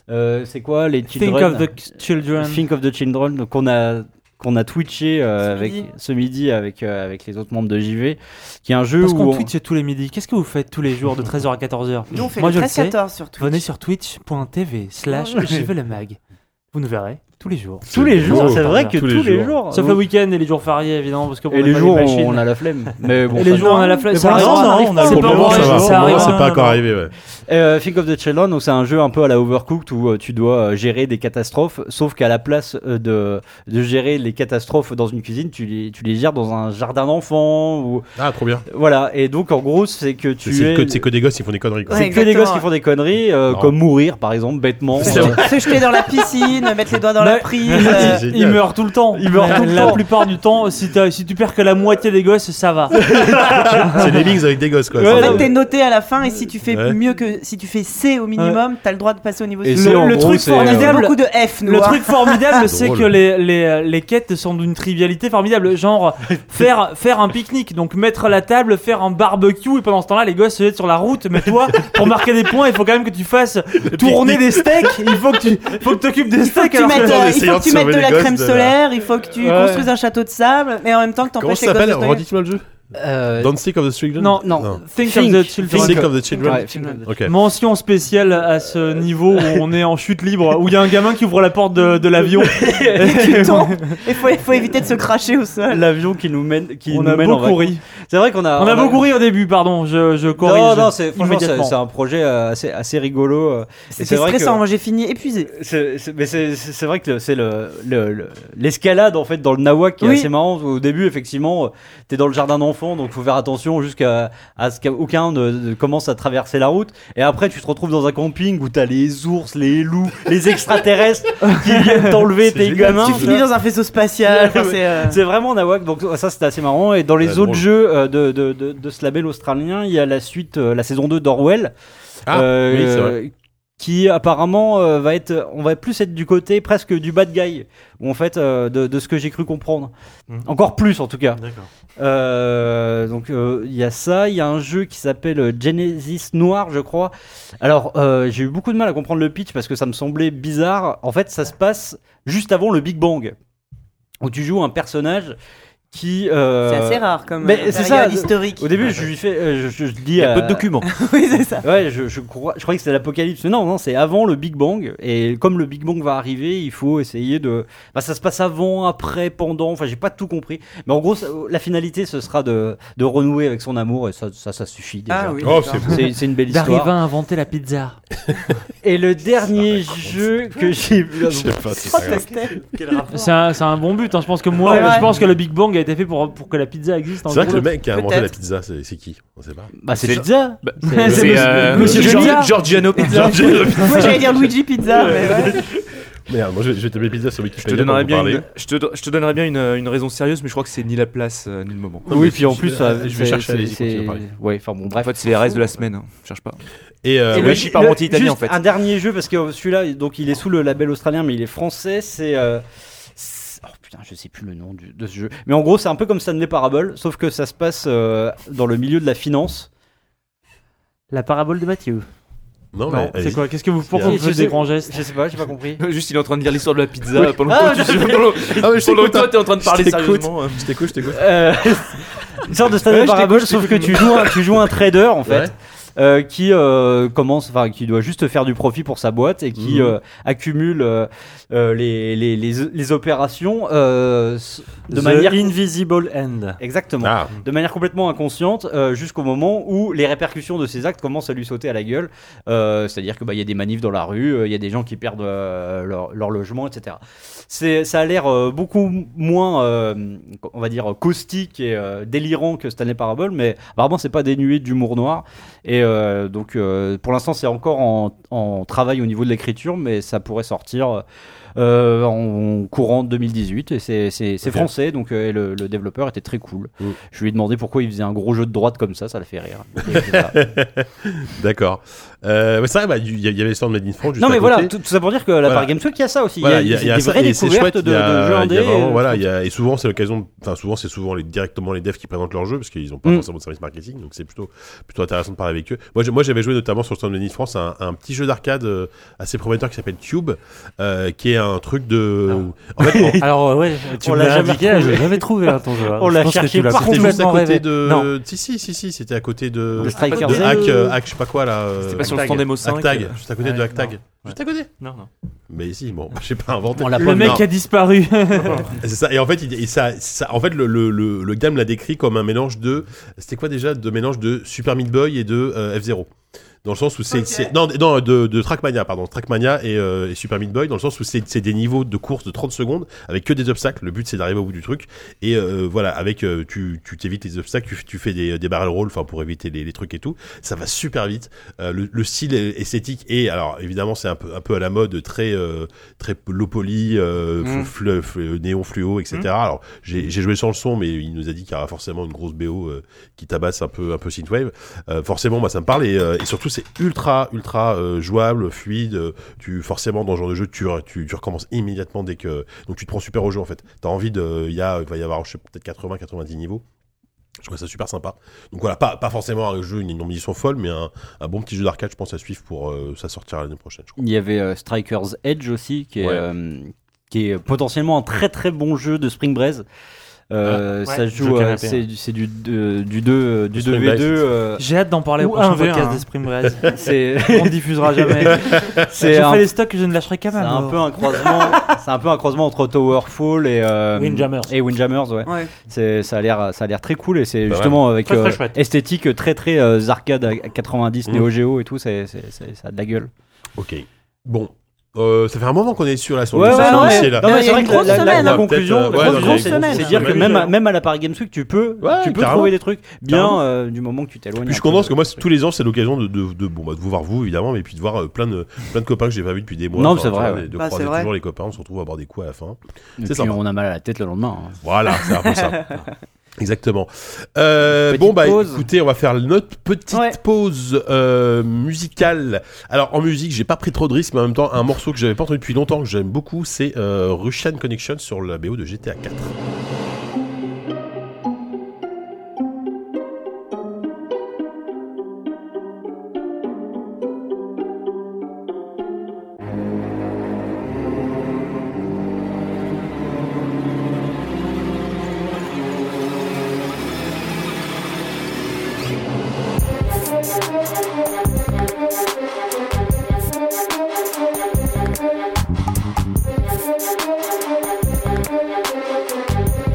Speaker 4: euh, c'est quoi les
Speaker 5: Think
Speaker 4: Children
Speaker 5: of the children.
Speaker 4: Think of the Children donc qu'on a qu'on a twitché euh,
Speaker 3: Ce
Speaker 4: avec
Speaker 3: midi.
Speaker 4: ce midi avec euh, avec les autres membres de JV qui est un jeu
Speaker 5: Parce
Speaker 4: où
Speaker 5: qu'on
Speaker 4: on-
Speaker 5: Twitch tous les midis. Qu'est-ce que vous faites tous les jours de 13h à 14h
Speaker 3: Nous, on fait
Speaker 5: Moi,
Speaker 3: le
Speaker 5: je le sais.
Speaker 3: 13-14 sur Twitch.
Speaker 5: Venez sur twitch.tv slash je veux le mag. Vous nous verrez
Speaker 4: tous
Speaker 5: tous
Speaker 4: les jours.
Speaker 8: Tous les jours, c'est vrai que tous les, jours.
Speaker 5: Sauf le week-end et les jours fériés, évidemment, parce que
Speaker 4: Et les jours, on a la flemme. Mais bon,
Speaker 5: Et les
Speaker 4: ça-
Speaker 5: jours, on a la flèche.
Speaker 6: Mais pour l'instant, non, on a
Speaker 5: C'est
Speaker 6: le
Speaker 5: pas
Speaker 6: moment,
Speaker 5: encore
Speaker 6: ça
Speaker 5: arrivé,
Speaker 6: va.
Speaker 5: ça
Speaker 6: Pour
Speaker 5: arrive.
Speaker 6: moi,
Speaker 2: c'est pas encore arrivé, ouais.
Speaker 4: Euh, Think of the Children, donc c'est un jeu un peu à la Overcooked où euh, tu dois euh, gérer des catastrophes, sauf qu'à la place euh, de, de gérer les catastrophes dans une cuisine, tu les, tu les gères dans un jardin d'enfants. Ou...
Speaker 2: Ah, trop bien.
Speaker 4: Voilà, et donc en gros, c'est que tu
Speaker 2: C'est
Speaker 4: es.
Speaker 2: c'est que, c'est que des gosses, ils font des conneries. quoi.
Speaker 3: Ouais.
Speaker 4: c'est que des
Speaker 3: exactement,
Speaker 4: gosses qui font des conneries, euh,
Speaker 2: Non.
Speaker 4: comme mourir par exemple, bêtement.
Speaker 2: C'est
Speaker 4: Euh,
Speaker 2: vrai.
Speaker 3: Se jeter dans la piscine, mettre les doigts dans la
Speaker 5: Mais-
Speaker 3: prise. euh,
Speaker 2: C'est
Speaker 5: Il
Speaker 2: génial.
Speaker 5: meurt tout le temps.
Speaker 4: Ah, Il meurt tout le
Speaker 5: la
Speaker 4: temps.
Speaker 5: plupart du temps, si, t'as- si tu perds que la moitié des gosses, ça va.
Speaker 2: C'est des links avec des gosses, quoi.
Speaker 4: Ouais,
Speaker 2: C'est
Speaker 3: En
Speaker 4: non,
Speaker 3: fait,
Speaker 2: vrai.
Speaker 3: t'es noté à la fin et si tu fais
Speaker 2: Ouais.
Speaker 3: mieux que si tu fais C au minimum, t'as le droit de passer au niveau
Speaker 4: Et
Speaker 3: suivant.
Speaker 4: c'est en
Speaker 5: le
Speaker 4: gros,
Speaker 5: truc
Speaker 4: c'est,
Speaker 3: On
Speaker 5: formidable,
Speaker 4: euh,
Speaker 3: a beaucoup de F, nous.
Speaker 5: Le
Speaker 3: hein.
Speaker 5: truc formidable, c'est
Speaker 2: Drôle.
Speaker 5: que les, les, les quêtes sont d'une trivialité formidable. Genre, faire, faire un pique-nique, donc mettre la table, faire un barbecue, et pendant ce temps-là, les gosses se jettent sur la route. Mais toi, pour marquer des points, il faut quand même que tu fasses tourner des steaks. Il faut que tu faut que t'occupes des
Speaker 3: Il faut
Speaker 5: steaks.
Speaker 3: que tu
Speaker 5: alors
Speaker 3: mettes,
Speaker 5: que-
Speaker 2: en
Speaker 3: euh, il faut
Speaker 2: essayant
Speaker 3: que tu
Speaker 2: de
Speaker 3: mettes
Speaker 2: sauver
Speaker 3: de
Speaker 2: les
Speaker 3: la
Speaker 2: gosses
Speaker 3: crèmes
Speaker 2: de la-
Speaker 3: solaires, il faut que tu
Speaker 5: Ouais.
Speaker 3: construises un château de sable, mais en même temps que
Speaker 2: Comment
Speaker 3: t'empêches
Speaker 2: ça
Speaker 3: les gosses de
Speaker 2: s'appelle
Speaker 3: se noyer.
Speaker 2: Redites-moi le jeu
Speaker 4: euh,
Speaker 2: Don't Sick of the Children
Speaker 5: Non,
Speaker 4: non.
Speaker 5: Think,
Speaker 4: Think.
Speaker 5: of the children.
Speaker 2: Sick of the Children
Speaker 4: ouais, film-
Speaker 2: Ok.
Speaker 5: Mention spéciale à ce niveau où on est en chute libre, où il y a un gamin qui ouvre la porte de, de l'avion.
Speaker 3: Tu tombes, et faut, faut éviter de se cracher au sol.
Speaker 4: L'avion qui nous mène, qui
Speaker 5: on
Speaker 4: nous
Speaker 5: a
Speaker 4: mène en
Speaker 5: beaucoup
Speaker 4: vacances.
Speaker 5: ri.
Speaker 4: C'est vrai qu'on a.
Speaker 5: On a beaucoup ri au début, pardon, je, je corrige.
Speaker 4: Non, non, c'est franchement, c'est
Speaker 5: immédiatement.
Speaker 4: c'est un projet euh, assez, assez rigolo. euh, Et
Speaker 3: C'était
Speaker 4: vrai que-
Speaker 3: stressant, moi j'ai fini épuisé.
Speaker 4: C'est- c'est- mais c'est- c'est c'est vrai que c'est l'escalade le, le- l'escalade en fait dans le Nawak qui est
Speaker 3: Oui.
Speaker 4: assez marrant. Au début, effectivement, euh, t'es dans le jardin d'enfants, donc faut faire attention jusqu'à à ce qu'aucun ne, ne commence à traverser la route. Et après, tu te retrouves dans un camping où t'as les ours, les loups, les extraterrestres qui viennent t'enlever
Speaker 2: C'est
Speaker 4: tes
Speaker 2: génial.
Speaker 4: gamins.
Speaker 3: Tu finis dans un faisceau spatial. enfin, c'est, euh,
Speaker 4: C'est vraiment Nawak, donc ça c'était assez marrant. Et dans les
Speaker 2: Ouais,
Speaker 4: autres
Speaker 2: drôle.
Speaker 4: jeux euh, de, de, de, de ce label australien, il y a la suite, euh, la saison 2 d'Orwell.
Speaker 2: Ah,
Speaker 4: euh,
Speaker 2: oui, c'est vrai.
Speaker 4: Qui apparemment euh, va être, on va plus être du côté presque du bad guy, ou en fait euh, de, de ce que j'ai cru comprendre.
Speaker 6: Mhm.
Speaker 4: Encore plus en tout cas.
Speaker 6: D'accord.
Speaker 4: Euh, donc euh, il y a ça, il y a un jeu qui s'appelle euh, Genesis Noir, je crois. Alors euh, j'ai eu beaucoup de mal à comprendre le pitch parce que ça me semblait bizarre. En fait, ça se passe juste avant le Big Bang, où tu joues un personnage qui. euh,
Speaker 3: c'est assez rare comme
Speaker 4: mais
Speaker 3: euh,
Speaker 4: c'est
Speaker 3: période
Speaker 4: ça,
Speaker 3: historique.
Speaker 4: Au début, je lui fais, euh, je, je- je dis.
Speaker 7: Ah Il y a peu
Speaker 4: à-
Speaker 7: de documents.
Speaker 3: oui, c'est ça.
Speaker 4: Ouais, je, je, crois, je croyais que c'était l'apocalypse. Mais Non, non, c'est avant le Big Bang. Et comme le Big Bang va arriver, il faut essayer de. Bah, ça se passe avant, après, pendant. Enfin, j'ai pas tout compris. Mais en gros, ça- la finalité, ce sera de, de renouer avec son amour. Et ça, ça, ça suffit déjà.
Speaker 3: Ah oui.
Speaker 2: Oh,
Speaker 3: d'accord.
Speaker 2: c'est
Speaker 4: C'est c'est une belle
Speaker 5: D'arriver à
Speaker 4: histoire.
Speaker 5: inventer la pizza.
Speaker 4: Et le dernier jeu que j'ai vu.
Speaker 2: Je sais pas si
Speaker 3: Oh,
Speaker 2: c'est
Speaker 3: c'était-
Speaker 5: C'est un, c'est un bon but, hein. je pense que moi,
Speaker 3: Ouais, ouais.
Speaker 5: je pense que le Big Bang a été fait pour, pour que la pizza existe. en
Speaker 2: C'est vrai que
Speaker 5: gros.
Speaker 2: le mec qui a inventé
Speaker 3: Peut-être.
Speaker 2: la pizza, c'est c'est qui On sait pas.
Speaker 4: Bah, c'est
Speaker 7: C'est-
Speaker 4: Pizza.
Speaker 7: Bah,
Speaker 4: C'est-
Speaker 5: c'est
Speaker 7: C'est euh,
Speaker 5: Monsieur
Speaker 7: Gior-
Speaker 5: Pizza.
Speaker 7: Giorgiano Pizza.
Speaker 3: Moi j'allais dire Luigi Pizza. mais ouais.
Speaker 2: Merde, moi je vais, je vais taper pizza sur
Speaker 7: Je te,
Speaker 2: Wikipédia.
Speaker 7: donnerais
Speaker 2: pour vous
Speaker 7: bien
Speaker 2: parler.
Speaker 7: une, je, te, don- je te donnerais bien une, une raison sérieuse, mais je crois que c'est ni la place euh, ni le moment.
Speaker 4: Oui, puis en plus, ça-
Speaker 2: je vais
Speaker 4: c'est-
Speaker 2: chercher,
Speaker 4: c'est-
Speaker 2: allez-y, continue
Speaker 4: c'est-
Speaker 2: à parler.
Speaker 4: Ouais, enfin bon,
Speaker 7: En
Speaker 4: bref.
Speaker 7: fait, c'est les restes de la semaine. hein. Cherche pas.
Speaker 2: Et,
Speaker 4: Et
Speaker 2: euh, ouais,
Speaker 7: le- Luigi par Monty Italie,
Speaker 4: juste
Speaker 7: en fait.
Speaker 4: Un dernier jeu, parce que celui-là, donc il est sous le label australien, mais il est français, c'est. euh, c'est- Oh putain, je sais plus le nom du- de ce jeu. Mais en gros, c'est un peu comme Stanley Parable, sauf que ça se passe euh, dans le milieu de la finance.
Speaker 5: La parabole de Mathieu.
Speaker 2: non, mais
Speaker 5: Non, c'est
Speaker 2: allez-y.
Speaker 5: quoi Qu'est-ce que vous pourquoi
Speaker 2: Je
Speaker 5: vous faites
Speaker 4: sais-
Speaker 5: des grands gestes
Speaker 4: Je sais pas, j'ai pas compris.
Speaker 7: Juste, il est en train de lire l'histoire de la pizza pendant
Speaker 4: Ah,
Speaker 7: que tu pendant- pendant que toi, t'es en train de parler
Speaker 2: t'écoute.
Speaker 7: sérieusement. euh.
Speaker 2: Je t'écoute, je t'écoute.
Speaker 4: Euh, une sorte de Stanley
Speaker 7: Ouais, je
Speaker 4: Parable, sauf que tu joues, un, tu joues un trader en fait.
Speaker 2: Ouais.
Speaker 4: euh, qui euh, commence, enfin qui doit juste faire du profit pour sa boîte et qui
Speaker 2: Mhm.
Speaker 4: euh, accumule euh, euh, les, les, les, les opérations euh, s- de
Speaker 6: The
Speaker 4: manière
Speaker 6: Invisible End.
Speaker 4: exactement
Speaker 2: Ah,
Speaker 4: de manière complètement inconsciente euh, jusqu'au moment où les répercussions de ses actes commencent à lui sauter à la gueule. Euh, C'est-à-dire que bah, il y a des manifs dans la rue, euh, il y a des gens qui perdent euh, leur, leur logement, etc. C'est- Ça a l'air euh, beaucoup moins, euh, on va dire, caustique et euh, délirant que Stanley Parable, mais apparemment c'est pas dénué d'humour noir. Et euh, donc euh, pour l'instant c'est encore en, en travail au niveau de l'écriture, mais ça pourrait sortir. euh, en courant 2018 et c'est c'est- c'est
Speaker 2: Ok.
Speaker 4: français donc euh, et le- le développeur était très cool je lui ai demandé pourquoi il faisait un gros jeu de droite comme ça, ça le fait rire. Et voilà.
Speaker 2: d'accord. Euh, ouais, c'est vrai, bah, du- il y, a- il y avait l'histoire de Made in France. juste
Speaker 4: non mais
Speaker 2: à
Speaker 4: voilà,
Speaker 2: côté.
Speaker 4: tout, tout ça pour dire que la
Speaker 2: Voilà.
Speaker 4: part Games Week, il y a ça aussi.
Speaker 2: Voilà,
Speaker 4: il y a, des
Speaker 2: ça,
Speaker 4: vraies
Speaker 2: et c'est
Speaker 4: découvertes
Speaker 2: chouette,
Speaker 4: de,
Speaker 2: il y a-
Speaker 4: de jeux
Speaker 2: il y a
Speaker 4: indés.
Speaker 2: vraiment,
Speaker 4: euh,
Speaker 2: voilà, il y a- et souvent c'est l'occasion, enfin souvent c'est souvent les, directement les devs qui présentent leur jeu parce qu'ils n'ont pas
Speaker 4: Mm.
Speaker 2: forcément de service marketing, donc c'est plutôt plutôt intéressant de parler avec eux. Moi, j'ai- moi j'avais joué notamment sur le stand de Nice France un, un petit jeu d'arcade euh, assez prometteur qui s'appelle Tube, euh, qui est un truc
Speaker 4: Ah.
Speaker 2: de, en fait, en-
Speaker 6: Alors euh, ouais, tu
Speaker 4: On
Speaker 6: me
Speaker 4: l'a
Speaker 6: l'as
Speaker 4: jamais
Speaker 6: indiqué,
Speaker 4: retrouvé.
Speaker 6: je l'ai jamais trouvé hein, ton jeu. hein.
Speaker 4: On
Speaker 6: Je
Speaker 4: l'a
Speaker 6: pense que tu
Speaker 4: cherché
Speaker 6: l'as
Speaker 4: partout.
Speaker 2: c'était juste à
Speaker 6: complètement
Speaker 2: côté
Speaker 6: rêvé.
Speaker 2: de,
Speaker 6: Non.
Speaker 2: si si si si, c'était à côté de, euh.
Speaker 4: De Strikers.
Speaker 2: de
Speaker 4: Z.
Speaker 2: hack, euh, hack, je sais pas quoi là, euh,
Speaker 7: C'était pas sur le stand Demo 5.
Speaker 2: Hack Tag, juste à côté
Speaker 6: Ouais,
Speaker 2: de Hack Tag,
Speaker 6: non.
Speaker 2: juste à côté.
Speaker 6: Non, non.
Speaker 2: Mais si, bon, j'ai pas inventé.
Speaker 5: Le mec a disparu.
Speaker 2: C'est ça. Et en fait, il- et ça, ça- en fait, le, le, le, le gamme l'a décrit comme un mélange de, c'était quoi déjà, de mélange de Super Meat Boy et de euh, F0. Dans le sens où c'est, c'est- non, non, de, de Trackmania, pardon, Trackmania et, euh, et Super Meat Boy, dans le sens où c'est, c'est des niveaux de course de 30 secondes avec que des obstacles. Le but c'est d'arriver au bout du truc et euh, voilà, avec euh, tu, tu t'évites les obstacles, tu, tu fais des, des barrel rolls, enfin pour éviter les, les trucs et tout. Ça va super vite. Euh, le, le style est- esthétique et alors évidemment c'est un peu un peu à la mode, très euh, très low poly, euh,
Speaker 7: Mm.
Speaker 2: fl- fl- fl- néon fluo, etc. Alors j'ai j'ai joué sans le son, mais il nous a dit qu'il y aura forcément une grosse BO euh, qui tabasse un peu un peu synthwave. Euh, forcément, moi ça me parle et, euh, et surtout c'est ultra ultra euh, jouable, fluide. Euh, Tu forcément dans ce genre de jeu tu, tu tu recommences immédiatement dès que donc tu te prends super au jeu en fait. T'as envie de il y a il va y avoir je sais peut-être 80 90 niveaux. Je trouve ça super sympa. Donc voilà, pas, pas forcément un jeu, une une ambition folle, mais un, un bon petit jeu d'arcade, je pense, à suivre pour euh, ça sortir l'année prochaine. je crois.
Speaker 4: Il y avait euh, Strikers Edge aussi, qui est,
Speaker 2: Ouais.
Speaker 4: euh, qui est potentiellement un très très bon jeu de Spring Breeze. Euh,
Speaker 6: Ah, ouais,
Speaker 4: ça se
Speaker 6: jeu
Speaker 4: joue, euh,
Speaker 6: canapé,
Speaker 4: c'est du- c'est du 2 du, deux, euh, du
Speaker 2: Spring
Speaker 4: 2v2.
Speaker 2: Breeze.
Speaker 4: euh,
Speaker 8: J'ai hâte d'en parler au
Speaker 6: Ou
Speaker 8: prochain
Speaker 6: 1v1,
Speaker 8: podcast
Speaker 6: hein.
Speaker 8: d'Esprit Brez.
Speaker 4: c'est
Speaker 8: On ne diffusera jamais. Je
Speaker 4: c'est un,
Speaker 8: fais les stocks que je ne lâcherai qu'à
Speaker 4: c'est
Speaker 8: ma
Speaker 4: un
Speaker 8: mort.
Speaker 4: peu un croisement, c'est un peu un croisement entre Towerfall et euh,
Speaker 6: Windjammers.
Speaker 4: Et Windjammers, ouais.
Speaker 3: Ouais.
Speaker 4: C'est ça a l'air ça a l'air très cool et c'est
Speaker 2: Pas
Speaker 4: justement avec
Speaker 6: Très, très
Speaker 4: euh,
Speaker 6: chouette.
Speaker 4: esthétique très très euh, arcade à 90
Speaker 2: Mm.
Speaker 4: Neo Geo et tout, c'est c'est- c'est- ça a de la gueule.
Speaker 2: Ok. Bon. Euh, ça fait un moment qu'on est sur la sur
Speaker 4: Ouais,
Speaker 2: le
Speaker 4: ouais, non,
Speaker 2: dossier,
Speaker 4: mais-
Speaker 2: là.
Speaker 4: non, mais
Speaker 3: Il y a
Speaker 4: c'est vrai
Speaker 3: une
Speaker 4: que la-
Speaker 3: grosse
Speaker 4: la- la-
Speaker 3: semaine,
Speaker 4: la
Speaker 3: hein.
Speaker 4: conclusion,
Speaker 2: Peut-être, euh, ouais,
Speaker 4: grosse-
Speaker 2: non,
Speaker 4: grosse
Speaker 2: c'est-
Speaker 4: semaine.
Speaker 2: c'est-
Speaker 4: c'est dire que même à, même à la Paris Games Week, tu peux,
Speaker 2: Ouais,
Speaker 4: tu peux
Speaker 2: carrément.
Speaker 4: trouver des trucs bien
Speaker 2: Carrément.
Speaker 4: euh, du moment que tu t'éloignes.
Speaker 2: Puis je
Speaker 4: un peu
Speaker 2: condense
Speaker 4: de-
Speaker 2: que moi, c'est- tous les ans, c'est l'occasion de, de, de- bon, bah, de vous voir vous, évidemment, mais puis de voir euh, plein, de, plein de copains que j'ai pas vu depuis des mois.
Speaker 4: Non, c'est
Speaker 2: tu
Speaker 4: vrai,
Speaker 2: vois,
Speaker 4: ouais.
Speaker 2: De, de
Speaker 3: Bah, c'est
Speaker 2: croiser
Speaker 3: vrai.
Speaker 2: toujours les copains, on se retrouve à boire des coups à la fin.
Speaker 4: Et
Speaker 2: c'est
Speaker 4: puis
Speaker 2: sympa.
Speaker 4: on a mal à la tête le lendemain. hein.
Speaker 2: Voilà, c'est un peu ça. Exactement. Euh,
Speaker 4: Petite
Speaker 2: bon bah
Speaker 4: pause.
Speaker 2: écoutez, on va faire notre petite
Speaker 3: Ouais.
Speaker 2: pause euh, musicale. Alors en musique, j'ai pas pris trop de risques, mais en même temps, un morceau que j'avais pas entendu depuis longtemps, que j'aime beaucoup, c'est euh, Russian Connection sur la BO de GTA 4.
Speaker 9: Thank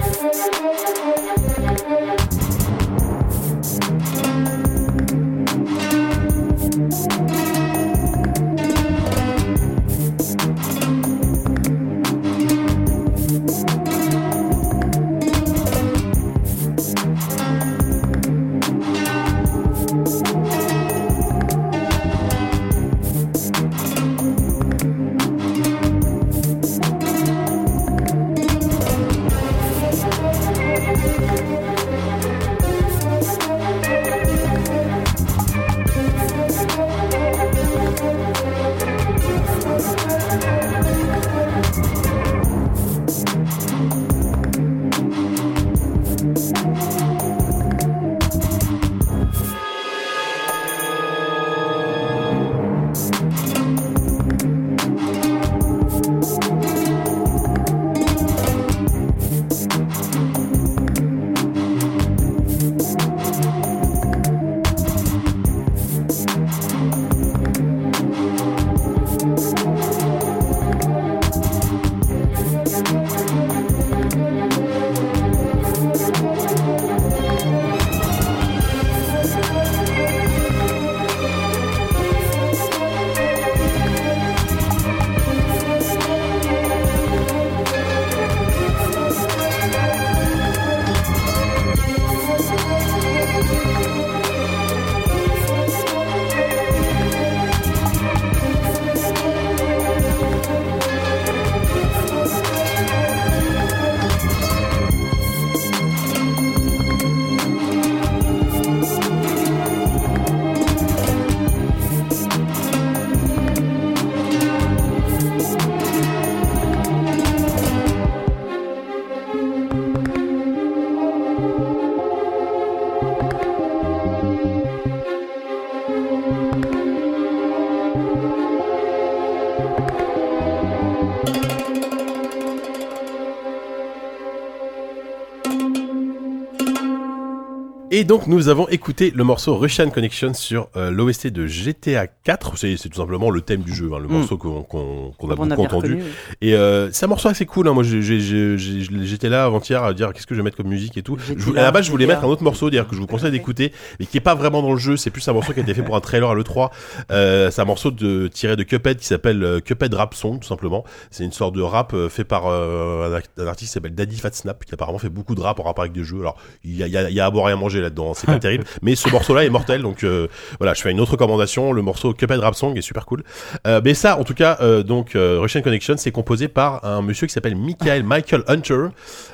Speaker 2: Et donc nous avons écouté le morceau Russian Connection sur euh, l'OST de GTA 4. C'est c'est tout simplement le thème du jeu, hein, le
Speaker 3: Mm.
Speaker 2: morceau qu'on qu'on- qu'on a
Speaker 3: On a
Speaker 2: beaucoup
Speaker 3: bien
Speaker 2: entendu.
Speaker 3: reconnu, oui.
Speaker 2: Et euh, c'est un morceau assez cool. Hein. Moi, j'ai- j'ai- j'ai- j'ai- j'étais là avant-hier à dire qu'est-ce que je vais mettre comme musique et tout. Je
Speaker 3: J'étais
Speaker 2: voulais-
Speaker 3: là,
Speaker 2: à la base, je voulais
Speaker 3: j'étais
Speaker 2: mettre un
Speaker 3: là.
Speaker 2: autre morceau, dire que je vous conseille d'écouter, mais qui est pas vraiment dans le jeu. C'est plus un morceau qui a été fait pour un trailer à l'E3. Euh, c'est un morceau de, tiré de Cuphead qui s'appelle euh, Cuphead Rap Song, tout simplement. C'est une sorte de rap euh, fait par euh, un, act- un artiste qui s'appelle Daddy Fat Snap, qui apparemment fait beaucoup de rap en rapport avec des jeux. Alors, il y a, il y a- il y a à boire et à manger là-dedans. hein, C'est pas terrible, mais ce morceau-là est mortel. Donc euh, voilà, je fais une autre recommandation. Le morceau Cuphead Rap Song est super cool. Euh, mais ça, en tout cas, euh, donc euh, Russian Connection, c'est composé par un monsieur qui s'appelle Michael Michael Hunter,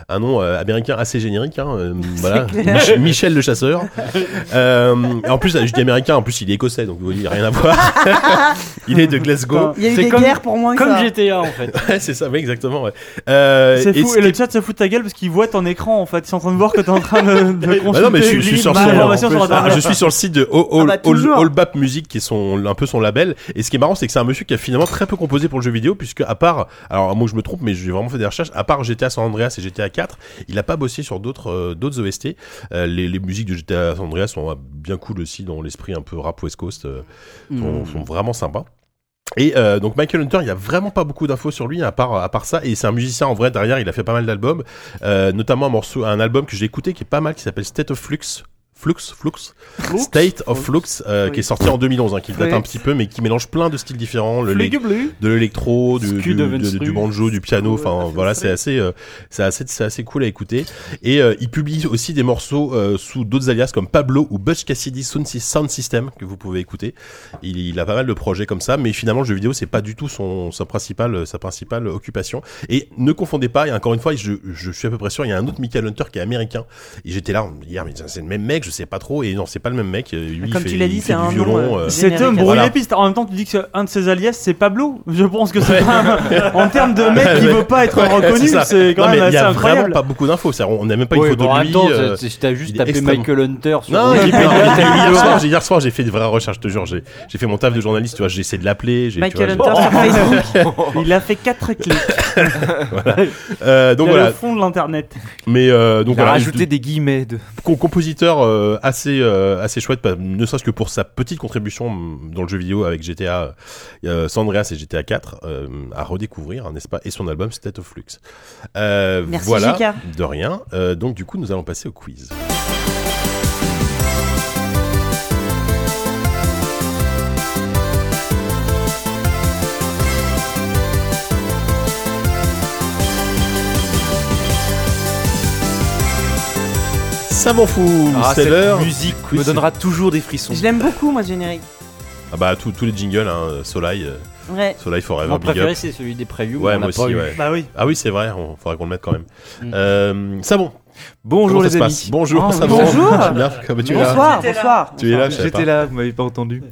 Speaker 2: un nom euh, américain assez générique. Hein, euh, voilà,
Speaker 3: clair.
Speaker 2: Mich- Michel le chasseur. Euh, et en plus, je dis américain, en plus il est écossais, donc vous voyez, rien à voir. il est de Glasgow.
Speaker 3: Il y a eu
Speaker 8: C'est
Speaker 3: des
Speaker 8: comme-
Speaker 3: guerres pour moins que
Speaker 8: Comme
Speaker 3: ça.
Speaker 8: GTA en fait.
Speaker 2: Ouais, c'est ça, oui, exactement. Ouais. Euh,
Speaker 5: C'est fou,
Speaker 2: ce
Speaker 5: et le
Speaker 2: qui-
Speaker 5: chat se fout de ta gueule parce qu'il voit ton écran en fait. Ils sont en train de voir que t'es en train de, de consulter
Speaker 2: Bah non, mais je suis- je suis
Speaker 5: une
Speaker 2: sur
Speaker 5: image
Speaker 2: son-
Speaker 5: d'information sur
Speaker 2: Ah,
Speaker 5: Internet.
Speaker 2: je suis sur le site de All,
Speaker 3: Ah bah, toujours.
Speaker 2: Bap Music qui est son, un peu son label et ce qui est marrant c'est que c'est un monsieur qui a finalement très peu composé pour le jeu vidéo puisque à part alors moi je me trompe mais j'ai vraiment fait des recherches à part GTA San Andreas et GTA 4 il a pas bossé sur d'autres euh, d'autres OST Euh, les, les musiques de GTA San Andreas sont euh, bien cool aussi dans l'esprit un peu rap West Coast euh,
Speaker 4: Mm.
Speaker 2: sont, sont vraiment sympas et euh, donc Michael Hunter, il y a vraiment pas beaucoup d'infos sur lui à part à part ça. Et c'est un musicien en vrai derrière. Il a fait pas mal d'albums, euh, notamment un morceau, un album que j'ai écouté qui est pas mal, qui s'appelle State of Flux, Flux, Flux, State of Flux, euh,
Speaker 3: Oui.
Speaker 2: qui est sorti en 2011, hein, qui date
Speaker 3: Flux.
Speaker 2: un petit peu, mais qui mélange plein de styles différents, le, lé-
Speaker 8: bleu.
Speaker 2: de l'électro, du, du,
Speaker 8: Scud of
Speaker 2: de-
Speaker 8: Venstru.
Speaker 2: du banjo, du piano.
Speaker 3: Ouais,
Speaker 2: Enfin,
Speaker 3: Venstru.
Speaker 2: voilà, c'est assez, euh, c'est assez, c'est assez cool à écouter. Et euh, il publie aussi des morceaux euh, sous d'autres alias comme Pablo ou Butch Cassidy Sound Sy- Sound System que vous pouvez écouter. Il, il a pas mal de projets comme ça, mais finalement, le jeu vidéo, c'est pas du tout son, sa principale, euh, sa principale occupation. Et ne confondez pas. Et encore une fois, je, je suis à peu près sûr, il y a un autre Michael Hunter qui est américain. Et j'étais là hier, mais c'est le même mec, je sais pas trop. Et non, c'est pas le même mec. Euh, Lui, il
Speaker 3: Comme
Speaker 2: fait-
Speaker 3: tu l'as
Speaker 2: il
Speaker 3: dit,
Speaker 2: fait
Speaker 3: c'est
Speaker 2: du
Speaker 3: un
Speaker 2: violon,
Speaker 3: nom.
Speaker 2: euh,
Speaker 3: euh,
Speaker 5: C'est Tom
Speaker 3: générique.
Speaker 5: brouille
Speaker 2: Voilà.
Speaker 5: les pistes. En même temps, tu dis que un de ses alias c'est Pablo. Je pense que c'est pas un- en termes de mec qui
Speaker 2: Ouais.
Speaker 5: veut pas être
Speaker 2: Ouais,
Speaker 5: reconnu.
Speaker 2: ça.
Speaker 5: C'est quand
Speaker 2: Non,
Speaker 5: même
Speaker 2: mais il
Speaker 5: assez
Speaker 2: y a
Speaker 5: incroyable.
Speaker 2: vraiment pas beaucoup d'infos. C'est-à-dire, On n'a même pas une
Speaker 4: Ouais,
Speaker 2: photo
Speaker 4: bon, en
Speaker 2: de
Speaker 4: même
Speaker 2: lui.
Speaker 4: temps,
Speaker 2: euh,
Speaker 4: t'as- t'as juste
Speaker 2: il est
Speaker 4: tapé
Speaker 2: extrêmement-
Speaker 4: Michael Hunter sur
Speaker 2: Non, j'ai
Speaker 4: Wikipédia.
Speaker 2: pas- hier soir, j'ai- hier soir, j'ai fait des vraies recherches, je te jure, j'ai j'ai fait mon taf de journaliste, tu vois, j'ai essayé de l'appeler, j'ai tu vois,
Speaker 3: Michael
Speaker 2: j'ai-
Speaker 3: Hunter sur Facebook.
Speaker 2: Oh.
Speaker 5: Il a fait 4 clics.
Speaker 2: Euh, donc
Speaker 5: il a
Speaker 2: voilà,
Speaker 5: le fond de l'internet.
Speaker 2: mais euh, donc
Speaker 7: Il a
Speaker 2: voilà,
Speaker 7: rajouté des guillemets de.
Speaker 2: com- compositeur euh, assez euh, assez chouette, pas- ne serait-ce que pour sa petite contribution mm, dans le jeu vidéo avec GTA euh, San Andreas et GTA 4 euh, à redécouvrir, hein, n'est-ce pas Et son album State of Flux. Euh,
Speaker 3: Merci,
Speaker 2: voilà,
Speaker 3: JK.
Speaker 2: de rien. Euh, donc du coup, nous allons passer au quiz. Ça m'en fout,
Speaker 7: Ah,
Speaker 2: c'est l'heure.
Speaker 7: cette musique me donnera toujours des frissons.
Speaker 3: Je l'aime beaucoup, moi, ce générique.
Speaker 2: Ah bah tous tous les jingles, hein, Soleil, euh,
Speaker 3: Ouais.
Speaker 2: Soleil Forever,
Speaker 4: Mon
Speaker 2: Big Up.
Speaker 4: préféré, c'est celui des previews. on
Speaker 2: Ouais,
Speaker 4: l'a
Speaker 2: moi
Speaker 4: pas
Speaker 2: aussi,
Speaker 4: eu.
Speaker 2: ouais.
Speaker 5: Bah oui.
Speaker 2: Ah oui, c'est vrai, on faudrait qu'on le mette quand même.
Speaker 4: Mm.
Speaker 2: Euh, Sabon,
Speaker 7: Bonjour
Speaker 2: comment ça
Speaker 7: les
Speaker 2: se
Speaker 7: amis.
Speaker 2: passe Bonjour,
Speaker 7: Ah,
Speaker 2: Sabon.
Speaker 3: bonjour.
Speaker 2: Tu es là Comment tu es là
Speaker 3: Bonsoir, bonsoir.
Speaker 2: Tu es là, je savais
Speaker 7: J'étais
Speaker 2: pas.
Speaker 7: là, vous m'avez pas entendu.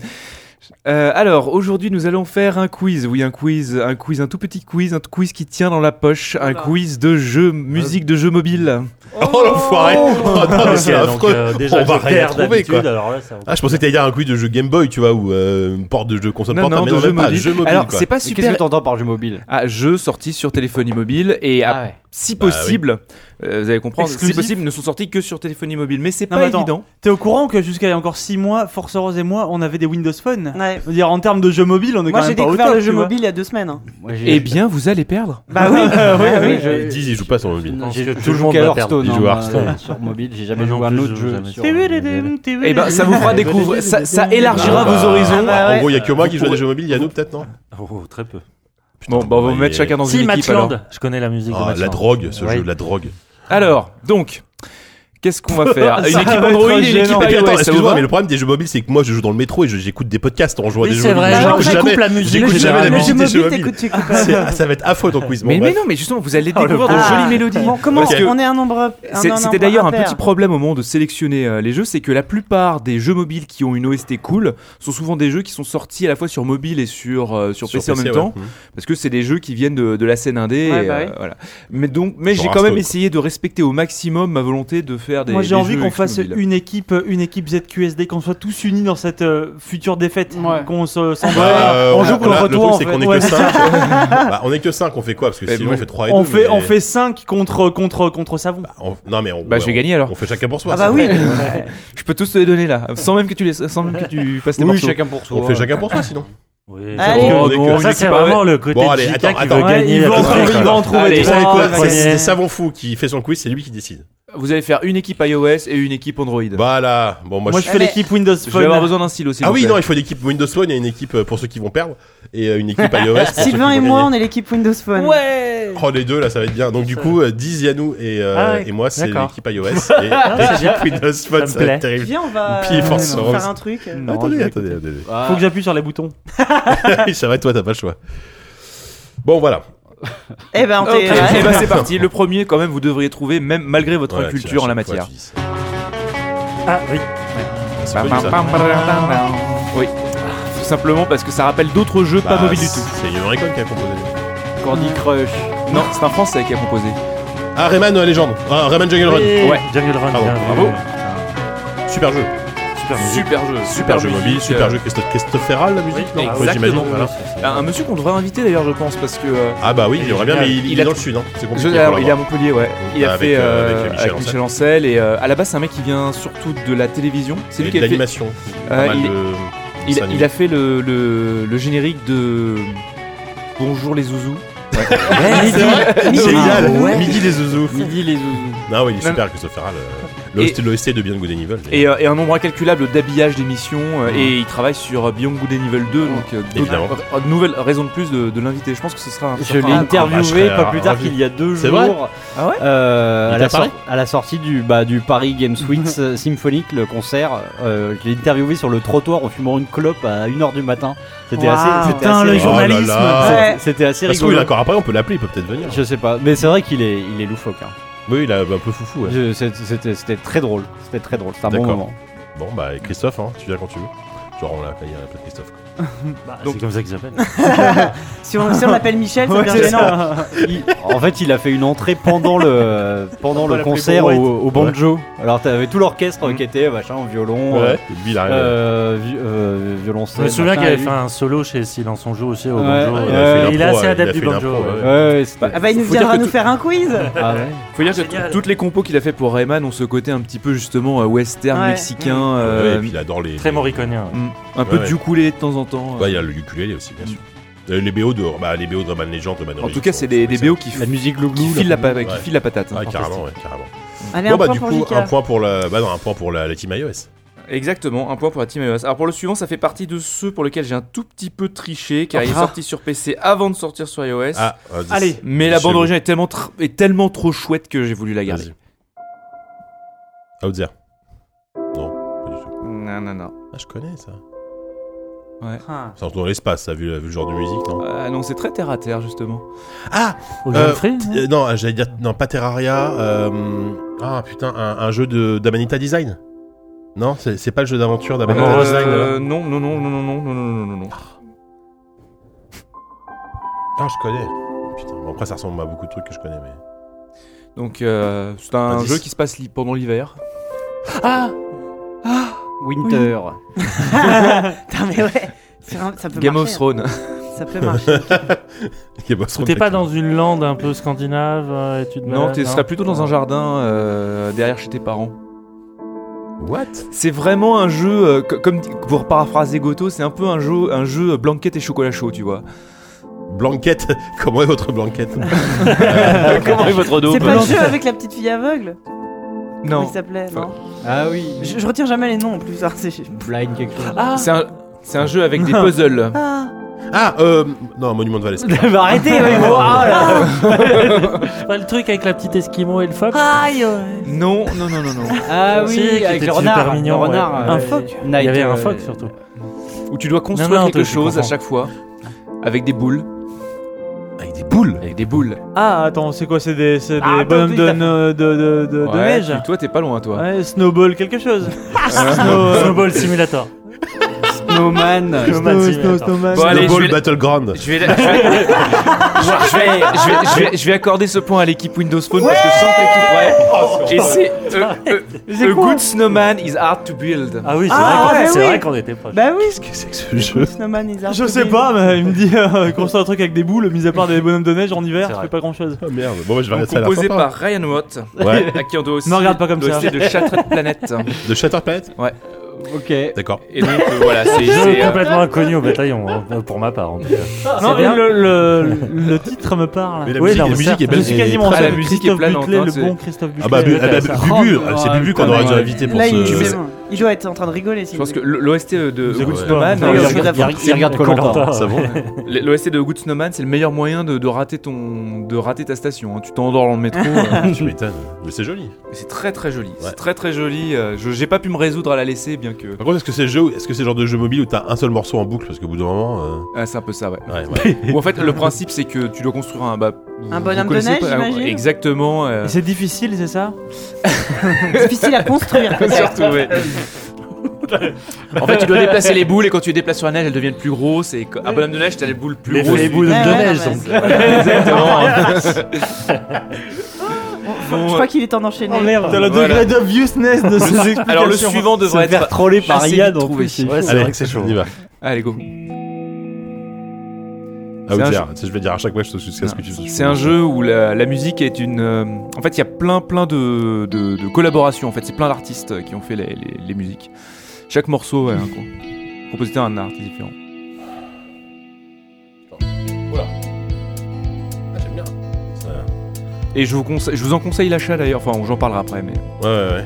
Speaker 7: Euh, alors aujourd'hui nous allons faire un quiz, oui un quiz, un quiz, un tout petit quiz, un quiz qui tient dans la poche, un
Speaker 3: Oula.
Speaker 7: quiz de jeu, musique de jeu mobile.
Speaker 2: Oh l'enfoiré Oh non, mais c'est
Speaker 6: Ok, donc,
Speaker 2: affreux
Speaker 6: euh, déjà,
Speaker 2: On va
Speaker 6: je perds
Speaker 2: rien trouver
Speaker 6: d'habitude,
Speaker 2: quoi
Speaker 6: alors là, ça-
Speaker 2: Ah, je pensais que t'allais dire un quiz de jeu Game Boy, tu vois, ou euh, une porte de jeu console
Speaker 7: Non,
Speaker 2: portable,
Speaker 7: non,
Speaker 2: mais
Speaker 7: de
Speaker 2: non,
Speaker 7: jeu
Speaker 2: même pas,
Speaker 7: mobile.
Speaker 2: jeu mobile.
Speaker 7: Alors
Speaker 2: quoi.
Speaker 7: c'est pas
Speaker 4: Mais Qu'est-ce
Speaker 7: super.
Speaker 4: que t'entends par jeu mobile
Speaker 7: Ah, jeu sorti sur téléphonie mobile et à-
Speaker 4: ouais.
Speaker 7: si
Speaker 2: Bah oui.
Speaker 7: possible, euh, vous allez comprendre,
Speaker 5: Exclusif.
Speaker 7: si possible ne sont sortis que sur téléphonie mobile, mais c'est
Speaker 5: Non,
Speaker 7: pas
Speaker 5: mais attends.
Speaker 7: évident.
Speaker 5: T'es au courant que jusqu'à il y a encore 6 mois, Force Rose et moi, on avait des Windows Phone
Speaker 3: Ouais.
Speaker 5: Je veux dire, en termes de jeux mobile, on est
Speaker 3: Moi,
Speaker 5: quand
Speaker 3: j'ai
Speaker 5: même pas au
Speaker 3: découvert
Speaker 5: top,
Speaker 3: le
Speaker 5: tu
Speaker 3: jeu
Speaker 5: vois.
Speaker 3: mobile il y a deux semaines. hein.
Speaker 4: Moi, j'ai-
Speaker 7: Eh bien vous allez perdre.
Speaker 3: Bah oui,
Speaker 4: Ouais,
Speaker 3: oui,
Speaker 4: ouais,
Speaker 3: oui.
Speaker 2: Ils disent, ils jouent pas sur mobile.
Speaker 4: Non,
Speaker 6: pense
Speaker 4: J'ai
Speaker 6: que tout
Speaker 4: toujours
Speaker 6: le monde
Speaker 4: qu'à
Speaker 6: va
Speaker 4: Hearthstone,
Speaker 2: perdre.
Speaker 4: hein,
Speaker 2: Il joue
Speaker 4: euh,
Speaker 2: Hearthstone.
Speaker 4: sur mobile, j'ai
Speaker 6: Moi
Speaker 4: jamais
Speaker 6: non
Speaker 4: joué à un
Speaker 6: plus,
Speaker 4: autre
Speaker 6: je
Speaker 4: jeu.
Speaker 6: jamais
Speaker 4: sur-
Speaker 7: Eh ben ça vous fera découvrir, ça, ça élargira
Speaker 2: Ah, bah,
Speaker 7: vos horizons.
Speaker 3: bah
Speaker 2: En
Speaker 3: ouais.
Speaker 2: gros, il y a que moi qui joue à des jeux mobiles, il y a nous peut-être, non
Speaker 6: Oh, très peu.
Speaker 7: Bon, bah, on va vous
Speaker 2: Ouais,
Speaker 7: mettre
Speaker 2: et-
Speaker 7: chacun dans
Speaker 6: Si,
Speaker 7: une équipe. alors.
Speaker 6: Matchland. Je connais la musique de
Speaker 2: Ah,
Speaker 6: Matchland.
Speaker 2: la drogue, ce
Speaker 6: hein. Ouais.
Speaker 2: jeu, la drogue.
Speaker 7: Alors, donc, qu'est-ce qu'on va faire Une
Speaker 5: Ça
Speaker 7: équipe
Speaker 5: va être
Speaker 7: Android et une
Speaker 5: gênant.
Speaker 7: équipe
Speaker 2: Et puis, attends,
Speaker 7: iOS, ça vous
Speaker 2: excuse-moi,
Speaker 7: va
Speaker 2: mais le problème des jeux mobiles, c'est que moi je joue dans le métro et je- j'écoute des podcasts en jouant à
Speaker 6: Oui,
Speaker 2: des jeux
Speaker 6: c'est vrai.
Speaker 2: mobiles.
Speaker 6: Genre,
Speaker 2: J'écoute
Speaker 6: ça
Speaker 2: jamais,
Speaker 6: coupe la musique,
Speaker 2: j'écoute jamais la
Speaker 6: généralement.
Speaker 2: musique des
Speaker 3: Le jeu
Speaker 2: jeux
Speaker 3: mobile,
Speaker 2: mobiles. Ah,
Speaker 3: t'écoutes, tu écoutes.
Speaker 2: C'est- Ça va être affreux ton quiz. Bon,
Speaker 7: Mais, mais
Speaker 2: bref.
Speaker 7: non, mais justement, vous allez
Speaker 6: Oh, le
Speaker 7: découvrir de
Speaker 3: Ah.
Speaker 7: jolies mélodies.
Speaker 3: Bon, comment
Speaker 2: Ok.
Speaker 3: on est un nombre. un
Speaker 7: C'est-
Speaker 3: nombre
Speaker 7: C'était d'ailleurs un
Speaker 3: impair.
Speaker 7: petit problème au moment de sélectionner euh, les jeux, c'est que la plupart des jeux mobiles qui ont une OST cool sont souvent des jeux qui sont sortis à la fois sur mobile et sur, euh, sur, PC, en même
Speaker 2: ouais.
Speaker 7: temps,
Speaker 2: Mhm.
Speaker 7: parce que c'est des jeux qui viennent de, de la scène indé.
Speaker 3: Ouais,
Speaker 7: et,
Speaker 3: bah
Speaker 7: euh,
Speaker 3: oui.
Speaker 7: voilà. Mais donc, mais
Speaker 2: Genre
Speaker 7: j'ai quand
Speaker 2: Hearthstone,
Speaker 7: même
Speaker 2: quoi.
Speaker 7: essayé de respecter au maximum ma volonté de faire univers des
Speaker 5: Moi j'ai
Speaker 7: des
Speaker 5: envie
Speaker 7: jeux
Speaker 5: qu'on
Speaker 7: X
Speaker 5: fasse
Speaker 7: mobile.
Speaker 5: une équipe, euh, une équipe ZQSD, qu'on soit tous unis dans cette euh, future défaite,
Speaker 8: Ouais.
Speaker 5: qu'on se s'envole.
Speaker 2: Euh,
Speaker 5: on
Speaker 2: on-
Speaker 5: joue
Speaker 2: on a-
Speaker 5: contre toi.
Speaker 2: le truc,
Speaker 5: en
Speaker 2: c'est
Speaker 5: fait.
Speaker 2: qu'on est
Speaker 5: Ouais,
Speaker 2: que 5. on est que 5, on fait quoi Parce que
Speaker 7: Mais
Speaker 2: sinon,
Speaker 7: bon.
Speaker 2: on fait 3 et 2.
Speaker 5: On fait, on fait 5 contre, contre, contre Savon.
Speaker 2: Non, mais on.
Speaker 7: Bah,
Speaker 2: ouais,
Speaker 7: je vais
Speaker 2: on-
Speaker 7: gagner, alors.
Speaker 2: On fait chacun pour soi.
Speaker 3: Ah bah
Speaker 2: ça.
Speaker 3: oui,
Speaker 7: Je peux tous te les donner là, sans même que tu les, sans même que tu passes tes
Speaker 4: Oui,
Speaker 7: morceaux.
Speaker 4: chacun pour soi.
Speaker 2: On fait chacun pour soi, sinon.
Speaker 6: Oui,
Speaker 3: Allez.
Speaker 6: c'est
Speaker 2: Oh,
Speaker 6: que-
Speaker 2: non,
Speaker 6: ça,
Speaker 7: une
Speaker 6: c'est
Speaker 7: équipe
Speaker 6: vraiment le côté
Speaker 2: Bon,
Speaker 6: de
Speaker 2: allez,
Speaker 6: JK
Speaker 2: attends,
Speaker 6: qui veut
Speaker 2: attends.
Speaker 5: Ouais,
Speaker 6: gagner.
Speaker 5: il va
Speaker 6: la
Speaker 5: en trouver,
Speaker 6: truc,
Speaker 5: il va en
Speaker 6: quoi.
Speaker 5: trouver.
Speaker 7: Allez,
Speaker 5: des
Speaker 2: Vous savez
Speaker 5: gens,
Speaker 2: quoi
Speaker 5: ouais.
Speaker 2: C'est- C'est Savon Fou qui fait son quiz, c'est lui qui décide.
Speaker 7: Vous allez faire une équipe iOS et une équipe Android.
Speaker 2: Voilà. Bon, moi,
Speaker 5: Moi
Speaker 2: je-
Speaker 5: je fais
Speaker 3: Mais-
Speaker 5: l'équipe Windows
Speaker 7: je vais avoir
Speaker 5: Phone.
Speaker 7: besoin d'un stylo. s'il
Speaker 2: Bah, Ah
Speaker 7: vous
Speaker 2: oui,
Speaker 7: plaît.
Speaker 2: non, il faut une équipe Windows Phone et une équipe euh, pour ceux qui vont perdre et euh, une équipe iOS. pour ceux qui
Speaker 3: Sylvain
Speaker 2: vont
Speaker 3: et moi, on
Speaker 2: gagner.
Speaker 3: est l'équipe Windows Phone.
Speaker 8: Ouais
Speaker 2: Oh, les deux là, ça va être bien. Donc, du coup, euh, Diz, Yanou et, euh,
Speaker 6: Ah ouais,
Speaker 2: et moi, c'est
Speaker 6: d'accord.
Speaker 2: l'équipe iOS. Et l'équipe Windows Phone,
Speaker 6: me
Speaker 2: ça va être
Speaker 6: plaît.
Speaker 2: terrible.
Speaker 3: Viens, on va
Speaker 2: Puis,
Speaker 3: euh,
Speaker 2: Force Rose.
Speaker 3: faire un truc.
Speaker 7: Non, je
Speaker 2: Attendez,
Speaker 7: vais
Speaker 2: attendez,
Speaker 7: écouter.
Speaker 2: attendez.
Speaker 5: Faut que j'appuie sur les boutons.
Speaker 2: Oui, C'est vrai, toi, t'as pas le choix. Bon, voilà.
Speaker 3: Eh ben, on
Speaker 7: Ok,
Speaker 3: t'est.
Speaker 7: eh ben, c'est parti. Le premier, quand même, vous devriez trouver, même malgré votre
Speaker 2: Voilà, tu- à
Speaker 7: culture en la
Speaker 2: chaque fois,
Speaker 7: matière.
Speaker 2: tu dis ça.
Speaker 6: Ah oui.
Speaker 2: C'est connu, ça.
Speaker 7: Oui. Tout simplement parce que ça rappelle d'autres jeux
Speaker 2: Bah,
Speaker 7: pas mobiles du tout.
Speaker 2: C'est Yuri Recon qui a composé.
Speaker 4: Candy Crush.
Speaker 7: Non, c'est un Français qui a composé.
Speaker 2: Ah, Rayman euh, Légende. Ah, Rayman Jungle Run.
Speaker 7: Ouais.
Speaker 6: Jungle Run.
Speaker 2: Bravo,
Speaker 6: bien vu.
Speaker 7: bravo.
Speaker 2: Super jeu.
Speaker 6: Super musique.
Speaker 7: Super jeu,
Speaker 2: Super jeu
Speaker 7: musique,
Speaker 2: mobile, super
Speaker 7: euh,
Speaker 2: jeu Christophe, Christophe Ferral, la musique.
Speaker 7: Oui,
Speaker 2: non
Speaker 7: exactement.
Speaker 2: j'imagine, voilà.
Speaker 7: Un, un monsieur qu'on devrait inviter d'ailleurs, je pense, parce que. euh,
Speaker 2: Ah bah oui, il y aurait bien, mais il, il
Speaker 7: Il
Speaker 2: est
Speaker 7: a-
Speaker 2: dans le sud, hein. C'est
Speaker 7: je-
Speaker 2: compliqué.
Speaker 7: alors,
Speaker 2: pour
Speaker 7: il est à Montpellier, ouais. Il a
Speaker 2: Avec,
Speaker 7: fait
Speaker 2: euh,
Speaker 7: euh,
Speaker 2: avec Michel Ancel.
Speaker 7: Ancel et euh, à la base c'est un mec qui vient surtout de la télévision. C'est lui qui
Speaker 2: de
Speaker 7: a fait. Euh,
Speaker 2: l'animation. Pas mal
Speaker 7: il-
Speaker 2: de-
Speaker 7: Il,
Speaker 2: dessins
Speaker 7: il
Speaker 2: animés.
Speaker 7: a fait le, le- le générique de Bonjour les zouzous.
Speaker 2: Ah,
Speaker 7: Ah,
Speaker 2: Génial.
Speaker 4: Ouais.
Speaker 2: Midi les zouzous.
Speaker 4: Midi les zouzous.
Speaker 2: Non, oui, il est
Speaker 7: Non,
Speaker 2: super Christophe Ferral.
Speaker 7: Et-
Speaker 2: L'OST l'OST de Beyond Good and Evil.
Speaker 7: Et, euh, et un nombre incalculable d'habillages d'émissions. euh, Et il travaille sur euh, Beyond Good and Evil
Speaker 4: Mm.
Speaker 7: 2. Donc, euh, d'autres-
Speaker 2: Mm. Évidemment.
Speaker 7: euh, nouvelle raison de plus de, de l'inviter. Je pense que ce sera un.
Speaker 4: Je l'ai
Speaker 7: un-
Speaker 2: bah, je serais
Speaker 4: interviewé pas plus tard
Speaker 2: ravi.
Speaker 4: qu'il y a deux
Speaker 2: C'est vrai
Speaker 4: jours.
Speaker 7: Ah ouais
Speaker 4: euh,
Speaker 2: Il
Speaker 4: à,
Speaker 2: t'a
Speaker 4: la sor-
Speaker 2: parlé
Speaker 4: à la sortie du, bah, du Paris Games Week euh, symphonique, le concert. euh, je l'ai interviewé sur le trottoir en fumant une clope à 1h du matin. C'était
Speaker 3: Waouh.
Speaker 4: assez. c'était
Speaker 5: Putain,
Speaker 4: assez
Speaker 5: le
Speaker 4: rigolo.
Speaker 2: journal-
Speaker 5: journalisme.
Speaker 2: là.
Speaker 4: C'est-
Speaker 3: Ouais.
Speaker 4: C'était assez
Speaker 2: Parce qu'il est
Speaker 4: rigolo.
Speaker 2: encore après, on peut l'appeler, il peut peut-être venir.
Speaker 4: Je sais pas, mais c'est vrai qu'il est, il est loufoque. hein.
Speaker 2: Oui, il a un peu foufou. ouais.
Speaker 4: Je- c'est- C'était c'était très drôle. C'était très drôle. C'était un bon
Speaker 2: D'accord.
Speaker 4: moment.
Speaker 2: Bon, bah, et Christophe, hein, tu viens quand tu veux. Genre, on l'a appelé il y a pas de Christophe. quoi.
Speaker 6: Bah,
Speaker 7: Donc-
Speaker 6: C'est comme ça qu'il s'appelle.
Speaker 3: Si on, si on l'appelle Michel, ça
Speaker 5: Ouais,
Speaker 3: devient
Speaker 5: c'est
Speaker 3: gênant.
Speaker 5: ça.
Speaker 4: Il- en fait, il a fait une entrée pendant le pendant
Speaker 6: On va
Speaker 4: le
Speaker 6: l'appeler
Speaker 4: concert au,
Speaker 6: Bob
Speaker 4: au banjo. Alors, t'avais tout l'orchestre
Speaker 6: Mm.
Speaker 4: qui était machin, violon, euh,
Speaker 2: Et lui, il
Speaker 7: Ah,
Speaker 2: arrive.
Speaker 4: euh, vi- euh, violoncelle.
Speaker 6: Je me souviens
Speaker 4: machin,
Speaker 6: qu'il avait
Speaker 4: et
Speaker 6: fait un solo chez Silence on joue aussi au
Speaker 4: Ouais,
Speaker 6: banjo.
Speaker 4: ouais,
Speaker 2: il a fait
Speaker 6: Euh,
Speaker 2: une
Speaker 6: Il est
Speaker 2: impro,
Speaker 6: assez
Speaker 2: il a
Speaker 6: adepte
Speaker 2: fait
Speaker 6: du
Speaker 2: une
Speaker 6: banjo.
Speaker 2: impro, ouais.
Speaker 6: ouais.
Speaker 4: lui. Ouais, ouais, c'était-
Speaker 3: Ah bah, il nous
Speaker 7: Faut dire
Speaker 3: viendra
Speaker 7: que
Speaker 3: nous
Speaker 7: tout-
Speaker 3: faire un quiz.
Speaker 4: ah ouais.
Speaker 7: Faut dire que t-
Speaker 6: Génial.
Speaker 7: toutes les compos qu'il a fait pour Rayman ont ce côté un petit peu justement euh, western,
Speaker 3: Ouais.
Speaker 7: mexicain,
Speaker 2: Mmh. Ouais,
Speaker 7: euh,
Speaker 2: et puis, il adore les.
Speaker 6: Très mauriconien.
Speaker 7: mm, un
Speaker 2: Ouais,
Speaker 7: peu
Speaker 2: ouais.
Speaker 7: de ukulélé de temps en temps. euh.
Speaker 2: Bah, il y a le ukulélé aussi, bien sûr. Euh, Les BO de, bah, les BO de Rayman Legend, Rayman
Speaker 7: en
Speaker 2: Origins
Speaker 7: tout cas,
Speaker 2: sont-
Speaker 7: c'est des,
Speaker 2: sont
Speaker 7: des
Speaker 2: excellents.
Speaker 7: BO qui, f-
Speaker 4: La musique glou
Speaker 7: qui,
Speaker 4: glou.
Speaker 7: filent la, pa- qui
Speaker 2: Ouais.
Speaker 7: filent la patate. hein,
Speaker 2: Ah,
Speaker 7: fantastique.
Speaker 2: carrément, ouais, carrément.
Speaker 3: Allez,
Speaker 2: Bon,
Speaker 3: un
Speaker 2: bah,
Speaker 3: point
Speaker 2: du
Speaker 3: pour
Speaker 2: coup,
Speaker 3: JK.
Speaker 2: un point pour la. Bah, non, un point pour la la team iOS.
Speaker 7: Exactement, un point pour la team iOS. Alors pour le suivant, ça fait partie de ceux pour lesquels j'ai un tout petit peu triché, car il est
Speaker 5: Ah.
Speaker 7: sorti sur PC avant de sortir sur iOS.
Speaker 2: Ah, un dix.
Speaker 5: Allez.
Speaker 7: Mais la
Speaker 2: Chez
Speaker 7: bande
Speaker 2: vous.
Speaker 7: originale est tellement, tr- est tellement trop chouette que j'ai voulu la garder.
Speaker 2: Vas-y. Outzer. Non, pas du tout.
Speaker 7: Non, non, non.
Speaker 2: Ah, je connais ça.
Speaker 3: Ah.
Speaker 2: C'est dans l'espace, ça, vu, vu le genre de musique, non
Speaker 7: Ah non, c'est très terre à terre justement.
Speaker 2: Ah
Speaker 6: Au
Speaker 2: Euh,
Speaker 6: Humphrey, non
Speaker 2: euh, Non, j'allais dire. Non, pas Terraria. euh, Ah, putain, un, un jeu de- d'Amanita Design Non, c'est c'est pas le jeu d'aventure d'Amanita
Speaker 6: Euh,
Speaker 2: Design. là.
Speaker 7: non, non, non, non, non, non, non, non, non, non, non.
Speaker 2: Ah, je connais. Putain, bon, après, ça ressemble à beaucoup de trucs que je connais, mais.
Speaker 7: Donc euh, c'est un
Speaker 2: Indice.
Speaker 7: jeu qui se passe li- pendant l'hiver.
Speaker 4: Winter.
Speaker 3: Putain, mais ouais. C'est un- Ça peut
Speaker 7: Game of
Speaker 3: marcher. hein.
Speaker 7: Thrones.
Speaker 3: Ça peut marcher.
Speaker 2: Game of Thrones,
Speaker 6: Euh, T'es pas
Speaker 2: d'accord.
Speaker 6: dans une lande un peu scandinave euh, et tu te
Speaker 7: Non,
Speaker 6: balades,
Speaker 7: tu serais plutôt dans un jardin euh, derrière chez tes parents.
Speaker 2: What
Speaker 7: C'est vraiment un jeu, euh, co- comme t- pour paraphraser Goto, c'est un peu un jeu, un jeu blanquette et chocolat chaud, tu vois.
Speaker 2: Blanquette Comment est votre blanquette
Speaker 7: Comment est votre dos
Speaker 3: C'est pas le jeu avec la petite fille aveugle Comment il
Speaker 7: Non,
Speaker 3: s'appelait Non.
Speaker 4: Ah oui.
Speaker 3: Je, je retire jamais les noms en plus. hein, c'est-
Speaker 4: Blind quelque chose.
Speaker 6: Ah.
Speaker 7: c'est un, c'est un jeu avec des puzzles.
Speaker 3: Ah.
Speaker 2: Ah, euh. Non, Monument de Valais. c'est pas grave.
Speaker 4: Mais Bah, arrêtez, ouais, gros, ah, là.
Speaker 6: Pas le truc avec la petite esquimau et le phoque
Speaker 3: Ah, Aïe.
Speaker 7: Non, non, non, non, non.
Speaker 4: Ah
Speaker 6: Si, qui
Speaker 4: oui, avec
Speaker 6: était
Speaker 4: le
Speaker 6: super
Speaker 4: renard.
Speaker 6: mignon,
Speaker 4: le
Speaker 6: ouais.
Speaker 4: renard.
Speaker 6: Un
Speaker 4: euh,
Speaker 3: phoque.
Speaker 4: Knight,
Speaker 6: Il y avait
Speaker 4: euh,
Speaker 6: un phoque surtout.
Speaker 7: Où tu dois construire
Speaker 6: non,
Speaker 7: quelque
Speaker 6: Antoine, je
Speaker 7: chose à
Speaker 6: comprends.
Speaker 7: chaque fois. Avec des boules.
Speaker 2: Avec des boules
Speaker 7: Avec des boules.
Speaker 5: Ah, attends, c'est quoi C'est des, c'est des
Speaker 4: Ah, attends,
Speaker 5: bonhommes
Speaker 4: tout
Speaker 5: de,
Speaker 4: à
Speaker 5: de, de, de- de
Speaker 7: Ouais,
Speaker 5: neige
Speaker 7: tu- toi, t'es pas loin, toi.
Speaker 5: Ouais, Snowball quelque chose.
Speaker 6: Snowball Simulator.
Speaker 4: Snowman.
Speaker 6: Snowman Simulator.
Speaker 7: Bon, allez, je
Speaker 2: Snowball
Speaker 7: vais-
Speaker 2: Battleground
Speaker 7: Je vais, la- je vais- je, vais, je, vais, je, vais, je vais accorder ce point à l'équipe Windows Phone parce que je sens que l'équipe ouais. Et c'est euh, euh,
Speaker 8: C'est
Speaker 7: a
Speaker 8: quoi
Speaker 7: good snowman is hard to build.
Speaker 6: Ah oui, c'est
Speaker 3: Ah,
Speaker 6: vrai qu'on-
Speaker 3: mais
Speaker 6: c'est
Speaker 3: oui.
Speaker 6: vrai qu'on était proche.
Speaker 3: Bah oui,
Speaker 2: Qu'est-ce que c'est que ce jeu
Speaker 3: Snowman is
Speaker 5: Je sais pas, mais il me dit euh, construire un truc avec des boules, mis à part des bonhommes de neige en hiver,
Speaker 6: C'est
Speaker 5: ça
Speaker 6: vrai.
Speaker 5: fait pas grand chose.
Speaker 2: Ah merde, bon, bah, je vais
Speaker 7: Donc,
Speaker 2: rester à la
Speaker 7: composé
Speaker 2: fin.
Speaker 7: par Ryan Watt,
Speaker 2: Ouais.
Speaker 7: à qui on doit aussi,
Speaker 5: Ne regarde pas comme
Speaker 7: doit
Speaker 5: ça.
Speaker 7: aussi de Shattered Planet.
Speaker 2: De Shattered Planet
Speaker 4: Ok.
Speaker 2: D'accord.
Speaker 7: Et donc euh, voilà, c'est
Speaker 6: Jeu
Speaker 7: c'est, euh,
Speaker 6: complètement inconnu au bataillon, hein, pour ma part. en tout cas.
Speaker 5: Non, mais
Speaker 6: bien.
Speaker 5: le, le, le titre me parle.
Speaker 2: Mais la
Speaker 6: Ah. Oui,
Speaker 2: musique,
Speaker 6: non,
Speaker 2: la
Speaker 6: mais
Speaker 2: musique est
Speaker 5: Je
Speaker 2: belle.
Speaker 5: suis
Speaker 2: et-
Speaker 5: quasiment
Speaker 7: très-
Speaker 5: sûr.
Speaker 7: la musique est
Speaker 5: Christophe
Speaker 7: planante,
Speaker 5: Buclet,
Speaker 7: hein,
Speaker 5: le
Speaker 7: c'est-
Speaker 5: bon Christophe Buclet.
Speaker 2: Ah bah, bu- ah bah,
Speaker 5: Oh, mais
Speaker 2: Bubu, c'est
Speaker 5: ouais.
Speaker 2: Bubu qu'on aurait dû
Speaker 4: ouais.
Speaker 2: inviter pour
Speaker 3: Là, il,
Speaker 2: ce.
Speaker 3: il doit être en train de rigoler.
Speaker 7: je pense que le- l'OST de, de Good Snowman,
Speaker 3: Non,
Speaker 7: euh,
Speaker 3: il
Speaker 6: il
Speaker 3: regarde-
Speaker 6: regarde-
Speaker 4: il regarde Koh-Lanta.
Speaker 6: Koh-Lanta.
Speaker 2: Ça va
Speaker 7: l- l'OST de Good Snowman, c'est le meilleur moyen de, de rater ton, de rater ta station. hein. Tu t'endors dans le métro. euh,
Speaker 2: Tu m'étonnes. Mais c'est joli.
Speaker 7: et c'est très très joli.
Speaker 2: Ouais.
Speaker 7: C'est très très joli. euh, je j'ai pas pu me résoudre à la laisser, bien que
Speaker 2: Par contre, est-ce que c'est le jeu, où- est-ce que c'est le genre de jeu mobile où t'as un seul morceau en boucle parce qu'au bout d'un moment, euh,
Speaker 7: ah, c'est un peu ça. Ouais.
Speaker 2: ouais, ouais.
Speaker 7: Ou en fait, le principe c'est que tu dois construire un bah, vous-
Speaker 3: Un
Speaker 7: vous
Speaker 3: bonhomme de
Speaker 7: connaissez
Speaker 3: neige,
Speaker 7: pas- euh,
Speaker 3: j'imagine
Speaker 7: Exactement. euh,
Speaker 5: Et C'est difficile, c'est ça
Speaker 3: difficile à construire.
Speaker 7: Surtout, ouais. en fait, tu dois déplacer les boules et quand tu les déplaces sur la neige, elles deviennent plus grosses. Et un bonhomme de neige, t'as les boules plus
Speaker 6: Les
Speaker 7: grosses.
Speaker 6: les boules de
Speaker 3: Ouais, ouais,
Speaker 6: neige,
Speaker 3: ouais,
Speaker 6: donc.
Speaker 3: c'est-
Speaker 7: Exactement.
Speaker 3: Je crois qu'il est en enchaîner.
Speaker 5: T'as le
Speaker 7: Voilà.
Speaker 5: degré d'obviousness de ces explications.
Speaker 7: Alors, le suivant devrait
Speaker 4: Se faire
Speaker 7: être.
Speaker 4: troller par
Speaker 7: assez
Speaker 4: Yann
Speaker 7: vite
Speaker 4: en
Speaker 7: trouvé.
Speaker 4: plus.
Speaker 6: Ouais, c'est
Speaker 2: Allez,
Speaker 6: vrai que c'est chaud.
Speaker 2: On y va.
Speaker 7: Allez, go.
Speaker 2: Ah,
Speaker 7: C'est un
Speaker 2: Outlier. Ah Tu sais, je vais dire à chaque fois je te jusqu'à ce que tu
Speaker 7: C'est un jeu où la, la musique est une. euh, en fait, il y a plein, plein de, de- de collaborations. En fait, c'est plein d'artistes euh, qui ont fait les, les- les musiques. Chaque morceau, ouais, un co- compositeur, un artiste différent.
Speaker 2: Ah, j'aime bien.
Speaker 7: Et je vous, conseille- je vous en conseille l'achat d'ailleurs. Enfin, j'en parlerai après, mais.
Speaker 2: Ouais, ouais, ouais.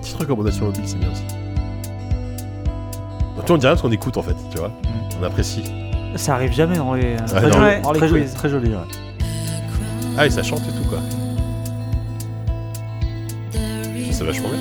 Speaker 2: Petite recommandation mobile, c'est bien aussi. Donc, tu on dirait ce qu'on écoute en fait, tu vois. On apprécie.
Speaker 5: Ça arrive jamais dans les.
Speaker 2: Ah, non.
Speaker 3: Ouais.
Speaker 5: Dans les
Speaker 6: Très joli,
Speaker 5: quiz.
Speaker 6: très joli, ouais.
Speaker 2: Ah, et ça chante et tout quoi. C'est vachement bien.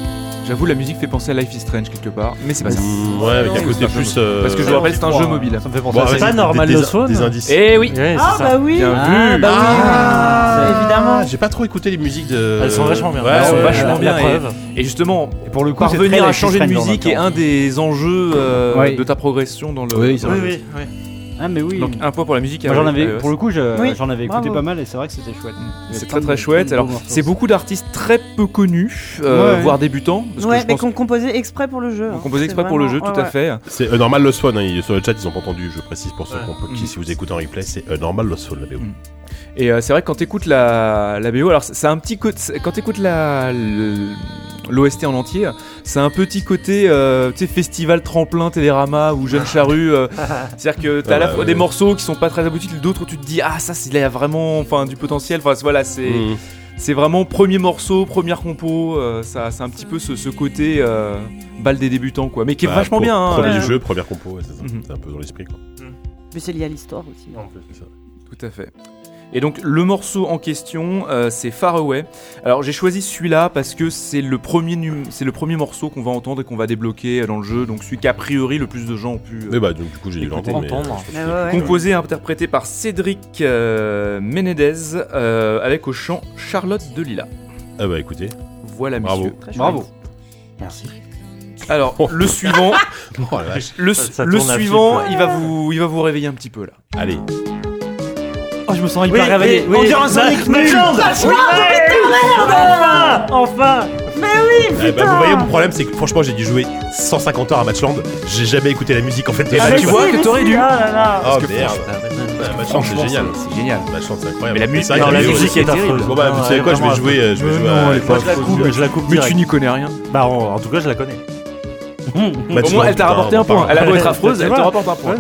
Speaker 7: J'avoue, la musique fait penser à Life is Strange quelque part. Mais c'est pas ça.
Speaker 4: Mmh.
Speaker 2: Mm, ouais, avec un côté plus. euh,
Speaker 7: Parce que je vous
Speaker 2: bon,
Speaker 7: rappelle, c'est un jeu mobile.
Speaker 6: Ça me fait penser
Speaker 2: ouais,
Speaker 6: à
Speaker 2: c'est
Speaker 6: ça.
Speaker 2: Bah, des- des- Des indices.
Speaker 7: Eh oui!
Speaker 6: Ouais,
Speaker 3: Ah
Speaker 6: c'est ça.
Speaker 3: bah oui.
Speaker 7: Bien
Speaker 4: Ah,
Speaker 7: vu.
Speaker 4: bah oui.
Speaker 3: Ah, évidemment.
Speaker 2: Ah, J'ai pas trop écouté les musiques de.
Speaker 6: Elles sont vachement bien.
Speaker 2: Ouais,
Speaker 7: Elles sont
Speaker 2: ouais,
Speaker 7: vachement
Speaker 2: ouais.
Speaker 6: la
Speaker 7: bien et-
Speaker 6: preuve.
Speaker 7: Et justement,
Speaker 4: Et pour le coup, c'est très
Speaker 7: parvenir à
Speaker 4: Life is
Speaker 7: changer de
Speaker 4: Strange dans
Speaker 7: musique
Speaker 4: un
Speaker 7: est
Speaker 4: temps.
Speaker 7: un des enjeux euh,
Speaker 4: Ouais.
Speaker 7: de ta progression dans le.
Speaker 2: Oui, c'est
Speaker 7: dans
Speaker 2: vrai.
Speaker 7: le-
Speaker 6: Oui, oui,
Speaker 4: Ah, mais oui.
Speaker 7: Donc un point pour la musique.
Speaker 4: Moi,
Speaker 7: euh,
Speaker 4: j'en
Speaker 7: euh,
Speaker 4: avais, pour le coup, je-
Speaker 3: Oui,
Speaker 4: j'en avais écouté
Speaker 3: bravo.
Speaker 4: pas mal et c'est vrai que c'était chouette. Il y
Speaker 7: C'est
Speaker 4: a
Speaker 7: très
Speaker 4: plein de- plein
Speaker 7: très chouette.
Speaker 4: de
Speaker 7: Alors
Speaker 4: beaux morceaux.
Speaker 7: c'est beaucoup d'artistes très peu connus, euh,
Speaker 4: Ouais.
Speaker 7: voire débutants, parce que
Speaker 3: Ouais,
Speaker 7: je
Speaker 3: mais
Speaker 7: pense
Speaker 3: qu'on composait exprès pour le jeu.
Speaker 7: qu'on
Speaker 3: hein.
Speaker 7: composait
Speaker 3: C'est
Speaker 7: exprès pour le jeu,
Speaker 3: vraiment-
Speaker 7: tout à
Speaker 3: ouais,
Speaker 7: fait.
Speaker 2: C'est euh, normal Lost Phone, hein, ils- sur le chat ils ont pas entendu, je précise pour ceux
Speaker 6: Ouais.
Speaker 2: qu'on peut- qui,
Speaker 7: Mhm.
Speaker 2: si vous écoutez en replay, c'est euh, normal Lost Phone la BO.
Speaker 7: Et euh, c'est vrai que quand t'écoutes la, la BO, alors c'est c'est un petit côté, c'est- quand t'écoutes la le- l'OST en entier, c'est un petit côté euh, tu sais festival tremplin Télérama ou jeune charrue. euh, C'est-à-dire que t'as à la
Speaker 2: Ouais,
Speaker 7: fois
Speaker 2: ouais.
Speaker 7: des morceaux qui sont pas très aboutis, d'autres où tu te dis ah ça c'est là, il y a vraiment enfin du potentiel. Enfin voilà c'est
Speaker 2: Mhm.
Speaker 7: c'est vraiment premier morceau, première compo. euh, ça c'est un petit peu ce, ce côté euh, balle des débutants quoi, mais qui est
Speaker 2: Bah,
Speaker 7: vachement
Speaker 2: pro-
Speaker 7: bien. hein.
Speaker 2: Premier
Speaker 3: Ouais.
Speaker 2: jeu, première compo, ouais, c'est ça.
Speaker 7: Mhm.
Speaker 2: C'est un peu dans l'esprit quoi.
Speaker 3: ouais. Mais c'est lié à l'histoire aussi.
Speaker 7: Tout à fait. Et donc le morceau en question, euh, c'est Far Away. Alors j'ai choisi celui-là parce que c'est le premier num- c'est le premier morceau qu'on va entendre et qu'on va débloquer euh, dans le jeu, donc celui qu'a priori le plus de gens ont pu euh,
Speaker 2: Mais bah donc du coup j'ai dû
Speaker 7: Écoutez,
Speaker 2: l'entendre. mais-
Speaker 6: entendre.
Speaker 2: je pense
Speaker 3: Mais
Speaker 2: que-
Speaker 3: ouais, ouais.
Speaker 7: composé et interprété par Cédric euh, Menendez euh, avec au chant Charlotte Delila.
Speaker 2: Ah bah écoutez.
Speaker 7: Voilà
Speaker 2: Bravo.
Speaker 7: messieurs.
Speaker 3: Très
Speaker 4: Bravo.
Speaker 7: Alors le suivant,
Speaker 2: Oh la vache.
Speaker 7: le,
Speaker 6: Ça- ça
Speaker 7: le
Speaker 6: tourne à
Speaker 7: suivant,
Speaker 6: flip,
Speaker 7: il va vous il va vous réveiller un petit peu là.
Speaker 2: Allez.
Speaker 5: Oh, je me sens hyper réveillé.
Speaker 6: oui.
Speaker 5: On dirait un Sonic nul.
Speaker 6: Enfin Enfin
Speaker 2: Eh bah, vous voyez mon problème c'est que franchement j'ai dû jouer 150 heures à Matchland, j'ai jamais écouté la musique en fait.
Speaker 7: bah, tu vois que t'aurais dû.
Speaker 5: Ah,
Speaker 2: Oh
Speaker 7: que
Speaker 2: merde. Ouais, Matchland c'est génial.
Speaker 7: C'est génial.
Speaker 2: Matchland c'est incroyable.
Speaker 7: Mais la musique-
Speaker 2: c'est vrai
Speaker 7: non,
Speaker 2: que
Speaker 7: la
Speaker 2: j'ai
Speaker 7: musique
Speaker 2: joué.
Speaker 7: est terrible.
Speaker 2: Bon bah vous savez quoi, je vais jouer, euh, je vais
Speaker 6: Mais
Speaker 2: jouer
Speaker 6: non,
Speaker 2: à
Speaker 6: elle est pas
Speaker 2: Matchland.
Speaker 6: je la coupe, je la coupe
Speaker 7: Mais tu
Speaker 6: direct.
Speaker 7: n'y connais rien.
Speaker 6: Bah en, en tout cas, je la connais.
Speaker 7: Au moins elle t'a
Speaker 2: putain,
Speaker 7: rapporté
Speaker 2: on
Speaker 7: un
Speaker 2: va
Speaker 7: point.
Speaker 2: pas-
Speaker 7: Elle a beau être affreuse,
Speaker 6: Tu
Speaker 7: elle te
Speaker 6: vois.
Speaker 7: rapporte un point.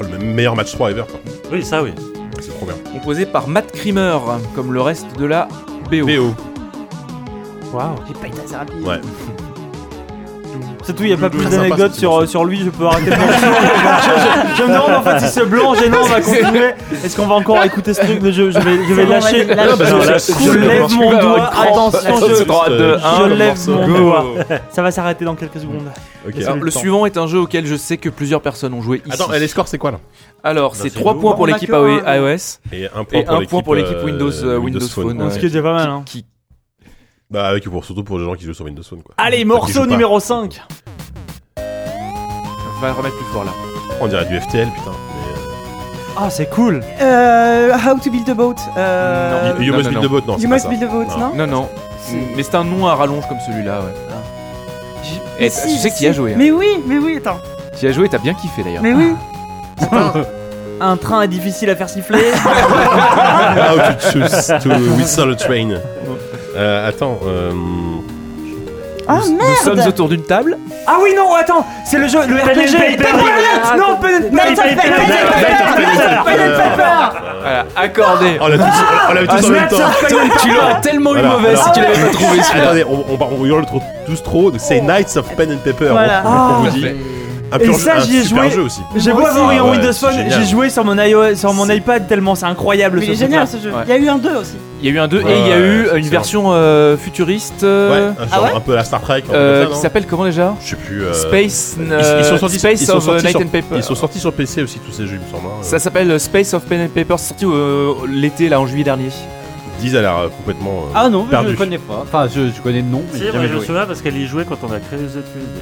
Speaker 2: Oh, le meilleur match 3 ever quoi.
Speaker 6: Oui, ça oui.
Speaker 2: C'est trop bien.
Speaker 7: composé par Matt Kramer, comme le reste de la BO.
Speaker 2: BO.
Speaker 6: Waouh.
Speaker 3: J'ai pas été assez rapide.
Speaker 2: Ouais.
Speaker 5: C'est tout, il n'y a pas plus
Speaker 2: Très sympa,
Speaker 5: d'anecdotes
Speaker 2: cette
Speaker 5: sur, euh, sur lui, je peux arrêter de mentir. je, je- je me demande en fait si ce blanc gênant va continuer. Est-ce qu'on va encore écouter ce truc de jeu Je vais, je vais
Speaker 3: C'est bon,
Speaker 5: lâcher.
Speaker 3: vas-y, lâche.
Speaker 5: Non, parce que
Speaker 7: Non,
Speaker 5: je-
Speaker 7: lâche.
Speaker 5: je
Speaker 7: Je
Speaker 5: lève
Speaker 7: lâche.
Speaker 5: mon
Speaker 7: Tu vas avoir
Speaker 5: doigt.
Speaker 7: une crampe.
Speaker 5: Attention,
Speaker 7: Lève
Speaker 5: je,
Speaker 7: droite de un,
Speaker 5: je
Speaker 7: le
Speaker 5: lève
Speaker 7: morceau.
Speaker 5: mon
Speaker 7: Go.
Speaker 5: doigt. Ça va s'arrêter dans quelques secondes.
Speaker 2: Ok.
Speaker 7: Alors, le suivant est un jeu auquel je sais que plusieurs personnes ont joué ici.
Speaker 2: Attends, les scores c'est quoi là
Speaker 7: Alors, Bah, c'est
Speaker 6: c'est
Speaker 7: 3
Speaker 6: nous.
Speaker 7: points pour
Speaker 3: On a
Speaker 7: l'équipe E
Speaker 3: que un.
Speaker 7: iOS
Speaker 2: Et un point
Speaker 7: et
Speaker 2: pour
Speaker 7: 1
Speaker 2: l'équipe
Speaker 7: point pour l'équipe
Speaker 2: euh,
Speaker 7: Windows euh, Windows Phone.
Speaker 5: Ce qui est
Speaker 7: ouais.
Speaker 5: déjà pas mal. Hein.
Speaker 7: Qui-
Speaker 2: Bah avec pour surtout pour les gens qui jouent sur Windows Phone quoi.
Speaker 5: Allez,
Speaker 2: Qui joue
Speaker 5: morceau
Speaker 2: pas.
Speaker 5: numéro 5.
Speaker 7: qui- va le remettre plus fort là.
Speaker 2: On dirait du FTL putain. mais, euh,
Speaker 5: Ah, c'est cool.
Speaker 3: Euh, how to build a boat. euh,
Speaker 2: You- You
Speaker 7: Ah, non,
Speaker 2: must
Speaker 7: non,
Speaker 2: build a boat, non. c'est
Speaker 3: you
Speaker 2: pas
Speaker 3: must
Speaker 2: ça.
Speaker 3: build a boat, non
Speaker 7: Non, non.
Speaker 3: C'est-
Speaker 7: Mais c'est un nom à rallonge comme celui-là, ouais.
Speaker 3: Mais
Speaker 7: Et Eh, tu sais que tu y as joué, hein.
Speaker 3: Mais oui, mais oui, attends.
Speaker 7: Tu y as joué, t'as bien kiffé d'ailleurs.
Speaker 3: Mais oui.
Speaker 5: Un train est difficile à faire siffler.
Speaker 2: How to choose to whistle a train. Euh, attends, euh,
Speaker 3: Ah
Speaker 7: Nous sommes
Speaker 3: merde
Speaker 7: autour d'une table.
Speaker 5: ah oui, non, attends, c'est le jeu, le RPG. Pen- Non, Pen- Night of Pen-
Speaker 7: Voilà, accordé.
Speaker 2: on l'a tous,
Speaker 7: ah,
Speaker 2: on l'avait tous en même temps.
Speaker 5: Ah,
Speaker 3: Ah,
Speaker 7: tu l'aurais tellement eu
Speaker 2: Voilà,
Speaker 7: mauvaise si
Speaker 2: alors-
Speaker 7: tu l'avais pas trouvé.
Speaker 2: Attendez, on, on, par- on hurle trop- tous trop. donc C'est Knights of Pen and Paper.
Speaker 3: Voilà.
Speaker 2: On, on
Speaker 5: Ah,
Speaker 2: vous dit. Un,
Speaker 5: Et
Speaker 2: pur
Speaker 5: ça,
Speaker 2: jeu, un
Speaker 5: j'y ai
Speaker 2: super
Speaker 5: joué.
Speaker 2: jeu aussi.
Speaker 5: J'ai beau
Speaker 3: Moi
Speaker 5: avoir eu
Speaker 2: Ah
Speaker 5: un
Speaker 2: ouais,
Speaker 5: Windows
Speaker 2: c'est
Speaker 5: Phone,
Speaker 2: génial.
Speaker 5: j'ai joué sur mon iOS, sur mon iPad tellement c'est incroyable
Speaker 3: Mais il
Speaker 5: ce
Speaker 3: est
Speaker 5: truc-là.
Speaker 3: génial ce jeu.
Speaker 7: Ouais.
Speaker 3: Il y a eu un 2 aussi.
Speaker 7: Il y a eu un 2
Speaker 2: Ouais,
Speaker 7: et il y a
Speaker 2: ouais,
Speaker 7: eu
Speaker 2: excellent.
Speaker 7: une version euh, futuriste euh,
Speaker 2: ouais, un, genre,
Speaker 3: ouais
Speaker 2: un peu à la Star Trek. un peu
Speaker 7: euh,
Speaker 2: comme
Speaker 7: qui
Speaker 2: ça, non
Speaker 7: s'appelle comment déjà
Speaker 2: Je sais plus. euh,
Speaker 7: Space.
Speaker 2: ils-
Speaker 7: euh,
Speaker 2: ils sont sortis-
Speaker 7: Space
Speaker 2: ils sont
Speaker 7: of
Speaker 2: sortis
Speaker 7: Night
Speaker 2: sur-
Speaker 7: and Paper.
Speaker 2: Ils sont sortis sur PC aussi, tous ces jeux, il me semble. hein.
Speaker 7: Ça s'appelle euh, Space of Pen and Paper, c'est sorti euh, l'été là en juillet dernier.
Speaker 2: Disent à l'air euh, complètement. euh,
Speaker 4: Ah non, mais
Speaker 2: Perdu.
Speaker 4: je connais pas. Enfin, je, je connais le nom, mais
Speaker 6: Si,
Speaker 4: j'ai
Speaker 6: moi
Speaker 4: jamais
Speaker 6: je me
Speaker 4: joué.
Speaker 6: souviens parce qu'elle y jouait quand on a créé les études.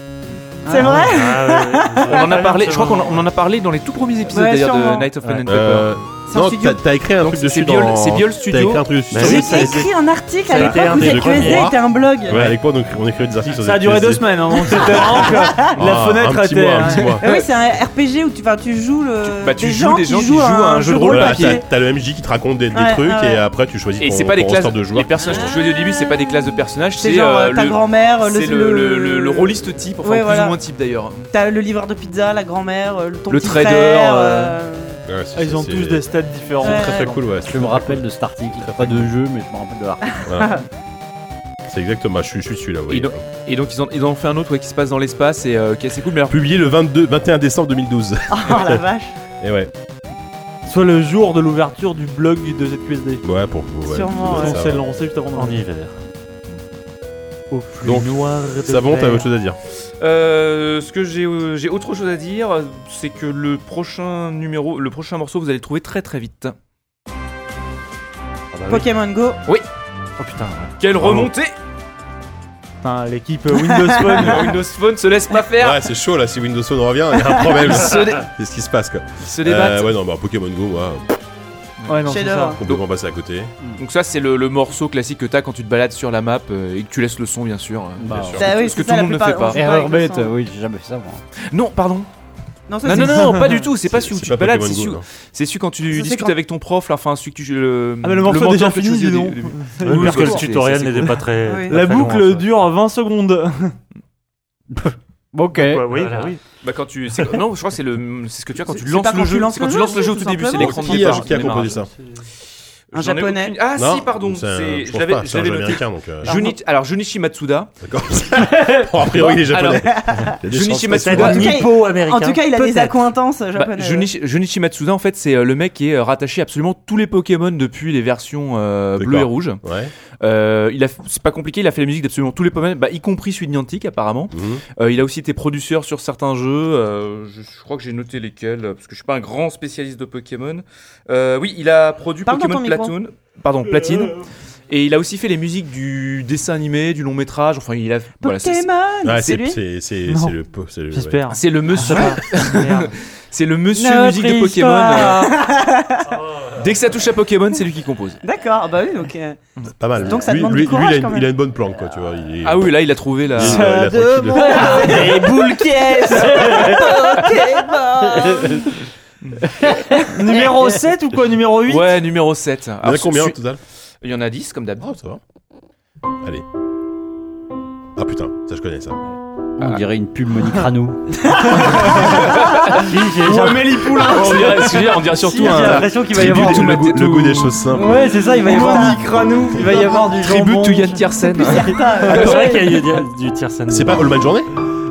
Speaker 6: Ah,
Speaker 3: C'est vrai
Speaker 7: On en a parlé, je crois qu'on en- on en a parlé dans les tout premiers épisodes
Speaker 3: Ouais,
Speaker 7: d'ailleurs de
Speaker 3: sûrement.
Speaker 7: Night of Pen
Speaker 6: Ouais.
Speaker 7: and Paper.
Speaker 2: euh,
Speaker 3: C'est un
Speaker 2: non,
Speaker 3: studio.
Speaker 2: t'as- t'as écrit un
Speaker 7: Donc,
Speaker 2: truc dessus
Speaker 7: c'est Biol-
Speaker 2: dans.
Speaker 7: c'est Biol
Speaker 2: T'as
Speaker 7: Studio.
Speaker 2: écrit un truc dessus.
Speaker 6: Bah
Speaker 2: sur-
Speaker 6: oui,
Speaker 3: J'ai
Speaker 6: ça a été-
Speaker 3: écrit un article à
Speaker 6: ça a
Speaker 3: l'époque
Speaker 6: été un
Speaker 3: où
Speaker 6: des
Speaker 3: j'ai
Speaker 2: premiers.
Speaker 3: QSD était un blog.
Speaker 2: Ouais, avec quoi donc on écrivait des articles sur
Speaker 5: Ça a
Speaker 2: des
Speaker 5: duré deux
Speaker 2: PC.
Speaker 5: semaines, hein, donc c'était vraiment que la
Speaker 2: Ah,
Speaker 5: fenêtre
Speaker 2: un petit
Speaker 5: était.
Speaker 2: mois, un petit mois.
Speaker 3: Ah oui, c'est un RPG où tu, enfin, tu joues le.
Speaker 7: Tu- bah, tu
Speaker 3: des
Speaker 7: joues
Speaker 3: gens
Speaker 7: des gens
Speaker 3: qui
Speaker 7: qui
Speaker 3: jouent
Speaker 7: jouent à
Speaker 3: un jeu de rôle
Speaker 2: Voilà, t'as
Speaker 3: papier.
Speaker 2: t'as le MJ qui te raconte des, des
Speaker 3: Ouais,
Speaker 2: trucs
Speaker 3: ouais.
Speaker 2: et après tu choisis
Speaker 7: Et
Speaker 2: ton,
Speaker 7: c'est pas
Speaker 2: ton
Speaker 7: des classes,
Speaker 2: roster de joueurs.
Speaker 7: les personnages qu'on jouait au début, c'est pas des classes de personnages,
Speaker 3: C'est
Speaker 7: c'est
Speaker 3: genre
Speaker 7: euh,
Speaker 3: euh, ta
Speaker 7: le-
Speaker 3: grand-mère, le,
Speaker 7: c'est le, le, le- le rôliste type, enfin
Speaker 3: Ouais,
Speaker 7: plus
Speaker 3: voilà.
Speaker 7: ou moins type d'ailleurs.
Speaker 3: T'as le livreur de pizza, la grand-mère, euh, le ton
Speaker 7: Le
Speaker 3: petit
Speaker 7: trader,
Speaker 3: frère,
Speaker 7: euh,
Speaker 2: Ouais, c'est-
Speaker 5: Ah, ils ont
Speaker 2: c'est-
Speaker 5: tous des stats différents.
Speaker 3: Ouais.
Speaker 2: Très très cool, ouais.
Speaker 4: Je me rappelle de cet article. Pas de jeu, mais je me rappelle de l'article.
Speaker 2: Voilà. C'est exactement, je suis, je suis celui-là. oui.
Speaker 7: Et donc- Et donc ils ont, ils ont fait un autre ouais, qui se passe dans l'espace et euh, qui est assez cool, mais alors
Speaker 2: Publié le 22, 21 décembre 2012.
Speaker 3: Oh la vache.
Speaker 7: Ah
Speaker 2: et ouais,
Speaker 5: Soit le jour de l'ouverture du blog de ZQSD.
Speaker 2: ouais, pour vous. ouais,
Speaker 3: Sûrement,
Speaker 2: ça
Speaker 3: ouais.
Speaker 5: Ah, On
Speaker 2: va.
Speaker 5: s'est lancé juste avant
Speaker 6: En
Speaker 5: de
Speaker 6: hiver.
Speaker 5: Au flux
Speaker 2: Donc,
Speaker 5: noir de
Speaker 2: Ça bon,
Speaker 5: mer.
Speaker 2: t'as autre chose à dire
Speaker 7: Euh, ce que j'ai, euh, j'ai autre chose à dire, euh, c'est que le prochain numéro, le prochain morceau, vous allez le trouver très très vite.
Speaker 3: Pokémon Go.
Speaker 6: Oh putain. ouais.
Speaker 7: Quelle
Speaker 6: Bravo.
Speaker 7: remontée
Speaker 5: Putain, l'équipe Windows Phone.
Speaker 7: Windows Phone se laisse pas faire.
Speaker 2: Ouais, c'est chaud là, si Windows Phone revient, il y a un problème.
Speaker 7: Ils se, dé-
Speaker 2: c'est ce qui se passe quoi.
Speaker 7: ils se débattent.
Speaker 2: Euh, ouais, non, bah Pokémon Go, moi,
Speaker 5: Ouais, Ah non, c'est ça.
Speaker 3: Chef-d'œuvre.
Speaker 2: complètement passer à côté.
Speaker 7: Donc ça, c'est le, le morceau classique que t'as quand tu te balades sur la map euh, et que tu laisses le son, bien sûr.
Speaker 4: Bah,
Speaker 2: sûr.
Speaker 3: Ça, oui,
Speaker 7: Parce que
Speaker 3: c'est
Speaker 7: tout le
Speaker 3: ça, la
Speaker 7: monde ne
Speaker 3: plupart-
Speaker 7: fait pas.
Speaker 3: on joue
Speaker 4: Erreur
Speaker 3: avec le
Speaker 4: bête,
Speaker 3: son.
Speaker 4: oui, j'ai jamais fait ça moi.
Speaker 7: Non, pardon.
Speaker 3: Non, ça,
Speaker 7: Non,
Speaker 3: c'est-
Speaker 7: non, non, non, pas du tout. C'est pas celui où
Speaker 2: C'est
Speaker 7: tu te balades, c'est
Speaker 2: Pokémon
Speaker 7: celui,
Speaker 2: Go, non.
Speaker 7: c'est celui quand tu
Speaker 3: Ça, c'est
Speaker 7: discutes
Speaker 3: quand-
Speaker 7: avec ton prof, là, enfin celui que tu. Le,
Speaker 5: Ah, mais le morceau est
Speaker 7: mentor
Speaker 5: déjà
Speaker 7: que tu
Speaker 5: fini,
Speaker 7: faisais
Speaker 5: dis
Speaker 7: au
Speaker 5: donc.
Speaker 7: début.
Speaker 6: Oui,
Speaker 7: Oui,
Speaker 6: parce
Speaker 7: bah,
Speaker 6: que le
Speaker 7: c'est-
Speaker 6: tutoriel
Speaker 7: c'est
Speaker 6: n'était
Speaker 7: cool.
Speaker 6: pas très.
Speaker 3: Oui.
Speaker 6: pas
Speaker 5: La
Speaker 6: très
Speaker 5: boucle
Speaker 6: long, ça.
Speaker 5: dure 20 secondes.
Speaker 4: Ok.
Speaker 6: Ouais, oui,
Speaker 5: Voilà.
Speaker 6: bah oui.
Speaker 7: Bah quand tu c'est- non je crois que c'est le c'est ce que tu as quand
Speaker 3: C'est-
Speaker 7: tu
Speaker 3: c'est
Speaker 7: lances
Speaker 3: pas
Speaker 7: le
Speaker 3: quand tu
Speaker 7: jeu
Speaker 3: lances
Speaker 7: c'est quand
Speaker 3: le
Speaker 7: tu lances
Speaker 3: jeu,
Speaker 7: le jeu au
Speaker 3: tout
Speaker 7: tout début c'est
Speaker 3: simplement.
Speaker 7: l'écran de
Speaker 2: Qui a,
Speaker 7: départ
Speaker 2: qui a
Speaker 7: au
Speaker 2: composé
Speaker 7: démarrage.
Speaker 2: ça
Speaker 3: Un
Speaker 7: J'en ai
Speaker 3: japonais.
Speaker 7: aucune- ah
Speaker 2: Non,
Speaker 7: si pardon
Speaker 2: c'est un-
Speaker 7: c'est
Speaker 2: je
Speaker 7: je
Speaker 2: pense
Speaker 7: l'avais
Speaker 2: pas,
Speaker 7: je
Speaker 2: c'est un
Speaker 7: l'avais
Speaker 2: jeu
Speaker 7: noté Ah,
Speaker 2: américain donc. euh,
Speaker 7: Junichi alors Junichi Matsuda Bah,
Speaker 2: D'accord. bon, a priori, il est japonais.
Speaker 7: Junichi
Speaker 6: C'est
Speaker 7: Matsuda
Speaker 3: En tout cas,
Speaker 6: nippo-américain.
Speaker 3: En tout cas, il a des
Speaker 6: Peut-être.
Speaker 3: accointances euh,
Speaker 7: Bah,
Speaker 3: japonaises.
Speaker 7: Junichi, Junichi Matsuda en fait c'est euh, le mec qui est euh, rattaché à absolument tous les Pokémon depuis les versions euh, bleu et
Speaker 2: D'accord.
Speaker 7: rouge.
Speaker 2: Ouais.
Speaker 7: Euh, il a f- c'est pas compliqué il a fait la musique d'absolument tous les Pokémon bah, y compris celui de Niantic apparemment.
Speaker 2: Mhm.
Speaker 7: Euh, il a aussi été producteur sur certains jeux. euh, je, je crois que j'ai noté lesquels, euh, parce que je suis pas un grand spécialiste de Pokémon. Euh, oui, il a produit
Speaker 3: Parle dans
Speaker 7: Pokémon
Speaker 3: ton micro.
Speaker 7: Platoon. Pardon, Platine. Et il a aussi fait les musiques du dessin animé, du long métrage. Enfin, il a. Voilà, c'est- Ah,
Speaker 3: Pokémon
Speaker 2: Ouais,
Speaker 3: C'est lui
Speaker 2: c'est c'est c'est
Speaker 5: Non.
Speaker 2: c'est le po- c'est le. ouais.
Speaker 5: J'espère.
Speaker 7: c'est le monsieur.
Speaker 5: Merde.
Speaker 7: c'est le monsieur
Speaker 3: Ah, Notre
Speaker 7: musique de Pokémon.
Speaker 3: histoire.
Speaker 7: euh, dès que ça touche à Pokémon, c'est lui qui compose.
Speaker 3: D'accord, bah oui, donc. euh,
Speaker 2: Pas mal.
Speaker 3: Donc ça
Speaker 2: lui,
Speaker 3: demande
Speaker 2: lui,
Speaker 3: du courage,
Speaker 2: lui, il, a
Speaker 3: quand
Speaker 2: une,
Speaker 3: même.
Speaker 2: il a une bonne planque quoi, tu vois. Il est-
Speaker 7: Ah oui, là, il a trouvé la.
Speaker 2: Il est- il
Speaker 5: Euh,
Speaker 2: a tranquille.
Speaker 3: Les boules qui
Speaker 7: Ah,
Speaker 3: Pokémon
Speaker 5: Numéro 7 ou quoi Numéro 8
Speaker 7: Ouais, numéro
Speaker 2: Il
Speaker 7: 7.
Speaker 2: y en a combien au total
Speaker 7: Il y en a 10 comme d'hab.
Speaker 2: Oh, ça va. Allez. Ah putain, ça je connais ça.
Speaker 4: On dirait une pub Monique Ranou.
Speaker 5: Ou Amélie Poulain
Speaker 7: on, dirait, on dirait
Speaker 5: Si,
Speaker 7: surtout
Speaker 5: j'ai
Speaker 7: un.
Speaker 5: l'impression qu'il va y
Speaker 2: Tribute,
Speaker 5: avoir.
Speaker 7: tout
Speaker 2: le,
Speaker 7: ma
Speaker 2: goût,
Speaker 7: tête,
Speaker 2: le
Speaker 7: tout.
Speaker 2: goût des choses simples.
Speaker 5: Ouais, c'est ça, il va y avoir.
Speaker 3: Monique
Speaker 5: Ranou Il va y avoir du
Speaker 7: Tribute
Speaker 5: jambon.
Speaker 7: to Yann Tiersen.
Speaker 3: euh,
Speaker 6: C'est vrai qu'il y a eu du- du Tiersen.
Speaker 2: C'est pas All My Journée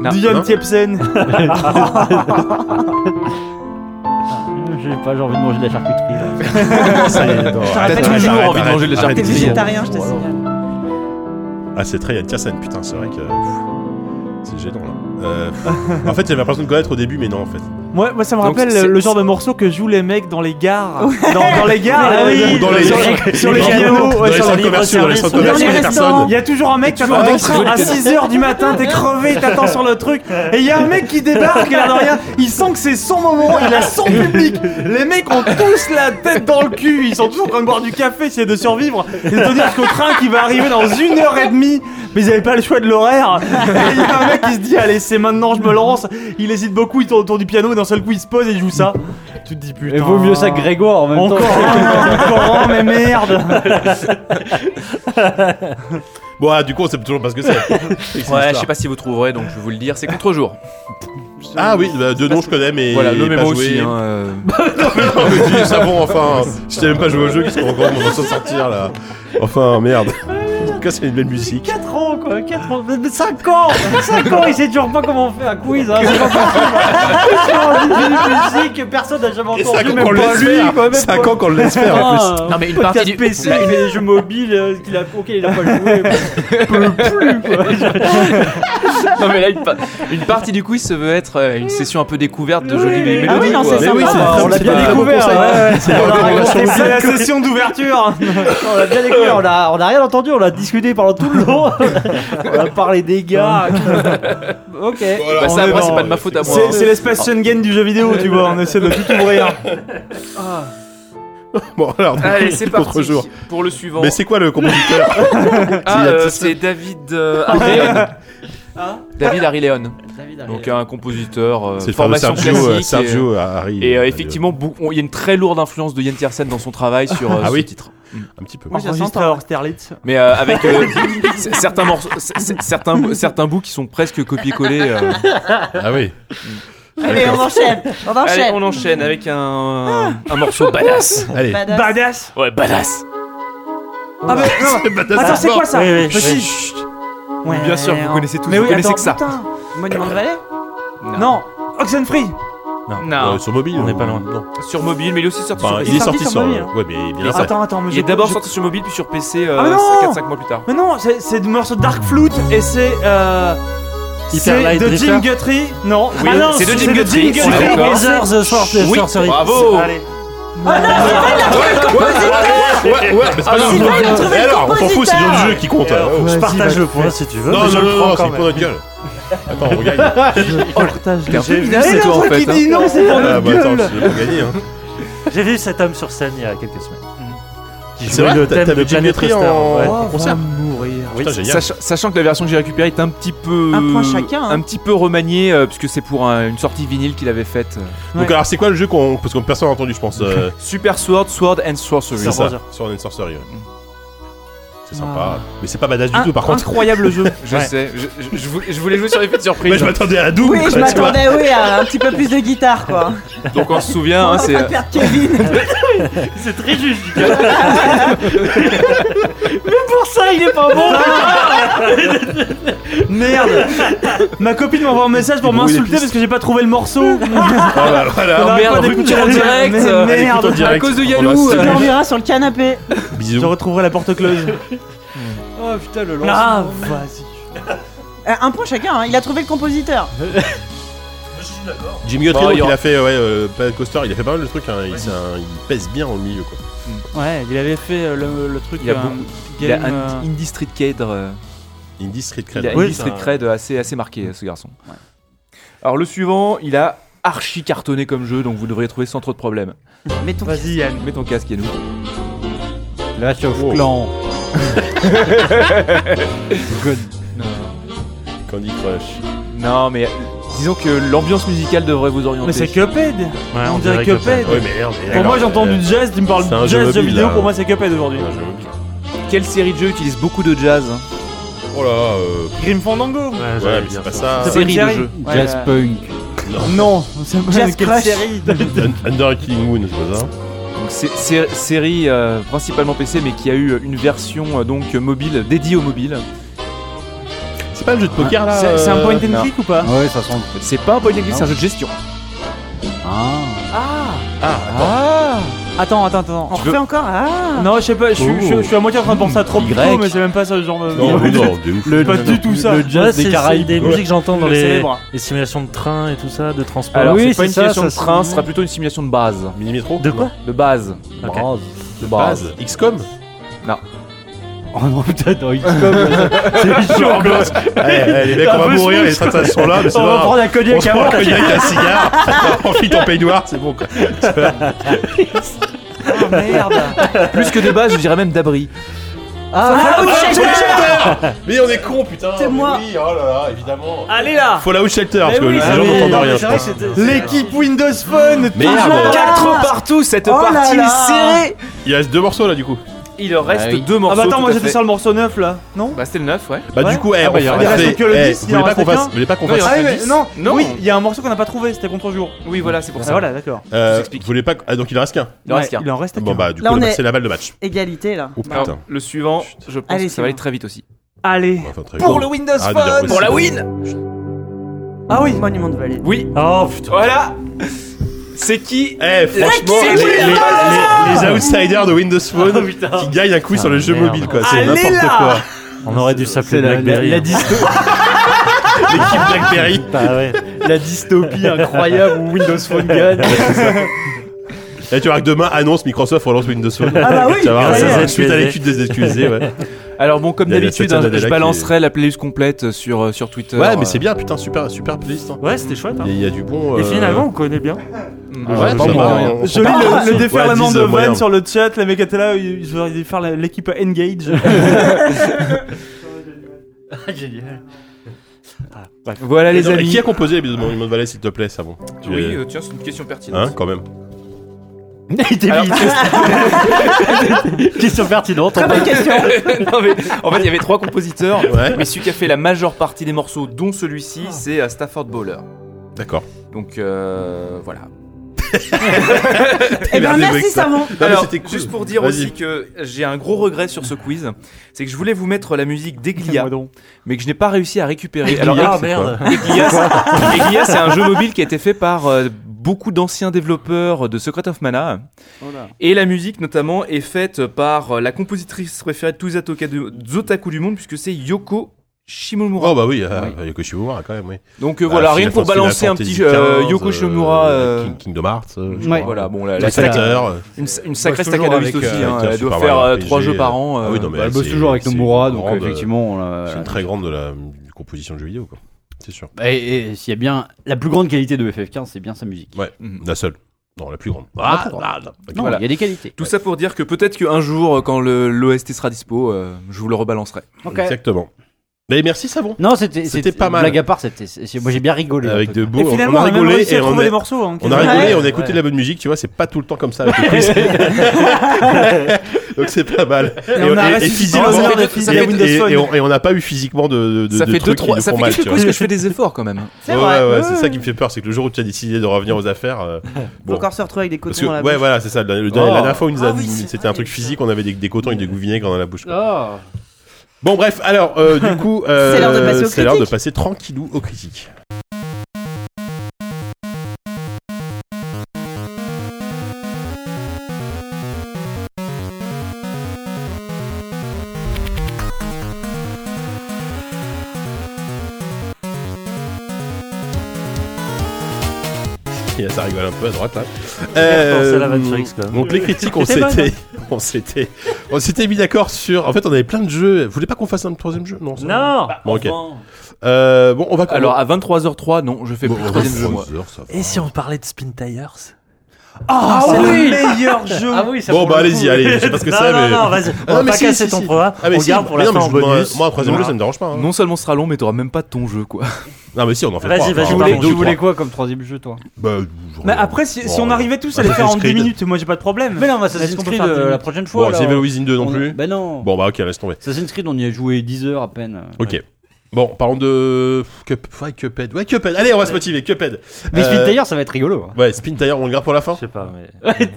Speaker 7: Non.
Speaker 5: Du
Speaker 2: Non.
Speaker 5: Yann Tiepsen.
Speaker 4: J'ai pas j'ai envie de manger de la charcuterie. là.
Speaker 2: Ça y est, non, arrête,
Speaker 7: toujours
Speaker 2: arrête,
Speaker 7: envie de
Speaker 2: arrête,
Speaker 7: manger de la
Speaker 2: arrête.
Speaker 3: T'es
Speaker 7: charcuterie.
Speaker 3: végétarien, je te signale.
Speaker 2: Ah c'est très Yann Tiersen, putain, c'est vrai que. pff, C'est gênant là. Euh, en fait, j'avais l'impression de connaître au début, mais non en fait.
Speaker 5: Moi, moi, ça me
Speaker 7: Donc,
Speaker 5: rappelle
Speaker 7: c'est-
Speaker 5: le genre de morceau que jouent les mecs dans les gares. Dans, dans les gares,
Speaker 8: Ah
Speaker 5: euh,
Speaker 8: oui,
Speaker 5: sur-
Speaker 2: dans les-
Speaker 5: sur, sur les
Speaker 2: dans-
Speaker 5: pianos,
Speaker 2: dans
Speaker 5: ouais,
Speaker 2: les
Speaker 5: sur
Speaker 2: centres
Speaker 5: les-
Speaker 2: commerciaux, dans les centres
Speaker 5: dans les
Speaker 2: commerciaux, il y a
Speaker 5: restaurants.
Speaker 2: personne.
Speaker 5: Il y a toujours un mec, t'attends
Speaker 2: Ouais,
Speaker 5: ton
Speaker 2: c'est
Speaker 5: train
Speaker 2: vrai.
Speaker 5: à 6h du matin, t'es crevé, t'attends sur le truc. Et il y a un mec qui débarque, là, de rien. Il sent que c'est son moment, il a son public. Les mecs ont tous la tête dans le cul, ils sont tous en train de boire du café, essayer de survivre. Et de te dire qu'au train qui va arriver dans une heure et demie, mais ils avaient pas le choix de l'horaire. Et il y a un mec qui se dit, allez, c'est maintenant, je me lance. Il hésite beaucoup, il tourne autour du piano, et d'un seul coup, il se pose et il joue ça. Tu te dis, putain.
Speaker 4: Et vaut mieux ça que Grégoire en même
Speaker 5: Encore
Speaker 4: temps.
Speaker 5: un, encore un, mais merde.
Speaker 2: Bon, ah, du coup, on sait toujours parce que c'est.
Speaker 7: Ouais, je sais pas si vous trouverez, donc je vais vous le dire. C'est contre-jour.
Speaker 2: Ah oui, bah, deux noms je connais, mais.
Speaker 7: Voilà,
Speaker 2: pas
Speaker 7: le mémo
Speaker 2: joué.
Speaker 7: aussi. hein, euh.
Speaker 2: Non, Ah, mais dis, ça bon, enfin. Je t'ai même pas joué au jeu, qu'est-ce qu'on va s'en sortir là Enfin, merde. En tout cas, c'est une belle musique.
Speaker 8: 4 ans quoi, 4 ans, 5 ans 5 ans, il sait toujours pas comment on fait un quiz, hein, c'est pas possible Ils sont en musique, personne n'a jamais
Speaker 2: Et ça
Speaker 8: entendu,
Speaker 2: quand
Speaker 8: même
Speaker 2: on le
Speaker 8: pas
Speaker 2: laisse
Speaker 8: lui
Speaker 2: faire.
Speaker 8: quoi, même
Speaker 2: Cinq
Speaker 8: pas-
Speaker 2: ans qu'on le laisse faire en plus.
Speaker 8: Ah,
Speaker 7: Non, mais une
Speaker 8: podcast
Speaker 7: partie du-
Speaker 8: PC, il fait des jeux mobiles, euh, qu'il a... auquel il a pas joué,
Speaker 7: Non, mais là, une, pa- une partie du quiz se veut être euh, une session un peu découverte de jolies mélodies.
Speaker 3: Ah oui, non,
Speaker 7: quoi.
Speaker 3: c'est
Speaker 2: Mais oui,
Speaker 3: sympa.
Speaker 2: c'est-
Speaker 4: on l'a
Speaker 2: c'est
Speaker 4: bien
Speaker 2: un très bon
Speaker 4: découvert.
Speaker 2: conseil.
Speaker 4: ouais, ouais.
Speaker 2: C'est la recommandation.
Speaker 5: C'est la session d'ouverture.
Speaker 8: on l'a bien découvert, on a, on a rien entendu, on a discuté pendant tout le long, on a parlé des gars, ok,
Speaker 7: Bah, ça, après, c'est pas de ma faute à moi.
Speaker 5: C'est c'est l'espace Schengen du jeu vidéo, tu vois. On essaie de tout ouvrir.
Speaker 2: Bon, alors, du coup,
Speaker 7: Allez, c'est parti
Speaker 2: contre-jour.
Speaker 7: pour le suivant.
Speaker 2: Mais c'est quoi le compositeur
Speaker 7: Ah,
Speaker 2: il y a
Speaker 7: euh,
Speaker 2: tout ça.
Speaker 7: c'est David euh, Harry Leon. Ah. David Harry Leon. Donc un compositeur euh,
Speaker 2: C'est le fameux
Speaker 7: formation
Speaker 2: Sergio, euh,
Speaker 7: classique.
Speaker 2: Sergio Harry.
Speaker 7: et, et, euh,
Speaker 2: euh,
Speaker 7: effectivement, bou- on- il y a une très lourde influence de Yann Tiersen dans son travail sur euh,
Speaker 2: Ah
Speaker 7: ce
Speaker 2: oui.
Speaker 7: titre.
Speaker 2: Un petit peu.
Speaker 3: Oui, ça
Speaker 5: Enregistré
Speaker 3: s'entend.
Speaker 5: à Austerlitz.
Speaker 7: Mais euh, avec euh, c- certains morceaux, c- c- certains, bou- certains bouts qui sont presque copiés-collés. euh.
Speaker 2: Ah oui.
Speaker 3: Allez, on enchaîne. On
Speaker 7: Allez,
Speaker 3: enchaîne.
Speaker 7: on enchaîne avec un, un morceau badass.
Speaker 2: Allez.
Speaker 3: Badass.
Speaker 5: Badass.
Speaker 7: Ouais, badass.
Speaker 5: Ah bah non. Attends, c'est quoi ça
Speaker 6: Oui, oui.
Speaker 5: Bah, si. Ouais.
Speaker 7: Bien sûr, vous connaissez tous,
Speaker 5: Mais
Speaker 7: vous
Speaker 5: oui,
Speaker 7: connaissez
Speaker 5: attends,
Speaker 7: que ça.
Speaker 5: putain.
Speaker 3: Monument de Valais
Speaker 5: Non. Oxenfree.
Speaker 7: Non.
Speaker 2: Euh, sur mobile,
Speaker 6: On n'est pas loin.
Speaker 7: Sur mobile, mais il est aussi sorti
Speaker 2: Enfin,
Speaker 7: sur
Speaker 2: il est
Speaker 7: PC.
Speaker 2: sorti
Speaker 5: sur
Speaker 2: sur.
Speaker 5: mobile,
Speaker 2: euh, Ouais, mais il est là.
Speaker 5: Attends, attends. mais
Speaker 7: Il
Speaker 5: je-
Speaker 7: est d'abord
Speaker 5: je-
Speaker 7: sorti sur mobile, puis sur PC
Speaker 5: Ah, mais non
Speaker 7: 4-5 mois plus tard.
Speaker 5: Mais non, c'est c'est du morceau de Dark Flute et c'est. Euh... C'est
Speaker 6: Light
Speaker 5: de
Speaker 6: Drifter.
Speaker 5: Jim Guthrie Non.
Speaker 7: Oui,
Speaker 5: ah non,
Speaker 7: c'est de Jim Guthrie,
Speaker 5: Jim
Speaker 7: on est
Speaker 5: Guthrie.
Speaker 7: d'accord.
Speaker 5: Et c'est-
Speaker 6: Heures de sorte-
Speaker 7: Oui,
Speaker 6: sorcerie.
Speaker 7: bravo. Ah
Speaker 6: Allez.
Speaker 5: Ah,
Speaker 2: Ouais, ouais, ouais, mais c'est pas grave.
Speaker 3: Sylvain, il a trouvé
Speaker 2: Mais
Speaker 3: le
Speaker 2: alors, on s'en fout, c'est le
Speaker 3: compositeur.
Speaker 2: jeu qui compte. hein.
Speaker 6: Je
Speaker 8: Vas-y,
Speaker 6: partage
Speaker 8: va
Speaker 6: le
Speaker 8: te
Speaker 6: point si tu veux.
Speaker 2: Non,
Speaker 6: mais je
Speaker 2: non,
Speaker 6: le
Speaker 2: non,
Speaker 6: prends
Speaker 2: non, c'est
Speaker 6: quand
Speaker 2: pour
Speaker 6: même.
Speaker 2: notre gueule. Attends, regarde.
Speaker 5: Et
Speaker 7: C'est
Speaker 5: le
Speaker 7: toi, en
Speaker 5: truc
Speaker 7: fait,
Speaker 5: qui
Speaker 7: hein.
Speaker 5: dit non, c'est pour
Speaker 2: Ah,
Speaker 5: notre
Speaker 2: bah, attends,
Speaker 5: gueule.
Speaker 2: c'est pas gagné. hein.
Speaker 6: J'ai vu cet homme sur scène il y a quelques semaines. Qui
Speaker 2: C'est
Speaker 6: jouait
Speaker 2: vrai,
Speaker 6: le
Speaker 2: t'as-
Speaker 6: thème
Speaker 2: t'avais
Speaker 6: de
Speaker 2: Jim
Speaker 6: Planet
Speaker 2: Guthrie
Speaker 6: Coaster,
Speaker 2: en-
Speaker 6: ouais.
Speaker 2: Oh, concert.
Speaker 5: Ah, mourir.
Speaker 2: Putain, génial.
Speaker 7: Sach- sachant que la version que j'ai récupérée est un petit peu.
Speaker 3: Un point chacun, hein.
Speaker 7: Un petit peu remaniée, euh, puisque c'est pour un- une sortie vinyle qu'il avait faite. euh.
Speaker 2: Donc,
Speaker 5: Ouais.
Speaker 2: alors, c'est quoi le jeu qu'on. Parce que personne n'a entendu, je pense. euh,
Speaker 7: Super Sword, Sword and Sorcery.
Speaker 2: C'est
Speaker 6: Ça
Speaker 2: ça,
Speaker 6: revient.
Speaker 2: sur une sorcerie. ouais. C'est sympa. Mais c'est pas badass
Speaker 5: Ah,
Speaker 2: du tout, par contre.
Speaker 5: Incroyable jeu.
Speaker 7: Je
Speaker 6: Ouais.
Speaker 7: sais, je, je- je voulais, je voulais jouer sur l'effet de
Speaker 2: Moi,
Speaker 7: surprise.
Speaker 2: je m'attendais à Doom.
Speaker 3: Oui,
Speaker 2: quoi,
Speaker 3: je
Speaker 2: tu vois.
Speaker 3: m'attendais oui, à un petit peu plus de guitare, quoi.
Speaker 7: Donc on se souvient,
Speaker 3: On
Speaker 7: hein,
Speaker 3: va
Speaker 7: c'est.
Speaker 2: euh,
Speaker 3: pas perdre Kevin.
Speaker 8: c'est très juste, du gars. Mais pour ça, il est pas bon
Speaker 5: Merde Ma copine m'envoie un message pour
Speaker 2: Il brouille les
Speaker 5: m'insulter
Speaker 2: pistes.
Speaker 5: parce que j'ai pas trouvé le morceau
Speaker 2: Ah, bah, voilà.
Speaker 5: On a
Speaker 7: merde,
Speaker 5: pas
Speaker 7: rupture
Speaker 5: d'écouter.
Speaker 7: en direct,
Speaker 5: Mais
Speaker 7: euh,
Speaker 2: Allez,
Speaker 5: Merde
Speaker 2: écoute en direct.
Speaker 7: cause de
Speaker 2: On
Speaker 7: Yalou,
Speaker 3: Tu
Speaker 2: va-
Speaker 7: euh,
Speaker 3: l'enverras sur le canapé.
Speaker 5: Je
Speaker 2: Bisous.
Speaker 5: retrouverai la porte close.
Speaker 8: Oh putain, le lancement.
Speaker 5: Ah, vas-y.
Speaker 3: Euh, Un point chacun, hein. il a trouvé le compositeur.
Speaker 2: Jimmy Guthrie,
Speaker 7: Bon,
Speaker 2: donc,
Speaker 7: il y
Speaker 2: il
Speaker 7: aura-
Speaker 2: a fait, ouais, euh, Planet Coaster, il a fait pas mal de trucs. hein. Il, c'est un- il pèse bien au milieu, quoi.
Speaker 5: Ouais, il avait fait euh, le, le truc.
Speaker 7: Il a
Speaker 5: euh,
Speaker 7: beaucoup- il a
Speaker 5: game,
Speaker 7: un
Speaker 5: euh,
Speaker 7: Indie Street Cred. euh,
Speaker 2: Indie Street Cred.
Speaker 7: Il a
Speaker 2: Oui,
Speaker 7: Indie
Speaker 2: c'est
Speaker 7: Street
Speaker 2: un-
Speaker 7: Cred assez, assez marqué, ce garçon. Alors le suivant, il a archi cartonné comme jeu, donc vous devriez trouver sans trop de problèmes.
Speaker 3: Mais ton
Speaker 7: Vas-y Yann. Mets ton casque, Yannou.
Speaker 4: La chauffe
Speaker 2: Wow.
Speaker 4: clan.
Speaker 2: Candy Crush.
Speaker 7: Non, mais euh, disons que l'ambiance musicale devrait vous orienter.
Speaker 5: Mais c'est Cuphead
Speaker 6: Ouais,
Speaker 5: On dirait Cuphead
Speaker 2: Ouais, mais merde. mais
Speaker 5: Pour
Speaker 2: d'accord,
Speaker 5: moi, j'entends
Speaker 2: euh,
Speaker 5: du jazz, tu me parles
Speaker 2: c'est un
Speaker 5: de
Speaker 2: jeu
Speaker 5: jazz jeu
Speaker 2: mobile,
Speaker 5: vidéo,
Speaker 2: là.
Speaker 5: pour moi c'est Cuphead aujourd'hui.
Speaker 2: c'est un jeu mobile.
Speaker 7: Quelle série de jeux utilise beaucoup de jazz hein
Speaker 2: Oh là, euh,
Speaker 5: Grim Fandango
Speaker 2: ouais, mais c'est pas ça.
Speaker 5: C'est pas une
Speaker 7: Série de
Speaker 5: série
Speaker 7: jeux.
Speaker 5: Ouais,
Speaker 4: Jazz
Speaker 5: euh,
Speaker 4: punk.
Speaker 5: Non, c'est pas
Speaker 3: Jazz
Speaker 5: une- quelle
Speaker 3: Crush.
Speaker 7: Euh,
Speaker 5: série
Speaker 2: Un- Under Killing Moon, c'est pas ça
Speaker 7: Donc, c'est- c'est- série euh, principalement PC, mais qui a eu une version euh, donc mobile dédiée au mobile.
Speaker 2: C'est pas le jeu de poker, là
Speaker 5: C'est c'est un point
Speaker 2: euh,
Speaker 5: and click ou pas
Speaker 4: Ouais, ça sent.
Speaker 7: C'est pas un point and click, c'est un jeu de gestion.
Speaker 4: Ah.
Speaker 5: Ah
Speaker 7: Ah,
Speaker 5: Attends, attends, attends.
Speaker 3: On refait encore Ah
Speaker 5: Non, je sais pas, je suis- je suis je suis à moitié en train de penser à trop
Speaker 4: Y.
Speaker 5: mais c'est même pas ça le genre de.
Speaker 2: Non, mais non, de ouf.
Speaker 5: pas
Speaker 6: non,
Speaker 5: du tout ça.
Speaker 4: Le
Speaker 6: Ouais,
Speaker 4: jazz
Speaker 6: c'est-
Speaker 4: des
Speaker 6: c'est
Speaker 4: Caraïbes.
Speaker 6: des musiques que j'entends dans
Speaker 5: Le
Speaker 6: les,
Speaker 5: célèbre.
Speaker 6: les simulations de train et tout ça, de transport.
Speaker 7: Alors,
Speaker 4: oui,
Speaker 7: c'est pas
Speaker 4: c'est
Speaker 7: une
Speaker 4: ça,
Speaker 7: simulation
Speaker 4: ça
Speaker 7: de train, ce sera plutôt une simulation de base.
Speaker 2: Millimétro
Speaker 6: de quoi
Speaker 7: De base.
Speaker 4: Bravo.
Speaker 7: De
Speaker 2: Base XCOM
Speaker 4: Oh non, putain, dans XCOM, c'est chiant. quoi.
Speaker 2: Eh, eh, Les mecs,
Speaker 4: T'as
Speaker 2: on
Speaker 4: un
Speaker 2: va
Speaker 4: peu
Speaker 2: mourir,
Speaker 4: smooth,
Speaker 2: les traites sont là, mais c'est
Speaker 4: On va
Speaker 2: pas grave.
Speaker 4: prendre un
Speaker 2: On
Speaker 4: cognac
Speaker 2: se
Speaker 4: avant.
Speaker 2: prend un cognac, un cigare, on enfile ton peignoir, c'est bon quoi.
Speaker 5: Oh, merde.
Speaker 7: Plus que de base, je dirais même d'abri.
Speaker 3: Ah, Out Shelter
Speaker 2: Mais on est con putain
Speaker 3: C'est
Speaker 2: mais
Speaker 3: moi.
Speaker 2: Oui, oh là là, évidemment
Speaker 5: Allez là
Speaker 2: Faut la house shelter, parce que
Speaker 4: oui,
Speaker 2: les
Speaker 4: ah
Speaker 2: gens
Speaker 4: oui,
Speaker 2: n'entendent
Speaker 4: non,
Speaker 2: rien.
Speaker 4: mais
Speaker 2: je
Speaker 4: c'est vrai
Speaker 2: pense.
Speaker 4: que
Speaker 5: Ah,
Speaker 4: c'était-
Speaker 5: L'équipe Windows Phone
Speaker 4: Ah,
Speaker 2: Merde
Speaker 7: 4 partout, cette
Speaker 3: Oh là
Speaker 7: partie
Speaker 3: là.
Speaker 7: est serrée
Speaker 2: Il reste deux morceaux là du coup.
Speaker 7: Il en reste
Speaker 4: Ah oui.
Speaker 7: deux
Speaker 5: Ah
Speaker 7: morceaux.
Speaker 5: bah attends,
Speaker 7: tout
Speaker 5: moi
Speaker 7: à
Speaker 5: j'étais
Speaker 7: fait.
Speaker 5: sur le morceau 9 là, non
Speaker 7: Bah c'était le 9, ouais.
Speaker 2: Bah
Speaker 5: Ouais.
Speaker 2: du coup, eh,
Speaker 7: Ah,
Speaker 2: on
Speaker 7: bah, il y en
Speaker 2: fait-
Speaker 5: reste que le
Speaker 2: eh,
Speaker 5: 10, il
Speaker 2: vous
Speaker 5: y en
Speaker 2: voulez pas
Speaker 5: reste
Speaker 2: qu'on fasse-
Speaker 5: qu'un.
Speaker 2: vous voulez pas qu'on
Speaker 7: Non, il
Speaker 2: fasse
Speaker 7: en reste
Speaker 5: Ah, mais
Speaker 7: dix.
Speaker 5: non,
Speaker 7: Non.
Speaker 5: Oui, il y a un morceau qu'on n'a pas trouvé, c'était contre-jour.
Speaker 7: Oui, voilà, c'est pour
Speaker 5: Ah
Speaker 7: ça.
Speaker 5: voilà, d'accord.
Speaker 2: Euh,
Speaker 7: Je t'explique.
Speaker 2: Vous voulez pas Ah donc il en reste qu'un.
Speaker 7: Il en reste qu'un.
Speaker 5: Ouais, Il en reste
Speaker 2: Bon
Speaker 5: qu'un.
Speaker 2: bah du
Speaker 3: Là,
Speaker 2: coup,
Speaker 3: on est-
Speaker 2: c'est la balle de match.
Speaker 3: Égalité là.
Speaker 2: Oh
Speaker 7: Alors,
Speaker 2: putain.
Speaker 7: le suivant, je pense
Speaker 3: Allez,
Speaker 7: que
Speaker 3: c'est
Speaker 7: ça va
Speaker 3: bon.
Speaker 7: aller très vite aussi.
Speaker 5: Allez.
Speaker 2: Enfin, très
Speaker 7: Pour
Speaker 2: bon.
Speaker 7: le Windows
Speaker 2: Ah, dis donc,
Speaker 7: Phone
Speaker 2: mais
Speaker 7: Pour
Speaker 2: c'est
Speaker 7: la
Speaker 2: bon.
Speaker 7: win
Speaker 3: Ah oui Monument de
Speaker 5: Euh.
Speaker 3: Vallée.
Speaker 7: Oui,
Speaker 6: Oh putain.
Speaker 7: voilà C'est qui
Speaker 2: Eh franchement,
Speaker 7: Lexi
Speaker 2: les, les- les- les outsiders de Windows Phone qui gagnent un coup sur le jeu
Speaker 6: merde.
Speaker 2: mobile quoi, c'est
Speaker 5: Allez
Speaker 2: n'importe
Speaker 5: là
Speaker 2: quoi.
Speaker 6: On aurait dû
Speaker 4: C'est
Speaker 6: s'appeler
Speaker 4: la, la,
Speaker 6: Blackberry.
Speaker 4: la
Speaker 6: hein.
Speaker 4: dysto-
Speaker 2: L'équipe Blackberry.
Speaker 6: Bah ouais.
Speaker 4: la dystopie incroyable où Windows Phone gagne.
Speaker 2: Là tu verras que demain annonce Microsoft relance Windows Phone.
Speaker 3: Ah bah oui
Speaker 2: Ça va,
Speaker 6: Grâce
Speaker 2: ça
Speaker 6: à
Speaker 2: va,
Speaker 6: ZQSD.
Speaker 2: suite à l'étude des excusés, ouais.
Speaker 7: Alors bon, comme
Speaker 2: Il y a la
Speaker 7: d'habitude,
Speaker 2: Satya
Speaker 7: hein,
Speaker 2: Nadella
Speaker 7: je
Speaker 2: qui
Speaker 7: balancerai la playlist complète sur, euh, sur Twitter.
Speaker 2: Ouais, mais c'est
Speaker 7: Euh,
Speaker 2: bien, putain, super, super playlist. hein.
Speaker 6: Ouais, c'était chouette. hein.
Speaker 2: Il y a- il y a du bon.
Speaker 6: Et
Speaker 2: euh,
Speaker 6: finalement, on connaît bien.
Speaker 7: mm,
Speaker 2: Ouais,
Speaker 7: je
Speaker 2: ça
Speaker 7: pense
Speaker 2: va,
Speaker 7: rien.
Speaker 2: on-
Speaker 5: Joli le, le déferlement
Speaker 2: dix,
Speaker 5: de
Speaker 2: euh,
Speaker 5: Van
Speaker 2: moyen.
Speaker 5: sur le chat, la mec était là, il- je voudrais faire la- l'équipe Engage.
Speaker 7: Voilà les
Speaker 2: Non, mais
Speaker 7: amis.
Speaker 2: Qui a composé les bisous de Monument de Valais, s'il te plaît, Savon Tu-
Speaker 7: Oui, euh, tiens, c'est une question pertinente.
Speaker 2: Hein, quand même.
Speaker 7: Alors-
Speaker 4: Question pertinente.
Speaker 3: Très bonne question
Speaker 7: Non, mais, en fait, il y avait trois compositeurs.
Speaker 2: Ouais.
Speaker 7: Mais celui qui a fait la majeure partie des morceaux, dont celui-ci,
Speaker 2: Ah.
Speaker 7: c'est euh, Stafford Bowler.
Speaker 2: D'accord.
Speaker 7: Donc euh, voilà.
Speaker 3: Eh ben
Speaker 2: Merde, les
Speaker 3: merci
Speaker 2: mecs, ça.
Speaker 3: Savon
Speaker 2: mais
Speaker 7: Alors,
Speaker 2: c'était cool.
Speaker 7: juste pour dire
Speaker 2: Vas-y.
Speaker 7: aussi que j'ai un gros regret sur ce quiz, c'est que je voulais vous mettre la musique d'Eglia, mais que je n'ai pas réussi à récupérer. Alors,
Speaker 6: Ah
Speaker 7: Eg-
Speaker 6: merde.
Speaker 7: Eglia, c'est- Eglia, c'est un jeu mobile qui a été fait par euh, beaucoup d'anciens développeurs de Secret of Mana.
Speaker 6: Oh
Speaker 7: Et la musique, notamment, est faite par euh, la compositrice préférée de tous les atoka- de- otaku du monde, puisque c'est Yoko Shimomura.
Speaker 2: Oh bah oui, euh, Yoko Shimomura quand même, oui.
Speaker 7: Donc euh,
Speaker 2: Ah,
Speaker 7: voilà,
Speaker 2: Final
Speaker 7: rien que pour
Speaker 2: Fantasy,
Speaker 7: balancer
Speaker 2: Final
Speaker 7: un petit
Speaker 2: Fantasy
Speaker 7: euh,
Speaker 2: 15,
Speaker 7: Yoko
Speaker 2: euh,
Speaker 7: Shimomura. euh,
Speaker 2: King- Kingdom Hearts. euh, je
Speaker 4: Ouais.
Speaker 2: crois. euh,
Speaker 7: Voilà, bon, la, la
Speaker 2: Street
Speaker 7: stack-
Speaker 2: Fighter.
Speaker 7: une, une sacrée
Speaker 6: Bosse
Speaker 7: stack
Speaker 6: toujours
Speaker 7: analyste aussi.
Speaker 6: avec, euh,
Speaker 7: hein,
Speaker 2: Fighter,
Speaker 7: elle doit
Speaker 2: Super
Speaker 7: faire
Speaker 2: Mario
Speaker 7: euh,
Speaker 2: RPG,
Speaker 7: trois jeux par an.
Speaker 2: Ah
Speaker 7: euh,
Speaker 2: oui, non, mais
Speaker 4: Bah, Elle
Speaker 2: elle
Speaker 4: bosse toujours avec Nomura, donc effectivement.
Speaker 2: C'est une très grande de la du composition de jeux vidéo, quoi. C'est sûr.
Speaker 4: Et, et s'il y a bien la plus grande qualité de FF15, c'est bien sa musique.
Speaker 2: Ouais,
Speaker 7: Mhm.
Speaker 2: la seule. Non, la plus grande.
Speaker 4: Ah,
Speaker 2: Ah, ah, non.
Speaker 4: Non,
Speaker 7: Voilà.
Speaker 4: il y a des qualités.
Speaker 7: Tout ça pour dire que peut-être qu'un jour, euh, quand le- l'OST sera dispo, euh, je vous le rebalancerai.
Speaker 4: Ok.
Speaker 2: Exactement. Mais merci, Savon.
Speaker 4: Non, c'était
Speaker 2: C'était
Speaker 4: c'était-
Speaker 2: pas mal.
Speaker 4: Blague à part, c'était c'est- moi j'ai bien rigolé. en
Speaker 2: Avec
Speaker 4: tout
Speaker 2: de
Speaker 4: cas.
Speaker 5: Et
Speaker 2: beaux. On
Speaker 5: finalement,
Speaker 2: a
Speaker 5: on a même
Speaker 2: rigolé
Speaker 5: réussi
Speaker 2: et
Speaker 5: à
Speaker 2: on
Speaker 5: trouver
Speaker 2: a-
Speaker 5: les morceaux. hein,
Speaker 2: On a
Speaker 5: quasiment.
Speaker 2: rigolé, on a
Speaker 6: Ouais.
Speaker 2: écouté de la bonne musique, tu vois, c'est pas tout le temps comme ça avec le quiz. Donc c'est pas mal.
Speaker 5: Et on a
Speaker 2: et- et
Speaker 5: ressuscité
Speaker 2: physiquement,
Speaker 5: Bowser de
Speaker 7: ça
Speaker 5: Phil-
Speaker 7: fait-
Speaker 5: de
Speaker 2: Et,
Speaker 5: Windows
Speaker 2: et-
Speaker 5: Phone.
Speaker 2: et on, et on n'a pas eu physiquement de, de,
Speaker 7: ça
Speaker 2: de
Speaker 7: fait deux,
Speaker 2: trucs qui
Speaker 7: trois,
Speaker 2: nous
Speaker 7: ça
Speaker 2: font
Speaker 7: fait
Speaker 2: mal.
Speaker 7: quelques
Speaker 2: Tu vois.
Speaker 7: quiz que je fais des efforts quand même.
Speaker 3: C'est
Speaker 2: ouais,
Speaker 3: vrai
Speaker 2: ouais, c'est ça qui me fait peur, c'est que le jour où tu as décidé de revenir aux affaires. euh,
Speaker 3: Faut
Speaker 2: bon.
Speaker 3: encore se retrouver avec des
Speaker 2: Parce
Speaker 3: cotons
Speaker 2: que,
Speaker 3: dans la
Speaker 2: ouais,
Speaker 3: bouche.
Speaker 2: voilà, c'est ça. La, le- la dernière fois, on nous a
Speaker 3: Ah oui,
Speaker 2: dit-
Speaker 3: c'est
Speaker 2: c'était
Speaker 3: vrai,
Speaker 2: un truc
Speaker 3: il y a
Speaker 2: physique, on avait des, des cotons et des goûts vinaigres dans la bouche. quoi.
Speaker 4: Ah.
Speaker 2: Bon, bref, alors, euh, du coup, euh,
Speaker 3: C'est l'heure de passer aux
Speaker 2: c'est l'heure de
Speaker 3: critiques.
Speaker 2: passer tranquillou aux critiques. Et là, ça rigole un peu à droite. Hein.
Speaker 6: Merci pour ça, la vanne sur XCOM.
Speaker 2: donc les critiques, on
Speaker 5: C'était bonne,
Speaker 2: s'était,
Speaker 3: hein.
Speaker 2: on s'était, on s'était mis d'accord sur. En fait, on avait plein de jeux. Vous voulez pas qu'on fasse un troisième jeu Non. ça-
Speaker 6: Non.
Speaker 2: Bon, ok. Euh, bon, on va.
Speaker 7: Alors à 23h03, non, je fais
Speaker 2: bon,
Speaker 7: plus le troisième jeu moi.
Speaker 6: Et si on parlait de Spin Tires
Speaker 5: Ah
Speaker 4: c'est le
Speaker 5: oui meilleur jeu.
Speaker 4: Ah oui, ça
Speaker 2: Bon,
Speaker 4: pour
Speaker 2: bah
Speaker 4: le
Speaker 2: allez-y,
Speaker 4: coup.
Speaker 2: allez. Je sais pas ce que
Speaker 6: non,
Speaker 2: c'est,
Speaker 6: non,
Speaker 2: mais.
Speaker 6: non, vas-y.
Speaker 2: Ah,
Speaker 6: On va
Speaker 2: mais
Speaker 6: pas
Speaker 2: si,
Speaker 6: casser
Speaker 2: si,
Speaker 6: ton
Speaker 2: si.
Speaker 6: programme.
Speaker 2: Ah, mais
Speaker 6: on
Speaker 2: si,
Speaker 6: garde pour
Speaker 2: mais
Speaker 6: la
Speaker 2: non, mais
Speaker 6: fin en
Speaker 2: je- moi,
Speaker 6: bonus.
Speaker 2: Moi, un troisième jeu, ça me dérange pas. hein.
Speaker 7: Non seulement ce sera long, mais t'auras même pas ton jeu quoi.
Speaker 2: Non, mais si, on en fait
Speaker 6: Vas-y,
Speaker 2: trois.
Speaker 4: Tu
Speaker 2: enfin,
Speaker 6: vas-y,
Speaker 4: voulais,
Speaker 2: deux
Speaker 6: on parle.
Speaker 2: ou
Speaker 4: tu
Speaker 2: trois.
Speaker 4: voulais quoi comme troisième jeu, toi
Speaker 2: Bah,
Speaker 5: Mais après, si, si
Speaker 2: Bon,
Speaker 5: on
Speaker 2: ouais. Bah,
Speaker 5: arrivait tous à les
Speaker 2: Assassin's
Speaker 5: faire en 10
Speaker 2: Creed.
Speaker 5: minutes, moi j'ai pas de problème.
Speaker 4: Mais non, mais
Speaker 5: Est-ce
Speaker 4: Assassin's
Speaker 5: qu'on peut
Speaker 4: Creed
Speaker 5: faire
Speaker 4: euh,
Speaker 5: dix
Speaker 4: la
Speaker 5: minutes
Speaker 4: prochaine fois.
Speaker 2: Bon,
Speaker 4: là,
Speaker 2: Evil
Speaker 4: on-
Speaker 2: Within 2 non
Speaker 4: on-
Speaker 2: plus.
Speaker 4: Bah non.
Speaker 2: Bon, bah ok, laisse tomber. Euh,
Speaker 4: Assassin's Creed, on y a joué 10 heures à peine.
Speaker 2: Ok. Bon, parlons de. Cup... Ouais, Cuphead. Ouais, Cuphead. Allez, on va se motiver. Cuphead.
Speaker 4: Mais
Speaker 2: Euh,
Speaker 4: Speed Taylor, ça va être rigolo. hein.
Speaker 2: Ouais, Spin Tire, on le garde pour la fin.
Speaker 6: Je sais pas, mais.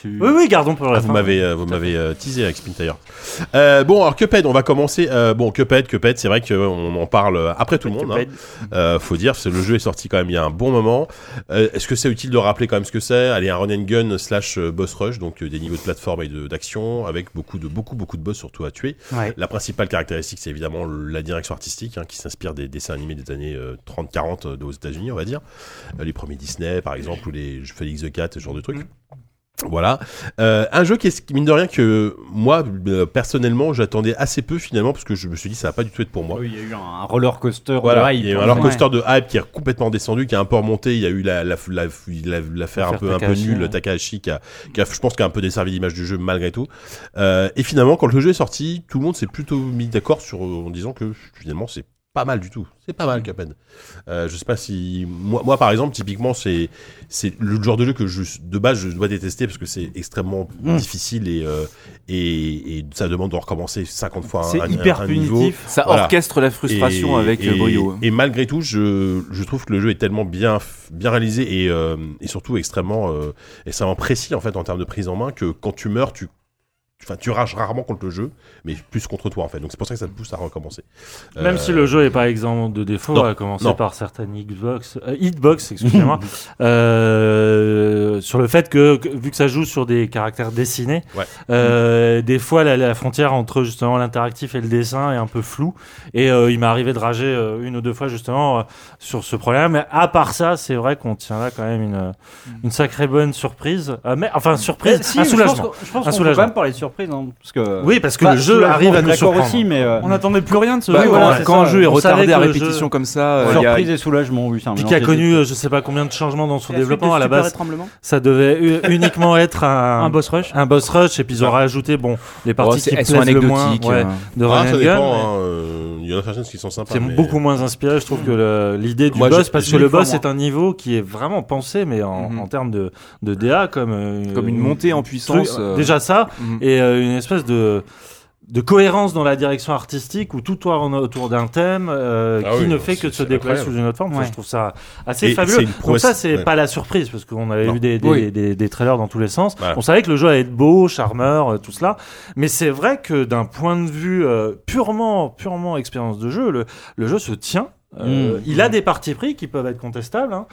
Speaker 7: Tu-
Speaker 6: Oui, oui, gardons pour
Speaker 2: Ah,
Speaker 6: la
Speaker 2: vous
Speaker 6: fin.
Speaker 2: m'avez, euh, vous m'avez euh, teasé avec Spin Tire. Euh, bon, alors Cuphead, on va commencer. euh, bon, Cuphead, Cuphead, c'est vrai qu'on en parle euh, après tout le monde. hein. Euh, faut dire, parce que le jeu est sorti quand même il y a un bon moment. Euh, Est-ce que c'est utile de rappeler quand même ce que c'est Allez, un run and gun slash euh, boss rush, donc euh, des niveaux de plateforme et de- d'action avec beaucoup de beaucoup beaucoup de boss surtout à tuer.
Speaker 6: Ouais.
Speaker 2: La principale caractéristique, c'est évidemment la direction artistique hein, qui s'inspire des dessins animés des années euh, 30-40 euh, aux États-Unis, on va dire. Euh, les premiers Disney, par exemple, ou les jeux Félix the Cat, ce genre de trucs. Voilà. Euh, un jeu qui est, mine de rien, que moi, euh, personnellement, j'attendais assez peu finalement, parce que je me suis dit, ça va pas du tout être pour moi.
Speaker 4: Oui, il y a eu un- un roller coaster.
Speaker 2: Voilà,
Speaker 4: de hype,
Speaker 2: il y a eu
Speaker 4: hein.
Speaker 2: un roller coaster de hype qui est complètement descendu, qui a un peu remonté. Il y a eu la, la, la- la- l'affaire un
Speaker 6: L'affaire
Speaker 2: peu, un peu
Speaker 6: Takahashi,
Speaker 2: nulle,
Speaker 6: ouais.
Speaker 2: Takahashi, qui a, qui a, je pense, qui a un peu desservi l'image du jeu malgré tout. Euh, et finalement, quand le jeu est sorti, tout le monde s'est plutôt mis d'accord sur, euh, en disant que finalement, c'est pas mal du tout. C'est pas mal,
Speaker 5: Mm.
Speaker 2: Cuphead. Euh, je sais pas si moi, moi par exemple, typiquement, c'est c'est le genre de jeu que je, de base je dois détester parce que c'est extrêmement
Speaker 5: Mm.
Speaker 2: difficile et, euh, et et ça demande de recommencer 50 fois. un-
Speaker 5: C'est
Speaker 2: un-
Speaker 5: hyper
Speaker 2: un niveau.
Speaker 5: punitif.
Speaker 7: Ça
Speaker 2: Voilà.
Speaker 7: orchestre la frustration
Speaker 2: Et-
Speaker 7: avec
Speaker 2: et-
Speaker 7: euh, brio.
Speaker 2: Et malgré tout, je, je trouve que le jeu est tellement bien, f- bien réalisé et, euh, et surtout extrêmement, euh, extrêmement précis en fait en termes de prise en main que quand tu meurs, tu Enfin, tu rages rarement contre le jeu, mais plus contre toi en fait. Donc c'est pour ça que ça te pousse à recommencer. Euh,
Speaker 6: Même si le jeu est pas exempt de défauts,
Speaker 2: non,
Speaker 6: à commencer
Speaker 2: non.
Speaker 6: par certaines Xbox, euh, Hitbox, excusez-moi, euh, sur le fait que, que- vu que ça joue sur des caractères dessinés,
Speaker 2: Ouais.
Speaker 6: euh, des fois la, la frontière entre justement l'interactif et le dessin est un peu floue. Et euh, il m'est arrivé de rager euh, une ou deux fois justement euh, sur ce problème. Mais à part ça, c'est vrai qu'on tient là quand même une, une sacrée bonne surprise. Mm. Euh, mais enfin surprise,
Speaker 4: Eh, si,
Speaker 6: un
Speaker 4: je pense
Speaker 6: soulagement.
Speaker 4: qu'on- Je pense
Speaker 6: Un
Speaker 4: qu'on peut
Speaker 6: soulagement.
Speaker 4: quand même parler de surprise. hein, parce que...
Speaker 6: Oui, parce que
Speaker 4: Bah,
Speaker 6: le jeu
Speaker 4: soulagement,
Speaker 6: arrive
Speaker 4: je
Speaker 6: à
Speaker 4: suis
Speaker 6: nous
Speaker 4: d'accord
Speaker 6: surprendre.
Speaker 4: aussi, mais. euh,
Speaker 5: On n'attendait plus rien de ce
Speaker 7: Bah,
Speaker 5: jeu.
Speaker 4: oui, voilà,
Speaker 7: quand-
Speaker 4: c'est
Speaker 7: quand
Speaker 4: ça,
Speaker 7: un jeu est
Speaker 6: on savait
Speaker 7: retardé à
Speaker 6: que le jeu-
Speaker 7: répétition comme ça, euh, il y a-
Speaker 4: Surprise et soulagement, oui, c'est un
Speaker 6: Puis qui a
Speaker 4: mélange des
Speaker 6: connu, euh, je sais pas combien de changements dans son
Speaker 3: C'est la suite
Speaker 6: développement
Speaker 3: de
Speaker 6: à la
Speaker 3: Super
Speaker 6: base.
Speaker 3: et Tremblement.
Speaker 6: Ça devait u- uniquement être un,
Speaker 5: Un boss rush.
Speaker 6: un boss rush et puis ils ont rajouté bon les
Speaker 7: Oh,
Speaker 6: parties
Speaker 7: c'est-
Speaker 6: qui
Speaker 7: elles sont
Speaker 6: plaisent le moins
Speaker 7: anecdotiques.
Speaker 6: ouais,
Speaker 7: euh.
Speaker 6: de
Speaker 2: ah,
Speaker 6: Run
Speaker 2: ça
Speaker 6: and
Speaker 2: dépend.
Speaker 6: Gun,
Speaker 2: hein, euh, Il y en a certaines qui sont
Speaker 6: mais
Speaker 2: sympas.
Speaker 6: C'est
Speaker 2: mais-
Speaker 6: beaucoup moins inspiré, je trouve, que le- l'idée du
Speaker 2: Moi,
Speaker 6: boss,
Speaker 2: je-
Speaker 6: parce
Speaker 2: je
Speaker 6: que
Speaker 2: l'ai
Speaker 6: le
Speaker 2: pour
Speaker 6: boss
Speaker 2: moi.
Speaker 6: est un niveau qui est vraiment pensé, mais en,
Speaker 7: Mhm.
Speaker 6: en termes de, de DA, comme, euh,
Speaker 7: Comme une montée en
Speaker 6: truc-
Speaker 7: puissance. euh,
Speaker 6: déjà ça,
Speaker 7: mhm.
Speaker 2: Mm.
Speaker 6: et euh, une espèce de de cohérence dans la direction artistique où tout tourne autour d'un thème euh,
Speaker 2: Ah
Speaker 6: qui
Speaker 2: oui,
Speaker 6: ne
Speaker 2: non,
Speaker 6: fait
Speaker 2: c'est-
Speaker 6: que de se
Speaker 2: c'est
Speaker 6: déployer
Speaker 2: incroyable.
Speaker 6: sous une autre forme. Enfin,
Speaker 5: Ouais.
Speaker 6: je trouve ça assez
Speaker 2: Et
Speaker 6: fabuleux.
Speaker 2: c'est une
Speaker 6: Donc
Speaker 2: prouesse-
Speaker 6: ça, c'est
Speaker 2: ouais.
Speaker 6: pas la surprise parce qu'on avait
Speaker 2: Non.
Speaker 6: eu des, des,
Speaker 7: Oui.
Speaker 6: des- des trailers dans tous les sens.
Speaker 2: Voilà.
Speaker 6: On savait que le jeu allait être beau, charmeur, euh, tout cela. Mais c'est vrai que d'un point de vue euh, purement purement expérience de jeu, le, le jeu se tient. Euh,
Speaker 4: Mm.
Speaker 6: Il a des partis pris qui peuvent être contestables, hein.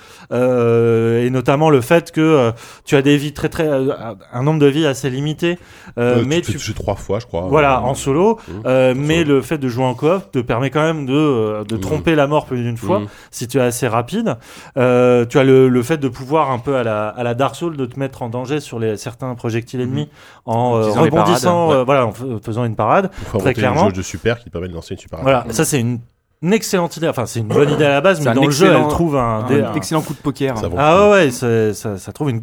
Speaker 6: Euh, et notamment le fait que euh, tu as des vies très très euh, un nombre de vies assez limité, euh,
Speaker 2: Euh,
Speaker 6: mais
Speaker 2: tu,
Speaker 6: tu,
Speaker 2: tu- trois fois, je crois.
Speaker 6: voilà
Speaker 2: Euh,
Speaker 6: en solo,
Speaker 2: Mhm.
Speaker 6: euh, mais
Speaker 2: solo.
Speaker 6: le fait de jouer en coop te permet quand même de euh, de
Speaker 2: Mhm.
Speaker 6: tromper la mort plus d'une fois
Speaker 2: Mhm.
Speaker 6: si tu es assez rapide. Euh, tu as le, le fait de pouvoir un peu à la à la Dark Souls de te mettre en danger sur les certains projectiles ennemis en euh,
Speaker 7: faisant Mhm. les parades,
Speaker 6: rebondissant,
Speaker 7: ouais.
Speaker 6: euh, voilà, en f- faisant une parade.
Speaker 2: Pour faire monter
Speaker 6: clairement.
Speaker 2: Une jauge de super qui permet de lancer une super.
Speaker 6: Voilà, ça c'est une, une excellente idée. Enfin, c'est une bonne idée à la base,
Speaker 7: C'est
Speaker 6: mais
Speaker 7: un
Speaker 6: dans le jeu,
Speaker 7: excellent-
Speaker 6: elle trouve un, dé-
Speaker 7: Un
Speaker 6: un-
Speaker 7: excellent coup de poker.
Speaker 2: Ça vaut le
Speaker 6: Ah
Speaker 2: coup.
Speaker 6: ouais, ouais, c'est- ça, ça trouve une,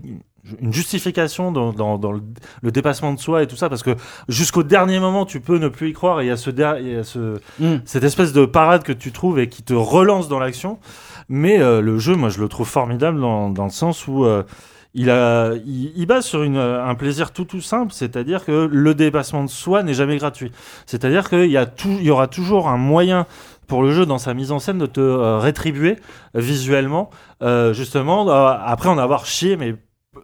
Speaker 6: une justification dans, dans, dans le, le dépassement de soi et tout ça, parce que jusqu'au dernier moment, tu peux ne plus y croire, et il y a, ce, der- il y a ce,
Speaker 4: Mm.
Speaker 6: cette espèce de parade que tu trouves et qui te relance dans l'action. Mais euh, le jeu, moi, je le trouve formidable dans, dans le sens où... euh, il, a, il, il base sur une, euh, un plaisir tout tout simple, c'est-à-dire que le dépassement de soi n'est jamais gratuit. C'est-à-dire qu'il y, a tout- il y aura toujours un moyen pour le jeu dans sa mise en scène de te euh, rétribuer visuellement, euh, justement, euh, après en avoir chié, mais,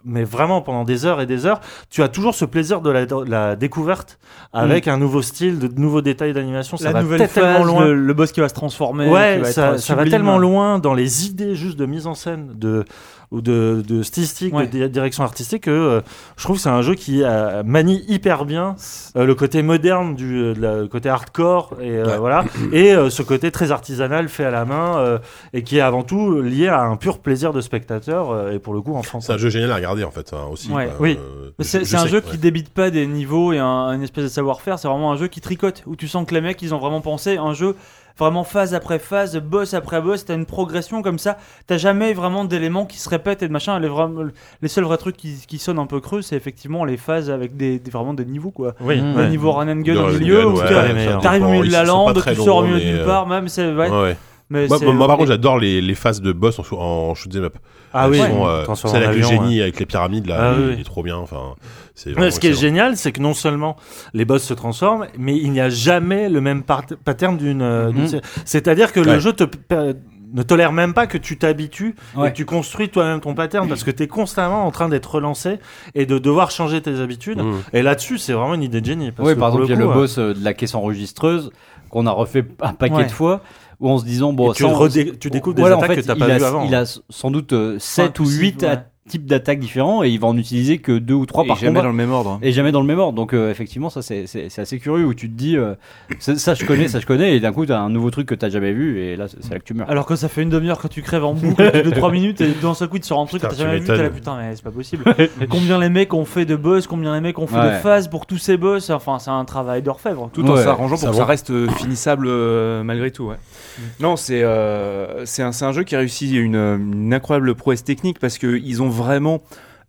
Speaker 6: mais vraiment pendant des heures et des heures, tu as toujours ce plaisir de la, de la découverte avec un nouveau style, de nouveaux détails d'animation. Ça
Speaker 5: Mm. La
Speaker 6: va
Speaker 5: nouvelle
Speaker 6: peut-être tellement
Speaker 5: phase,
Speaker 6: loin.
Speaker 5: le, le boss qui va se transformer.
Speaker 6: Ouais,
Speaker 5: qui va
Speaker 6: ça,
Speaker 5: être
Speaker 6: ça va
Speaker 5: sublime.
Speaker 6: tellement loin dans les idées juste de mise en scène, de ou de, de stylistique,
Speaker 5: Ouais.
Speaker 6: de di- direction artistique que euh, je trouve que c'est un jeu qui euh, manie hyper bien euh, le côté moderne du euh, de la- le côté hardcore et euh, voilà et euh, ce côté très artisanal fait à la main euh, et qui est avant tout lié à un pur plaisir de spectateur euh, et pour le coup en France.
Speaker 2: C'est un jeu génial à regarder en fait hein, aussi.
Speaker 5: Ouais,
Speaker 2: quoi.
Speaker 6: oui.
Speaker 2: Euh,
Speaker 5: Mais
Speaker 2: je-
Speaker 5: C'est
Speaker 2: je
Speaker 5: c'est un
Speaker 2: sais,
Speaker 5: jeu
Speaker 2: ouais.
Speaker 5: qui débite pas des niveaux et un, un espèce de savoir-faire, c'est vraiment un jeu qui tricote, où tu sens que les mecs ils ont vraiment pensé, un jeu vraiment phase après phase, boss après boss, t'as une progression comme ça, t'as jamais vraiment d'éléments qui se répètent et de machin, les, vra- les seuls vrais trucs qui, qui sonnent un peu creux, c'est effectivement les phases avec des, des- vraiment des niveaux quoi.
Speaker 6: Oui,
Speaker 4: Mmh.
Speaker 5: Un
Speaker 6: ouais.
Speaker 5: niveau run and gun
Speaker 2: Dans
Speaker 5: au
Speaker 2: le
Speaker 5: milieu,
Speaker 2: gun,
Speaker 5: où
Speaker 2: ouais,
Speaker 5: t'as-
Speaker 6: les meilleurs.
Speaker 5: t'arrives au milieu de la
Speaker 2: Ils sont pas
Speaker 5: lande,
Speaker 2: très
Speaker 5: tu sors au
Speaker 2: longs,
Speaker 5: milieu de
Speaker 2: mais,
Speaker 5: nulle
Speaker 2: euh,
Speaker 5: part, même c'est... ouais.
Speaker 2: ouais, ouais.
Speaker 5: Mais
Speaker 2: Moi,
Speaker 5: c'est-
Speaker 2: moi, par contre, j'adore les, les phases de boss en, shoo- en shoot'em up.
Speaker 6: Ah
Speaker 2: Elles
Speaker 6: oui,
Speaker 2: sont, euh,
Speaker 6: transformer
Speaker 2: celle
Speaker 6: en
Speaker 2: avec le
Speaker 6: avion,
Speaker 2: génie,
Speaker 6: ouais.
Speaker 2: avec les pyramides, là,
Speaker 6: Ah
Speaker 2: il-
Speaker 6: oui.
Speaker 2: il est trop bien. Enfin, c'est
Speaker 6: Ouais,
Speaker 2: vraiment
Speaker 6: ce qui est
Speaker 2: excellent.
Speaker 6: génial, c'est que non seulement les boss se transforment, mais il n'y a jamais le même part- pattern d'une. euh, d'une
Speaker 4: Mhm.
Speaker 6: série. C'est-à-dire que
Speaker 2: Ouais.
Speaker 6: le jeu te p- euh, ne tolère même pas que tu t'habitues et
Speaker 4: Ouais.
Speaker 6: que tu construis toi-même ton pattern parce que tu es constamment en train d'être relancé et de devoir changer tes habitudes.
Speaker 2: Mhm.
Speaker 6: Et là-dessus, c'est vraiment une idée de génie. Parce
Speaker 4: Oui,
Speaker 6: que
Speaker 4: par
Speaker 6: pour
Speaker 4: exemple, il y a le
Speaker 6: coup, euh,
Speaker 4: boss euh, de la caisse enregistreuse qu'on a refait un paquet
Speaker 6: Ouais.
Speaker 4: de fois, où en se disant,
Speaker 6: et
Speaker 4: bon,
Speaker 6: tu,
Speaker 4: ça, on-
Speaker 6: redé- tu découvres
Speaker 4: Voilà,
Speaker 6: des
Speaker 4: en
Speaker 6: attaques
Speaker 4: fait,
Speaker 6: que tu
Speaker 4: il
Speaker 6: pas
Speaker 4: a,
Speaker 6: vues avant. hein.
Speaker 4: Il a sans doute 7 ou
Speaker 5: possible,
Speaker 4: 8
Speaker 5: ouais.
Speaker 4: types d'attaques différents et il va en utiliser que 2 ou 3
Speaker 7: Et
Speaker 4: par
Speaker 7: jamais
Speaker 4: combat.
Speaker 7: dans le même ordre. hein.
Speaker 4: Et jamais dans le même ordre. Donc, euh, effectivement, ça, c'est- c'est c'est assez curieux où tu te dis, euh, ça, ça, je connais, ça, je connais, et d'un coup, t'as un nouveau truc que t'as jamais vu, et là, c'est c'est là que tu meurs.
Speaker 5: Alors que ça fait une demi-heure que tu crèves en boucle de 3 minutes et d'un seul coup tu sors un truc que
Speaker 2: Putain,
Speaker 5: t'as
Speaker 2: tu
Speaker 5: jamais vu, t'es
Speaker 2: m'étonnes.
Speaker 5: là putain mais c'est pas possible. combien les mecs ont fait de buzz, combien les mecs ont fait de
Speaker 4: Ouais.
Speaker 5: phases pour tous ces buzz, enfin c'est un travail d'orfèvre.
Speaker 7: Tout en
Speaker 4: Ouais,
Speaker 7: s'arrangeant
Speaker 2: ça
Speaker 7: pour que
Speaker 2: va.
Speaker 7: ça reste euh, finissable euh, malgré tout. ouais. Non, c'est euh, c'est un, c'est un jeu qui a réussi une, euh, une incroyable prouesse technique parce que ils ont vraiment.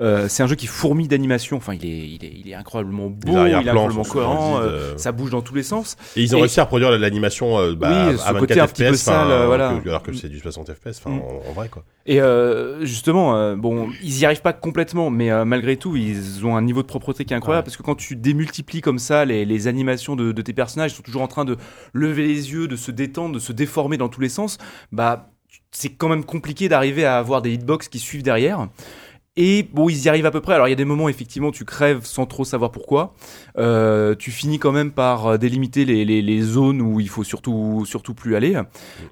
Speaker 7: euh, c'est un jeu qui fourmille d'animation. Enfin, il est, il est, il est incroyablement beau,
Speaker 2: Les
Speaker 7: il est
Speaker 2: arrière-plans
Speaker 7: incroyablement
Speaker 2: sont souvent
Speaker 7: cohérent,
Speaker 2: vides,
Speaker 7: euh,
Speaker 2: euh.
Speaker 7: ça bouge dans tous les sens.
Speaker 2: Et ils ont
Speaker 7: Et-
Speaker 2: réussi à reproduire l'animation euh, bah,
Speaker 7: Oui, ce
Speaker 2: à 24
Speaker 7: côté un petit peu
Speaker 2: FPS, enfin,
Speaker 7: sale, euh, voilà.
Speaker 2: que- alors que c'est du 60 FPS, enfin,
Speaker 7: Mm.
Speaker 2: en, en vrai quoi.
Speaker 7: Et euh, justement, euh, bon, ils y arrivent pas complètement, mais euh, malgré tout, ils ont un niveau de propreté qui est incroyable parce que quand tu démultiplies comme ça les, les animations de, de tes personnages, ils sont toujours en train de lever les yeux, de se détendre, de se déformer dans tous les sens. Bah, c'est quand même compliqué d'arriver à avoir des hitbox qui suivent derrière. Et bon, ils y arrivent à peu près. Alors, il y a des moments, effectivement, tu crèves sans trop savoir pourquoi. Euh, tu finis quand même par euh, délimiter les, les- les zones où il faut surtout, surtout plus aller.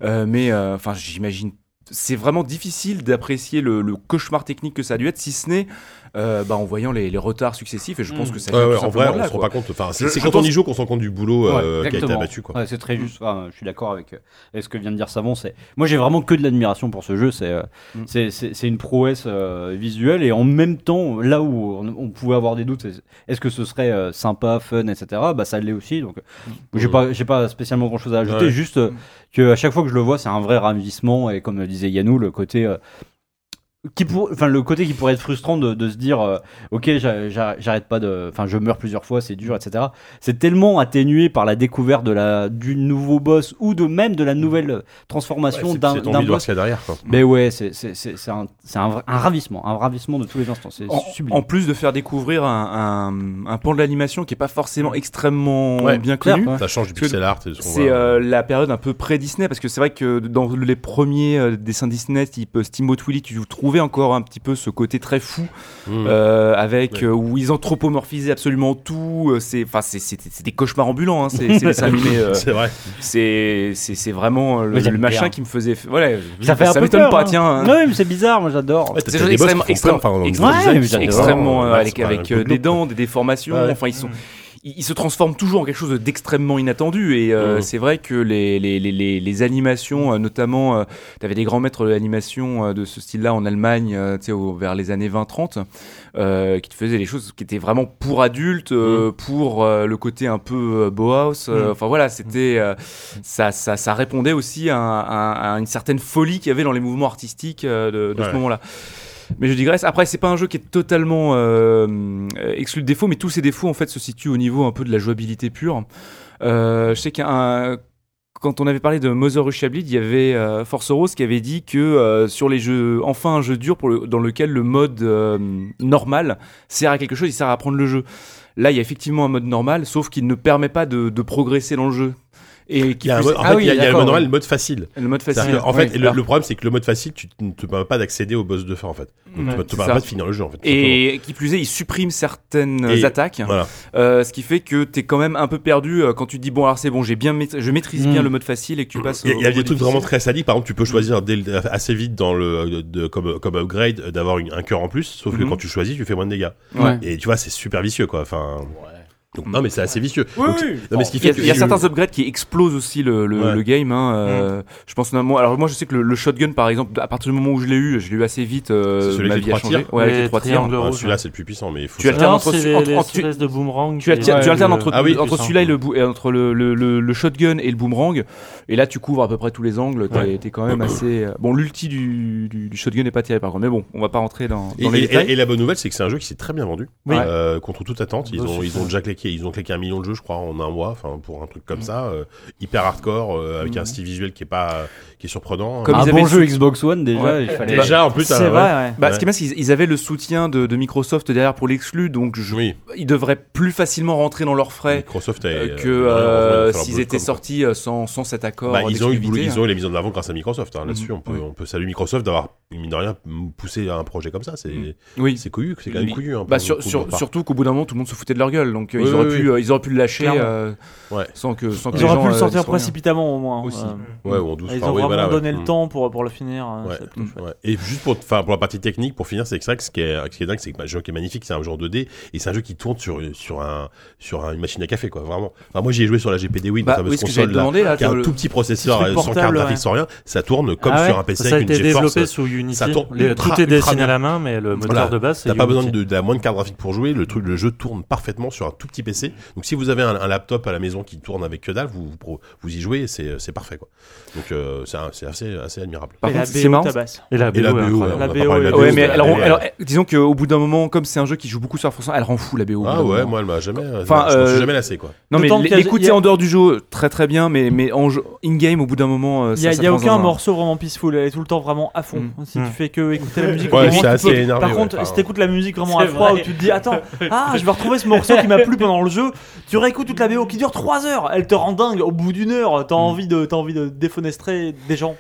Speaker 7: Euh, mais, euh, enfin, j'imagine. C'est vraiment difficile d'apprécier le, le cauchemar technique que ça a dû être, si ce n'est euh, bah, en voyant les, les retards successifs. Et je pense que ça. vient
Speaker 2: Mm. Ouais, ouais,
Speaker 7: tout
Speaker 2: en vrai,
Speaker 7: simplement
Speaker 2: on
Speaker 7: de là,
Speaker 2: se rend
Speaker 7: quoi.
Speaker 2: pas compte. Enfin,
Speaker 7: Je-
Speaker 2: c'est c'est
Speaker 7: je
Speaker 2: quand on
Speaker 7: pense-
Speaker 2: y joue qu'on se rend compte du boulot euh,
Speaker 4: Ouais,
Speaker 2: qui a été
Speaker 4: exactement.
Speaker 2: abattu quoi.
Speaker 4: Ouais, c'est très juste. Enfin, je suis d'accord avec, euh, avec ce que vient de dire Savon. C'est moi, j'ai vraiment que de l'admiration pour ce jeu. C'est euh,
Speaker 7: Mm.
Speaker 4: c'est- c'est c'est une prouesse euh, visuelle et en même temps, là où on, on pouvait avoir des doutes, c'est- est-ce que ce serait euh, sympa, fun, etc. Bah, ça l'est aussi. Donc, j'ai pas j'ai pas spécialement grand chose à ajouter.
Speaker 2: Ouais.
Speaker 4: Juste euh, que à chaque fois que je le vois, c'est un vrai ravissement et comme le disait Yanou, le côté euh, qui pour, enfin le côté qui pourrait être frustrant de, de se dire euh, ok j'a- j'a- j'arrête pas de enfin je meurs plusieurs fois c'est dur etc c'est tellement atténué par la découverte de la du nouveau boss ou de même de la nouvelle transformation
Speaker 2: Mm. Ouais, c'est-
Speaker 4: d'un
Speaker 2: c'est ton
Speaker 4: d'un
Speaker 2: envie de voir
Speaker 4: boss
Speaker 2: ce qu'il y a derrière quoi.
Speaker 4: mais ouais c'est c'est c'est c'est un c'est un, vrai- un ravissement un ravissement de tous les instants c'est
Speaker 7: En,
Speaker 4: sublime
Speaker 7: en plus de faire découvrir un, un- un pan de l'animation qui est pas forcément extrêmement
Speaker 2: Ouais.
Speaker 7: bien
Speaker 4: Clair,
Speaker 7: connu,
Speaker 4: ouais.
Speaker 2: Ça change du
Speaker 7: Parce que
Speaker 2: pixel art. et de ce qu'on
Speaker 7: C'est
Speaker 2: voit.
Speaker 7: euh, la période un peu pré-Disney, parce que c'est vrai que dans les premiers euh, dessins Disney, type euh, Steamboat Willie, tu trouvais encore un petit peu ce côté très fou,
Speaker 2: Mm.
Speaker 7: euh, avec
Speaker 2: Ouais.
Speaker 7: euh, où ils anthropomorphisaient absolument tout. euh, c'est, enfin, c'est, c'est- c'est des cauchemars ambulants. Hein, c'est, c'est dessins animés, euh,
Speaker 2: C'est vrai.
Speaker 7: c'est, c'est, c'est vraiment euh, le,
Speaker 4: Mais j'aime
Speaker 7: le machin
Speaker 4: bien.
Speaker 7: qui me faisait. Voilà,
Speaker 4: ça
Speaker 2: bah,
Speaker 4: fait un peu
Speaker 7: m'étonne
Speaker 4: peur,
Speaker 7: pas,
Speaker 4: hein.
Speaker 7: tiens. hein.
Speaker 4: ouais mais c'est bizarre moi j'adore
Speaker 2: Ouais,
Speaker 7: C'est
Speaker 2: t'as-
Speaker 7: des
Speaker 2: t'as
Speaker 7: jeux
Speaker 2: des boss qui
Speaker 7: extrêmement,
Speaker 2: font peur, enfin, on-
Speaker 7: extrêmement-
Speaker 4: Ouais, mais j'adore.
Speaker 7: extrêmement, euh,
Speaker 2: Ouais,
Speaker 7: avec,
Speaker 2: c'est pas
Speaker 7: avec,
Speaker 2: un
Speaker 7: euh,
Speaker 2: peu
Speaker 7: des
Speaker 2: glauque,
Speaker 7: dents, des déformations.
Speaker 2: Ouais.
Speaker 7: Enfin, ils sont, ils, ils se transforment toujours en quelque chose d'extrêmement inattendu. Et euh,
Speaker 2: Mhm.
Speaker 7: c'est vrai que les, les, les, les, les animations, euh, notamment, euh, t'avais des grands maîtres de l'animation euh, de ce style-là en Allemagne, euh, tu sais, au- vers les années 20-30, euh, qui te faisaient des choses qui étaient vraiment pour adultes, euh,
Speaker 2: Mm.
Speaker 7: pour euh, le côté un peu euh, Bauhaus. euh,
Speaker 6: Mhm.
Speaker 7: Enfin voilà, c'était euh, ça, ça, ça répondait aussi à, à- à une certaine folie qu'il y avait dans les mouvements artistiques euh, de, de
Speaker 2: Ouais.
Speaker 7: ce moment-là. Mais je digresse. Après, c'est pas un jeu qui est totalement euh, euh, exclu de défauts, mais tous ces défauts en fait se situent au niveau un peu de la jouabilité pure. Euh, je sais qu'un quand on avait parlé de Mother Russia Bleed, il y avait euh, Force Rose qui avait dit que euh, sur les jeux, enfin un jeu dur pour le- dans lequel le mode euh, normal sert à quelque chose, il sert à apprendre le jeu. Là, il y a effectivement un mode normal, sauf qu'il ne permet pas de, de progresser dans le jeu. Et
Speaker 2: Il
Speaker 7: qui
Speaker 2: y a un
Speaker 7: plus-
Speaker 2: mode- En
Speaker 7: Ah
Speaker 2: fait,
Speaker 7: oui,
Speaker 2: il y a- il y a le
Speaker 7: d'accord,
Speaker 2: mode normal, et
Speaker 7: ouais.
Speaker 2: le mode facile.
Speaker 7: le mode
Speaker 2: C'est-à-dire
Speaker 7: facile.
Speaker 2: que, en
Speaker 7: ouais.
Speaker 2: fait, le, le problème, c'est que le mode facile, tu ne te permets pas d'accéder au boss de fin, en fait. Donc,
Speaker 7: Ouais,
Speaker 2: tu ne te
Speaker 7: c'est
Speaker 2: permets
Speaker 7: ça.
Speaker 2: pas de finir le jeu, en fait. tout simplement.
Speaker 7: Et qui plus est, il supprime certaines
Speaker 2: Et-
Speaker 7: attaques,
Speaker 2: Voilà.
Speaker 7: euh, ce qui fait que t'es quand même un peu perdu euh, quand tu te dis bon alors c'est bon, j'ai bien maîtris- je maîtrise bien
Speaker 4: Mm.
Speaker 7: le mode facile et que tu passes.
Speaker 2: Il y a,
Speaker 7: au-
Speaker 2: il y a
Speaker 7: au
Speaker 2: des trucs
Speaker 7: difficile. Mhm.
Speaker 2: vraiment très sadiques. Par exemple, tu peux choisir dès le- assez vite dans le, de, de- comme, comme upgrade euh, d'avoir une- un cœur en plus. Sauf que
Speaker 7: Mhm.
Speaker 2: quand tu choisis, tu fais moins de dégâts.
Speaker 7: Ouais.
Speaker 2: Et tu vois, c'est super vicieux, quoi. Enfin. Donc, non, mais c'est assez vicieux. Donc, c'est- non, mais ce qui
Speaker 7: Il y
Speaker 2: fait
Speaker 7: a,
Speaker 2: que
Speaker 7: il y a
Speaker 2: tu-
Speaker 7: certains upgrades qui explosent aussi le, le,
Speaker 2: Ouais. Mm.
Speaker 7: le game. Hein, euh, Je pense notamment. Alors moi je sais que le, le shotgun par exemple, à partir du moment où je l'ai eu, je l'ai eu assez vite.
Speaker 2: C'est
Speaker 7: Euh,
Speaker 2: celui
Speaker 7: ma
Speaker 2: avec
Speaker 7: vie
Speaker 2: les
Speaker 7: a
Speaker 2: trois
Speaker 7: changé.
Speaker 2: tirs
Speaker 7: Ouais, avec
Speaker 6: Les
Speaker 7: les trois tirs.
Speaker 6: triangles
Speaker 2: Ah,
Speaker 6: rouges.
Speaker 2: celui-là, c'est le plus puissant, mais il faut.
Speaker 7: Tu
Speaker 2: ça-
Speaker 7: alternes
Speaker 6: Non,
Speaker 7: entre-
Speaker 6: c'est les,
Speaker 7: entre-
Speaker 6: les
Speaker 7: entre- tu-
Speaker 6: espèces de boomerang.
Speaker 7: Tu, alter-
Speaker 6: qui-
Speaker 7: tu alternes entre,
Speaker 6: Ah oui,
Speaker 7: entre
Speaker 6: puissant.
Speaker 7: celui-là et le, bou- et entre le, le, le, le shotgun et le boomerang, et là tu couvres à peu près tous les angles, t'es t'es quand même assez... euh, Bon, l'ulti du, du, du shotgun n'est pas tiré par contre, mais bon, on va pas rentrer dans,
Speaker 2: Et,
Speaker 7: dans les
Speaker 2: et-
Speaker 7: détails.
Speaker 2: et la bonne nouvelle, c'est que c'est un jeu qui s'est très bien vendu.
Speaker 6: Oui.
Speaker 2: Euh, contre toute attente, ils
Speaker 6: Beau
Speaker 2: ont, ils
Speaker 6: succès.
Speaker 2: ont jack les mecs, et ils ont claqué un million de jeux, je crois, en un mois, enfin pour un truc comme ça, euh, hyper hardcore, euh,
Speaker 7: Mmh.
Speaker 2: avec un style visuel qui est pas, qui est surprenant.
Speaker 4: Comme
Speaker 2: Euh,
Speaker 7: ils
Speaker 4: un
Speaker 7: avaient
Speaker 4: bon
Speaker 7: le
Speaker 4: jeu
Speaker 7: sou-
Speaker 4: Xbox One déjà,
Speaker 7: Ouais.
Speaker 4: il fallait.
Speaker 2: déjà, en plus,
Speaker 5: C'est
Speaker 2: euh, ouais.
Speaker 5: vrai, ouais.
Speaker 7: Bah,
Speaker 2: Ouais.
Speaker 7: Ce qui est bien, c'est qu'ils ils avaient le soutien de, de Microsoft derrière pour l'exclu, donc je-
Speaker 2: Oui,
Speaker 7: ils devraient plus facilement rentrer dans leurs frais
Speaker 2: Microsoft
Speaker 7: euh,
Speaker 2: est,
Speaker 7: que
Speaker 2: euh,
Speaker 7: euh,
Speaker 2: malheureusement, il va falloir
Speaker 7: s'ils
Speaker 2: Bloodcom,
Speaker 7: étaient
Speaker 2: quoi.
Speaker 7: sortis euh, sans, sans cet accord.
Speaker 2: Bah, ils, ont eu, le boulot-
Speaker 7: d'exclusivité,
Speaker 2: ils ont eu la mise en avant grâce à Microsoft. hein, Là-dessus,
Speaker 7: Mhm.
Speaker 2: on, peut,
Speaker 7: Oui.
Speaker 2: on peut saluer Microsoft d'avoir, mine de rien, m- poussé à un projet comme ça. C'est
Speaker 7: Mhm. Oui.
Speaker 2: c'est couillu, c'est quand même
Speaker 7: Oui.
Speaker 2: couillu. hein,
Speaker 7: Bah,
Speaker 2: pour-
Speaker 7: sur-
Speaker 2: pour-
Speaker 7: sur-
Speaker 2: pour-
Speaker 7: surtout qu'au bout d'un moment, tout le monde se foutait de leur gueule, donc euh,
Speaker 2: Oui,
Speaker 7: ils, auraient
Speaker 2: oui,
Speaker 7: pu, euh, ils auraient pu le lâcher
Speaker 5: Clairement.
Speaker 7: euh,
Speaker 2: Ouais.
Speaker 7: sans que, sans que
Speaker 5: Ils
Speaker 7: les
Speaker 5: auraient
Speaker 7: gens,
Speaker 5: pu le
Speaker 7: euh,
Speaker 5: sortir
Speaker 7: disent rien.
Speaker 5: précipitamment au moins.
Speaker 7: Aussi.
Speaker 5: euh,
Speaker 2: Ouais, ou en douce,
Speaker 5: Ils ont
Speaker 2: enfin,
Speaker 5: vraiment
Speaker 2: oui, voilà, ouais.
Speaker 5: donné le
Speaker 2: Mhm.
Speaker 5: temps pour, pour le finir. euh,
Speaker 2: Ouais.
Speaker 5: c'est plutôt chouette.
Speaker 2: Ouais. Et juste pour, enfin, pour la partie technique, pour finir, c'est que c'est vrai que ce qui est, ce qui est dingue, c'est que bah, le jeu qui est magnifique, c'est un jeu en 2D et c'est un jeu qui tourne sur, sur, un, sur un- une machine à café, quoi, vraiment. Enfin, moi, j'y ai joué sur la GPD Win,
Speaker 7: Bah,
Speaker 2: la fameuse
Speaker 7: oui, ce que j'allais te
Speaker 2: console là,
Speaker 7: demander là,
Speaker 2: qui a
Speaker 7: t'as
Speaker 2: un
Speaker 7: le-
Speaker 2: tout petit processeur
Speaker 5: truc
Speaker 2: euh, sans carte
Speaker 5: portable,
Speaker 2: graphique,
Speaker 5: ouais.
Speaker 2: sans rien. Ça tourne comme
Speaker 6: Ah ouais
Speaker 2: sur un PC
Speaker 6: Ça a
Speaker 2: avec
Speaker 6: été
Speaker 2: une GeForce.
Speaker 6: développé sous Unity.
Speaker 2: ça tourne
Speaker 6: Les-
Speaker 2: ultra-
Speaker 6: tout est
Speaker 2: ultra
Speaker 6: dessiné
Speaker 2: bien.
Speaker 6: à la main, mais le moteur
Speaker 2: Voilà.
Speaker 6: de base, c'est
Speaker 2: T'as pas
Speaker 6: Unity.
Speaker 2: besoin de, de la moindre carte graphique pour jouer, le truc, le jeu tourne parfaitement sur un tout petit PC. Donc si vous avez un, un laptop à la maison qui tourne avec que dalle, vous vous, pro- vous y jouez, et c'est c'est parfait quoi. Donc euh, c'est un- c'est assez assez admirable.
Speaker 7: Par
Speaker 5: Et la
Speaker 7: contre, c'est
Speaker 5: BO
Speaker 7: marrant,
Speaker 5: tabasse.
Speaker 6: Et la E,
Speaker 2: Et la E,
Speaker 6: BO, est
Speaker 2: BO,
Speaker 6: incroyable.
Speaker 2: on va
Speaker 5: La
Speaker 2: pas
Speaker 5: BO,
Speaker 2: parler de
Speaker 5: ouais,
Speaker 2: la BO,
Speaker 7: Ouais,
Speaker 5: c'est
Speaker 7: mais
Speaker 5: la
Speaker 7: alors,
Speaker 5: BO,
Speaker 7: alors, eh, disons qu'au bout d'un moment, comme c'est un jeu qui joue beaucoup sur la elle rend fou la BO. au bout
Speaker 2: Ah
Speaker 7: d'un
Speaker 2: ouais,
Speaker 7: moment.
Speaker 2: moi elle m'a jamais, euh,
Speaker 7: Enfin,
Speaker 2: je, je m'en suis
Speaker 7: euh,
Speaker 2: jamais lassé quoi.
Speaker 7: Non, mais
Speaker 5: D'autant qu'il y a- il y
Speaker 7: l'écouter
Speaker 5: a-
Speaker 7: en dehors du jeu, très très bien, mais, mais en jeu- in-game, au bout d'un moment, euh,
Speaker 5: Il n'y a,
Speaker 7: ça- ça
Speaker 5: il y a
Speaker 7: fonce
Speaker 5: aucun
Speaker 7: dans un-
Speaker 5: morceau vraiment peaceful, elle est tout le temps vraiment à fond. Si
Speaker 6: Mm.
Speaker 5: tu fais que écouter la musique,
Speaker 2: Ouais,
Speaker 5: au moment,
Speaker 2: c'est
Speaker 5: tu
Speaker 2: assez
Speaker 5: peux-
Speaker 2: énervé,
Speaker 5: Par
Speaker 2: ouais,
Speaker 5: contre,
Speaker 2: enfin,
Speaker 5: si t'écoutes la musique vraiment à
Speaker 8: C'est
Speaker 5: froid, où
Speaker 8: vrai.
Speaker 5: tu te dis, attends, ah, je vais retrouver ce morceau qui m'a plu pendant le jeu, tu réécoutes toute la BO qui dure 3 heures, elle te rend dingue, au bout d'une heure,
Speaker 2: Mm.
Speaker 5: t'as envie de, t'as envie de défenestrer des gens.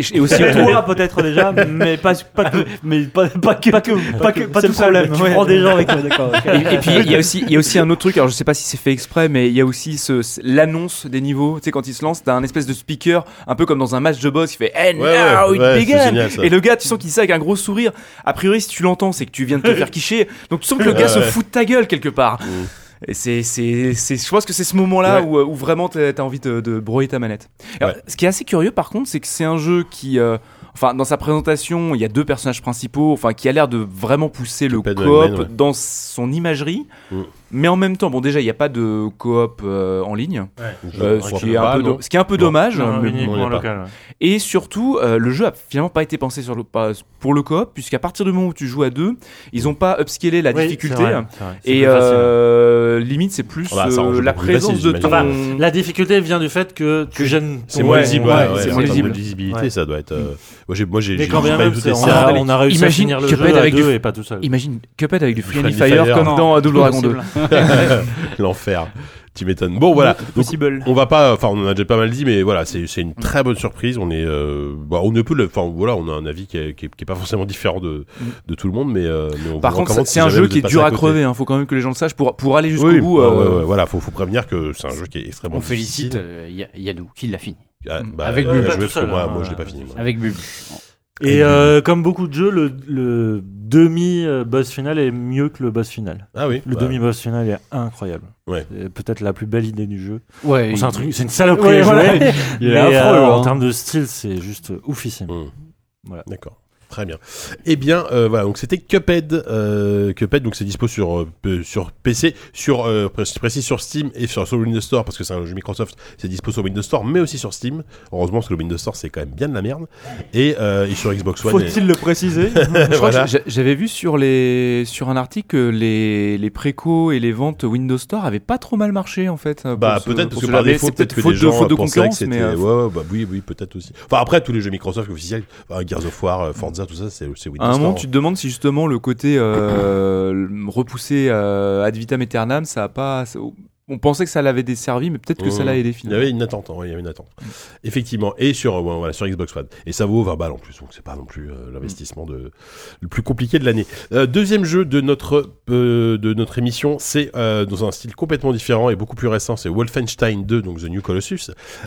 Speaker 7: et- et aussi,
Speaker 5: Toi, peut-être déjà, mais pas, pas que, mais pas, pas que, pas que, pas que, pas
Speaker 8: C'est
Speaker 5: tout
Speaker 8: le problème,
Speaker 5: seul. Tu
Speaker 8: ouais.
Speaker 5: prends des gens avec toi, d'accord. ok.
Speaker 7: et, et puis il y a aussi il y a aussi un autre truc alors je sais pas si c'est fait exprès mais il y a aussi ce, ce- l'annonce des niveaux tu sais quand il se lance t'as un espèce de speaker un peu comme dans un match de boss qui fait and
Speaker 2: Ouais, ouais,
Speaker 7: now it
Speaker 2: ouais, c'est
Speaker 7: began
Speaker 2: génial, ça.
Speaker 7: et le gars tu sens qu'il dit ça avec un gros sourire a priori si tu l'entends c'est que tu viens de te faire quicher donc tu sens que le
Speaker 2: Ouais,
Speaker 7: gars se
Speaker 2: ouais.
Speaker 7: fout de ta gueule quelque part et c'est c'est c'est je pense que c'est ce moment là
Speaker 2: Ouais.
Speaker 7: où, euh, où vraiment t'as t'as envie de, de broyer ta manette Alors,
Speaker 2: Ouais.
Speaker 7: ce qui est assez curieux par contre c'est que c'est un jeu qui euh, Enfin, dans sa présentation, il y a deux personnages principaux, enfin, qui a l'air de vraiment pousser le
Speaker 2: Cuphead
Speaker 7: coop
Speaker 2: Eggman, ouais.
Speaker 7: dans son imagerie.
Speaker 2: Mm.
Speaker 7: Mais en même temps, bon, déjà, il n'y a pas de coop euh, en ligne,
Speaker 2: Je
Speaker 7: euh,
Speaker 2: crois
Speaker 7: ce, qui est
Speaker 2: pas,
Speaker 7: un peu
Speaker 2: non.
Speaker 7: do- ce qui est un peu
Speaker 2: Non.
Speaker 7: dommage.
Speaker 6: Non,
Speaker 7: mais-
Speaker 2: on y est
Speaker 6: uniquement
Speaker 2: pas.
Speaker 6: local. ouais.
Speaker 7: Et surtout, euh, le jeu a finalement pas été pensé sur le, pas- pour le coop, puisqu'à partir du moment où tu joues à deux, ils n'ont pas upscalé la
Speaker 6: Oui,
Speaker 7: difficulté. hein.
Speaker 6: c'est vrai, c'est vrai. C'est
Speaker 7: Et
Speaker 6: plus facile.
Speaker 7: euh, limite, c'est plus
Speaker 2: Ah bah, ça
Speaker 7: euh,
Speaker 2: rend le jeu
Speaker 7: la
Speaker 2: beaucoup plus facile,
Speaker 7: présence de ton.
Speaker 2: j'imagine.
Speaker 6: La difficulté vient du fait que tu gênes.
Speaker 2: C'est
Speaker 6: ton-
Speaker 2: moins
Speaker 7: Ouais,
Speaker 2: lisible,
Speaker 7: ouais,
Speaker 2: ouais,
Speaker 7: c'est
Speaker 2: ouais,
Speaker 7: moins
Speaker 2: en termes de
Speaker 7: lisible.
Speaker 2: lisibilité,
Speaker 6: Ouais.
Speaker 2: ça doit être. euh, Moi j'ai, moi j'ai,
Speaker 6: Mais
Speaker 2: j'ai-
Speaker 6: quand
Speaker 2: j'ai
Speaker 6: bien
Speaker 2: pas
Speaker 6: même,
Speaker 2: tout
Speaker 6: c'est-
Speaker 2: testé
Speaker 6: on a,
Speaker 2: avant.
Speaker 6: on a réussi
Speaker 7: Imagine
Speaker 6: à finir le
Speaker 7: Cuphead
Speaker 6: jeu à
Speaker 7: avec
Speaker 6: deux
Speaker 7: du-
Speaker 6: et pas tout seul.
Speaker 7: Imagine Cuphead avec du Free and
Speaker 2: Friendly Fire,
Speaker 7: Fire, comme
Speaker 2: non.
Speaker 7: dans euh, Double Dragon 2.
Speaker 2: L'enfer. Tu m'étonnes. Bon voilà. Donc, on va pas. Enfin, on en a déjà pas mal dit, mais voilà, c'est c'est une très bonne surprise. On est. euh, bah, on ne peut. le- Enfin, voilà, on a un avis qui est, qui est- qui est pas forcément différent de, de tout le monde, mais. euh, mais on
Speaker 7: Mm. Par
Speaker 2: vous
Speaker 7: contre,
Speaker 2: recommande
Speaker 7: c'est
Speaker 2: si
Speaker 7: c'est un
Speaker 2: jamais
Speaker 7: jeu
Speaker 2: vous
Speaker 7: qui est
Speaker 2: êtes
Speaker 7: dur
Speaker 2: passé
Speaker 7: à
Speaker 2: côté.
Speaker 7: crever, hein, faut quand même que les gens le sachent pour, pour aller jusqu'au
Speaker 2: Oui,
Speaker 7: bout.
Speaker 2: bah,
Speaker 7: euh,
Speaker 2: ouais, ouais, voilà, faut, faut prévenir que c'est un jeu qui est extrêmement
Speaker 4: On félicite
Speaker 2: difficile.
Speaker 4: euh, Ya- Yannou qui l'a fini.
Speaker 2: Ah, bah,
Speaker 4: Avec
Speaker 2: euh,
Speaker 4: Bulle.
Speaker 2: jouer,
Speaker 6: Pas tout
Speaker 2: parce que
Speaker 6: seul,
Speaker 2: moi,
Speaker 6: hein.
Speaker 2: moi, je l'ai pas fini. moi.
Speaker 4: Avec Bubu.
Speaker 6: Et euh, comme beaucoup de jeux, le, le demi-boss final est mieux que le boss final.
Speaker 2: Ah oui.
Speaker 6: Le
Speaker 2: bah,
Speaker 6: demi-boss final est incroyable.
Speaker 2: Ouais.
Speaker 6: C'est peut-être la plus belle idée du jeu.
Speaker 4: Ouais,
Speaker 6: Bon,
Speaker 4: il-
Speaker 6: c'est un truc, c'est une saloperie
Speaker 4: Ouais,
Speaker 6: à
Speaker 4: voilà.
Speaker 6: jouer.
Speaker 4: Il est
Speaker 6: mais,
Speaker 4: affreux,
Speaker 6: euh,
Speaker 4: hein.
Speaker 6: En termes de style, c'est juste oufissime.
Speaker 2: Hum.
Speaker 6: Voilà.
Speaker 2: D'accord. Très bien. Eh bien, euh, voilà, donc c'était Cuphead. Euh, Cuphead, donc c'est dispo sur, euh, P- sur PC, sur, euh, pré- je précise sur Steam et sur, sur Windows Store, parce que c'est un jeu Microsoft, c'est dispo sur Windows Store, mais aussi sur Steam. Heureusement, parce que le Windows Store, c'est quand même bien de la merde. Et, euh, et sur Xbox One. et-
Speaker 5: Faut-il le préciser
Speaker 7: Je crois que
Speaker 2: voilà.
Speaker 7: j'a- J'avais vu sur, les, sur un article que les, les précos et les ventes Windows Store avaient pas trop mal marché en fait. hein, euh, pour
Speaker 2: Bah
Speaker 7: ce-
Speaker 2: peut-être
Speaker 7: pour
Speaker 2: parce que
Speaker 7: ce
Speaker 2: par
Speaker 7: label.
Speaker 2: défaut
Speaker 7: C'est
Speaker 2: peut-être que
Speaker 7: faute
Speaker 2: les
Speaker 7: de-
Speaker 2: gens
Speaker 7: faute de
Speaker 2: pensaient que
Speaker 7: concurrence,
Speaker 2: c'était
Speaker 7: mais. euh,
Speaker 2: ouais, ouais, bah oui oui peut-être aussi. Enfin après tous les jeux Microsoft officiels, enfin, Gears of War, euh, Forza tout ça c'est c'est Windows
Speaker 7: À un moment,
Speaker 2: Store.
Speaker 7: tu te demandes si justement le côté euh, le- repoussé euh, ad vitam aeternam, ça a pas. ça- on pensait que ça l'avait desservi, mais peut-être que ça
Speaker 2: Mmh.
Speaker 7: l'a aidé
Speaker 2: Il y
Speaker 7: finalement.
Speaker 2: avait une attente, hein, ouais, il y avait une attente. Effectivement, et sur, euh, ouais, voilà, sur Xbox One. Et ça vaut 20 balles en plus, donc c'est pas non plus euh, l'investissement de, le plus compliqué de l'année. Euh, deuxième jeu de notre, euh, de notre émission, c'est euh, dans un style complètement différent et beaucoup plus récent, c'est Wolfenstein 2, donc The New Colossus.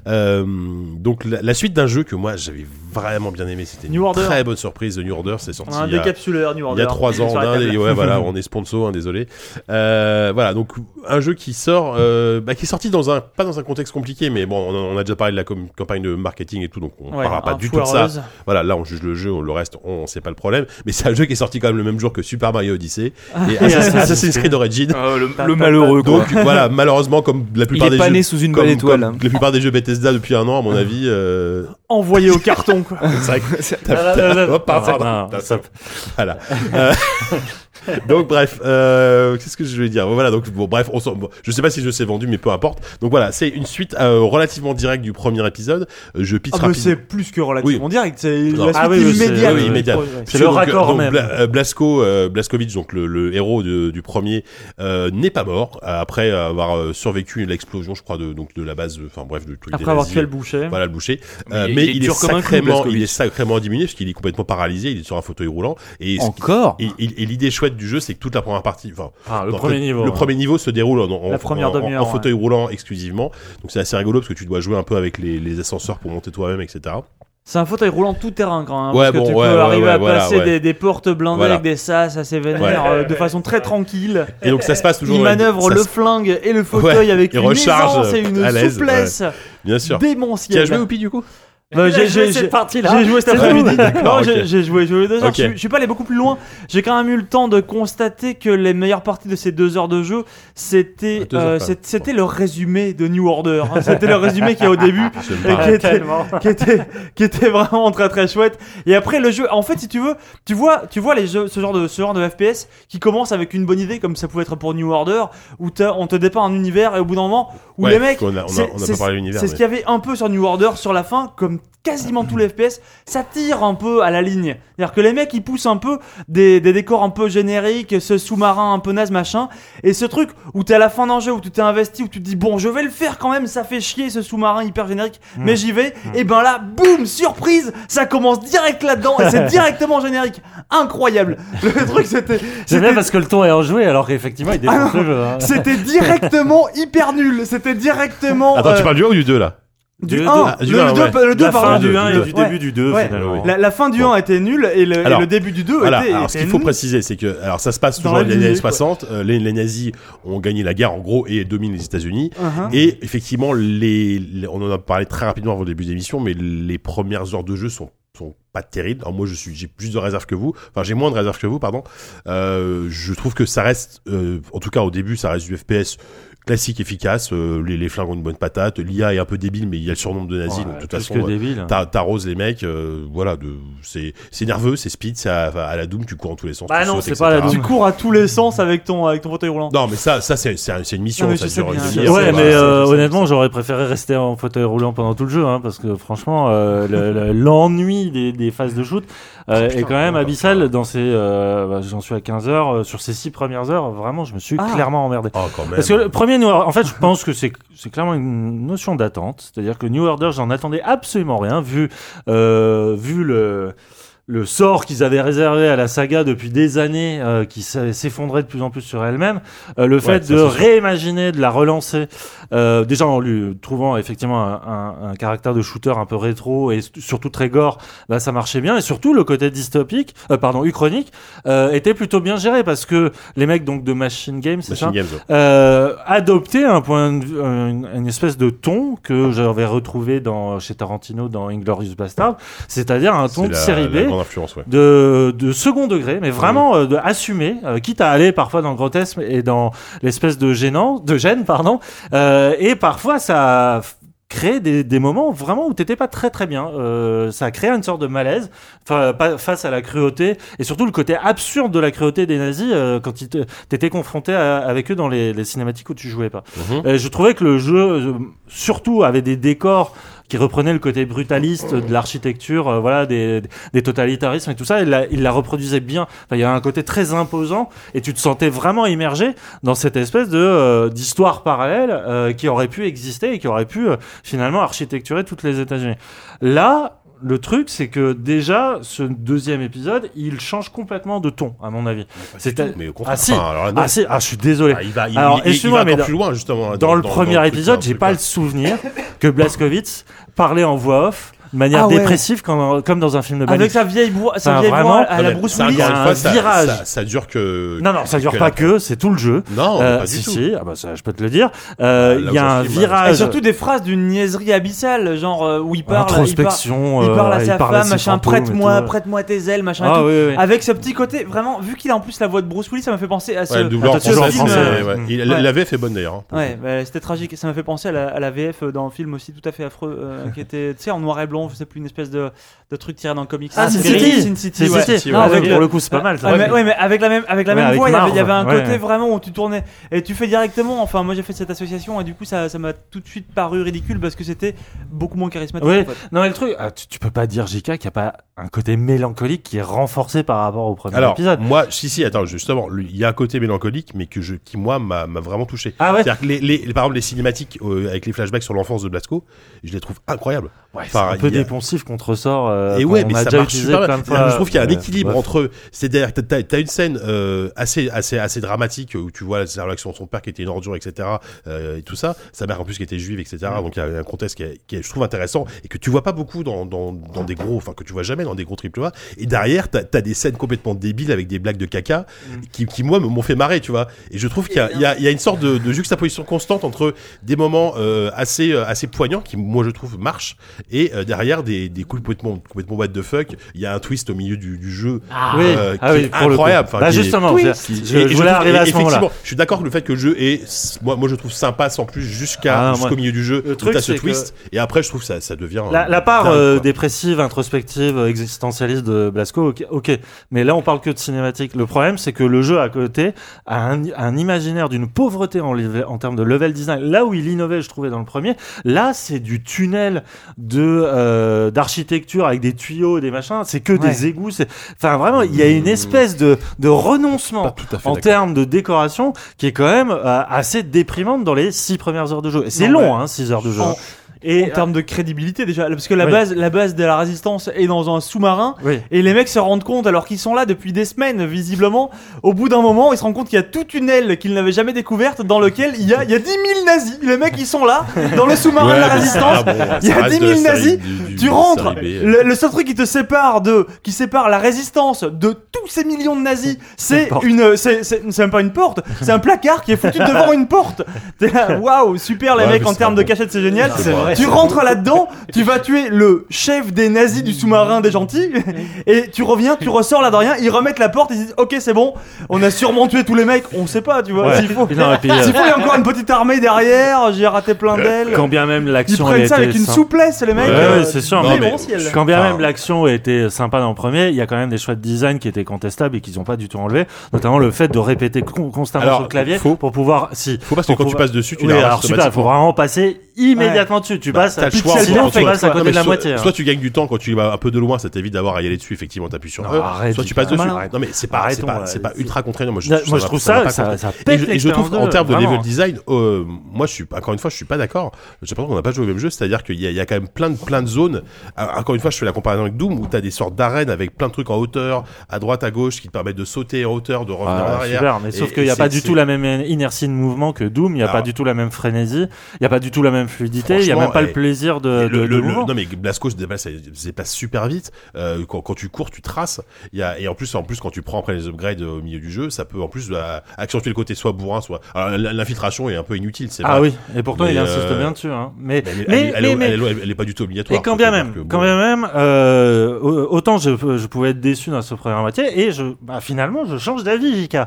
Speaker 2: Euh, donc la, la suite d'un jeu que moi j'avais vraiment bien aimé, c'était une
Speaker 5: New Order.
Speaker 2: très bonne surprise, The New Order, c'est sorti
Speaker 5: Un
Speaker 2: il y a-
Speaker 5: décapsuleur, New
Speaker 2: il y
Speaker 5: Order.
Speaker 2: a trois ans,
Speaker 5: Sur la
Speaker 2: on, a un-
Speaker 5: table.
Speaker 2: ouais, voilà, on est sponsor, hein, désolé. Euh, voilà, donc un jeu qui sort Warrior, euh, bah, qui est sorti dans un, pas dans un contexte compliqué, mais bon, on, a- on a déjà parlé de la com- campagne de marketing et tout, donc on
Speaker 5: Ouais,
Speaker 2: parlera pas
Speaker 5: un
Speaker 2: du tout de ça.
Speaker 5: foireuse.
Speaker 2: Voilà, là on juge le jeu, on, le reste, on sait pas le problème. Mais c'est un jeu qui est sorti quand même le même jour que Super Mario Odyssey
Speaker 5: Ah.
Speaker 2: et Assassin's Assassin's Creed Origin.
Speaker 7: Ah, le, le malheureux, quoi.
Speaker 2: Donc voilà, malheureusement, comme la plupart
Speaker 9: Il
Speaker 2: des
Speaker 9: est pas
Speaker 2: jeux.
Speaker 9: né sous une
Speaker 2: comme-
Speaker 9: belle étoile. hein.
Speaker 2: comme la plupart des jeux Bethesda depuis un an, à mon avis, euh,
Speaker 5: Envoyé au carton, quoi.
Speaker 2: c'est vrai que- Hop, pardon, pardon. Voilà. Euh, donc bref, euh, qu'est-ce que je voulais dire Voilà, donc bon, bref, on s'en- bon, je sais pas si je sais vendu, mais peu importe. Donc voilà, c'est une suite euh, relativement directe du premier épisode. Euh, Je pitch
Speaker 5: Ah, mais
Speaker 2: rapide-
Speaker 5: c'est plus que relativement direct, c'est
Speaker 2: Non.
Speaker 5: la suite
Speaker 6: Ah oui, oui, c'est-
Speaker 5: immédiate.
Speaker 2: oui, oui, immédiate.
Speaker 6: C'est
Speaker 2: Puisque
Speaker 6: le
Speaker 2: donc,
Speaker 6: raccord
Speaker 2: donc,
Speaker 6: même.
Speaker 2: Bla- euh, Blasko, euh, Blaskovic, donc le, le héros de- du premier, euh, n'est pas mort euh, après avoir euh, survécu à l'explosion, je crois, de, donc de la base, euh, enfin bref, du truc des
Speaker 5: Après avoir
Speaker 2: nazis.
Speaker 5: tué le boucher.
Speaker 2: Voilà le boucher.
Speaker 7: Mais
Speaker 2: Euh,
Speaker 7: il-
Speaker 2: mais
Speaker 7: il est
Speaker 2: il est,
Speaker 7: dur comme un clou,
Speaker 2: sacrément,
Speaker 7: Blaskovic.
Speaker 2: il est sacrément diminué parce qu'il est complètement paralysé. Il est sur un fauteuil roulant. Et, ce qui-
Speaker 9: Encore
Speaker 2: et- et- et l'idée chouette du jeu, c'est que toute la première partie, enfin,
Speaker 6: Ah, le
Speaker 2: non,
Speaker 6: premier niveau.
Speaker 2: le
Speaker 7: hein.
Speaker 6: ouais.
Speaker 2: premier niveau se déroule en, en-
Speaker 5: La première
Speaker 2: en- en-
Speaker 5: demi-heure,
Speaker 2: en
Speaker 5: ouais.
Speaker 2: fauteuil roulant exclusivement. Donc c'est assez rigolo parce que tu dois jouer un peu avec les, les ascenseurs pour monter toi-même, etc.
Speaker 5: C'est un fauteuil roulant tout terrain, quand même. hein,
Speaker 2: Ouais,
Speaker 5: parce
Speaker 2: bon,
Speaker 5: que tu
Speaker 2: ouais,
Speaker 5: peux
Speaker 2: ouais,
Speaker 5: arriver
Speaker 2: ouais,
Speaker 5: à
Speaker 2: voilà,
Speaker 5: passer
Speaker 2: ouais.
Speaker 5: des, des portes blindées
Speaker 2: Voilà.
Speaker 5: avec des sas assez vénères,
Speaker 2: Ouais.
Speaker 5: euh, de façon très tranquille.
Speaker 2: Et donc ça se passe toujours.
Speaker 5: Il
Speaker 2: dans les-
Speaker 5: manœuvre
Speaker 2: ça
Speaker 5: le
Speaker 2: se-
Speaker 5: flingue et le fauteuil
Speaker 2: Ouais,
Speaker 5: avec
Speaker 2: il
Speaker 5: une
Speaker 2: recharge,
Speaker 5: aisance et
Speaker 2: à
Speaker 5: une
Speaker 2: l'aise,
Speaker 5: souplesse
Speaker 2: Bien sûr.
Speaker 5: démentielle.
Speaker 2: Qui a joué au pi du coup
Speaker 5: Bah, j'ai-
Speaker 6: Il a joué
Speaker 5: j'ai-
Speaker 6: cette
Speaker 5: j'ai-
Speaker 6: partie-là.
Speaker 5: J'ai joué cet
Speaker 2: tout.
Speaker 5: après-midi.
Speaker 2: D'accord,
Speaker 5: Non, j'ai-
Speaker 2: ok.
Speaker 5: j'ai joué, j'ai joué deux heures.
Speaker 2: Ok.
Speaker 5: Je, je suis pas allé beaucoup plus loin. J'ai quand même eu le temps de constater que les meilleures parties de ces deux heures de jeu,
Speaker 2: Ah,
Speaker 5: c'était
Speaker 2: deux heures,
Speaker 5: euh,
Speaker 2: quand
Speaker 5: c'est- c'était le résumé de New Order. hein. C'était le résumé qui est au début
Speaker 2: Je me
Speaker 5: et
Speaker 2: parle.
Speaker 5: qui était, qui était qui était vraiment très très chouette. Et après le jeu, en fait, si tu veux, tu vois, tu vois les jeux, ce genre de ce genre de FPS qui commence avec une bonne idée comme ça pouvait être pour New Order où t'as- on te dépeint un univers et au bout d'un moment où
Speaker 2: Ouais,
Speaker 5: les mecs
Speaker 2: On a, on a-
Speaker 5: c'est-
Speaker 2: on a
Speaker 5: c'est-
Speaker 2: pas parlé de l'univers.
Speaker 5: c'est ce
Speaker 2: mais-
Speaker 5: qu'il y avait un peu sur New Order sur la fin, comme quasiment tous les FPS, ça tire un peu à la ligne. C'est-à-dire que les mecs ils poussent un peu des, des décors un peu génériques, ce sous-marin un peu naze machin, et ce truc où t'es à la fin d'un jeu, où tu t'es investi, où tu te dis bon je vais le faire quand même, ça fait chier ce sous-marin hyper générique, mais j'y vais, et ben là, boum, surprise, ça commence direct là-dedans, et c'est directement générique. Incroyable. Le truc c'était...
Speaker 6: C'est
Speaker 5: c'était-
Speaker 6: bien parce que le ton est enjoué alors qu'effectivement il
Speaker 5: Ah,
Speaker 6: défonce le jeu. hein.
Speaker 5: C'était directement hyper nul, c'était directement...
Speaker 2: Attends,
Speaker 5: euh,
Speaker 2: tu parles du 1 ou du 2 là
Speaker 5: du
Speaker 6: du
Speaker 5: 1,
Speaker 2: deux. Ah, du
Speaker 5: le,
Speaker 2: un,
Speaker 5: deux,
Speaker 2: ouais.
Speaker 5: le deux,
Speaker 6: la
Speaker 5: pardon.
Speaker 6: fin du 1 et
Speaker 5: Ouais.
Speaker 6: du début du 2
Speaker 5: Ouais.
Speaker 6: finalement.
Speaker 5: La, la fin du
Speaker 2: Bon.
Speaker 5: 1 était nulle et le, et
Speaker 2: Alors,
Speaker 5: le début du 2
Speaker 2: Voilà,
Speaker 5: était.
Speaker 2: alors ce qu'il faut
Speaker 5: était nul.
Speaker 2: préciser, c'est que alors ça se passe
Speaker 5: Dans
Speaker 2: toujours dans
Speaker 5: la
Speaker 2: les années
Speaker 5: lignée, quoi.
Speaker 2: 60, euh, les, les nazis ont gagné la guerre en gros et dominent les États-Unis.
Speaker 5: Uh-huh.
Speaker 2: Et effectivement, les, les- on en a parlé très rapidement avant le début de l'émission, mais les premières heures de jeu sont sont pas terribles. Alors moi, je suis, j'ai plus de réserve que vous. Enfin, j'ai moins de réserve que vous, pardon. Euh, je trouve que ça reste, euh, en tout cas au début, ça reste du FPS classique, efficace. Euh, les, les flingues ont une bonne patate. L'IA est un peu débile, mais il y a le surnom de nazis, donc de toute
Speaker 6: Plus
Speaker 2: façon,
Speaker 6: que
Speaker 2: euh,
Speaker 6: débile.
Speaker 2: T'a- T'arroses les mecs, euh, voilà, de, c'est, c'est nerveux, c'est speed, c'est à, à la Doom, tu cours en tous les sens.
Speaker 6: Bah
Speaker 2: tu
Speaker 6: non,
Speaker 2: sautes,
Speaker 6: c'est pas
Speaker 2: etc.
Speaker 6: la
Speaker 5: Tu cours à tous les sens avec ton, avec ton fauteuil roulant.
Speaker 2: Non, mais ça, ça c'est, c'est, un- c'est une mission,
Speaker 5: Non, mais
Speaker 2: ça
Speaker 5: je sais
Speaker 2: dure une
Speaker 5: bien, je
Speaker 2: demi-heure,
Speaker 5: sais.
Speaker 2: c'est
Speaker 6: Ouais,
Speaker 2: pas-
Speaker 6: mais
Speaker 2: c'est-
Speaker 6: euh,
Speaker 2: c'est-
Speaker 6: honnêtement, j'aurais préféré rester en fauteuil roulant pendant tout le jeu, hein, parce que franchement, euh, le- le- l'ennui des, des phases de shoot euh, est quand même abyssal. Dans ces, euh, bah, j'en suis à 15 heures euh, sur ces six premières heures. Vraiment, je me suis
Speaker 5: Ah.
Speaker 6: clairement emmerdé.
Speaker 2: Oh, quand même.
Speaker 6: Parce que le premier New Order, en fait, je pense que c'est c'est clairement une notion d'attente. C'est-à-dire que New Order, j'en attendais absolument rien, vu, euh, vu le, le sort qu'ils avaient réservé à la saga depuis des années, euh, qui s'e- s'effondrait de plus en plus sur elle-même. Euh, le fait
Speaker 2: ça,
Speaker 6: de
Speaker 2: c'est sûr.
Speaker 6: réimaginer, de la relancer, euh, déjà en lui trouvant effectivement un, un- un caractère de shooter un peu rétro et s- surtout très gore, bah, ça marchait bien. Et surtout, le côté dystopique, euh, pardon, uchronique, euh, était plutôt bien géré parce que les mecs donc de Machine Games, c'est ça
Speaker 2: Machine Games.
Speaker 6: euh, adopter un point de vue- une, une espèce de ton que j'avais retrouvé dans, chez Tarantino dans Inglorious Bastard, c'est-à-dire un ton
Speaker 2: C'est
Speaker 6: de
Speaker 2: la-
Speaker 6: série B
Speaker 2: la grande influence, ouais.
Speaker 6: de, de second degré, mais vraiment euh, de assumer, euh, quitte à aller parfois dans le grotesque et dans l'espèce de gênant, de gêne, pardon, euh, et parfois ça f- crée des, des moments vraiment où t'étais pas très très bien. Euh, ça crée une sorte de malaise fa- pa- face à la cruauté et surtout le côté absurde de la cruauté des nazis euh, quand ils te- t'étais confronté à- avec eux dans les, les cinématiques où tu jouais pas.
Speaker 2: Mhm.
Speaker 6: Euh, je trouvais que le jeu, euh, surtout avait des décors qui reprenaient le côté brutaliste de l'architecture, euh, voilà, des, des totalitarismes et tout ça, il la, il la reproduisait bien. Enfin, il y avait un côté très imposant et tu te sentais vraiment immergé dans cette espèce de euh, d'histoire parallèle euh, qui aurait pu exister et qui aurait pu euh, finalement architecturer toutes les États-Unis. Là, le truc, c'est que déjà ce deuxième épisode, il change complètement de ton, à mon avis. C'est
Speaker 2: Mais au contraire,
Speaker 6: ah si,
Speaker 2: enfin, alors là, non.
Speaker 6: ah si, ah je suis désolé.
Speaker 2: Ah, il va, il,
Speaker 6: Alors,
Speaker 2: il- il- il
Speaker 6: excuse-moi,
Speaker 2: va
Speaker 6: mais
Speaker 2: encore
Speaker 6: dans-
Speaker 2: plus loin, justement.
Speaker 6: Dans le premier
Speaker 2: truc, hein,
Speaker 6: épisode,
Speaker 2: un
Speaker 6: j'ai
Speaker 2: truc
Speaker 6: pas
Speaker 2: là.
Speaker 6: le souvenir que Blaskovic parlait en voix off de manière
Speaker 5: Ah ouais. Ah,
Speaker 6: dépressive comme, comme dans un film de
Speaker 5: Avec
Speaker 6: Bannick.
Speaker 5: sa vieille, voix- sa
Speaker 6: Enfin,
Speaker 5: vieille
Speaker 6: vraiment,
Speaker 5: voix à la
Speaker 2: Ouais,
Speaker 5: Bruce
Speaker 2: ça,
Speaker 5: Willis.
Speaker 2: encore
Speaker 6: il y a
Speaker 2: une
Speaker 6: un
Speaker 2: fois, ça,
Speaker 6: virage.
Speaker 2: ça- ça dure que.
Speaker 6: Non, non, ça dure
Speaker 2: que
Speaker 6: pas
Speaker 2: la-
Speaker 6: que, c'est tout le jeu.
Speaker 2: Non,
Speaker 6: Euh,
Speaker 2: Oh, pas du
Speaker 6: si,
Speaker 2: tout.
Speaker 6: si, ah bah ça, je peux te le dire. Euh,
Speaker 2: Ah,
Speaker 6: Il
Speaker 2: là,
Speaker 6: y a
Speaker 2: dans
Speaker 6: un
Speaker 2: ce film,
Speaker 6: virage.
Speaker 5: Et surtout des phrases d'une niaiserie abyssale, genre euh, où il parle, il parle,
Speaker 6: introspection.
Speaker 5: il parle à
Speaker 6: euh,
Speaker 5: sa
Speaker 6: parle
Speaker 5: femme,
Speaker 6: ses
Speaker 5: machin,
Speaker 6: fantômes et
Speaker 5: prête-moi,
Speaker 6: tout.
Speaker 5: prête-moi tes ailes, machin. et
Speaker 6: Ah
Speaker 5: tout.
Speaker 6: oui, oui.
Speaker 5: Avec ce petit côté, vraiment, vu qu'il a en plus la voix de Bruce Willis, ça m'a fait penser à ce.
Speaker 2: Ouais, le doubleur
Speaker 6: Attention,
Speaker 2: français.
Speaker 5: le film,
Speaker 2: ouais,
Speaker 6: euh,
Speaker 2: ouais. Il
Speaker 5: ouais.
Speaker 2: l'avait fait bonne d'ailleurs. hein.
Speaker 5: Ouais, bah, c'était tragique. Ça m'a fait penser à la, à la VF dans un film aussi tout à fait affreux, euh, qui était, tu sais, en noir et blanc, je sais plus, une espèce de, de truc tiré d'un comic.
Speaker 6: Ah, Sin
Speaker 5: c'est
Speaker 6: City
Speaker 5: Sin
Speaker 6: C'est
Speaker 5: City,
Speaker 6: si,
Speaker 5: ouais.
Speaker 6: si, si,
Speaker 5: Non,
Speaker 2: Ah,
Speaker 6: ouais,
Speaker 5: avec
Speaker 6: pour
Speaker 5: le-
Speaker 6: le coup, c'est pas mal. ça.
Speaker 5: Ah, mais, ouais, mais avec la même, avec la
Speaker 6: Ouais,
Speaker 5: même
Speaker 6: avec
Speaker 5: voix, il y avait- il y avait un
Speaker 6: Marv, ouais.
Speaker 5: côté vraiment où tu tournais et tu fais directement. Enfin, moi j'ai fait cette association et du coup ça ça m'a tout de suite paru ridicule parce que c'était beaucoup moins charismatique.
Speaker 6: Ouais.
Speaker 5: en fait.
Speaker 6: Non, mais le truc, ah, tu, tu peux pas dire JK qu'il n'y a pas un côté mélancolique qui est renforcé par rapport au premier
Speaker 2: Alors,
Speaker 6: épisode.
Speaker 2: moi, si, si, attends, justement, lui, il y a un côté mélancolique, mais que je, qui, moi, m'a m'a vraiment touché.
Speaker 6: Ah ouais
Speaker 2: C'est-à-dire que les, les- par exemple, les cinématiques euh, avec les flashbacks sur l'enfance de Blasco, je les trouve incroyables.
Speaker 6: Ouais, c'est
Speaker 2: Enfin,
Speaker 6: un peu
Speaker 2: il y a-
Speaker 6: des poncifs contre sort. euh,
Speaker 2: et ouais, mais ça marche super bien. Je trouve qu'il y a un équilibre entre. C'est-à-dire, que t'as t'as une scène euh, assez, assez, assez dramatique où tu vois la relation de son père qui était une ordure, etc. euh, et tout ça. Sa mère en plus qui était juive, etc. Donc il y a un contexte qui, est- qui est, je trouve intéressant et que tu vois pas beaucoup dans, dans, dans des gros, enfin que tu vois jamais dans des gros triple A. Et derrière, t'as as des scènes complètement débiles avec des blagues de caca qui, qui moi m'ont fait marrer, tu vois. Et je trouve qu'il y a, il y, a, il y a une sorte de, de juxtaposition constante entre des moments euh, assez, euh, assez poignants qui, moi, je trouve, marchent, et euh, derrière des, des coups complètement, complètement what the fuck. Il y a un twist au milieu du, du jeu euh, qui est incroyable. enfin,
Speaker 6: Bah
Speaker 2: qui est-
Speaker 6: justement,
Speaker 2: qui-
Speaker 6: Ah, je-
Speaker 2: qui- et- et
Speaker 6: je
Speaker 2: trouve-
Speaker 6: voulais arriver
Speaker 2: et-
Speaker 6: à ce moment-là.
Speaker 2: effectivement, Je suis d'accord que le fait que le jeu est, moi, moi, je trouve sympa sans plus jusqu'à
Speaker 6: Ah,
Speaker 2: jusqu'au
Speaker 6: moi-
Speaker 2: milieu du jeu.
Speaker 6: le
Speaker 2: où
Speaker 6: truc,
Speaker 2: t'as ce
Speaker 6: c'est que-
Speaker 2: twist, et après, je trouve ça, ça devient
Speaker 6: La, la part
Speaker 2: Oh. dingue,
Speaker 6: euh,
Speaker 2: quoi.
Speaker 6: dépressive, introspective, euh, existentialiste de Blasco, ok, ok. mais là on parle que de cinématique. Le problème, c'est que le jeu à côté a un, un imaginaire d'une pauvreté en, level- en termes de level design. Là où il innovait, je trouvais dans le premier, là c'est du tunnel de euh, d'architecture avec des tuyaux, des machins. C'est que des égouts. c'est- Enfin vraiment, il y a une espèce de de renoncement
Speaker 2: Tout à fait
Speaker 6: en
Speaker 2: d'accord.
Speaker 6: termes de décoration qui est quand même euh, assez déprimante dans les six premières heures de jeu. Et c'est
Speaker 5: Non,
Speaker 6: long,
Speaker 5: ouais. Oh.
Speaker 6: hein, six heures de jeu.
Speaker 5: En-
Speaker 6: Et euh,
Speaker 5: en termes de crédibilité déjà, parce que la
Speaker 6: Oui.
Speaker 5: base, la base de la résistance est dans un sous-marin.
Speaker 6: oui.
Speaker 5: Et les mecs se rendent compte, alors qu'ils sont là depuis des semaines, visiblement, au bout d'un moment, ils se rendent compte qu'il y a toute une aile qu'ils n'avaient jamais découverte, dans lequel il y a, il y a 10 000 nazis. Les mecs, ils sont là, dans le sous-marin de la
Speaker 2: Ouais, mais ça,
Speaker 5: résistance.
Speaker 2: bon, ça
Speaker 5: il y a
Speaker 2: reste
Speaker 5: 10
Speaker 2: de
Speaker 5: 000
Speaker 2: la
Speaker 5: nazis,
Speaker 2: série du- du-
Speaker 5: Tu
Speaker 2: de la
Speaker 5: rentres.
Speaker 2: série B.
Speaker 5: Le, le seul truc qui te sépare de, qui sépare la résistance de tous ces millions de nazis, c'est
Speaker 6: porte.
Speaker 5: une, c'est c'est- c'est même pas une porte, c'est un placard qui est foutu devant une porte. T'es là, waouh, super les
Speaker 2: Ouais,
Speaker 5: mecs
Speaker 2: mais
Speaker 5: en
Speaker 2: c'est
Speaker 5: termes
Speaker 2: pas
Speaker 5: de
Speaker 2: bon.
Speaker 5: cachette, c'est génial.
Speaker 2: C'est vrai.
Speaker 5: Tu rentres là-dedans, tu vas tuer le chef des nazis du sous-marin des gentils, et tu reviens, tu ressors là de rien, ils remettent la porte, ils disent ok c'est bon, on a sûrement tué tous les mecs, on sait pas, tu vois,
Speaker 6: Ouais.
Speaker 5: s'il faut.
Speaker 6: Puis non, et puis, euh,
Speaker 5: S'il faut, il y a encore une petite armée derrière, j'ai raté plein d'ailes.
Speaker 6: Quand bien même
Speaker 5: Ils
Speaker 6: l'action
Speaker 5: prennent
Speaker 6: elle
Speaker 5: ça
Speaker 6: était
Speaker 5: avec une
Speaker 6: sympa.
Speaker 5: souplesse, les mecs.
Speaker 6: Ouais,
Speaker 5: euh,
Speaker 6: ouais, c'est sûr,
Speaker 5: du
Speaker 2: non,
Speaker 5: bon
Speaker 2: mais-
Speaker 5: ciel.
Speaker 6: Quand bien
Speaker 2: Enfin,
Speaker 6: même l'action était sympa dans le premier, il y a quand même des choix de design qui étaient contestables et qu'ils n'ont pas du tout enlevé, notamment le fait de répéter con- constamment
Speaker 2: Alors,
Speaker 6: sur le clavier
Speaker 2: faut-
Speaker 6: pour pouvoir si
Speaker 2: Faut pas, parce que
Speaker 6: pour
Speaker 2: quand tu
Speaker 6: pouvoir-
Speaker 2: passes dessus, tu
Speaker 6: oui,
Speaker 2: l'as
Speaker 6: alors super, il faut vraiment passer immédiatement dessus. Tu
Speaker 2: Bah,
Speaker 6: passes
Speaker 2: t'as
Speaker 6: à
Speaker 2: le choix,
Speaker 6: pixel,
Speaker 2: en
Speaker 6: sinon
Speaker 2: fait,
Speaker 6: tu passes à
Speaker 2: Non,
Speaker 6: côté
Speaker 2: mais
Speaker 6: de la
Speaker 2: soit-
Speaker 6: moitié. hein.
Speaker 2: Soit tu gagnes du temps quand tu vas un peu de loin, ça t'évite d'avoir à y aller dessus, effectivement, t'appuies sur
Speaker 6: Non,
Speaker 2: E.
Speaker 6: arrête,
Speaker 2: soit tu
Speaker 6: dis-
Speaker 2: passes dessus.
Speaker 6: arrête.
Speaker 2: Non, mais c'est pas, c'est
Speaker 6: Arrêtons,
Speaker 2: pas,
Speaker 6: là.
Speaker 2: c'est pas ultra contraignant. Moi, je,
Speaker 6: hein. Moi, je
Speaker 2: va-
Speaker 6: trouve
Speaker 2: va
Speaker 6: ça,
Speaker 2: pas
Speaker 6: ça,
Speaker 2: contre-
Speaker 6: ça
Speaker 2: et
Speaker 6: pète
Speaker 2: je, et je trouve en
Speaker 6: l'expérience
Speaker 2: termes de
Speaker 6: jeu,
Speaker 2: level
Speaker 6: vraiment.
Speaker 2: design, euh, moi je suis encore une fois je suis pas d'accord. J'ai l'impression qu'on n'a pas joué au même jeu, c'est-à-dire qu'il y, a- il y a quand même plein de plein de zones. Alors, encore une fois, je fais la comparaison avec Doom où t'as des sortes d'arènes avec plein de trucs en hauteur, à droite, à gauche, qui te permettent de sauter en hauteur, de revenir en
Speaker 6: Ah,
Speaker 2: arrière.
Speaker 6: super, mais
Speaker 2: Et-
Speaker 6: sauf
Speaker 2: et
Speaker 6: qu'il n'y a
Speaker 2: c'est-
Speaker 6: pas du
Speaker 2: c'est-
Speaker 6: tout la même inertie de mouvement que Doom, il n'y a pas
Speaker 2: Alors-
Speaker 6: du tout la même frénésie, il n'y a pas du tout la même fluidité, il n'y a
Speaker 2: Franchement,
Speaker 6: même pas
Speaker 2: eh,
Speaker 6: le plaisir de,
Speaker 2: Et
Speaker 6: euh, de-
Speaker 2: le,
Speaker 6: de
Speaker 2: le- le-
Speaker 6: mouvement.
Speaker 2: non mais Blasco se déplace, se déplace super vite. Euh, quand, quand tu cours, tu traces. Il y a, et en plus, en plus quand tu prends après les upgrades euh, au milieu du jeu, ça peut en plus euh, accentuer le côté soit bourrin, soit. Alors, l- l'infiltration est un peu inutile, c'est
Speaker 6: Ah
Speaker 2: vrai.
Speaker 6: oui, et pourtant
Speaker 2: Mais,
Speaker 6: il insiste
Speaker 2: euh,
Speaker 6: bien dessus. hein. Mais,
Speaker 2: Mais
Speaker 6: mais,
Speaker 2: elle, est- elle est-
Speaker 6: mais-
Speaker 2: elle est- elle est- elle est pas du tout obligatoire.
Speaker 6: Et quand bien
Speaker 2: c'est-à-dire
Speaker 6: même,
Speaker 2: que,
Speaker 6: quand
Speaker 2: bon,
Speaker 6: bien même, euh, au- autant je, je pouvais être déçu dans ce première moitié, et je, bah, finalement, je change d'avis, JK.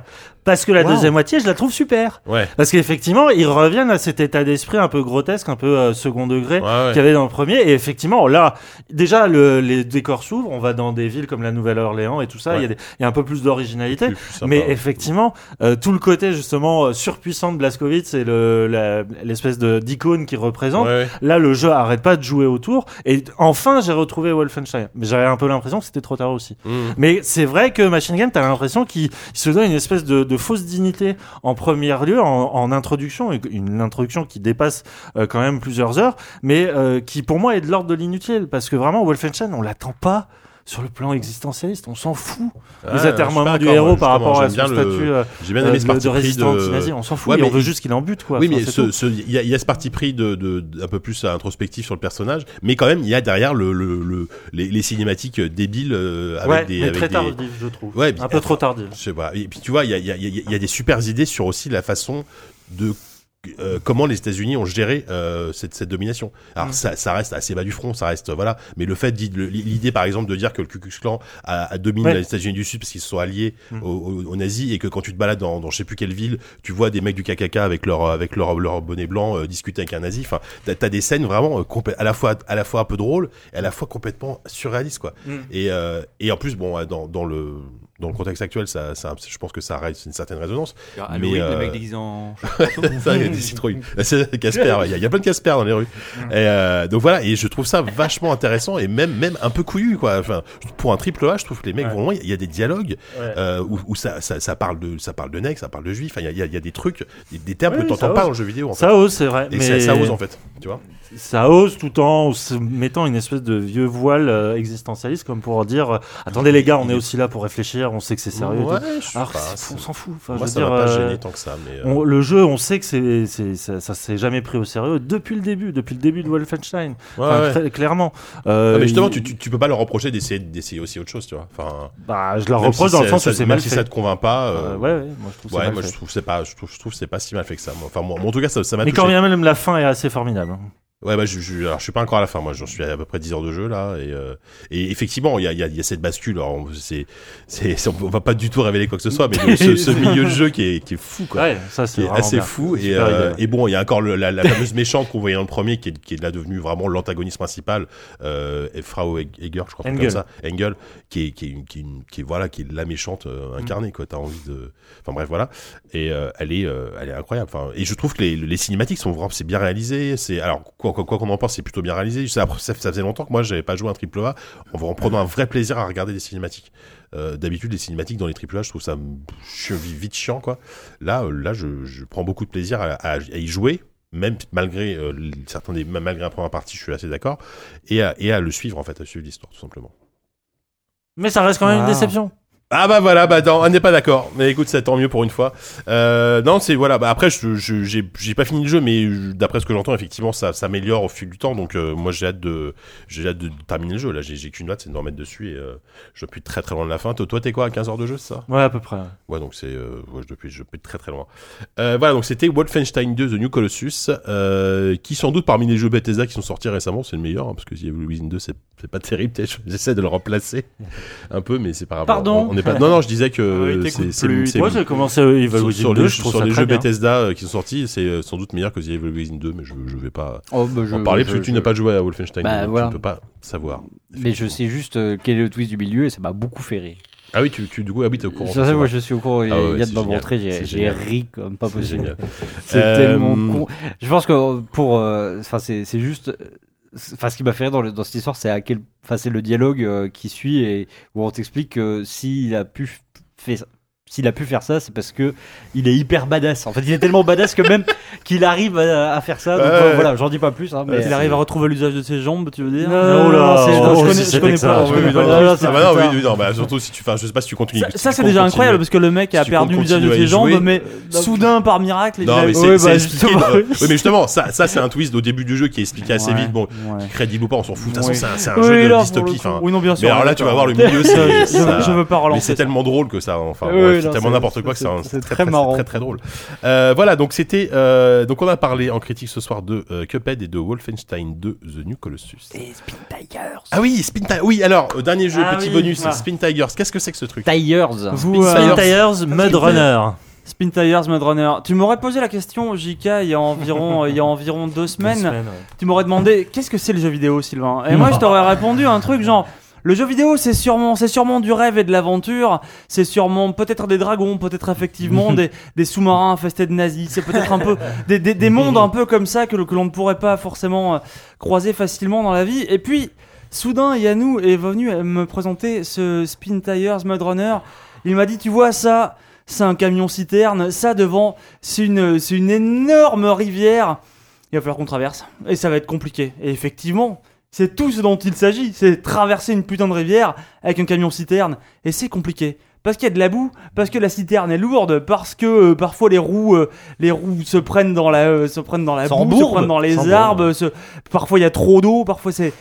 Speaker 6: Parce que la deuxième moitié, je la trouve super.
Speaker 2: Ouais.
Speaker 6: Parce qu'effectivement, ils reviennent à cet état d'esprit un peu grotesque, un peu euh, second degré,
Speaker 2: Ouais, ouais.
Speaker 6: qu'il y avait dans le premier. Et effectivement, là, déjà, le- les décors s'ouvrent. On va dans des villes comme la Nouvelle-Orléans et tout ça. Il y a des- il y, a un peu plus d'originalité.
Speaker 2: Plus- plus sympa,
Speaker 6: Mais
Speaker 2: ouais.
Speaker 6: effectivement, euh, tout le côté justement euh, surpuissant de Blaskovitz et le- la- l'espèce de d'icône qu'il représente,
Speaker 2: Ouais, ouais.
Speaker 6: Là, le jeu arrête pas de jouer autour. Et enfin, j'ai retrouvé Wolfenstein. Mais j'avais un peu l'impression que c'était trop tard aussi.
Speaker 2: Mhm.
Speaker 6: Mais c'est vrai que Machine Gun, t'as l'impression qu'il il se donne une espèce de, de fausse dignité en premier lieu, en, en introduction, et une introduction qui dépasse euh, quand même plusieurs heures, mais euh, qui pour moi est de l'ordre de l'inutile, parce que vraiment Wolfenstein, on l'attend pas. sur le plan existentialiste, on s'en fout.
Speaker 2: Ah,
Speaker 6: les
Speaker 2: je
Speaker 6: atermoiements
Speaker 2: suis
Speaker 6: du
Speaker 2: pas d'accord,
Speaker 6: héros par
Speaker 2: justement,
Speaker 6: rapport à son
Speaker 2: j'aime bien le-
Speaker 6: statut euh,
Speaker 2: J'ai bien aimé ce
Speaker 6: de-
Speaker 2: parti
Speaker 6: de
Speaker 2: pris
Speaker 6: résistant
Speaker 2: de-
Speaker 6: anti-nazi, on s'en fout,
Speaker 2: Ouais,
Speaker 6: et on
Speaker 2: mais-
Speaker 6: veut juste qu'il en bute quoi.
Speaker 2: Oui,
Speaker 6: Enfin,
Speaker 2: mais
Speaker 6: c'est
Speaker 2: ce-
Speaker 6: tout.
Speaker 2: ce- il y, a- il y a ce parti pris de, de- de- un peu plus introspectif sur le personnage, mais quand même, il y a derrière le, le- le- les, les cinématiques débiles euh, avec
Speaker 6: Ouais,
Speaker 2: des.
Speaker 6: mais
Speaker 2: avec
Speaker 6: très
Speaker 2: des-
Speaker 6: tardif, je trouve.
Speaker 2: Ouais, puis-
Speaker 6: un peu trop tardif.
Speaker 2: Je sais pas. Et puis tu vois, il y a, il y a- il y a- il y a des super idées sur aussi la façon de euh, comment les États-Unis ont géré euh, cette, cette domination. Alors ça, ça reste assez bas du front, ça reste euh, voilà. Mais le fait d'id- le- l'idée par exemple de dire que le Ku Klux Klan a, a dominé
Speaker 6: Ouais.
Speaker 2: les États-Unis du Sud parce qu'ils se sont alliés
Speaker 6: Mm.
Speaker 2: aux, aux- aux nazis et que quand tu te balades dans, dans je sais plus quelle ville, tu vois des mecs du KKK avec leur avec leur, leur bonnet blanc euh, discuter avec un nazi. Enfin, t'as as des scènes vraiment euh, complè- à la fois à la fois un peu drôles et à la fois complètement surréalistes quoi.
Speaker 6: Mm.
Speaker 2: Et, euh, et en plus, bon, euh, dans, dans le, dans le contexte actuel, ça, ça- je pense que ça reste une certaine résonance.
Speaker 7: Halloween,
Speaker 2: euh,
Speaker 7: le mec déguisé en.
Speaker 2: ça, il y a des citrouilles. C'est Casper, ouais, il y, a- il y a plein de Casper dans les rues.
Speaker 6: Mm.
Speaker 2: Et, euh, donc voilà, et je trouve ça vachement intéressant et même, même un peu couillu, quoi. Enfin, pour un triple A, je trouve que les mecs vont loin. Il y a des dialogues
Speaker 6: Ouais.
Speaker 2: euh, où, où ça, ça, ça parle de, ça parle de nec, ça parle de juif. Enfin, il y a- il y a, il y a des trucs, des, des termes
Speaker 6: Oui,
Speaker 2: que
Speaker 6: oui,
Speaker 2: t'entends
Speaker 6: ça
Speaker 2: pas
Speaker 6: ose.
Speaker 2: en jeu vidéo. En fait.
Speaker 6: Ça ose, c'est vrai.
Speaker 2: Et
Speaker 6: mais
Speaker 2: ça- ça ose en fait, tu vois.
Speaker 6: ça ose tout en se mettant une espèce de vieux voile euh, existentialiste comme pour dire euh, attendez les gars on est aussi là pour réfléchir on sait que c'est sérieux et
Speaker 2: Ouais,
Speaker 6: tout.
Speaker 2: je sais
Speaker 6: alors
Speaker 2: pas,
Speaker 6: c'est-
Speaker 2: c'est-
Speaker 6: on s'en fout Enfin,
Speaker 2: Moi,
Speaker 6: je
Speaker 2: ça
Speaker 6: veux
Speaker 2: m'a
Speaker 6: dire,
Speaker 2: pas
Speaker 6: euh,
Speaker 2: gêné tant que ça, mais. euh,
Speaker 6: on- le jeu on sait que c'est c'est- ça, ça s'est jamais pris au sérieux depuis le début depuis le début de Wolfenstein
Speaker 2: ouais,
Speaker 6: Enfin,
Speaker 2: ouais.
Speaker 6: très- clairement Euh,
Speaker 2: Ah, mais justement,
Speaker 6: il-
Speaker 2: tu, tu, tu peux pas leur reprocher d'essayer d'essayer aussi autre chose, tu vois. Enfin,
Speaker 6: bah, je leur
Speaker 2: Même
Speaker 6: reproche
Speaker 2: si
Speaker 6: dans le
Speaker 2: ça-
Speaker 6: sens
Speaker 2: ça-
Speaker 6: où c'est
Speaker 2: même
Speaker 6: mal
Speaker 2: si
Speaker 6: fait
Speaker 2: ça te convainc pas
Speaker 6: Euh,
Speaker 2: euh,
Speaker 6: ouais, ouais, moi je trouve que
Speaker 2: ouais,
Speaker 6: c'est mal
Speaker 2: moi je
Speaker 6: fait.
Speaker 2: trouve c'est pas je trouve je trouve c'est pas si mal fait que ça moi. enfin moi, moi, en tout cas ça ça m'a
Speaker 6: mais
Speaker 2: touché
Speaker 6: quand bien même la fin est assez formidable hein.
Speaker 2: ouais bah je, je alors je suis pas encore à la fin moi j'en suis à, à peu près 10 heures de jeu là et euh, et effectivement il y a, il y, a, il y a cette bascule alors on- c'est c'est c'est- on peut- on va pas du tout révéler quoi que ce soit mais le- ce, ce milieu de jeu qui est qui est fou quoi
Speaker 6: ouais ça
Speaker 2: qui
Speaker 6: Ah, c'est
Speaker 2: est
Speaker 6: vraiment
Speaker 2: assez
Speaker 6: bien.
Speaker 2: fou et,
Speaker 6: Super
Speaker 2: euh,
Speaker 6: idée.
Speaker 2: et bon il y a encore le- la, la fameuse méchante qu'on voyait dans le premier qui est, qui est là devenue vraiment l'antagoniste principal euh, et Frau Eg- Egger je crois un truc comme
Speaker 6: Engel.
Speaker 2: ça Engel qui est qui est, une- qui est une- qui est, voilà qui est la méchante euh, incarnée quoi t'as envie de enfin bref voilà et euh, elle est euh, elle est incroyable enfin et je trouve que les, les cinématiques sont vraiment c'est bien réalisé c'est alors quoi quoi quoi qu'on en pense c'est plutôt bien réalisé ça, ça, ça faisait longtemps que moi j'avais pas joué à un triple A en en prenant un vrai plaisir à regarder des cinématiques Euh, d'habitude les cinématiques dans les triple A je trouve ça je suis vite chiant quoi là euh, là je, je prends beaucoup de plaisir à, à- à y jouer même malgré euh, l- certains des même malgré la première partie je suis assez d'accord et à, et à le suivre en fait à suivre l'histoire tout simplement
Speaker 6: mais ça reste quand même une
Speaker 4: Ah.
Speaker 6: déception
Speaker 2: ah bah voilà bah non, on n'est pas d'accord mais écoute ça tant mieux pour une fois Euh, non c'est voilà bah après je je- j'ai j'ai pas fini le jeu mais je- d'après ce que j'entends effectivement ça s'améliore au fil du temps donc euh, moi j'ai hâte de j'ai hâte de terminer le jeu là j'ai j'ai qu'une hâte c'est de me remettre dessus et euh, je suis très très loin de la fin toi toi, t'es quoi à 15 heures de jeu c'est ça
Speaker 6: ouais à peu près ouais.
Speaker 2: Ouais, donc c'est. Euh, ouais, je- depuis, je pète très très loin. Euh, voilà, donc c'était Wolfenstein 2 The New Colossus, euh, qui sans doute parmi les jeux Bethesda qui sont sortis récemment, c'est le meilleur, hein, parce que The Evil Within 2, c'est c'est pas terrible. peut-être J'essaie de le remplacer un peu, mais c'est pas grave.
Speaker 4: Pardon
Speaker 2: on, on est pas... Non, non, je disais que.
Speaker 6: Euh, Ah
Speaker 5: Oui, t'écoutes
Speaker 2: c'est c'est-
Speaker 5: Ah, plus.
Speaker 2: c'est-
Speaker 6: moi j'ai commencé Evil
Speaker 2: sur,
Speaker 6: Within
Speaker 2: sur
Speaker 6: 2
Speaker 2: les,
Speaker 6: je trouve
Speaker 2: sur
Speaker 6: ça
Speaker 2: les
Speaker 6: très
Speaker 2: jeux
Speaker 6: bien
Speaker 2: Bethesda euh, qui sont sortis, c'est euh, sans doute meilleur que The Evil Within 2, mais je, je vais pas
Speaker 4: Oh, bah, je-
Speaker 2: en parler
Speaker 4: je-
Speaker 2: parce que tu
Speaker 4: je-
Speaker 2: n'as pas joué à Wolfenstein,
Speaker 4: Bah,
Speaker 2: donc
Speaker 4: voilà.
Speaker 2: tu ne peux pas savoir.
Speaker 4: Mais je sais juste euh, quel est le twist du milieu et ça m'a beaucoup fait rire.
Speaker 2: Ah oui, tu, tu du coup habites au courant.
Speaker 4: Ça,
Speaker 2: c'est
Speaker 4: moi,
Speaker 2: vrai.
Speaker 4: je suis au courant. Il
Speaker 2: Ah ouais,
Speaker 4: y a
Speaker 2: c'est
Speaker 4: de ma
Speaker 2: génial.
Speaker 4: rentrée,
Speaker 2: C'est
Speaker 4: j'ai j'ai
Speaker 2: génial.
Speaker 4: ri comme pas
Speaker 2: C'est
Speaker 4: possible.
Speaker 2: génial.
Speaker 4: C'est
Speaker 2: Euh,
Speaker 4: tellement con. Je pense que pour, euh, enfin, c'est c'est juste, euh, c'est- enfin, ce qui m'a fait rire dans, le- dans cette histoire, c'est à quel, enfin, c'est le dialogue euh, qui suit et où on t'explique que s'il a pu f- faire s'il a pu faire ça, c'est parce que il est hyper badass. En fait, il est tellement badass que même qu'il arrive à, à faire ça. Donc,
Speaker 2: Ouais,
Speaker 4: euh,
Speaker 2: ouais.
Speaker 4: voilà, j'en dis pas plus.
Speaker 2: Bah,
Speaker 4: hein, mais
Speaker 5: Il arrive à retrouver l'usage de ses jambes, tu veux dire
Speaker 6: Non, là,
Speaker 5: c'est-
Speaker 6: oh,
Speaker 5: non, je
Speaker 6: si
Speaker 5: connais- je
Speaker 6: c'était
Speaker 5: connais
Speaker 6: que ça,
Speaker 5: pas.
Speaker 6: je
Speaker 5: oui,
Speaker 6: connais
Speaker 5: oui,
Speaker 6: pas.
Speaker 5: dans-
Speaker 6: Ah,
Speaker 5: dans-
Speaker 6: là,
Speaker 2: Ah bah non, oui, oui, non, bah surtout si tu. Enfin, je sais pas si tu continues.
Speaker 5: Ça,
Speaker 2: si
Speaker 5: ça,
Speaker 2: tu
Speaker 5: c'est déjà
Speaker 2: continues.
Speaker 5: incroyable parce que le mec a
Speaker 2: Si tu
Speaker 5: perdu
Speaker 2: continues
Speaker 5: l'usage de
Speaker 2: à y
Speaker 5: ses
Speaker 2: jouer. Euh,
Speaker 5: jambes, mais soudain par miracle, il
Speaker 2: Non,
Speaker 5: a-
Speaker 2: mais c'est
Speaker 5: Ouais,
Speaker 2: c'est
Speaker 5: bah,
Speaker 2: expliqué.
Speaker 5: justement.
Speaker 2: dans- Oui, mais justement, ça, ça c'est un twist au début du jeu qui est expliqué assez
Speaker 4: Ouais,
Speaker 2: vite. Bon,
Speaker 4: ouais.
Speaker 2: crédible ou pas, on s'en fout. De toute façon,
Speaker 5: Oui.
Speaker 2: c'est un, c'est un
Speaker 5: Oui,
Speaker 2: jeu
Speaker 5: là,
Speaker 2: de
Speaker 5: pour le
Speaker 2: dystopie.
Speaker 5: coup.
Speaker 2: enfin.
Speaker 5: Oui, non, bien sûr.
Speaker 2: Mais alors là, tu vas voir le milieu, c'est.
Speaker 5: Je,
Speaker 2: ça-
Speaker 5: je veux pas
Speaker 2: Mais
Speaker 5: relancer.
Speaker 2: c'est
Speaker 5: ça.
Speaker 2: tellement drôle que ça, enfin,
Speaker 4: Oui,
Speaker 2: bref,
Speaker 4: oui,
Speaker 2: c'est
Speaker 4: non,
Speaker 2: tellement
Speaker 4: c'est-
Speaker 2: n'importe quoi que
Speaker 4: c'est-
Speaker 2: c'est un-
Speaker 4: c'est
Speaker 2: c'est
Speaker 4: très
Speaker 2: très, très,
Speaker 4: marrant.
Speaker 2: très, très drôle. Euh, voilà, donc c'était, euh, donc on a parlé en critique ce soir de euh, Cuphead et de Wolfenstein 2 The New Colossus.
Speaker 4: Et Spin Tigers.
Speaker 2: Ah oui, Spin Ti- Oui, alors euh, dernier jeu,
Speaker 6: Ah
Speaker 2: petit
Speaker 6: oui,
Speaker 2: bonus,
Speaker 6: ah.
Speaker 2: Spin Tigers. Qu'est-ce que c'est que ce truc
Speaker 4: Tigers.
Speaker 5: Vous, euh,
Speaker 6: Spin Tires Mud Runner.
Speaker 5: Spin Tires, Mud Runner. Tu m'aurais posé la question, JK, il y a environ, il y a environ deux
Speaker 6: Deux
Speaker 5: semaines.
Speaker 6: semaines, ouais.
Speaker 5: Tu m'aurais demandé qu'est-ce que c'est le jeu vidéo, Sylvain Et moi, je t'aurais répondu un truc genre. Le jeu vidéo, c'est sûrement, c'est sûrement du rêve et de l'aventure. C'est sûrement peut-être des dragons, peut-être effectivement des, des sous-marins infestés de nazis. C'est peut-être un peu des, des, des mondes un peu comme ça que, que l'on ne pourrait pas forcément euh, croiser facilement dans la vie. Et puis, soudain, Yannou est venu me présenter ce Spin Tires Mud Runner. Il m'a dit, tu vois ça, c'est un camion citerne. Ça devant, c'est une, c'est une énorme rivière. Il va falloir qu'on traverse. Et ça va être compliqué. Et effectivement, C'est tout ce dont il s'agit, c'est traverser une putain de rivière avec un camion citerne, et c'est compliqué. Parce qu'il y a de la boue, parce que la citerne est lourde, parce que euh, parfois les roues, euh, les roues se prennent dans la, euh, se prennent dans la boue, se
Speaker 4: S'embourbe.
Speaker 5: prennent dans les
Speaker 4: S'embourbe.
Speaker 5: arbres, se- parfois il y a trop d'eau, parfois c'est,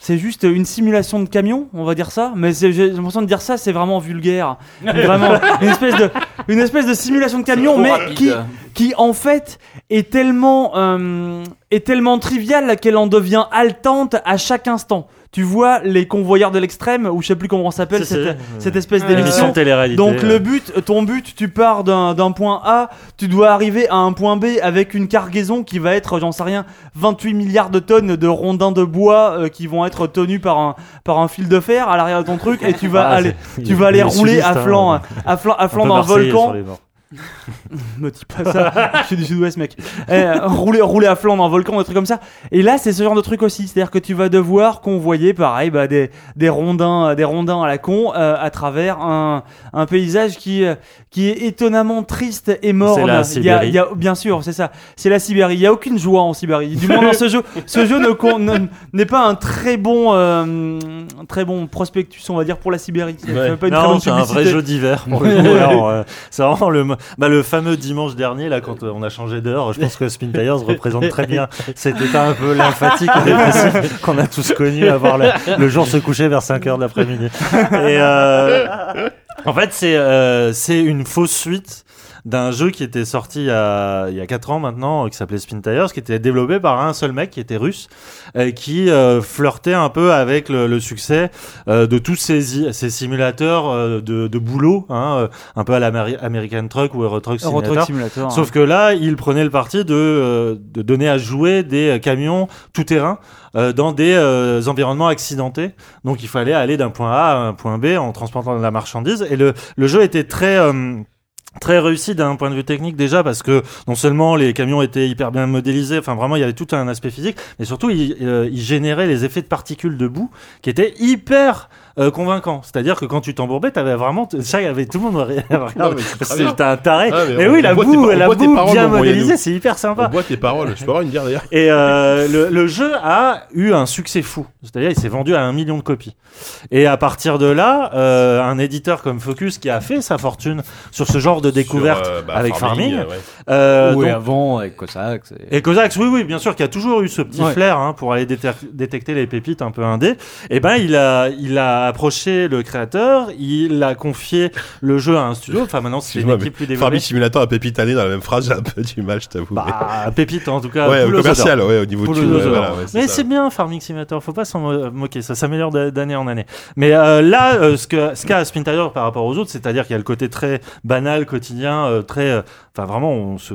Speaker 5: c'est juste une simulation de camion, on va dire ça. Mais c'est- j'ai l'impression de dire ça, c'est vraiment vulgaire, vraiment une espèce de, une espèce de simulation de camion,
Speaker 7: trop
Speaker 5: mais
Speaker 7: rapide.
Speaker 5: qui, qui en fait est tellement euh, est tellement triviale qu'elle en devient haletante à chaque instant. Tu vois les convoyeurs de l'extrême ou je sais plus comment on s'appelle
Speaker 6: Si, si.
Speaker 5: cette, cette espèce
Speaker 3: Euh,
Speaker 5: d'émission.
Speaker 6: Émission télé-réalité.
Speaker 5: Donc le but, ton but, tu pars d'un d'un point A, tu dois arriver à un point B avec une cargaison qui va être, j'en sais rien, 28 milliards de tonnes de rondins de bois euh, qui vont être tenus par un, par un fil de fer à l'arrière de ton truc et tu vas
Speaker 6: Ah,
Speaker 5: aller,
Speaker 6: c'est-
Speaker 5: tu vas
Speaker 6: il est
Speaker 5: aller rouler
Speaker 6: sudiste,
Speaker 5: à
Speaker 6: hein,
Speaker 5: flanc,
Speaker 6: un
Speaker 5: à flanc, à
Speaker 6: peu
Speaker 5: flanc d'un
Speaker 6: Marseillais
Speaker 5: volcan.
Speaker 6: sur les bords.
Speaker 5: Me dis pas ça, je suis du sud-ouest, mec. Eh, rouler, rouler à flanc dans un volcan, des trucs comme ça. Et là, c'est ce genre de truc aussi. C'est-à-dire que tu vas devoir convoyer, pareil, bah, des, des, rondins, des rondins à la con euh, à travers un, un paysage qui, euh, qui est étonnamment triste et morne.
Speaker 6: C'est
Speaker 5: Il
Speaker 6: la
Speaker 5: y a-
Speaker 6: Sibérie.
Speaker 5: il y a- bien sûr, c'est ça. C'est la Sibérie. Il n'y a aucune joie en Sibérie. Du moins, dans ce jeu, ce jeu ne con- ne- n'est pas un très bon, euh, un très bon prospectus, on va dire, pour la Sibérie. C'est
Speaker 2: Ouais.
Speaker 5: pas une très
Speaker 6: Non,
Speaker 5: bonne
Speaker 6: c'est un vrai
Speaker 5: publicité.
Speaker 6: jeu d'hiver. pour le coup. Alors, euh, c'est vraiment le, mo- bah, le fameux dimanche dernier, là, quand euh, on a changé d'heure, je pense que Spin Tires représente très bien cet état un peu lymphatique et dépressif qu'on a tous connu, avoir le, le jour se coucher vers 5 heures de l'après-midi. Et euh, en fait, c'est euh, c'est une fausse suite d'un jeu qui était sorti il y a, il y a 4 ans maintenant, euh, qui s'appelait Spin Tires, qui était développé par un seul mec qui était russe, euh, qui euh, flirtait un peu avec le, le succès euh, de tous ces, i- ces simulateurs euh, de, de boulot, hein, euh, un peu à l'American Truck ou Euro Truck
Speaker 5: Euro
Speaker 6: Simulator.
Speaker 5: Truck Simulator.
Speaker 6: Sauf que là, il prenait le parti de, euh, de donner à jouer des euh, camions tout-terrain euh, dans des euh, environnements accidentés. Donc il fallait aller d'un point A à un point B en transportant de la marchandise. Et le, le jeu était très... euh, Très réussi d'un point de vue technique déjà parce que non seulement les camions étaient hyper bien modélisés, enfin vraiment il y avait tout un aspect physique, mais surtout il, euh, il générait les effets de particules de boue qui étaient hyper euh, convaincants. C'est-à-dire que quand tu t'embourbais, t'avais vraiment, ça y avait tout le monde regarde,
Speaker 2: bien.
Speaker 6: Ah c'est un taré.
Speaker 2: Ah, mais
Speaker 6: Eh, mais
Speaker 2: on-
Speaker 6: oui,
Speaker 2: on
Speaker 6: la
Speaker 2: boit tes
Speaker 6: boue,
Speaker 2: par- on
Speaker 6: la
Speaker 2: boit tes
Speaker 6: boue
Speaker 2: paroles,
Speaker 6: bien
Speaker 2: envoyez-nous.
Speaker 6: modélisée, c'est hyper
Speaker 2: On
Speaker 6: sympa.
Speaker 2: boit tes paroles, je peux avoir une bière derrière.
Speaker 6: Et euh, le, le jeu a eu un succès fou. C'est-à-dire, il s'est vendu à un million de copies. Et à partir de là, euh, un éditeur comme Focus qui a fait sa fortune sur ce genre de découverte
Speaker 2: Sur, euh, bah,
Speaker 6: avec Farming.
Speaker 2: euh, ouais.
Speaker 6: euh,
Speaker 4: Oui,
Speaker 6: donc-
Speaker 4: avant, avec Cossack. c'est-
Speaker 6: et Cosax, oui, oui, bien sûr, qui a toujours eu ce petit
Speaker 4: Ouais.
Speaker 6: flair hein, pour aller déter- détecter les pépites un peu indé. Et ben, il a, il a approché le créateur, il a confié le jeu à un studio. Enfin, maintenant, c'est une
Speaker 2: Excuse-moi,
Speaker 6: équipe plus développée.
Speaker 2: Farming Simulator à Pépite Année dans la même phrase, j'ai un peu du mal, je t'avoue. mais-
Speaker 6: Bah, pépite en tout cas.
Speaker 2: ouais, euh, au
Speaker 6: Bulldozer.
Speaker 2: commercial, ouais, au niveau
Speaker 6: Pour
Speaker 2: de
Speaker 6: le
Speaker 2: ouais,
Speaker 6: doseur.
Speaker 2: euh, voilà, ouais, c'est
Speaker 6: mais
Speaker 2: ça.
Speaker 6: c'est bien Farming Simulator, faut pas s'en mo- euh, moquer, ça s'améliore d'a- d'année en année. Mais euh, là, euh, ce que ce qu'a Spin Tire par rapport aux autres, c'est-à-dire qu'il y a le côté très banal, quotidien, euh, très, euh, enfin vraiment, on se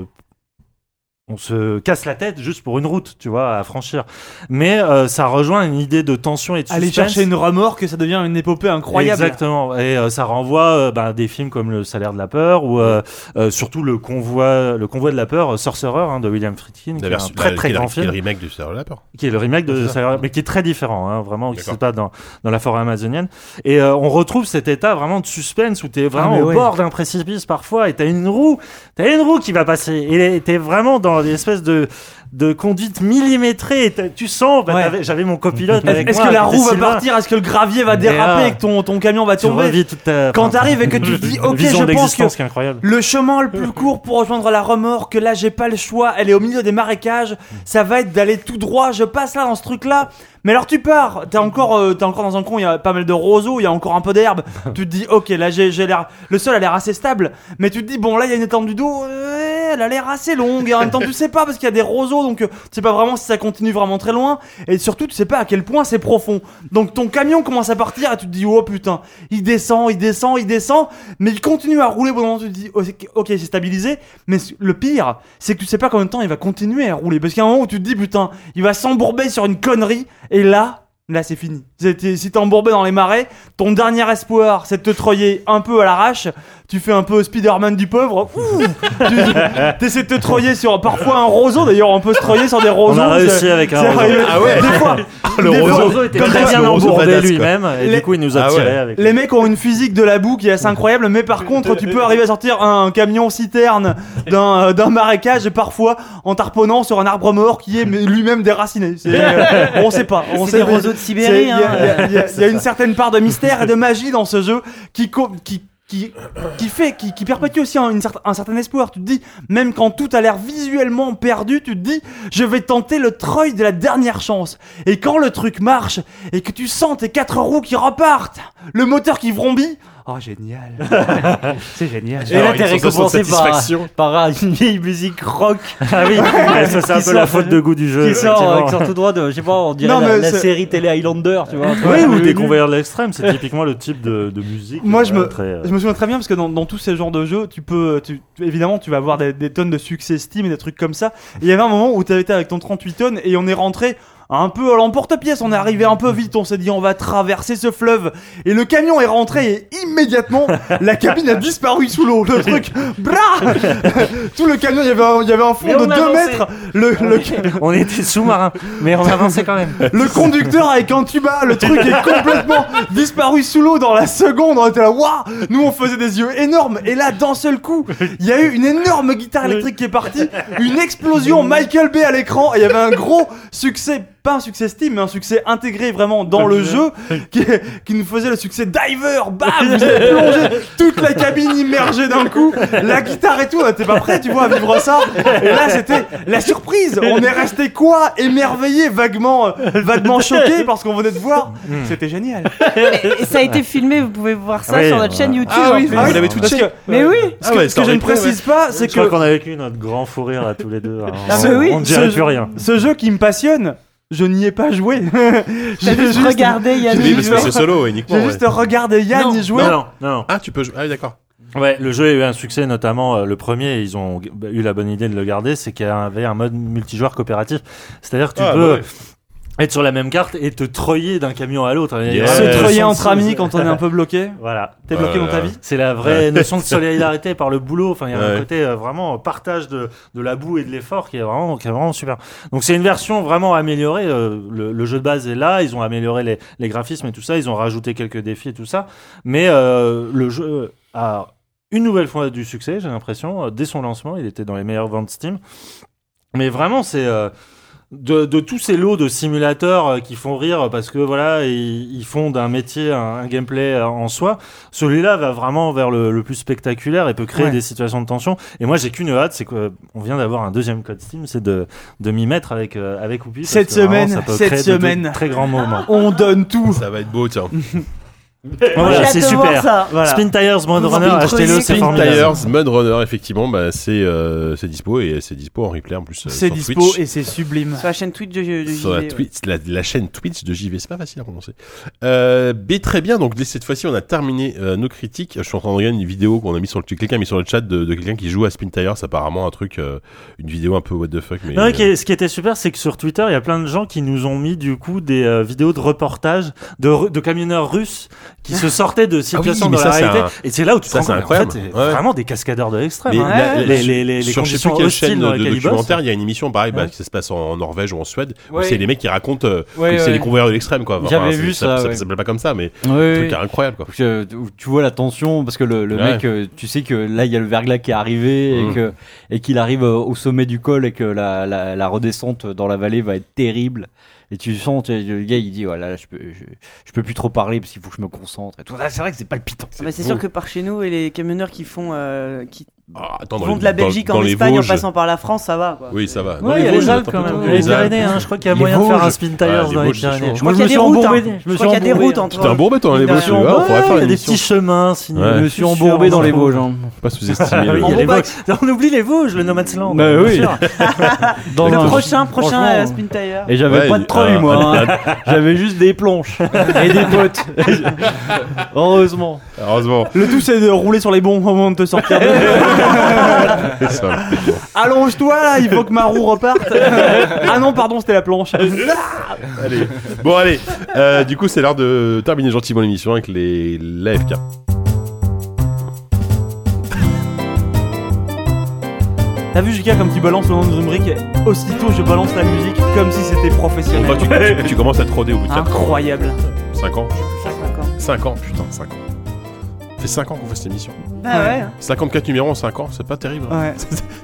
Speaker 6: on se casse la tête juste pour une route, tu vois, à franchir. Mais euh, ça rejoint une idée de tension et de suspense.
Speaker 5: Aller chercher une remorque, ça devient une épopée incroyable.
Speaker 6: Exactement. Et euh, ça renvoie euh, bah, des films comme Le Salaire de la peur ou euh, euh, surtout le convoi, le convoi de la peur, euh, Sorcerer hein, de William Friedkin, qui est
Speaker 2: La
Speaker 6: un
Speaker 2: version- bah,
Speaker 6: très
Speaker 2: la-
Speaker 6: très
Speaker 2: qui est le-
Speaker 6: grand
Speaker 2: qui est
Speaker 6: film
Speaker 2: le remake du Sarah Lapper.
Speaker 6: qui est le remake de
Speaker 2: C'est ça.
Speaker 6: Sarah- mais qui est très différent, hein, vraiment, qui
Speaker 2: D'accord.
Speaker 6: se passe dans, dans la forêt amazonienne. Et euh, on retrouve cet état vraiment de suspense où t'es vraiment
Speaker 5: Ah, mais
Speaker 6: au
Speaker 5: ouais.
Speaker 6: bord d'un précipice parfois et t'as une roue, t'as une roue qui va passer. Et t'es vraiment dans des espèces de, de conduite millimétrée. Et t'as- tu sens, bah,
Speaker 5: Ouais.
Speaker 6: t'avais- j'avais mon copilote avec
Speaker 5: Est-ce
Speaker 6: moi.
Speaker 5: que la
Speaker 6: qui était
Speaker 5: roue va
Speaker 6: Sylvain.
Speaker 5: partir Est-ce que le gravier va
Speaker 6: Mais
Speaker 5: déraper
Speaker 6: là,
Speaker 5: et que ton, ton camion va
Speaker 6: Tu
Speaker 5: tomber
Speaker 6: revis toute ta.
Speaker 5: Quand t'arrives et que tu te dis, ok,
Speaker 6: vision
Speaker 5: je pense que
Speaker 6: d'existence qui est incroyable.
Speaker 5: le chemin le plus court pour rejoindre la remorque, là j'ai pas le choix, elle est au milieu des marécages, ça va être d'aller tout droit, je passe là dans ce truc là. Mais alors tu pars, t'es encore, euh, t'es encore dans un coin, il y a pas mal de roseaux, il y a encore un peu d'herbe. tu te dis, ok, là j'ai j'ai l'air, le sol a l'air assez stable, mais tu te dis, bon là il y a une étendue d'eau, euh, elle a l'air assez longue, et en même temps tu sais pas parce qu'il y a des roseaux, donc euh, tu sais pas vraiment si ça continue vraiment très loin, et surtout tu sais pas à quel point c'est profond. Donc ton camion commence à partir et tu te dis, oh putain, il descend, il descend, il descend, mais il continue à rouler. Au bout d'un moment, tu te dis, ok, ok, c'est stabilisé. Mais le pire, c'est que tu sais pas combien de temps il va continuer à rouler. Parce qu'il y a un moment où tu te dis, putain, il va s'embourber sur une connerie. Et là, là, c'est fini. C'est- t'es- Si t'es embourbé dans les marais, ton dernier espoir, c'est de te treuiller un peu à l'arrache. tu fais un peu Spider-Man du pauvre. Ouh Tu- T'essaies de te troyer sur parfois un roseau. D'ailleurs, on peut se troyer sur des roseaux.
Speaker 6: réussi
Speaker 5: c'est-
Speaker 6: avec un
Speaker 5: c'est
Speaker 6: roseau.
Speaker 5: arrivé.
Speaker 2: Ah ouais
Speaker 5: Des fois,
Speaker 6: Le
Speaker 5: Des fois,
Speaker 6: roseau était
Speaker 5: comme
Speaker 6: très
Speaker 5: ça,
Speaker 6: bien
Speaker 2: le roseau
Speaker 6: embourbé
Speaker 2: badass, quoi.
Speaker 6: lui-même et
Speaker 5: Les-
Speaker 6: du coup il nous a
Speaker 2: Ah ouais.
Speaker 6: tiré avec.
Speaker 5: Les mecs ont une physique de la boue qui est assez incroyable, mais par contre, tu peux arriver à sortir un camion citerne d'un euh, d'un marécage et parfois en tarponnant sur un arbre mort qui est mais lui-même déraciné. C'est, euh, on sait pas. On
Speaker 3: C'est
Speaker 5: sait
Speaker 3: des
Speaker 5: pas.
Speaker 3: roseaux de
Speaker 5: C'est-
Speaker 3: Sibérie.
Speaker 5: Il y,
Speaker 3: hein.
Speaker 5: a- il y a- il y a une certaine part de mystère et de magie dans ce jeu qui co- qui qui, qui fait, qui, qui perpétue aussi un, une cer- un certain espoir. Tu te dis, même quand tout a l'air visuellement perdu, tu te dis, je vais tenter le treuil de la dernière chance. Et quand le truc marche, et que tu sens tes quatre roues qui repartent, le moteur qui vrombit, oh génial. C'est génial.
Speaker 8: Et là,
Speaker 2: Alors,
Speaker 8: t'es
Speaker 2: une sensation de
Speaker 8: récompensé par,
Speaker 2: satisfaction.
Speaker 8: par une vieille musique rock. Ah oui,
Speaker 6: Ouais, ça, c'est un peu la faute de goût du jeu.
Speaker 8: Qui sort, euh,
Speaker 6: effectivement.
Speaker 8: qui sort tout droit de, je sais pas, on dirait
Speaker 5: Non,
Speaker 8: la,
Speaker 5: mais
Speaker 8: la
Speaker 5: c'est-
Speaker 8: série télé Highlander, tu vois.
Speaker 6: Oui, ou des convoyeurs de l'extrême, c'est typiquement le type de, de musique.
Speaker 5: Moi, je
Speaker 6: voilà,
Speaker 5: me-
Speaker 6: très, euh,
Speaker 5: Je me souviens très bien parce que dans, dans tous ces genres de jeux, tu peux, tu, tu- évidemment, tu vas avoir des, des tonnes de succès Steam et des trucs comme ça. Et il y avait un moment où tu été avec ton 38 tonnes et on est rentré un peu à l'emporte-pièce. On est arrivé un peu vite, on s'est dit on va traverser ce fleuve. Et le camion est rentré et immédiatement la cabine a disparu sous l'eau. Le truc, brah Tout le camion, il y avait un, il y avait un fond
Speaker 8: Mais
Speaker 5: de
Speaker 8: on
Speaker 5: 2
Speaker 8: avançait.
Speaker 5: mètres. Le, le,
Speaker 6: On était sous-marin, mais on avançait quand même.
Speaker 5: le conducteur avec un tuba, le truc est complètement disparu sous l'eau dans la seconde. On était là, waouh! Nous on faisait des yeux énormes. Et là, d'un seul coup, il y a eu une énorme guitare électrique qui est partie, une explosion Michael Bay à l'écran. Et il y avait un gros succès, pas un succès Steam, mais un succès intégré vraiment dans le jeu qui, qui nous faisait le succès Diver. Bam! Vous avez plongé toute la cabine immergée d'un coup, la guitare et tout. On était pas prêt, tu vois, à vivre ça. Et là, c'était la surprise. On est resté quoi? Émerveillé, vaguement, euh, vaguement choqué parce qu'on venait de voir. C'était génial.
Speaker 3: Et ça a été filmé, vous pouvez voir ça
Speaker 6: Oui,
Speaker 3: sur notre
Speaker 6: ouais.
Speaker 3: chaîne YouTube.
Speaker 2: Ah oui,
Speaker 3: en
Speaker 2: vous
Speaker 3: plus.
Speaker 5: oui,
Speaker 2: l'avez
Speaker 5: parce
Speaker 2: twitché.
Speaker 5: que-
Speaker 3: Mais oui
Speaker 5: Ce que,
Speaker 2: ouais,
Speaker 5: ce
Speaker 2: ça
Speaker 5: que je ne
Speaker 2: aurait été,
Speaker 5: précise pas, c'est
Speaker 6: Je crois
Speaker 5: que
Speaker 6: qu'on a vécu notre grand fou rire là tous les deux. hein.
Speaker 3: Ah, mais
Speaker 6: On-
Speaker 3: oui,
Speaker 6: on ne dirait
Speaker 5: ce-
Speaker 6: plus rien.
Speaker 5: ce jeu qui me passionne, je n'y ai pas joué.
Speaker 3: J'ai
Speaker 5: J'ai
Speaker 3: juste regardé il y a
Speaker 2: Oui,
Speaker 3: deux
Speaker 2: parce que
Speaker 3: jours.
Speaker 2: c'est solo uniquement.
Speaker 5: J'ai
Speaker 2: ouais.
Speaker 5: juste regardé Yann y jouer.
Speaker 6: Non, non, non.
Speaker 2: Ah, tu peux jouer. Ah, oui, d'accord.
Speaker 6: non. Ouais, le jeu a eu un succès, notamment euh, le premier. Ils ont g- bah, eu la bonne idée de le garder, c'est qu'il y avait un mode multijoueur coopératif. C'est-à-dire que tu
Speaker 2: Ah,
Speaker 6: peux
Speaker 2: bah ouais.
Speaker 6: être sur la même carte et te treuiller d'un camion à l'autre. Il y a
Speaker 2: Yes.
Speaker 6: vraiment
Speaker 5: Se
Speaker 6: une
Speaker 5: treuiller
Speaker 6: notion
Speaker 5: entre
Speaker 6: de-
Speaker 5: amis quand on est un peu bloqué.
Speaker 6: Voilà.
Speaker 5: T'es bloqué
Speaker 2: Euh,
Speaker 5: dans ta vie
Speaker 6: C'est la vraie notion de solidarité par le boulot. Enfin, il y a
Speaker 2: Ouais.
Speaker 6: un côté euh, vraiment partage de, de la boue et de l'effort qui est vraiment, qui est vraiment super. Donc, c'est une version vraiment améliorée. euh, Le, le jeu de base est là. Ils ont amélioré les, les graphismes et tout ça. Ils ont rajouté quelques défis et tout ça. Mais euh, le jeu a une nouvelle fois du succès, j'ai l'impression. Euh, Dès son lancement, il était dans les meilleures ventes Steam. Mais vraiment, c'est. euh, de, de tous ces lots de simulateurs euh, qui font rire parce que voilà ils, ils font d'un métier un, un gameplay euh, en soi celui-là va vraiment vers le, le plus spectaculaire et peut créer
Speaker 5: Ouais.
Speaker 6: des situations de tension et moi j'ai qu'une hâte c'est qu'on vient d'avoir un deuxième code Steam c'est de, de m'y mettre avec euh, avec Oupi parce
Speaker 5: Cette
Speaker 6: que vraiment,
Speaker 5: semaine,
Speaker 6: ça peut
Speaker 5: cette
Speaker 6: créer de- de
Speaker 5: semaine.
Speaker 6: très grands moments
Speaker 5: On donne tout.
Speaker 2: Ça va être beau, tiens.
Speaker 6: voilà
Speaker 3: J'ai
Speaker 6: c'est
Speaker 3: hâte de voir
Speaker 6: super
Speaker 3: ça.
Speaker 5: Voilà.
Speaker 6: Spin Tires Mode
Speaker 3: Vous
Speaker 6: Runner
Speaker 3: en
Speaker 6: achetez-le
Speaker 3: prenez
Speaker 6: c'est
Speaker 3: Spin
Speaker 6: formidable
Speaker 2: Tires, Mud Runner, effectivement, bah, c'est euh, c'est dispo et c'est dispo en replay en plus. euh,
Speaker 5: C'est
Speaker 2: sur
Speaker 5: dispo
Speaker 2: Twitch.
Speaker 5: et c'est sublime.
Speaker 3: Sur la chaîne Twitch de, de
Speaker 2: sur la,
Speaker 3: JV, ouais.
Speaker 2: Twitch- la- la chaîne Twitch de JV, c'est pas facile à prononcer. Euh, B, très bien, donc dès cette fois-ci, on a terminé euh, nos critiques. Je suis en train de regarder une vidéo qu'on a mis sur le quelqu'un a mis sur le chat de, de quelqu'un qui joue à Spin Tires, apparemment un truc, euh, une vidéo un peu what the fuck. Mais,
Speaker 6: Non, qui est- ce qui était super, c'est que sur Twitter, il y a plein de gens qui nous ont mis du coup des euh, vidéos de reportages de, ru- de camionneurs russes qui se sortaient de situations
Speaker 2: Ah mais
Speaker 6: dans
Speaker 2: ça,
Speaker 6: la
Speaker 2: c'est
Speaker 6: réalité.
Speaker 2: un-
Speaker 6: Et c'est là où tu te
Speaker 2: ça,
Speaker 6: rends
Speaker 2: c'est
Speaker 6: compte, mais en fait,
Speaker 2: incroyable.
Speaker 6: c'est
Speaker 2: Ouais.
Speaker 6: vraiment des cascadeurs de l'extrême.
Speaker 2: Mais
Speaker 6: hein.
Speaker 2: la- la-
Speaker 6: les, les, les, les
Speaker 2: sur je sais
Speaker 6: conditions
Speaker 2: plus quelle
Speaker 6: hostiles
Speaker 2: chaîne
Speaker 6: dans
Speaker 2: de, de
Speaker 6: lesquelles ils bossent.
Speaker 2: documentaire, il y a une émission pareil, bah, qui se passe en, en Norvège ou en Suède, où
Speaker 4: Ouais.
Speaker 2: c'est les mecs qui racontent euh,
Speaker 4: Ouais,
Speaker 2: que c'est
Speaker 4: ouais.
Speaker 2: les convoyeurs de l'extrême, quoi.
Speaker 4: J'avais
Speaker 2: c'est-
Speaker 4: vu ça,
Speaker 2: Ça
Speaker 4: ouais.
Speaker 2: s'appelle pas comme ça, mais
Speaker 4: Ouais,
Speaker 2: un
Speaker 4: ouais.
Speaker 2: truc incroyable, quoi.
Speaker 4: Euh, tu- où tu vois la tension parce que le, le
Speaker 2: Ouais.
Speaker 4: mec euh, tu sais que là il y a le verglas qui est arrivé
Speaker 2: Mm.
Speaker 4: et que et qu'il arrive euh, au sommet du col et que la, la, la redescente dans la vallée va être terrible et tu sens tu- le gars il dit voilà là, je peux je, je peux plus trop parler parce qu'il faut que je me concentre et tout Ah, c'est vrai que c'est palpitant
Speaker 3: Ah bah, c'est sûr que par chez nous et les camionneurs qui font euh, qui
Speaker 2: Ah, attends,
Speaker 3: vont
Speaker 2: les-
Speaker 3: de la Belgique
Speaker 2: dans
Speaker 3: en
Speaker 2: les
Speaker 3: Espagne en
Speaker 2: Vosges.
Speaker 3: passant par la France, ça va. Quoi.
Speaker 2: Oui, ça va. Dans
Speaker 6: Ouais, il y a
Speaker 2: Vosges,
Speaker 6: les Alpes
Speaker 2: t'as
Speaker 6: quand
Speaker 2: pas
Speaker 6: même.
Speaker 2: tout.
Speaker 6: Il y a Les
Speaker 2: Alpes.
Speaker 6: Pyrénées, hein, je crois qu'il y a
Speaker 4: Les
Speaker 6: moyen de faire un
Speaker 4: Vosges.
Speaker 6: spin
Speaker 2: Ah, les
Speaker 6: tires dans les
Speaker 2: Vosges, c'est
Speaker 6: Pyrénées.
Speaker 2: chaud.
Speaker 6: Je
Speaker 3: Moi,
Speaker 6: crois
Speaker 3: qu'il y a
Speaker 6: que je
Speaker 3: des
Speaker 6: me suis
Speaker 3: routes,
Speaker 6: embourbé-
Speaker 3: hein.
Speaker 6: je me
Speaker 3: Je
Speaker 6: suis
Speaker 3: crois qu'il y a des
Speaker 6: embourbé.
Speaker 3: routes entre.
Speaker 2: T'es embourbé, toi,
Speaker 6: Il
Speaker 2: hein, les
Speaker 6: y a
Speaker 2: Vosges, tu vois. On pourrait faire une
Speaker 6: des
Speaker 2: émission.
Speaker 6: petits chemins sinueux.
Speaker 2: Ouais.
Speaker 4: je me suis embourbé dans les Vosges hein.
Speaker 2: Pas sous-estimer.
Speaker 6: Ah oui,
Speaker 2: le-
Speaker 6: il y a les
Speaker 3: Bon, bah,
Speaker 6: Vosges. On oublie les Vosges, le No Man's Land.
Speaker 4: Bah
Speaker 6: bien
Speaker 4: oui.
Speaker 6: sûr.
Speaker 4: Dans
Speaker 3: Le
Speaker 4: un-
Speaker 3: prochain, prochain
Speaker 4: franchement,
Speaker 3: euh, Spin Tire.
Speaker 4: et j'avais
Speaker 2: Ouais,
Speaker 4: pas de
Speaker 2: euh,
Speaker 4: treuil moi hein. j'avais juste des planches et des bottes heureusement
Speaker 2: Heureusement.
Speaker 5: Le tout c'est de rouler sur les bons au moment de te sortir.
Speaker 2: C'est ça.
Speaker 5: Allonge-toi là, il faut que ma roue reparte. ah non, pardon, c'était la planche.
Speaker 2: Allez. Bon, allez. Euh, du coup, c'est l'heure de terminer gentiment l'émission avec les l'AFK.
Speaker 5: T'as vu Jika comme tu balances le nom de rubrique Aussitôt je balance la musique comme si c'était professionnel.
Speaker 2: Enfin, Bah, tu, tu commences à te roder au bout
Speaker 5: Hein
Speaker 2: de 5 ans.
Speaker 5: Incroyable.
Speaker 2: 5 ans
Speaker 3: Cinq ans.
Speaker 2: 5 ans, putain, 5 ans. Ça fait 5 ans qu'on fait cette émission.
Speaker 3: Bah ouais.
Speaker 2: 54 numéros en 5 ans, c'est pas terrible. hein.
Speaker 5: Ouais.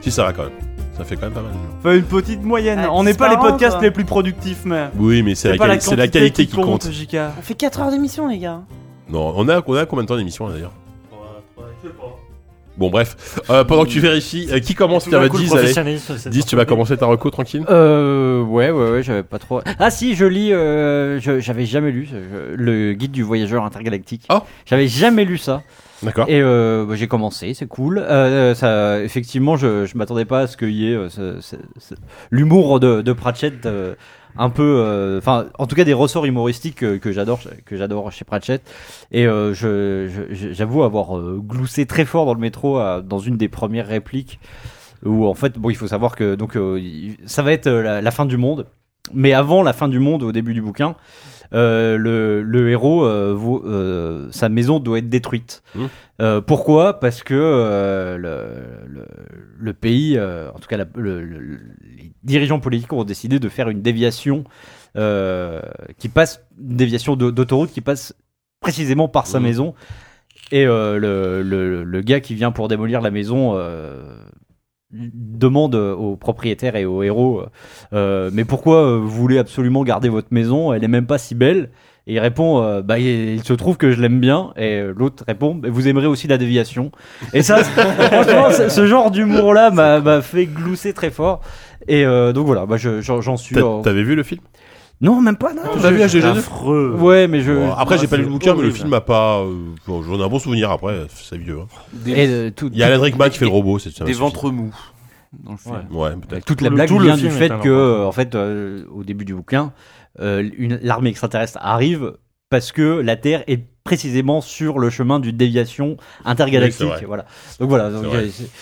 Speaker 2: si, ça va quand même. Ça fait quand même pas mal. hein. numéros.
Speaker 5: Enfin, une petite moyenne.
Speaker 3: Ah,
Speaker 5: On n'est pas les
Speaker 3: par an,
Speaker 5: podcasts
Speaker 3: quoi.
Speaker 5: les plus productifs, mais.
Speaker 2: Oui, mais c'est la,
Speaker 5: pas
Speaker 2: quali- c'est la qualité qui compte.
Speaker 5: Jika.
Speaker 3: On fait 4 heures d'émission, les gars.
Speaker 2: Non, on a, on a combien de temps d'émission là, d'ailleurs Bon, bref. Euh, pendant que tu vérifies, euh, qui commence
Speaker 6: Tout
Speaker 2: ta
Speaker 6: d'un coup, le
Speaker 2: 10 allez.
Speaker 6: professionnalisme, c'est-
Speaker 2: 10, tu vas commencer ta reco tranquille
Speaker 4: Euh, ouais, ouais, ouais, j'avais pas trop. Ah si, je lis. euh, je- j'avais jamais lu euh, je- le guide du voyageur intergalactique.
Speaker 2: Oh.
Speaker 4: J'avais jamais lu ça.
Speaker 2: D'accord.
Speaker 4: Et euh, bah, j'ai commencé, c'est cool. Euh, ça, effectivement, je, je m'attendais pas à ce qu'il y ait euh, ce- ce- ce- l'humour de, de Pratchett, euh, un peu, euh, enfin, en tout cas des ressorts humoristiques que, que j'adore, que j'adore chez Pratchett. Et euh, je, je- je- j'avoue avoir euh, gloussé très fort dans le métro à- dans une des premières répliques où en fait, bon, il faut savoir que donc euh, il- ça va être euh, la, la fin du monde, mais avant la fin du monde, au début du bouquin. euh, le, le héros, euh, vaut- euh, sa maison doit être détruite. Euh, pourquoi Parce que euh, le, le- le pays, euh, en tout cas la- le- le- les dirigeants politiques ont décidé de faire une déviation euh, qui passe, une déviation d'au- d'autoroute qui passe précisément par sa
Speaker 2: Mhm.
Speaker 4: maison. Et euh, le, le- le gars qui vient pour démolir la maison euh, demande aux propriétaires et aux héros euh, euh, Mais pourquoi euh, vous voulez absolument garder votre maison Elle est même pas si belle. Et il répond euh, bah, il, il se trouve que je l'aime bien. Et euh, l'autre répond Bah, vous aimerez aussi la déviation. Et ça, c'est- franchement, ce ce genre d'humour-là m'a m'a fait glousser très fort. Et euh, donc voilà, bah, je- j'en j'en suis.
Speaker 2: T'a-
Speaker 4: euh,
Speaker 2: T'avais vu le film
Speaker 4: Non, même pas, non.
Speaker 2: T'as vu
Speaker 6: C'est
Speaker 2: HGG2
Speaker 6: affreux.
Speaker 4: Ouais, mais je. Ah,
Speaker 2: Bon, Après, j'ai pas lu le
Speaker 4: c'est
Speaker 2: bouquin, mais le
Speaker 4: horrible.
Speaker 2: film a pas. euh, bon, J'en ai un bon souvenir après, c'est vieux. hein.
Speaker 4: Et, euh, tout-
Speaker 2: Il y a Alan Rickman qui fait le robot, c'est ça.
Speaker 7: Des
Speaker 2: suffit.
Speaker 7: ventres mous. Dans le film.
Speaker 6: Ouais.
Speaker 2: Ouais, peut-être.
Speaker 4: Toute la
Speaker 6: Tout le-
Speaker 4: blague
Speaker 6: tout le
Speaker 4: vient du
Speaker 6: film est
Speaker 4: fait que,
Speaker 6: un enfer.
Speaker 4: euh, en fait, euh, au début du bouquin, euh, une- l'armée extraterrestre arrive parce que la Terre est précisément sur le chemin d'une déviation intergalactique.
Speaker 2: Oui, c'est vrai.
Speaker 4: voilà. Donc voilà, donc,
Speaker 2: C'est vrai.
Speaker 4: euh, c'est-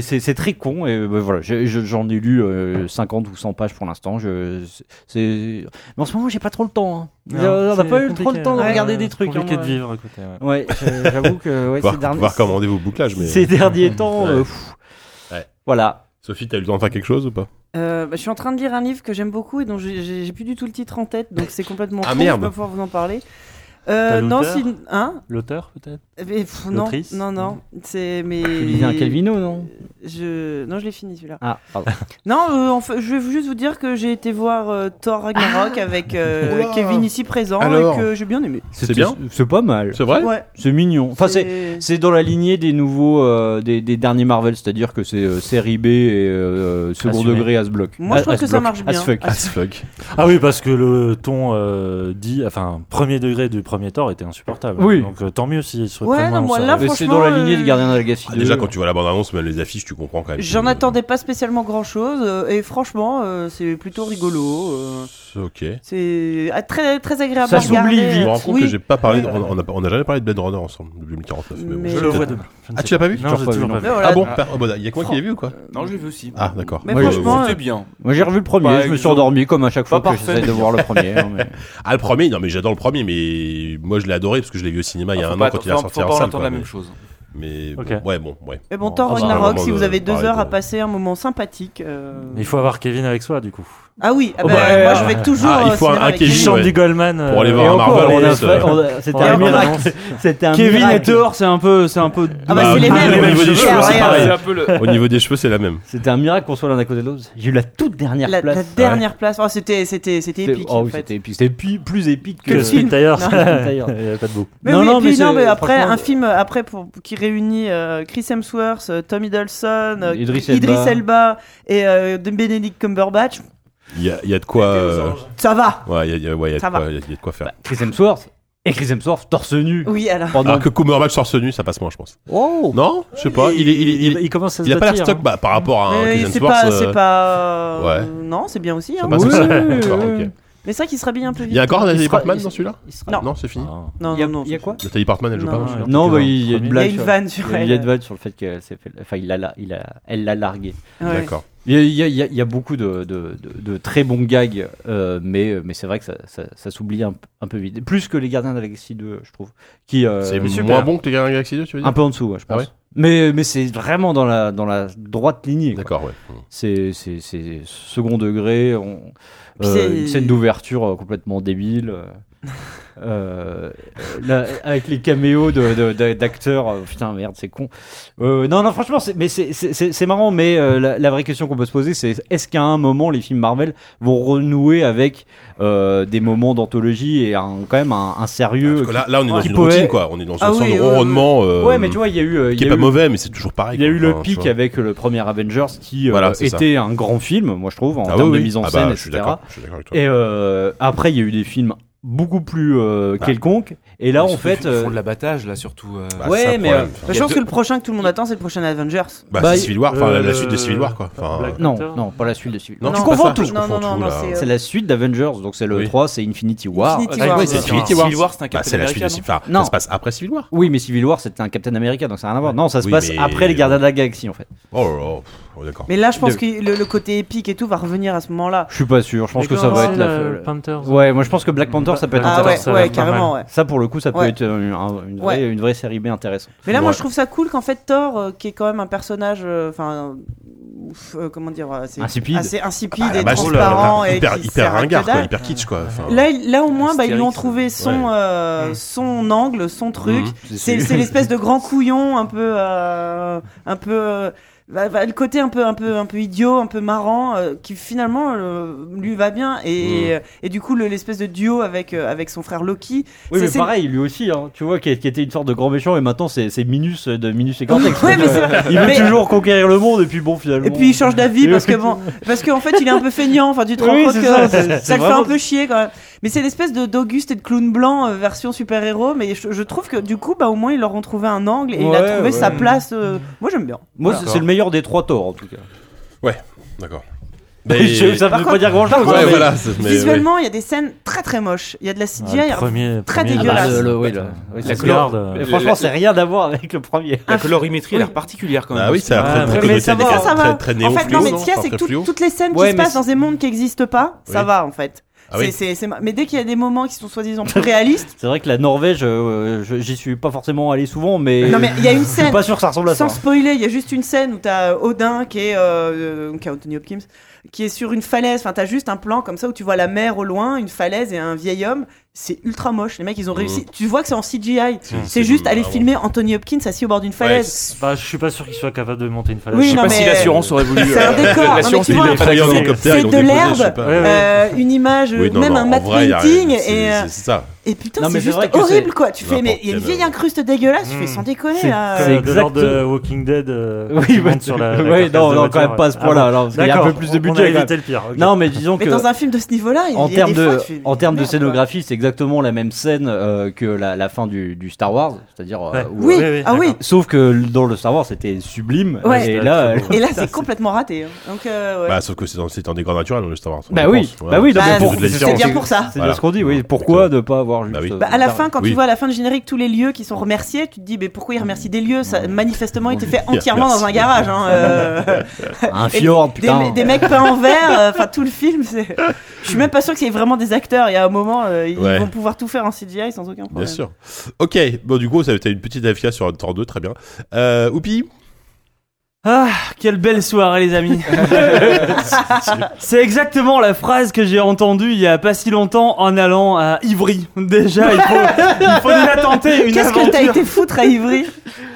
Speaker 4: c'est- c'est c'est très con. Et euh, voilà, j'ai- je- j'en ai lu euh, 50 ou 100 pages pour l'instant. Je- c'est- Mais en ce moment, j'ai pas trop le temps. hein. on n'a pas eu trop le temps de regarder des trucs. hein,
Speaker 6: Compliqué de
Speaker 4: moi.
Speaker 6: vivre, écoutez. ouais.
Speaker 4: Ouais, je- j'avoue que ouais,
Speaker 2: Faut
Speaker 4: ces
Speaker 2: voir- faut
Speaker 4: derniers-
Speaker 2: voir comment rendez-vous bouclage, mais.
Speaker 4: ces derniers temps, euh, pff,
Speaker 2: Ouais.
Speaker 4: voilà.
Speaker 2: Sophie, t'as eu le temps de faire quelque chose ou pas
Speaker 3: Euh, bah, je suis en train de lire un livre que j'aime beaucoup et dont j'ai- j'ai j'ai plus du tout le titre en tête, donc c'est complètement
Speaker 2: Ah,
Speaker 3: fou,
Speaker 2: merde.
Speaker 3: je vais pas pouvoir vous en parler.
Speaker 6: T'as
Speaker 3: Euh, non,
Speaker 6: l'auteur
Speaker 3: c'est une- hein
Speaker 6: L'auteur, peut-être
Speaker 3: Eh ben, pff, non,
Speaker 6: L'autrice
Speaker 3: non, non, c'est mais
Speaker 4: Tu lisais un Calvino, non
Speaker 3: Je non, je l'ai fini celui-là.
Speaker 4: Ah, pardon.
Speaker 3: Non, euh, en fait, je vais juste vous dire que j'ai été voir euh, Thor Ragnarok avec euh,
Speaker 2: Ah. Oula.
Speaker 3: Kevin ici présent
Speaker 2: Alors Ah.
Speaker 3: et que j'ai bien aimé.
Speaker 2: C'est bien
Speaker 4: C'est pas mal.
Speaker 2: C'est vrai
Speaker 3: Ouais.
Speaker 4: C'est mignon. Enfin, c'est. C'est dans la lignée des nouveaux, euh, des, des derniers Marvel, c'est-à-dire que c'est euh, série B et euh, second
Speaker 6: Assumé.
Speaker 4: degré à ce bloc.
Speaker 3: Moi, je trouve que ça marche bien.
Speaker 4: As fuck.
Speaker 2: As fuck.
Speaker 6: Ah oui, parce que le ton euh, dit, enfin, premier degré du premier tort était insupportable.
Speaker 4: Oui.
Speaker 6: Donc euh, tant mieux s'il se
Speaker 3: Ouais, non, moi, là,
Speaker 4: Mais c'est dans la
Speaker 3: franchement,
Speaker 4: lignée
Speaker 3: euh,
Speaker 4: des Gardiens de la Galaxie.
Speaker 2: Ah,
Speaker 4: 2.
Speaker 2: déjà, quand tu vois la bande-annonce, même les affiches, tu comprends quand même.
Speaker 3: J'en
Speaker 2: que-
Speaker 3: attendais pas spécialement grand chose et franchement, euh, c'est plutôt rigolo. euh,
Speaker 2: Ok.
Speaker 3: c'est ah, très très agréable
Speaker 4: Ça
Speaker 3: à regarder.
Speaker 4: s'oublie vite.
Speaker 2: Je me rends compte
Speaker 3: Oui.
Speaker 2: que j'ai pas parlé. de- on, n'a jamais parlé de Blade Runner ensemble, de 2049. Mais bon,
Speaker 3: Mais-
Speaker 6: Je
Speaker 2: c'est
Speaker 6: le vois
Speaker 2: peut-être-
Speaker 6: demain. Je ne
Speaker 2: Ah,
Speaker 6: sais
Speaker 2: tu l'as pas vu
Speaker 6: pas. Non, j'ai
Speaker 4: pas
Speaker 6: toujours
Speaker 4: vu,
Speaker 6: pas
Speaker 3: Mais
Speaker 6: vu.
Speaker 3: voilà.
Speaker 2: Ah bon par- oh, bah, Il y a que moi qui l'ai vu ou quoi
Speaker 7: Non, je l'ai vu aussi.
Speaker 2: Ah, d'accord.
Speaker 3: Mais
Speaker 4: Oui,
Speaker 3: franchement,
Speaker 7: C'était
Speaker 3: euh,
Speaker 7: bien.
Speaker 4: Moi, j'ai revu le premier.
Speaker 7: Bah,
Speaker 4: je me suis endormi comme à chaque fois que
Speaker 7: parfait.
Speaker 4: j'essaie de voir le premier. hein, mais-
Speaker 2: Ah, le premier, non, mais j'adore le premier, mais moi je l'ai adoré parce que je l'ai vu au cinéma il y a
Speaker 7: Ah, Faut
Speaker 2: un
Speaker 7: pas
Speaker 2: an quand il a
Speaker 7: attendre-
Speaker 2: sorti
Speaker 7: faut
Speaker 2: en
Speaker 7: pas
Speaker 2: salle.
Speaker 7: entendre
Speaker 2: quoi,
Speaker 7: la
Speaker 2: mais-
Speaker 7: même chose.
Speaker 2: Mais
Speaker 6: Ok.
Speaker 2: bon, ouais, bon, ouais.
Speaker 3: mais bon, eh ben, Thor
Speaker 2: Ah, c'est
Speaker 3: Ragnarok,
Speaker 2: vraiment
Speaker 3: si
Speaker 2: de-
Speaker 3: vous avez deux
Speaker 2: parler
Speaker 3: heures
Speaker 2: de-
Speaker 3: à passer, un moment sympathique. euh,
Speaker 6: Mais Il faut avoir Kevin avec soi, du coup.
Speaker 3: Ah oui, ah
Speaker 6: Oh,
Speaker 3: bah,
Speaker 6: bah,
Speaker 3: moi
Speaker 6: euh,
Speaker 3: je vais toujours.
Speaker 2: ah, il
Speaker 3: au
Speaker 2: faut un-
Speaker 3: cinéma
Speaker 2: un
Speaker 3: avec
Speaker 6: Il
Speaker 2: Kevin,
Speaker 3: lui.
Speaker 6: chante
Speaker 2: ouais.
Speaker 6: du Goldman. euh,
Speaker 2: Pour aller voir
Speaker 4: Et
Speaker 2: un
Speaker 4: encore,
Speaker 2: Marvel,
Speaker 4: on a
Speaker 2: on
Speaker 4: fait- on a-
Speaker 6: on
Speaker 4: C'était
Speaker 6: a
Speaker 4: un
Speaker 6: fait-
Speaker 4: miracle. C'était un
Speaker 5: Kevin et
Speaker 4: miracle.
Speaker 5: Thor, c'est un peu, c'est un peu.
Speaker 3: Ah bah,
Speaker 2: Bah,
Speaker 3: c'est les
Speaker 2: au
Speaker 3: mêmes.
Speaker 2: niveau des
Speaker 3: C'est
Speaker 2: cheveux, c'est
Speaker 3: rien.
Speaker 2: pareil.
Speaker 7: C'est un peu le.
Speaker 2: Au niveau des cheveux, c'est la même.
Speaker 4: C'était un miracle qu'on soit l'un à côté de l'autre. J'ai eu la toute dernière
Speaker 3: La, la
Speaker 4: place.
Speaker 3: dernière place, oh, c'était c'était c'était
Speaker 4: C'était-
Speaker 3: épique
Speaker 4: oh,
Speaker 3: en
Speaker 4: oui,
Speaker 3: fait.
Speaker 4: c'était épique. C'était pi- plus épique que.
Speaker 6: Que le film d'ailleurs.
Speaker 3: Non.
Speaker 4: D'ailleurs.
Speaker 6: Il n'y a pas de beau.
Speaker 3: Mais
Speaker 4: Non,
Speaker 3: oui,
Speaker 4: non,
Speaker 3: puis
Speaker 4: mais
Speaker 3: non,
Speaker 4: c'est-
Speaker 3: mais après
Speaker 4: franchement,
Speaker 3: un
Speaker 4: euh,
Speaker 3: film après pour, qui réunit euh, Chris Hemsworth, euh, Tom Hiddleston, euh,
Speaker 4: Idris
Speaker 3: Idris
Speaker 4: Elba.
Speaker 3: Elba, et euh, de Benedict Cumberbatch,
Speaker 2: Il y a, il y a de quoi. euh,
Speaker 3: ça va.
Speaker 2: Ouais, il y a- il y a, ouais, il y a de
Speaker 3: Ça va.
Speaker 2: quoi- il y a- il y a de quoi faire.
Speaker 4: Chris Hemsworth. Et Chris Hemsworth torse nu.
Speaker 3: Oui, alors.
Speaker 4: Pendant.
Speaker 2: Alors que Cumberbatch torse nu, ça passe moins, je pense.
Speaker 4: Ah, Oh
Speaker 2: Non, je sais pas. Il, est, il, est- il, est-
Speaker 6: commence à se
Speaker 2: il a pas l'air
Speaker 6: bâtir,
Speaker 2: stock
Speaker 6: hein.
Speaker 2: bah, par rapport à un
Speaker 3: Mais
Speaker 2: Chris
Speaker 3: c'est
Speaker 2: Hemsworth,
Speaker 3: pas,
Speaker 2: euh,
Speaker 3: c'est pas. euh,
Speaker 2: ouais.
Speaker 3: Non, c'est bien aussi.
Speaker 2: ça
Speaker 3: hein.
Speaker 2: passe
Speaker 4: Oui,
Speaker 2: aussi.
Speaker 4: oui,
Speaker 2: D'accord,
Speaker 4: oui.
Speaker 2: ok.
Speaker 3: Mais c'est vrai qu'il se rhabille un peu vite.
Speaker 2: Il y a encore
Speaker 3: hein.
Speaker 2: Nathalie
Speaker 4: sera-
Speaker 2: Portman
Speaker 4: il-
Speaker 2: dans celui-là
Speaker 3: Non.
Speaker 2: Non, c'est fini.
Speaker 3: Non,
Speaker 4: Il y a,
Speaker 3: non, non.
Speaker 4: il y a quoi
Speaker 2: Nathalie Portman, elle joue
Speaker 3: Non,
Speaker 2: pas dans
Speaker 3: non,
Speaker 2: celui-là.
Speaker 4: Non, bah, il y a une
Speaker 3: Il y a
Speaker 4: blague.
Speaker 3: une
Speaker 4: sur-
Speaker 3: vanne sur
Speaker 4: Il y a une
Speaker 3: elle.
Speaker 4: vanne sur le fait qu'elle s'est fait. Enfin, il l'a la- il a, elle l'a largué.
Speaker 3: Ouais.
Speaker 2: D'accord.
Speaker 4: Il y a, il y a- il y a- il y a beaucoup de, de- de- de très bons gags, euh, mais, mais c'est vrai que ça, ça- ça s'oublie un, p- un peu vite. Plus que les gardiens de la Galaxie 2, je trouve. Qui, euh,
Speaker 2: C'est
Speaker 4: euh,
Speaker 2: moins bon que les Gardiens de la Galaxie 2, tu veux
Speaker 4: un
Speaker 2: dire
Speaker 4: peu en dessous, ouais, je pense.
Speaker 2: Ah ouais
Speaker 4: mais mais c'est vraiment dans la, dans la droite lignée. quoi.
Speaker 2: D'accord, ouais.
Speaker 4: C'est c'est- c'est second degré, on,
Speaker 3: Puis
Speaker 4: euh,
Speaker 3: c'est-
Speaker 4: une scène d'ouverture euh, complètement débile. euh, euh, là, avec les caméos de- de- de- d'acteurs, euh, putain merde, c'est con. Euh, non, non, franchement, c'est- mais c'est- c'est c'est- c'est marrant, mais euh, la, la vraie question qu'on peut se poser, c'est est-ce qu'à un moment les films Marvel vont renouer avec euh, des moments d'anthologie et un- quand même un, un sérieux
Speaker 2: Ah, Parce que là, là, on est dans
Speaker 4: qui
Speaker 2: une
Speaker 4: pouvait-
Speaker 2: routine, quoi. On est dans
Speaker 3: Ah
Speaker 2: une
Speaker 3: oui,
Speaker 2: sorte
Speaker 3: ouais,
Speaker 2: de
Speaker 3: ouais.
Speaker 2: ronronnement. euh,
Speaker 4: Ouais, mais tu vois, il y a eu. euh, il
Speaker 2: Qui
Speaker 4: y
Speaker 2: est
Speaker 4: a
Speaker 2: pas
Speaker 4: eu-
Speaker 2: mauvais, mais c'est toujours pareil.
Speaker 4: il y a
Speaker 2: quoi.
Speaker 4: eu le
Speaker 2: Enfin, tu
Speaker 4: pic
Speaker 2: vois.
Speaker 4: avec le premier Avengers qui euh,
Speaker 2: Voilà, c'est ça.
Speaker 4: était un grand film, moi je trouve, en
Speaker 2: Ah
Speaker 4: termes de
Speaker 2: oui, oui.
Speaker 4: mise en
Speaker 2: Ah
Speaker 4: scène,
Speaker 2: bah, Je suis
Speaker 4: etc.
Speaker 2: d'accord je suis d'accord avec toi.
Speaker 4: Et euh, après, il y a eu des films beaucoup plus euh,
Speaker 2: Bah.
Speaker 4: quelconques. Et là, en fait,
Speaker 7: Ils font
Speaker 4: euh,
Speaker 7: de l'abattage, là, surtout. euh,
Speaker 2: Bah,
Speaker 4: ouais,
Speaker 2: c'est un
Speaker 4: mais,
Speaker 2: problème,
Speaker 4: euh,
Speaker 2: enfin.
Speaker 3: Bah, je
Speaker 7: Il y a
Speaker 3: pense
Speaker 7: deux-
Speaker 3: que le prochain que tout le monde attend, c'est le prochain Avengers.
Speaker 2: Bah,
Speaker 4: bah,
Speaker 2: c'est Civil War, enfin,
Speaker 6: euh,
Speaker 2: la
Speaker 6: le-
Speaker 2: suite de Civil War, quoi. Enfin,
Speaker 6: Black-
Speaker 4: non,
Speaker 6: Panther.
Speaker 4: non, pas la suite de Civil
Speaker 2: Non,
Speaker 4: War.
Speaker 2: tu
Speaker 3: Non,
Speaker 2: confonds
Speaker 3: pas ça.
Speaker 2: tout. Je
Speaker 3: Non,
Speaker 2: confonds
Speaker 3: non, non,
Speaker 2: tout,
Speaker 3: non,
Speaker 2: là.
Speaker 3: c'est, euh,
Speaker 4: C'est la suite d'Avengers, donc c'est le
Speaker 2: Oui.
Speaker 4: 3, c'est Infinity War.
Speaker 3: Infinity
Speaker 7: Ah,
Speaker 3: War.
Speaker 7: ouais,
Speaker 2: c'est
Speaker 7: c'est
Speaker 2: Civil
Speaker 7: Civil
Speaker 2: War.
Speaker 7: War, c'est un
Speaker 2: Bah,
Speaker 7: Captain
Speaker 2: c'est la suite de
Speaker 7: America,
Speaker 2: Civil War.
Speaker 4: Non.
Speaker 2: Ça se passe après Civil War.
Speaker 4: Euh, Oui, mais Civil War, c'était un Captain America, donc ça n'a rien à voir. Non, ça se
Speaker 2: Oui,
Speaker 4: passe
Speaker 2: mais-
Speaker 4: après les Gardiens de la Galaxie, en fait.
Speaker 2: Oh là là, pff, oh, d'accord.
Speaker 3: Mais là, je pense
Speaker 4: De-
Speaker 3: que le, le côté épique et tout va revenir à ce moment-là.
Speaker 4: Je suis pas sûr, je pense
Speaker 6: Mais
Speaker 4: que ça
Speaker 6: comment
Speaker 4: va
Speaker 6: c'est
Speaker 4: être la.
Speaker 6: le
Speaker 4: fe-
Speaker 6: Panthers.
Speaker 4: Ouais, moi je pense que Black Panther, ça peut être
Speaker 6: Ah,
Speaker 3: Ah
Speaker 6: Attends,
Speaker 3: ouais,
Speaker 4: intéressant.
Speaker 6: ça va
Speaker 3: ouais,
Speaker 6: être pas
Speaker 3: carrément, ouais.
Speaker 4: Ça, pour le coup, ça peut
Speaker 3: Ouais.
Speaker 4: être euh, un- une, vraie, une vraie série B intéressante.
Speaker 3: Mais là, moi,
Speaker 2: Ouais.
Speaker 3: je trouve ça cool qu'en fait, Thor, euh, qui est quand même un personnage, euh, enfin, euh, ouf, euh, comment dire, assez
Speaker 4: Insipide.
Speaker 3: assez insipide
Speaker 2: Ah, la
Speaker 3: et
Speaker 2: vache,
Speaker 3: transparent
Speaker 2: là,
Speaker 3: et
Speaker 2: hyper,
Speaker 3: qui
Speaker 2: hyper
Speaker 3: sert à que
Speaker 2: ringard, quoi,
Speaker 3: dalle.
Speaker 2: hyper kitsch, quoi. Enfin,
Speaker 3: Là, il- là, au moins, bah, ils lui ont
Speaker 7: Astérix.
Speaker 3: trouvé son, euh,
Speaker 2: Mm.
Speaker 3: son angle, son truc.
Speaker 2: Mhm.
Speaker 3: C'est c'est l'espèce de grand couillon, un peu, euh, un peu, euh, va- va- le côté un peu, un peu, un peu idiot, un peu marrant, euh, qui finalement euh, lui va bien.
Speaker 2: Mm.
Speaker 3: Et, et du coup, le- l'espèce de duo avec euh, avec son frère
Speaker 4: Oui,
Speaker 3: Loki. c'est-
Speaker 4: mais
Speaker 3: c'est-
Speaker 4: pareil, lui aussi, hein, tu vois, qui, est- qui était une sorte de grand méchant, et maintenant c'est c'est Minus euh, de Minus et Cortex.
Speaker 3: Ouais, mais c'est-
Speaker 4: il veut
Speaker 3: mais-
Speaker 4: toujours conquérir le monde, et puis bon, finalement.
Speaker 3: Et puis il change d'avis
Speaker 4: Et
Speaker 3: parce que
Speaker 4: oui.
Speaker 3: bon, parce qu'en fait il est un peu feignant. Enfin, tu te rends
Speaker 4: Oui,
Speaker 3: compte
Speaker 4: c'est
Speaker 3: que
Speaker 4: ça,
Speaker 3: ça,
Speaker 4: c'est- c'est
Speaker 3: le fait
Speaker 4: vraiment-
Speaker 3: un peu chier quand même. Mais c'est l'espèce de d'Auguste et de clown blanc euh, version super héros. Mais je, je trouve que du coup, bah au moins ils leur ont trouvé un angle et il a
Speaker 4: Ouais,
Speaker 3: trouvé
Speaker 4: ouais.
Speaker 3: sa place. euh, Moi j'aime bien.
Speaker 4: Moi, c'est- c'est le meilleur des trois torts, en tout cas.
Speaker 2: D'accord.
Speaker 4: Je- ça
Speaker 3: Par
Speaker 4: veut
Speaker 3: contre-
Speaker 4: pas dire grand chose.
Speaker 3: contre,
Speaker 2: Ouais,
Speaker 4: mais-
Speaker 2: voilà. c'est- mais, ouais.
Speaker 3: Visuellement, il y a des scènes très très moches. Il y a de la CGI.
Speaker 6: Ah,
Speaker 3: il y
Speaker 6: le
Speaker 3: a
Speaker 6: premier,
Speaker 3: très
Speaker 6: premier,
Speaker 3: dégueulasse.
Speaker 6: là,
Speaker 4: Ah,
Speaker 6: c'est-
Speaker 4: le- le- oui, le- oui,
Speaker 6: La
Speaker 4: c'est-
Speaker 6: garde.
Speaker 4: Mais franchement, c'est rien à voir avec le premier.
Speaker 7: La colorimétrie, elle est particulière quand même.
Speaker 2: Ah oui, ça a
Speaker 6: Ouais,
Speaker 2: l'air très
Speaker 6: mais
Speaker 2: connoté
Speaker 6: ça
Speaker 2: avec
Speaker 3: va.
Speaker 2: un
Speaker 3: Ça va.
Speaker 2: très- très
Speaker 3: En fait,
Speaker 2: néo-fluo,
Speaker 3: non, mais ce qu'il y a,
Speaker 2: Enfin,
Speaker 3: c'est que
Speaker 2: très
Speaker 3: tout-
Speaker 2: fluo.
Speaker 3: toutes les scènes
Speaker 4: Ouais,
Speaker 3: qui se
Speaker 4: mais
Speaker 3: passent dans des mondes qui n'existent pas, ça
Speaker 2: Oui.
Speaker 3: va en fait.
Speaker 2: Ah oui.
Speaker 3: C'est- c'est- c'est ma- Mais dès qu'il y a des moments qui sont soi-disant plus réalistes,
Speaker 4: C'est vrai que la Norvège, euh, je- j'y suis pas forcément allé souvent, mais.
Speaker 3: non mais il y a une
Speaker 4: Je suis
Speaker 3: scène
Speaker 4: pas sûr que ça ressemble à ça. hein.
Speaker 3: Sans spoiler, il y a juste une scène où t'as Odin qui est, euh, euh, qui est Anthony Hopkins, qui est sur une falaise. Enfin, t'as juste un plan comme ça où tu vois la mer au loin, une falaise et un vieil homme. C'est ultra moche. Les mecs, ils ont réussi.
Speaker 2: Mmh.
Speaker 3: Tu vois que c'est en CGI. C'est juste aller
Speaker 2: marrant.
Speaker 3: filmer Anthony Hopkins assis au bord d'une falaise.
Speaker 6: Bah, je suis pas sûr qu'il soit capable de monter une falaise.
Speaker 3: Oui,
Speaker 7: Je sais
Speaker 3: non,
Speaker 7: pas si
Speaker 3: mais-
Speaker 7: l'assurance aurait voulu.
Speaker 3: C'est un
Speaker 7: euh,
Speaker 3: décor. Non, mais
Speaker 7: L'assurance
Speaker 3: tu
Speaker 7: il
Speaker 3: vois,
Speaker 7: l'a pas
Speaker 2: Ils l'ont
Speaker 7: d'accord.
Speaker 2: pris en hélicoptère,
Speaker 3: c'est
Speaker 2: ils l'ont
Speaker 3: de
Speaker 2: déposé,
Speaker 3: l'herbe.
Speaker 2: je sais pas.
Speaker 6: Ouais, ouais.
Speaker 3: Euh, une image,
Speaker 2: Oui, non,
Speaker 3: même
Speaker 2: non,
Speaker 3: un
Speaker 2: en
Speaker 3: matte
Speaker 2: vrai, il y a rien.
Speaker 3: painting
Speaker 2: C'est-
Speaker 3: et, euh,
Speaker 2: C'est c'est ça.
Speaker 3: et putain
Speaker 4: Non, mais
Speaker 3: c'est
Speaker 4: c'est
Speaker 3: juste
Speaker 4: vrai que
Speaker 3: horrible quoi tu fais mais il y a une
Speaker 2: N'importe
Speaker 3: vieille
Speaker 2: quel,
Speaker 3: incruste dégueulasse tu fais sans déconner euh,
Speaker 4: C'est-
Speaker 3: là
Speaker 4: c'est
Speaker 6: C'est
Speaker 4: exact-
Speaker 6: exact. de Walking Dead. euh, qui
Speaker 4: Oui, bah,
Speaker 6: monte sur la.
Speaker 4: ouais,
Speaker 6: la carcasse
Speaker 4: non,
Speaker 6: de
Speaker 4: non,
Speaker 6: voiture,
Speaker 4: quand même pas à ce
Speaker 6: ouais.
Speaker 3: Ah
Speaker 6: Ah
Speaker 4: point-là. alors, parce qu'il y a un
Speaker 6: D'accord,
Speaker 4: peu plus de
Speaker 6: on-
Speaker 4: budget.
Speaker 6: on a
Speaker 4: quand même.
Speaker 6: évité le pire. ok.
Speaker 4: Non, mais disons
Speaker 3: mais
Speaker 4: que.
Speaker 3: dans un film de ce niveau là
Speaker 4: En termes de, en termes de scénographie, c'est exactement la même scène euh, que la, la fin du, du Star Wars, c'est-à-dire. euh,
Speaker 6: Ouais.
Speaker 4: où-
Speaker 3: oui
Speaker 6: Ouais, ouais,
Speaker 3: ah oui
Speaker 6: d'accord.
Speaker 4: Sauf que dans le Star Wars, c'était sublime.
Speaker 3: Ouais.
Speaker 4: Et là,
Speaker 3: et là c'est complètement raté hein. donc euh, ouais.
Speaker 2: Bah, sauf que c'est dans- c'est un décor naturel, hein, le Star Wars. on
Speaker 4: Bah
Speaker 2: le
Speaker 4: oui,
Speaker 2: pense,
Speaker 4: bah
Speaker 2: voilà.
Speaker 4: oui, non,
Speaker 3: Bah,
Speaker 4: mais pour-
Speaker 2: C'est de la
Speaker 3: c'est
Speaker 2: différence.
Speaker 3: bien pour ça
Speaker 4: C'est
Speaker 2: Voilà.
Speaker 4: bien ce qu'on dit, oui.
Speaker 2: Ouais,
Speaker 4: Pourquoi ne pas avoir juste.
Speaker 2: Bah oui.
Speaker 4: euh,
Speaker 3: Bah, à la fin, quand
Speaker 2: Oui.
Speaker 3: tu vois à la fin de générique tous les lieux qui sont remerciés, tu te dis, mais pourquoi ils remercient des lieux ça, Manifestement, ils étaient faits
Speaker 2: Merci.
Speaker 3: entièrement dans un garage. Hein, euh,
Speaker 4: un
Speaker 3: et
Speaker 4: fjord,
Speaker 3: des,
Speaker 4: putain.
Speaker 3: des mecs peints en vert, euh, enfin tout le film. c'est- Je suis même pas sûr qu'il y ait vraiment des acteurs. Il y a un moment, euh, ils
Speaker 2: Ouais.
Speaker 3: vont pouvoir tout faire en CGI sans aucun
Speaker 2: Bien
Speaker 3: problème.
Speaker 2: sûr. Ok, bon, du coup, ça t'as une petite AFK sur un Thor 2, très bien. Euh, Oupi
Speaker 5: Ah, quelle belle soirée, les amis! C'est exactement la phrase que j'ai entendue il y a pas si longtemps en allant à Ivry. Déjà, il faut, il faut déjà tenter une
Speaker 3: Qu'est-ce que t'as
Speaker 5: aventure.
Speaker 3: été foutre à Ivry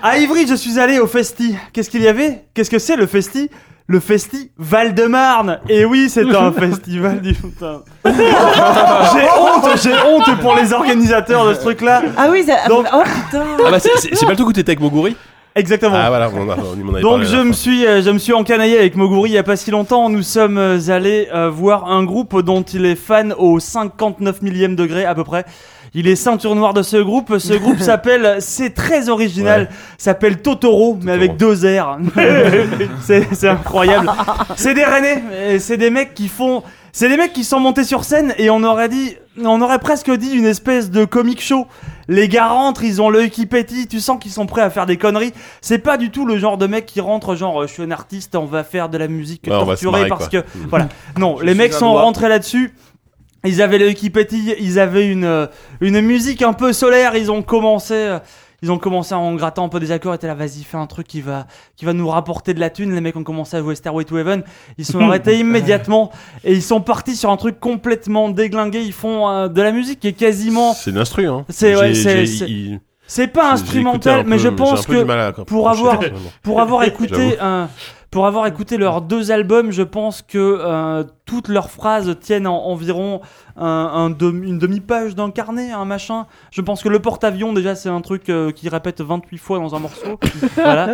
Speaker 5: À Ivry, je suis allé au Festi. Qu'est-ce qu'il y avait Qu'est-ce que c'est le Festi Le Festi Val-de-Marne. Et oui, c'est un festival du putain. j'ai honte, j'ai honte pour les organisateurs de ce truc-là.
Speaker 3: Ah oui, ça-
Speaker 5: Donc-
Speaker 3: oh putain
Speaker 2: Ah bah, c'est- c'est c'est pas le truc où t'étais avec Moguri
Speaker 5: Exactement.
Speaker 2: Ah voilà, on, a, on m'en avait
Speaker 5: Donc
Speaker 2: parlé la
Speaker 5: je
Speaker 2: dernière
Speaker 5: me
Speaker 2: fois.
Speaker 5: suis, euh, je me suis encanaillé avec Moguri il y a pas si longtemps. Nous sommes euh, allés euh, voir un groupe dont il est fan au 59 millième degré à peu près. Il est ceinture noire de ce groupe. Ce groupe s'appelle, c'est très original,
Speaker 2: Ouais.
Speaker 5: s'appelle Totoro, mais avec deux R. c'est c'est incroyable. C'est des Rennais, et c'est des mecs qui font. C'est les mecs qui sont montés sur scène et on aurait dit, on aurait presque dit une espèce de comic show. Les gars rentrent, ils ont l'œil qui pétille, tu sens qu'ils sont prêts à faire des conneries. C'est pas du tout le genre de mec qui rentre genre euh, je suis un artiste, on va faire de la musique
Speaker 2: Ouais, on va se
Speaker 5: torturée
Speaker 2: marrer,
Speaker 5: parce
Speaker 2: quoi.
Speaker 5: que voilà. Non, les
Speaker 7: suis
Speaker 5: mecs
Speaker 7: un
Speaker 5: sont
Speaker 7: doigt.
Speaker 5: rentrés là-dessus. Ils avaient l'œil qui pétille, ils avaient une euh, une musique un peu solaire, ils ont commencé euh, ils ont commencé en grattant un peu des accords, ils étaient là, vas-y, fais un truc qui va, qui va nous rapporter de la thune. Les mecs ont commencé à jouer Stairway to Heaven. Ils sont arrêtés immédiatement et ils sont partis sur un truc complètement déglingué. Ils font euh, de la musique qui est quasiment,
Speaker 2: C'est de l'instru, hein.
Speaker 5: C'est- ouais,
Speaker 2: J'ai-
Speaker 5: c'est-
Speaker 2: j'ai-
Speaker 5: c'est-
Speaker 2: il- j'ai
Speaker 5: c'est pas
Speaker 2: écouté un
Speaker 5: instrumental,
Speaker 2: peu,
Speaker 5: mais je
Speaker 2: j'ai un
Speaker 5: pense
Speaker 2: peu du
Speaker 5: que
Speaker 2: mal à comprendre.
Speaker 5: pour avoir-
Speaker 2: Vraiment.
Speaker 5: pour avoir écouté un- pour avoir écouté leurs deux albums, je pense que euh, toutes leurs phrases tiennent en- environ un, un demi- une demi-page d'un carnet, un machin. Je pense que le porte-avions, déjà, c'est un truc euh, qui répète 28 fois dans un morceau. voilà.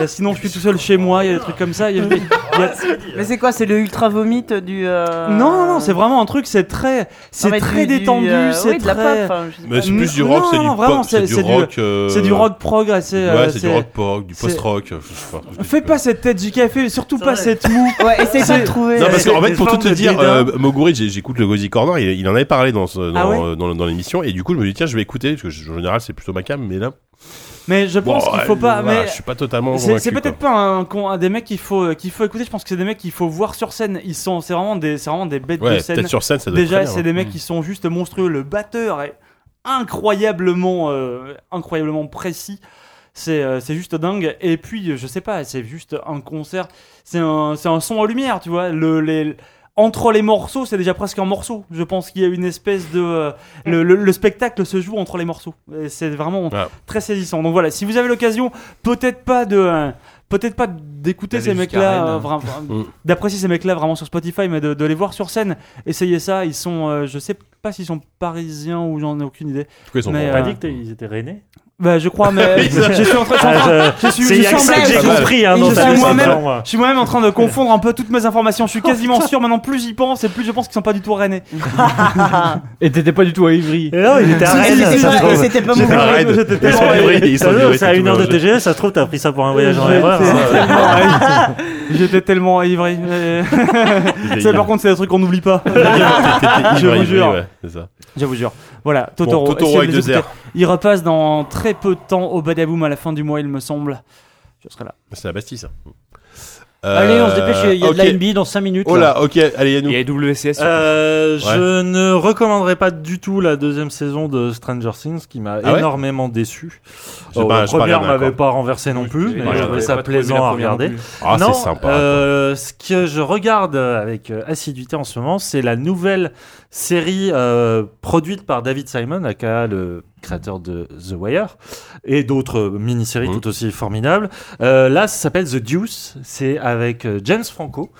Speaker 5: Et sinon, je suis tout seul chez moi, il y a des trucs comme ça. il y a- il y a-
Speaker 3: Mais c'est quoi C'est le ultra vomite du. euh,
Speaker 5: Non, non, non, c'est vraiment un truc, c'est très,
Speaker 3: non,
Speaker 5: c'est
Speaker 3: mais
Speaker 5: très
Speaker 3: du- du,
Speaker 5: détendu,
Speaker 3: euh,
Speaker 5: c'est
Speaker 3: oui, de
Speaker 5: très.
Speaker 3: la pop. hein. enfin, je sais
Speaker 2: Mais
Speaker 3: pas.
Speaker 2: c'est plus du rock,
Speaker 5: Non,
Speaker 2: c'est du
Speaker 5: non,
Speaker 2: pop,
Speaker 5: vraiment,
Speaker 2: c'est
Speaker 5: c'est-
Speaker 2: du
Speaker 5: c'est du-
Speaker 2: rock. euh,
Speaker 5: C'est du rock prog, et c'est. euh,
Speaker 2: Ouais, c'est du
Speaker 5: c'est-
Speaker 2: rock prog, du
Speaker 5: c'est-
Speaker 2: post-rock. je sais pas, je sais
Speaker 5: Fais pas cette tête du café, surtout pas cette mou.
Speaker 3: Ouais, essaye pas
Speaker 5: C'est-
Speaker 3: de trouver.
Speaker 2: Non, parce
Speaker 5: C'est
Speaker 2: qu'en fait,
Speaker 5: des
Speaker 2: pour tout
Speaker 5: formes
Speaker 2: te
Speaker 5: de
Speaker 2: dire,
Speaker 5: dédain.
Speaker 2: euh, Moguri, j'ai- j'écoute le Gozy Corner, il, il en avait parlé dans, ce- dans,
Speaker 5: Ah ouais
Speaker 2: euh, dans, dans l'émission, et du coup, je me dis, tiens, je vais écouter, parce que je- en général, c'est plutôt ma cam, mais là,
Speaker 5: Mais je pense
Speaker 2: bon,
Speaker 5: qu'il faut
Speaker 2: ouais,
Speaker 5: pas.
Speaker 2: voilà,
Speaker 5: mais
Speaker 2: je suis pas totalement.
Speaker 5: C'est,
Speaker 2: convaincu,
Speaker 5: c'est
Speaker 2: quoi.
Speaker 5: peut-être pas un, con- un des mecs qu'il faut, euh, qu'il faut écouter. Je pense que c'est des mecs qu'il faut voir sur scène. Ils sont, c'est vraiment des, c'est vraiment des bêtes
Speaker 2: Ouais,
Speaker 5: de scène.
Speaker 2: peut-être sur scène, ça doit
Speaker 5: Déjà,
Speaker 2: être.
Speaker 5: c'est des mecs qui sont juste monstrueux. Le batteur est incroyablement, euh, incroyablement précis. C'est, euh, c'est juste dingue. Et puis, euh, je sais pas, c'est juste un concert. C'est un, c'est un son en lumière, tu vois. Le, les, entre les morceaux, c'est déjà presque un morceau. Je pense qu'il y a une espèce de. euh, le, le- le spectacle se joue entre les morceaux. Et c'est vraiment
Speaker 2: Ouais.
Speaker 5: très saisissant. Donc voilà, si vous avez l'occasion, peut-être pas de. euh, Peut-être pas d'écouter
Speaker 7: D'aller
Speaker 5: ces
Speaker 7: jusqu'à
Speaker 5: mecs-là,
Speaker 7: Rennes.
Speaker 5: euh, vra-
Speaker 6: Mm.
Speaker 5: vra- d'apprécier ces mecs-là vraiment sur Spotify, mais de, de les voir sur scène. Essayez ça, ils sont, euh, je sais pas s'ils sont parisiens ou j'en ai aucune idée.
Speaker 2: En tout cas, ils sont
Speaker 5: Mais,
Speaker 2: bons.
Speaker 6: On
Speaker 5: euh,
Speaker 6: pas dit qu'ils étaient rennais
Speaker 5: Bah je crois, mais je suis en train, je suis en train-
Speaker 6: Ah, je-
Speaker 5: je suis-
Speaker 6: C'est
Speaker 5: je
Speaker 6: il y a que
Speaker 5: suis
Speaker 6: ça
Speaker 5: en
Speaker 6: que j'ai
Speaker 5: blague.
Speaker 6: compris. Hein,
Speaker 5: Et
Speaker 6: dans
Speaker 5: je
Speaker 6: ta
Speaker 5: suis
Speaker 6: liste,
Speaker 5: moi-même.
Speaker 6: pardon, euh.
Speaker 5: Je suis moi-même en train de confondre un peu toutes mes informations. Je suis
Speaker 4: Oh,
Speaker 5: quasiment sûr maintenant, plus j'y pense et plus je pense qu'ils sont pas du tout rennais.
Speaker 3: Ah,
Speaker 4: Et t'étais pas du tout à Ivry.
Speaker 6: Eh non, il était à
Speaker 3: Si, si,
Speaker 6: Rennes,
Speaker 3: c'est
Speaker 6: ça se
Speaker 3: vrai,
Speaker 6: trouve.
Speaker 3: C'était pas
Speaker 2: J'ai fait
Speaker 3: mauvais.
Speaker 2: un raid.
Speaker 5: J'étais
Speaker 2: Ils sont
Speaker 5: tellement-
Speaker 2: hybrides et ils sont
Speaker 6: Ça se trouve,
Speaker 2: hybrides,
Speaker 6: C'est à
Speaker 2: tout
Speaker 6: une heure de
Speaker 2: mélangé.
Speaker 6: TGV, ça se trouve, t'as pris ça pour un voyage en erreur.
Speaker 5: J'étais
Speaker 6: hein.
Speaker 5: tellement ivre. J'étais tellement Euh, ivre. Et- Ça, par contre, c'est des trucs qu'on n'oublie pas.
Speaker 2: Je
Speaker 5: vous jure.
Speaker 2: C'est ça.
Speaker 5: Je vous jure. Voilà,
Speaker 2: Bon,
Speaker 5: Totoro.
Speaker 2: Totoro
Speaker 5: essayez
Speaker 2: avec
Speaker 5: de les
Speaker 2: deux
Speaker 5: écouter.
Speaker 2: R.
Speaker 5: Il repasse dans très peu de temps au Badaboom à la fin du mois, il me semble. Je serai là.
Speaker 2: C'est la Bastille, ça. Euh,
Speaker 4: Allez, on se dépêche, il y a de
Speaker 2: ok.
Speaker 4: la NBA dans 5 minutes.
Speaker 2: Oh
Speaker 4: là.
Speaker 2: là, ok, allez, Yannou.
Speaker 7: Il y a WCS.
Speaker 6: Euh,
Speaker 2: Ouais.
Speaker 6: Je ne recommanderais pas du tout la deuxième saison de Stranger Things qui m'a
Speaker 2: Ah ouais
Speaker 6: énormément déçu.
Speaker 2: J'ai
Speaker 6: Oh,
Speaker 2: pas-
Speaker 6: la
Speaker 2: j'ai pas
Speaker 6: première
Speaker 2: regardé
Speaker 6: m'avait
Speaker 2: encore.
Speaker 6: pas renversé non plus, mais
Speaker 2: ouais,
Speaker 6: je
Speaker 2: ouais.
Speaker 6: trouvais ça plaisant à regarder.
Speaker 2: Ah,
Speaker 6: non,
Speaker 2: c'est sympa.
Speaker 6: euh, ce que je regarde euh, avec euh, assiduité en ce moment, c'est la nouvelle série euh, produite par David Simon, aka le créateur de The Wire, et d'autres euh, mini-séries
Speaker 2: Mhm.
Speaker 6: tout aussi formidables. Euh, là, ça s'appelle The Deuce. C'est avec euh, James Franco,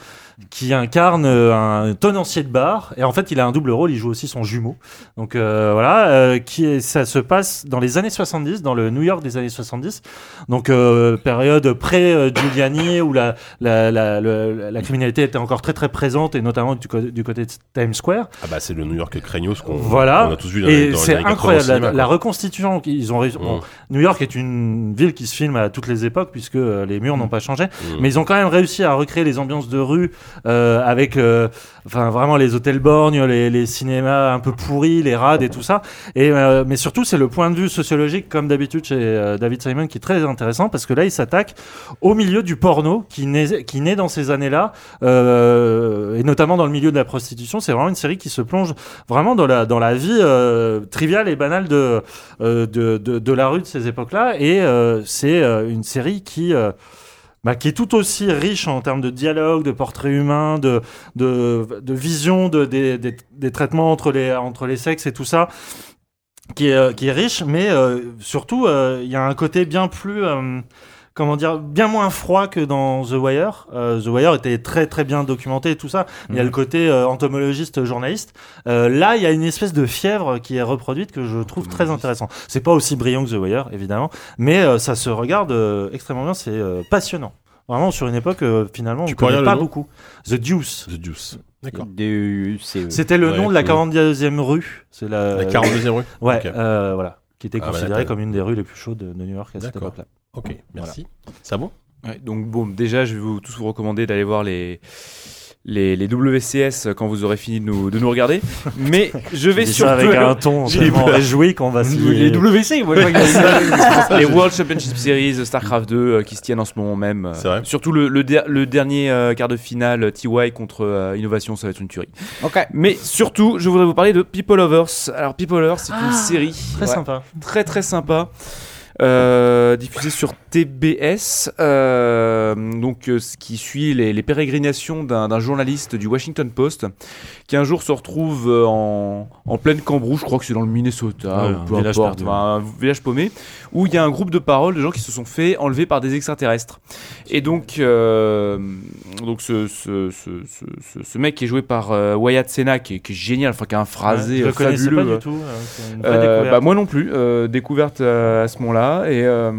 Speaker 6: qui incarne euh, un tenancier de bar. Et en fait, il a un double rôle. Il joue aussi son jumeau. Donc euh, voilà, euh, qui est- ça se passe dans les années 70, dans le New York des années 70. Donc euh, période pré-Giuliani euh, où la, la, la, le- la criminalité était encore très très présente et notamment du, co- du côté de Times Square.
Speaker 2: Ah bah, c'est le New York Craignos qu'on
Speaker 6: voilà.
Speaker 2: qu'on a tous vu dans les
Speaker 6: et
Speaker 2: dans les
Speaker 6: c'est
Speaker 2: années 80
Speaker 6: incroyable
Speaker 2: au cinéma,
Speaker 6: la,
Speaker 2: quoi.
Speaker 6: la reconstitution qu'ils ont réussi. bon,
Speaker 2: Mm.
Speaker 6: New York est une ville qui se filme à toutes les époques puisque euh, les murs n'ont pas changé.
Speaker 2: Mm.
Speaker 6: Mais ils ont quand même réussi à recréer les ambiances de rue euh, avec, euh, enfin vraiment les hôtels borgnes, les, les cinémas un peu pourris, les rades et tout ça. Et euh, mais surtout c'est le point de vue sociologique comme d'habitude chez euh, David Simon qui est très intéressant parce que là il s'attaque au milieu du porno qui naît, qui naît dans ces années-là euh, et notamment dans le milieu de la prostitution. C'est vraiment une série qui se plonge vraiment dans la dans la vie euh, triviale et banale de euh, de, de de la rue de ces époques-là. Et euh, c'est euh, une série qui euh, bah, qui est tout aussi riche en termes de dialogue, de portrait humain, de, de, de vision de, des, des, des traitements entre les, entre les sexes et tout ça, qui est, euh, qui est riche, mais euh, surtout, euh, il y a un côté bien plus... euh, Comment dire, bien moins froid que dans The Wire. Euh, The Wire était très très bien documenté et tout ça.
Speaker 2: Mhm.
Speaker 6: mais Il y a le côté euh, entomologiste journaliste. Euh, là, il y a une espèce de fièvre qui est reproduite que je trouve très intéressant. C'est pas aussi brillant que The Wire, évidemment, mais euh, ça se regarde euh, extrêmement bien. C'est euh, passionnant. Vraiment sur une époque euh, finalement on
Speaker 2: Tu peux
Speaker 6: connaît
Speaker 2: dire le
Speaker 6: pas
Speaker 2: nom
Speaker 6: beaucoup. The Deuce.
Speaker 2: The Deuce. D'accord.
Speaker 4: euh, C'est
Speaker 6: C'était le
Speaker 2: Ouais,
Speaker 6: nom de la
Speaker 2: cool.
Speaker 6: 42e rue. C'est la,
Speaker 2: La 42e rue.
Speaker 6: Ouais,
Speaker 2: Ok.
Speaker 6: euh, voilà, qui était
Speaker 2: Ah,
Speaker 6: considérée
Speaker 2: Manhattan.
Speaker 6: comme une des rues les plus chaudes de de New York à cette
Speaker 2: D'accord.
Speaker 6: époque-là.
Speaker 2: Ok, merci. Ça bon
Speaker 7: Ouais, donc bon, déjà, je vais vous, tous vous recommander d'aller voir les les, les WCS quand vous aurez fini de nous, de nous regarder. Mais je vais
Speaker 6: Dis
Speaker 7: surtout.
Speaker 6: ça avec un ton
Speaker 7: J'ai
Speaker 6: tellement
Speaker 7: peur.
Speaker 6: réjoui qu'on va se
Speaker 4: Les WC, moi, je vois que-
Speaker 7: les World Championship Series, StarCraft 2 euh, qui se tiennent en ce moment même. euh,
Speaker 2: C'est vrai.
Speaker 7: Surtout le, le der- le dernier euh, quart de finale euh, TY contre euh, Innovation, ça va être une tuerie.
Speaker 4: Ok.
Speaker 7: Mais surtout, je voudrais vous parler de People Lovers. Alors People Lovers, c'est une série
Speaker 6: Très
Speaker 7: Ouais.
Speaker 6: sympa.
Speaker 7: très très sympa. Euh, diffusée sur TBS, euh, donc euh, ce qui suit les, les pérégrinations d'un d'un journaliste du Washington Post, qui un jour se retrouve euh, en, en pleine cambroue, je crois que c'est dans le Minnesota,
Speaker 6: Ouais,
Speaker 7: ou
Speaker 6: un
Speaker 7: peu
Speaker 6: village
Speaker 7: importe,
Speaker 6: perdu.
Speaker 7: enfin, un village paumé, où il y a un groupe de paroles de gens qui se sont fait enlever par des extraterrestres. Et donc, euh, donc ce, ce, ce, ce, ce- ce mec qui est joué par euh, Wyatt Sena, qui, est- qui est génial, enfin qui a un phrasé
Speaker 6: je
Speaker 7: euh,
Speaker 6: le connaissais
Speaker 7: fabuleux.
Speaker 6: pas du tout. euh, c'est une vraie
Speaker 7: Euh,
Speaker 6: découverte.
Speaker 7: bah, moi non plus, euh, découverte euh, à ce moment-là. Et, euh,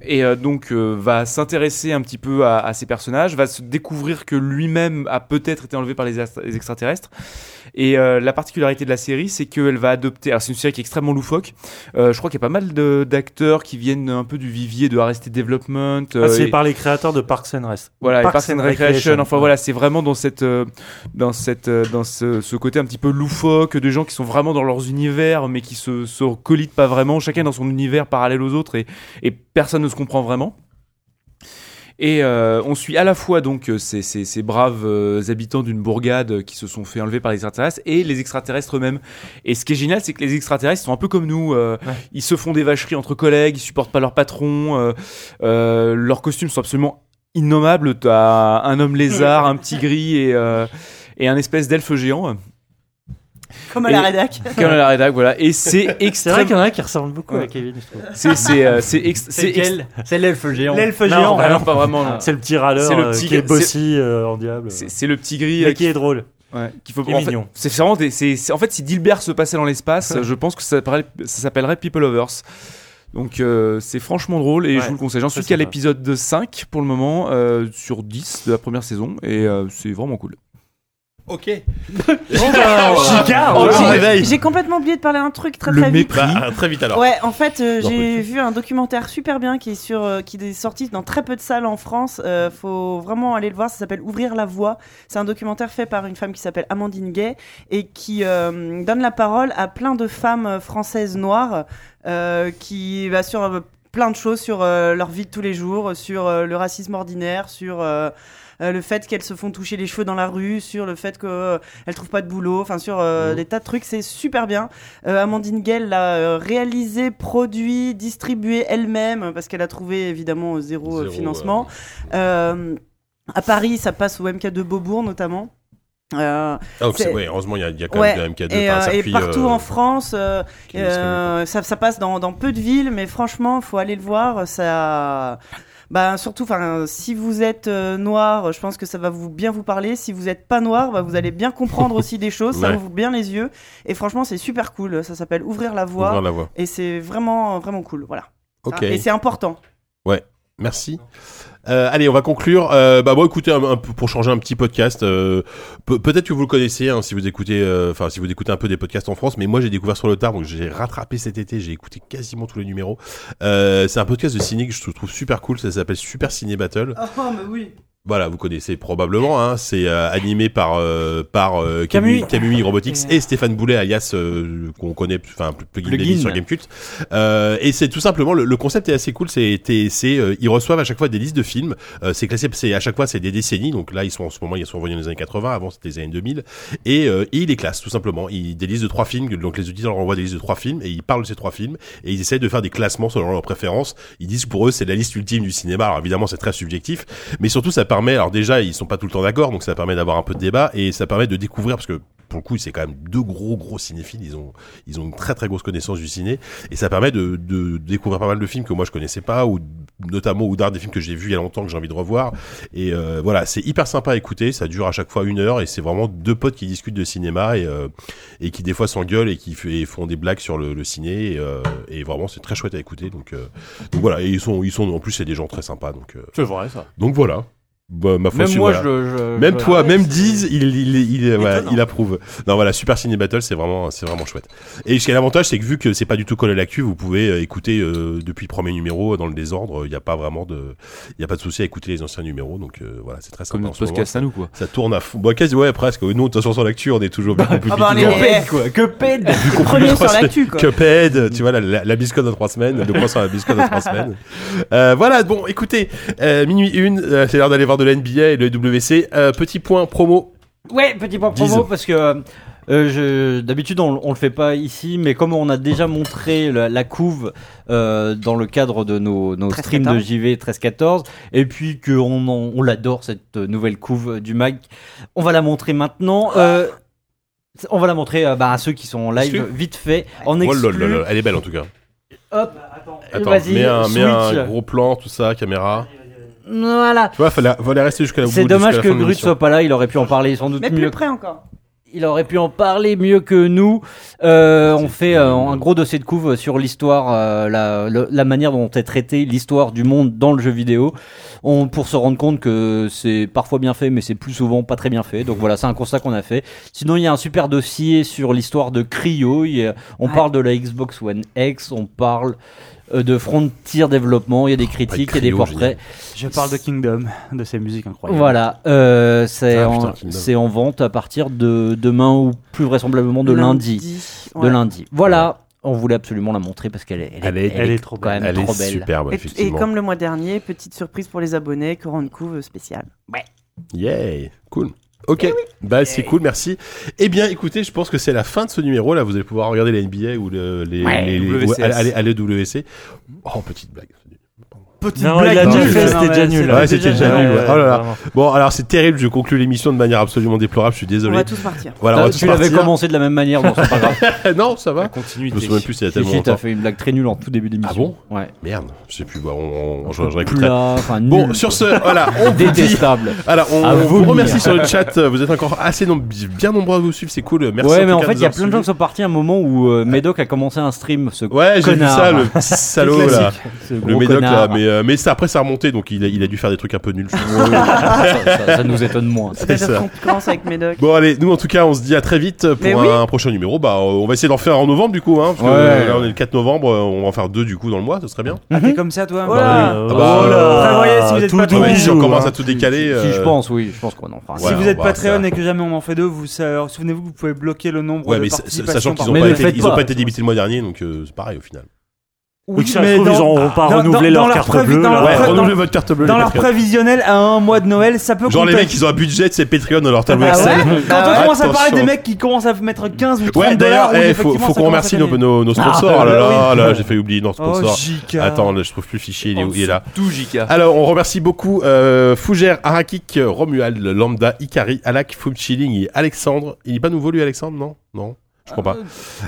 Speaker 7: et euh, donc euh, va s'intéresser un petit peu à, à ces personnages, va se découvrir que lui-même a peut-être été enlevé par les, astra- les extraterrestres. Et euh, la particularité de la série, c'est qu'elle va adopter. Alors, c'est une série qui est extrêmement loufoque. Euh, je crois qu'il y a pas mal de- d'acteurs qui viennent un peu du vivier de Arrested Development.
Speaker 6: Ah,
Speaker 7: euh,
Speaker 6: c'est
Speaker 7: et-
Speaker 6: par les créateurs de Parks and Rec.
Speaker 7: voilà,
Speaker 6: Parks
Speaker 7: Parks, Parks and
Speaker 6: and
Speaker 7: Recreation.
Speaker 6: Recreation,
Speaker 7: Enfin
Speaker 6: ouais.
Speaker 7: voilà, c'est vraiment dans cette, euh, dans cette, euh, dans ce, ce côté un petit peu loufoque de gens qui sont vraiment dans leurs univers, mais qui se, se collitent pas vraiment. Chacun dans son univers parallèle aux autres et, et personne ne se comprend vraiment. Et euh, on suit à la fois donc euh, ces, ces, ces braves euh, habitants d'une bourgade euh, qui se sont fait enlever par les extraterrestres et les extraterrestres eux-mêmes. Et ce qui est génial, c'est que les extraterrestres sont un peu comme nous. euh,
Speaker 6: Ouais.
Speaker 7: Ils se font des vacheries entre collègues, ils supportent pas leur patron, euh, euh, leurs costumes sont absolument innommables. T'as un homme lézard, un petit gris et, euh, et un espèce d'elfe géant.
Speaker 3: Comme à la
Speaker 7: Et-
Speaker 3: rédac.
Speaker 7: Comme à la rédac, voilà. Et c'est
Speaker 6: C'est vrai
Speaker 7: extrêmement.
Speaker 6: qu'il y en a qui ressemblent beaucoup
Speaker 7: Ouais.
Speaker 6: à Kevin, je trouve.
Speaker 7: C'est c'est, euh, c'est ex- c'est ex-
Speaker 4: C'est l'elfe géant.
Speaker 5: L'elfe
Speaker 6: Non,
Speaker 5: géant.
Speaker 7: bah non, pas vraiment. non.
Speaker 6: C'est le petit râleur
Speaker 7: C'est le
Speaker 6: euh,
Speaker 7: petit-
Speaker 6: qui est
Speaker 7: c'est-
Speaker 6: bossy euh, en diable.
Speaker 7: C'est c'est le petit gris euh,
Speaker 6: Mais qui est drôle.
Speaker 7: Ouais, qu'il faut
Speaker 6: Il est
Speaker 7: en fait,
Speaker 6: mignon.
Speaker 7: C'est vraiment des- c'est- c'est- en fait si Dilbert se passait dans l'espace, euh, je pense que ça, s'appellerait- ça s'appellerait People Lovers. Donc euh, c'est franchement drôle et
Speaker 6: Ouais,
Speaker 7: je vous le conseille. J'en suis
Speaker 6: c'est
Speaker 7: qu'à
Speaker 6: sympa.
Speaker 7: l'épisode de 5 pour le moment euh, sur 10 de la première saison et euh, c'est vraiment cool.
Speaker 2: Ok.
Speaker 3: Ah,
Speaker 6: Chica,
Speaker 2: Oh,
Speaker 6: ouais.
Speaker 2: j'ai-
Speaker 3: J'ai complètement oublié de parler d'un truc très
Speaker 7: Le
Speaker 3: très vite.
Speaker 7: mépris.
Speaker 2: Bah, très vite alors.
Speaker 3: Ouais, en fait, euh,
Speaker 2: Non,
Speaker 3: j'ai
Speaker 2: pas
Speaker 3: vu un documentaire super bien qui est, sur, euh, qui est sorti dans très peu de salles en France. Euh, faut vraiment aller le voir. Ça s'appelle Ouvrir la voie. C'est un documentaire fait par une femme qui s'appelle Amandine Gay et qui euh, donne la parole à plein de femmes euh, françaises noires euh, qui va sur euh, plein de choses sur euh, leur vie de tous les jours, sur euh, le racisme ordinaire, sur euh, euh, le fait qu'elles se font toucher les cheveux dans la rue, sur le fait qu'elles ne trouvent pas de boulot, enfin sur euh, des tas de trucs. C'est super bien. Euh, Amandine Gay l'a euh, réalisé, produit, distribué elle-même parce qu'elle a trouvé évidemment euh, zéro, euh,
Speaker 2: Zéro,
Speaker 3: financement. Euh, à Paris, ça passe au MK de Beaubourg notamment. Euh,
Speaker 2: Ah, ok,
Speaker 3: C'est-
Speaker 2: ouais, heureusement, il y, a- il y a quand
Speaker 3: Ouais,
Speaker 2: même des MK2.
Speaker 3: et,
Speaker 2: enfin, un
Speaker 3: euh, et
Speaker 2: circuit,
Speaker 3: partout
Speaker 2: euh,
Speaker 3: en France, euh,
Speaker 2: qui est distribué.
Speaker 3: euh, ça, ça passe dans, dans peu de villes, mais franchement, faut aller le voir. Ça, bah, surtout, enfin, si vous êtes euh, noir, je pense que ça va vous bien vous parler. Si vous n'êtes pas noir, bah, vous allez bien comprendre aussi des choses. Ça
Speaker 2: Ouais.
Speaker 3: ouvre bien les yeux. Et franchement, c'est super cool. Ça s'appelle Ouvrir la voie,
Speaker 2: Ouvrir la voie.
Speaker 3: et c'est vraiment, vraiment cool. Voilà. Hein,
Speaker 2: Ok.
Speaker 3: Et c'est important.
Speaker 2: Merci. Euh, allez, on va conclure. Euh, bah bon, écoutez, un- un peu- pour changer un petit podcast, euh, pe- peut-être que vous le connaissez hein, si vous écoutez, euh, enfin si vous écoutez un peu des podcasts en France. Mais moi, j'ai découvert sur le tard, donc j'ai rattrapé cet été. J'ai écouté quasiment tous les numéros. Euh, c'est un podcast de ciné que je trouve super cool. Ça s'appelle Super Ciné Battle.
Speaker 3: Oh, mais oui.
Speaker 2: Voilà, vous connaissez probablement. Hein, c'est euh, animé par euh, par euh, Camui, Camui Robotics et Stéphane Boulet, alias euh, qu'on connaît, enfin plus- plugin
Speaker 4: Plugin.
Speaker 2: Daily sur Gamecult. Euh, et c'est tout simplement le, le concept est assez cool. C'est t'es- c'est euh, ils reçoivent à chaque fois des listes de films. Euh, c'est classé, c'est à chaque fois c'est des décennies. Donc là, ils sont en ce moment ils sont revenus dans les années 80. Avant c'était les années 2000. Et, euh, et ils les classent tout simplement. Ils des listes de trois films. Donc les auditeurs leur envoient des listes de trois films et ils parlent de ces trois films et ils essayent de faire des classements selon leurs préférences. Ils disent que pour eux c'est la liste ultime du cinéma. Alors évidemment c'est très subjectif, mais surtout ça permet. Alors déjà ils sont pas tout le temps d'accord, donc ça permet d'avoir un peu de débat et ça permet de découvrir parce que pour le coup c'est quand même deux gros gros cinéphiles. Ils ont ils ont une très très grosse connaissance du ciné et ça permet de, de découvrir pas mal de films que moi je connaissais pas ou notamment ou d'un des films que j'ai vu il y a longtemps que j'ai envie de revoir. Et euh, voilà c'est hyper sympa à écouter. Ça dure à chaque fois une heure et c'est vraiment deux potes qui discutent de cinéma et euh, et qui des fois s'engueulent et qui f- et font des blagues sur le, le ciné et, euh, et vraiment c'est très chouette à écouter donc, euh, donc voilà et ils sont ils sont en plus c'est des gens très sympas donc euh,
Speaker 6: C'est vrai ça.
Speaker 2: donc voilà bah, ma foi,
Speaker 4: Même
Speaker 2: si,
Speaker 4: moi,
Speaker 2: voilà.
Speaker 4: je, je-
Speaker 7: Euh,
Speaker 2: Même
Speaker 4: je-
Speaker 2: toi,
Speaker 4: Ouais,
Speaker 2: même
Speaker 4: c'est-
Speaker 2: Diz, il, il, il, il- voilà,
Speaker 5: Étonnant.
Speaker 2: il approuve. Non, voilà, Super Ciné Battle, c'est vraiment, c'est vraiment chouette. Et ce qui est l'avantage, c'est que vu que c'est pas du tout collé à l'actu, vous pouvez euh, écouter euh, depuis le premier numéro euh, dans le désordre. Il n'y a pas vraiment de, il y a pas de souci à écouter les anciens numéros. Donc euh, voilà, c'est très sympa.
Speaker 7: Comme
Speaker 2: en
Speaker 7: notre
Speaker 2: ce moment.
Speaker 7: podcast à nous, quoi.
Speaker 2: Ça tourne à fond. Bon, quasi, ouais, presque. Nous, de toute façon, sur l'actu, on est toujours bien plus
Speaker 3: Ah bah, on est
Speaker 2: vite.
Speaker 3: les
Speaker 4: Quoi, que pède
Speaker 3: premiers sur
Speaker 2: trois semaines.
Speaker 3: l'actu, quoi.
Speaker 2: Cuphead, tu vois, la, la, la biscotte dans trois semaines, le point sur la biscotte dans trois semaines. Euh, voilà, bon, écoutez, euh, minuit une, euh, c'est l'heure d'aller voir de la NBA et le WC. Euh, petit point promo.
Speaker 4: Ouais, petit point promo parce que euh, je- d'habitude on, on le fait pas ici, mais comme on a déjà montré la, la couve euh, dans le cadre de nos, nos
Speaker 3: 13-14.
Speaker 4: streams de JV 13-14, et puis qu'on en- on l'adore cette nouvelle couve du mag, on va la montrer maintenant. euh, on va la montrer euh, bah, à ceux qui sont en live
Speaker 2: Exclu.
Speaker 4: vite fait en
Speaker 2: Oh
Speaker 4: exclu.
Speaker 2: là là là, elle est belle en tout cas.
Speaker 4: Hop,
Speaker 2: Attends,
Speaker 4: vas-y,
Speaker 2: mets un, mets un
Speaker 4: switch.
Speaker 2: gros plan, tout ça, caméra.
Speaker 4: Voilà.
Speaker 2: Tu vois, fallait, fallait rester jusqu'à la
Speaker 4: C'est dommage que Grut soit pas là, il aurait pu en parler sans doute
Speaker 3: Mais
Speaker 4: mieux
Speaker 3: plus près encore.
Speaker 4: Il aurait pu en parler mieux que nous. Euh, on fait euh, un gros dossier de couve sur l'histoire, euh, la, le- la manière dont est traitée l'histoire du monde dans le jeu vidéo. On, pour se rendre compte que c'est parfois bien fait, mais c'est plus souvent pas très bien fait. Donc voilà, c'est un constat qu'on a fait. Sinon, il y a un super dossier sur l'histoire de Cryo. Il y a- on
Speaker 3: Ouais.
Speaker 4: parle de la Xbox One X, on parle euh, de Frontier Développement. Il y a des critiques, il y a des
Speaker 2: Ah, bah, Cryo,
Speaker 4: portraits.
Speaker 5: Je parle de Kingdom, de ces musiques incroyables.
Speaker 4: Voilà, euh, c'est
Speaker 2: Ah,
Speaker 4: en-
Speaker 2: putain, Kingdom.
Speaker 4: c'est en vente à partir de demain ou plus vraisemblablement de lundi
Speaker 3: ouais.
Speaker 4: de lundi. Voilà, on voulait absolument la montrer parce qu'elle est, elle
Speaker 2: Elle est-
Speaker 4: est,
Speaker 6: elle est trop
Speaker 4: quand même
Speaker 2: Elle est
Speaker 4: trop belle.
Speaker 2: superbe,
Speaker 3: Et- Et,
Speaker 2: effectivement.
Speaker 3: comme le mois dernier, petite surprise pour les abonnés, Coran de Couve spéciale.
Speaker 2: Yeah, cool. Ok,
Speaker 4: Eh
Speaker 2: bah c'est cool, merci. Eh bien, écoutez, je pense que c'est la fin de ce numéro. Là, vous allez pouvoir regarder les NBA ou le- les,
Speaker 7: Ouais,
Speaker 2: les- les-
Speaker 7: WCS.
Speaker 2: ou aller, aller- aller WC. Oh, petite blague.
Speaker 5: Petite
Speaker 6: Non,
Speaker 5: blague
Speaker 6: il a
Speaker 5: de
Speaker 6: déjà
Speaker 5: Dieu.
Speaker 6: fait,
Speaker 5: Non,
Speaker 6: c'était
Speaker 5: mais
Speaker 6: déjà nul.
Speaker 5: c'est-
Speaker 2: Ouais, c'était déjà nul, ouais.
Speaker 6: ouais,
Speaker 2: Oh là là.
Speaker 6: vraiment.
Speaker 2: Bon, alors c'est terrible. Je conclue l'émission de manière absolument déplorable. Je suis
Speaker 3: On
Speaker 2: désolé.
Speaker 3: va tous partir.
Speaker 2: Voilà, on va
Speaker 4: Bah, tu
Speaker 2: tous
Speaker 4: l'avais
Speaker 2: partir.
Speaker 4: commencé de la même manière, bon, c'est pas grave.
Speaker 2: non, ça va.
Speaker 7: Continue.
Speaker 2: Je me souviens plus. C'était il y a
Speaker 4: Si,
Speaker 2: tellement
Speaker 4: si, t'as
Speaker 2: longtemps.
Speaker 4: fait une blague très nulle en tout début d'émission.
Speaker 2: Ah bon
Speaker 4: Ouais.
Speaker 2: Merde, je sais plus. Bah, on, on, je, je réécouterai.
Speaker 4: Plat, enfin nul. Ah,
Speaker 2: Bon, sur ce, voilà, on vous dit.
Speaker 4: détestable.
Speaker 2: Alors, on,
Speaker 4: À
Speaker 2: on vous
Speaker 4: vomir.
Speaker 2: remercie sur le chat. euh, Vous êtes encore assez nombreux, bien nombreux à vous suivre. C'est cool. Merci.
Speaker 4: ouais, mais
Speaker 2: tout
Speaker 4: en
Speaker 2: cas
Speaker 4: fait,
Speaker 2: de
Speaker 4: il y a
Speaker 2: nous
Speaker 4: plein de gens
Speaker 2: avoir
Speaker 4: qui sont partis à un moment où euh, Médoc a commencé un stream. Ce
Speaker 2: suivis. Ouais, j'ai vu
Speaker 4: Connard.
Speaker 2: ça, le petit salaud là,
Speaker 4: ce
Speaker 2: le
Speaker 4: gros
Speaker 2: médoc là,
Speaker 4: connard.
Speaker 2: mais euh, mais ça après ça a remonté, donc il a, il a dû faire des trucs un peu nuls. je pense.
Speaker 4: ça, ça- ça nous étonne moins.
Speaker 2: C'est
Speaker 3: C'est-à-dire
Speaker 2: ça.
Speaker 3: qu'on commence avec Médoc.
Speaker 2: Bon allez, nous en tout cas, on se dit à très vite pour
Speaker 3: Mais oui.
Speaker 2: un prochain numéro. Bah, euh, on va essayer d'en faire en novembre du coup, hein, parce que
Speaker 4: Ouais.
Speaker 2: euh, là on est le 4 novembre, euh, on va en faire deux du coup dans le mois, ce serait bien.
Speaker 5: Ah, t'es comme ça, toi
Speaker 3: Voilà.
Speaker 6: Euh,
Speaker 2: Ah bah,
Speaker 6: oh là.
Speaker 5: Enfin, voyez, si vous êtes
Speaker 6: Tout
Speaker 5: pas
Speaker 2: Ah
Speaker 6: doux,
Speaker 2: ouais, si on
Speaker 6: hein.
Speaker 2: commence à tout décaler.
Speaker 4: Si, je
Speaker 2: euh,
Speaker 4: pense, oui, je pense qu'on en fera.
Speaker 5: Si
Speaker 2: Ouais,
Speaker 5: vous êtes
Speaker 2: on va
Speaker 5: Patreon
Speaker 2: faire.
Speaker 5: et que jamais on en fait deux, vous, ça- euh, souvenez-vous que vous pouvez bloquer le nombre
Speaker 2: Ouais,
Speaker 5: de
Speaker 2: mais ça- ça-
Speaker 5: participations.
Speaker 2: sachant qu'ils
Speaker 5: par
Speaker 2: ont
Speaker 4: Mais
Speaker 2: pas
Speaker 4: ne
Speaker 2: été,
Speaker 4: faites
Speaker 2: ils ont
Speaker 4: pas.
Speaker 2: pas été débités le mois dernier, donc euh, c'est pareil au final.
Speaker 5: Oui,
Speaker 6: Donc, ça se
Speaker 5: mais
Speaker 6: trouve, ils
Speaker 5: dans-
Speaker 6: n'auront pas
Speaker 5: dans-
Speaker 6: renouvelé
Speaker 5: dans
Speaker 6: leur
Speaker 5: leur
Speaker 6: carte
Speaker 5: preuve-
Speaker 6: bleue.
Speaker 5: dans leur
Speaker 6: là.
Speaker 2: Ouais,
Speaker 5: Après,
Speaker 2: renouvelez
Speaker 5: dans-
Speaker 2: votre carte bleue.
Speaker 5: dans
Speaker 2: les
Speaker 5: leur
Speaker 2: Patreons.
Speaker 5: prévisionnel à un mois de Noël, ça peut
Speaker 2: Genre les
Speaker 5: compter.
Speaker 2: mecs, ils ont un budget, c'est Patreon dans leur
Speaker 3: Ah
Speaker 2: tableau
Speaker 3: bah
Speaker 2: Excel.
Speaker 3: ouais.
Speaker 5: Quand on
Speaker 3: Ah,
Speaker 5: commence à
Speaker 2: attention.
Speaker 5: parler des mecs qui commencent à mettre 15 ou 30
Speaker 2: Ouais,
Speaker 5: dollars,
Speaker 2: d'ailleurs,
Speaker 5: oui,
Speaker 2: eh, faut,
Speaker 5: effectivement,
Speaker 2: faut
Speaker 5: ça
Speaker 2: qu'on
Speaker 5: commence à
Speaker 2: remercie nos,
Speaker 5: gagner.
Speaker 2: nos, nos sponsors.
Speaker 5: Ah,
Speaker 2: oh là là,
Speaker 5: oui.
Speaker 2: là, j'ai failli oublier notre sponsor.
Speaker 5: Oh, JK.
Speaker 2: Attends, là, je trouve plus le fichier, il est, où Il est là.
Speaker 7: Tout JK.
Speaker 2: Alors, on remercie beaucoup euh, Fougère, Arakik, Romuald, Lambda, Ikari, Alak, Fumchilling et Alexandre. Il n'est pas nouveau, lui, Alexandre Non Non je crois pas.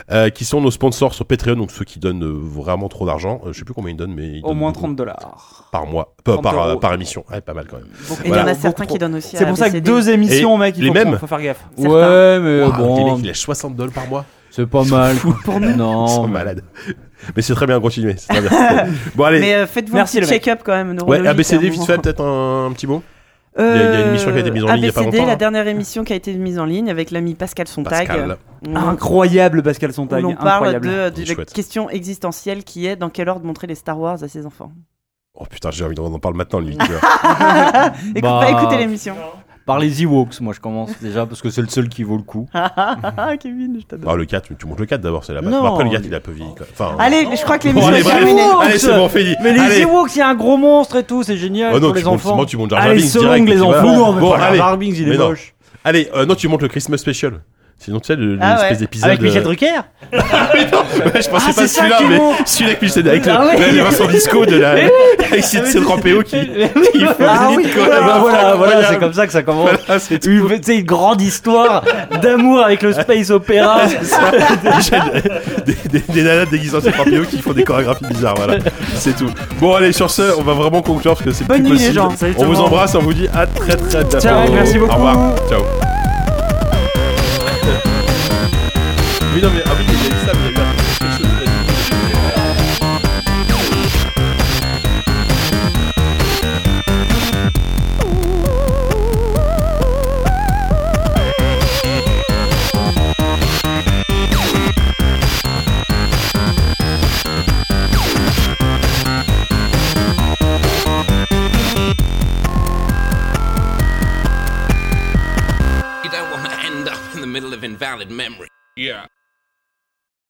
Speaker 5: Ah,
Speaker 2: Euh, qui sont nos sponsors sur Patreon, donc ceux qui donnent euh, vraiment trop d'argent. Euh, je sais plus combien ils donnent, mais ils
Speaker 5: Au
Speaker 2: donnent
Speaker 5: moins
Speaker 2: beaucoup
Speaker 5: 30 dollars.
Speaker 2: par mois, Pas-
Speaker 5: 30
Speaker 2: par, euh,
Speaker 5: euros.
Speaker 2: par émission. Ouais, pas mal quand même.
Speaker 3: Et il y en
Speaker 2: Voilà.
Speaker 3: a certains qui donnent aussi à
Speaker 5: C'est pour ça que
Speaker 3: ABCD.
Speaker 5: deux émissions, mec, il
Speaker 2: les
Speaker 5: faut,
Speaker 2: mêmes
Speaker 5: faut faire gaffe.
Speaker 3: Certains.
Speaker 4: Ouais, mais
Speaker 5: Euh,
Speaker 2: Waouh, le
Speaker 4: bon,
Speaker 2: mec, Ah, il lâche 60 dollars par mois.
Speaker 4: c'est pas mal. Pour nous,
Speaker 2: Ils
Speaker 4: non.
Speaker 2: sont
Speaker 4: mais-
Speaker 2: malades. Mais c'est très bien, continuez. C'est très bien. bon, allez.
Speaker 3: Mais euh, faites-vous un
Speaker 5: Merci,
Speaker 3: petit
Speaker 5: le mec.
Speaker 3: check-up quand même.
Speaker 2: Ouais,
Speaker 3: neurologique, à un
Speaker 2: ABCD, vite
Speaker 3: moment.
Speaker 2: fait, peut-être un, un petit mot
Speaker 3: Euh,
Speaker 2: il y a une émission qui a été mise en ligne il y a pas
Speaker 3: ABCD,
Speaker 2: longtemps, là.
Speaker 3: la dernière émission qui a été mise en ligne avec l'ami Pascal Sontag.
Speaker 2: Pascal.
Speaker 3: Où l'on-
Speaker 5: Incroyable, Pascal
Speaker 3: où
Speaker 5: Sontag.
Speaker 3: l'on parle
Speaker 5: incroyable.
Speaker 3: de, de
Speaker 2: Il est
Speaker 3: la
Speaker 2: chouette.
Speaker 3: question existentielle qui est dans quel ordre montrer les Star Wars à ses enfants.
Speaker 2: Oh putain, j'ai envie d'en parler maintenant, lui. tu vois.
Speaker 3: Écoute,
Speaker 4: Bah.
Speaker 3: pas écouter l'émission.
Speaker 4: Par les Ewoks, moi je commence déjà parce que c'est le seul qui vaut le coup.
Speaker 3: Kevin, je t'adore.
Speaker 2: Ah, le 4, tu montes le 4 d'abord, c'est la base.
Speaker 4: Non.
Speaker 2: Bon, après, le 4, il a un peu vieilli. quoi. Enfin,
Speaker 3: Allez, je crois que
Speaker 2: bon,
Speaker 3: l'émission
Speaker 2: allez,
Speaker 3: est
Speaker 2: bref.
Speaker 3: terminée.
Speaker 2: Allez, c'est bon, fini.
Speaker 4: Mais les
Speaker 2: allez.
Speaker 4: Ewoks, c'est un gros monstre et tout, c'est génial
Speaker 2: Oh non,
Speaker 4: pour
Speaker 2: tu
Speaker 4: les
Speaker 2: montes,
Speaker 4: enfants.
Speaker 2: moi, tu montes Jar Jar
Speaker 4: Allez,
Speaker 2: Binks
Speaker 4: selon
Speaker 2: direct,
Speaker 4: les
Speaker 2: tu vois.
Speaker 4: enfants. Non, mais
Speaker 2: Bon,
Speaker 4: pas grave,
Speaker 2: allez.
Speaker 4: Jar Binks, il
Speaker 2: Mais
Speaker 4: est
Speaker 2: non.
Speaker 4: moche.
Speaker 2: Allez, euh, non, tu montes le Christmas Special. Sinon, tu sais, le-
Speaker 3: Ah
Speaker 2: l'espèce
Speaker 3: ouais.
Speaker 2: d'épisode.
Speaker 4: Avec Michel
Speaker 2: euh,
Speaker 4: Drucker
Speaker 2: Ouais,
Speaker 4: Ah,
Speaker 2: je pensais pas
Speaker 4: c'est ça
Speaker 2: celui-là,
Speaker 4: qu'ils
Speaker 2: mais
Speaker 4: montent.
Speaker 2: celui-là avec Michel avec le-
Speaker 4: Ah ouais.
Speaker 2: la- la version disco de la. Avec C3PO qui. qui fait
Speaker 4: Ah oui,
Speaker 2: une
Speaker 4: ah
Speaker 2: collab
Speaker 4: bah voilà, voilà, c'est
Speaker 2: incroyable.
Speaker 4: comme ça que ça commence.
Speaker 2: Voilà, c'est tout.
Speaker 4: Une, tu sais, une grande histoire d'amour avec le space opéra.
Speaker 2: des, des, des nanas déguisées en C3PO qui font des chorégraphies bizarres, voilà. C'est tout. Bon, allez, sur ce, on va vraiment conclure parce que c'est
Speaker 3: Bonne
Speaker 2: plus
Speaker 3: nuit,
Speaker 2: possible.
Speaker 3: les gens.
Speaker 6: Salut tout
Speaker 2: on
Speaker 6: le
Speaker 2: vous
Speaker 6: monde.
Speaker 2: embrasse, on vous dit à très très bientôt.
Speaker 5: Ciao, merci beaucoup.
Speaker 2: Au revoir. Ciao. Oui, non, mais ah oui, j'ai dit ça, mais il y a eu un- quelque chose de-
Speaker 1: valid memory. Yeah.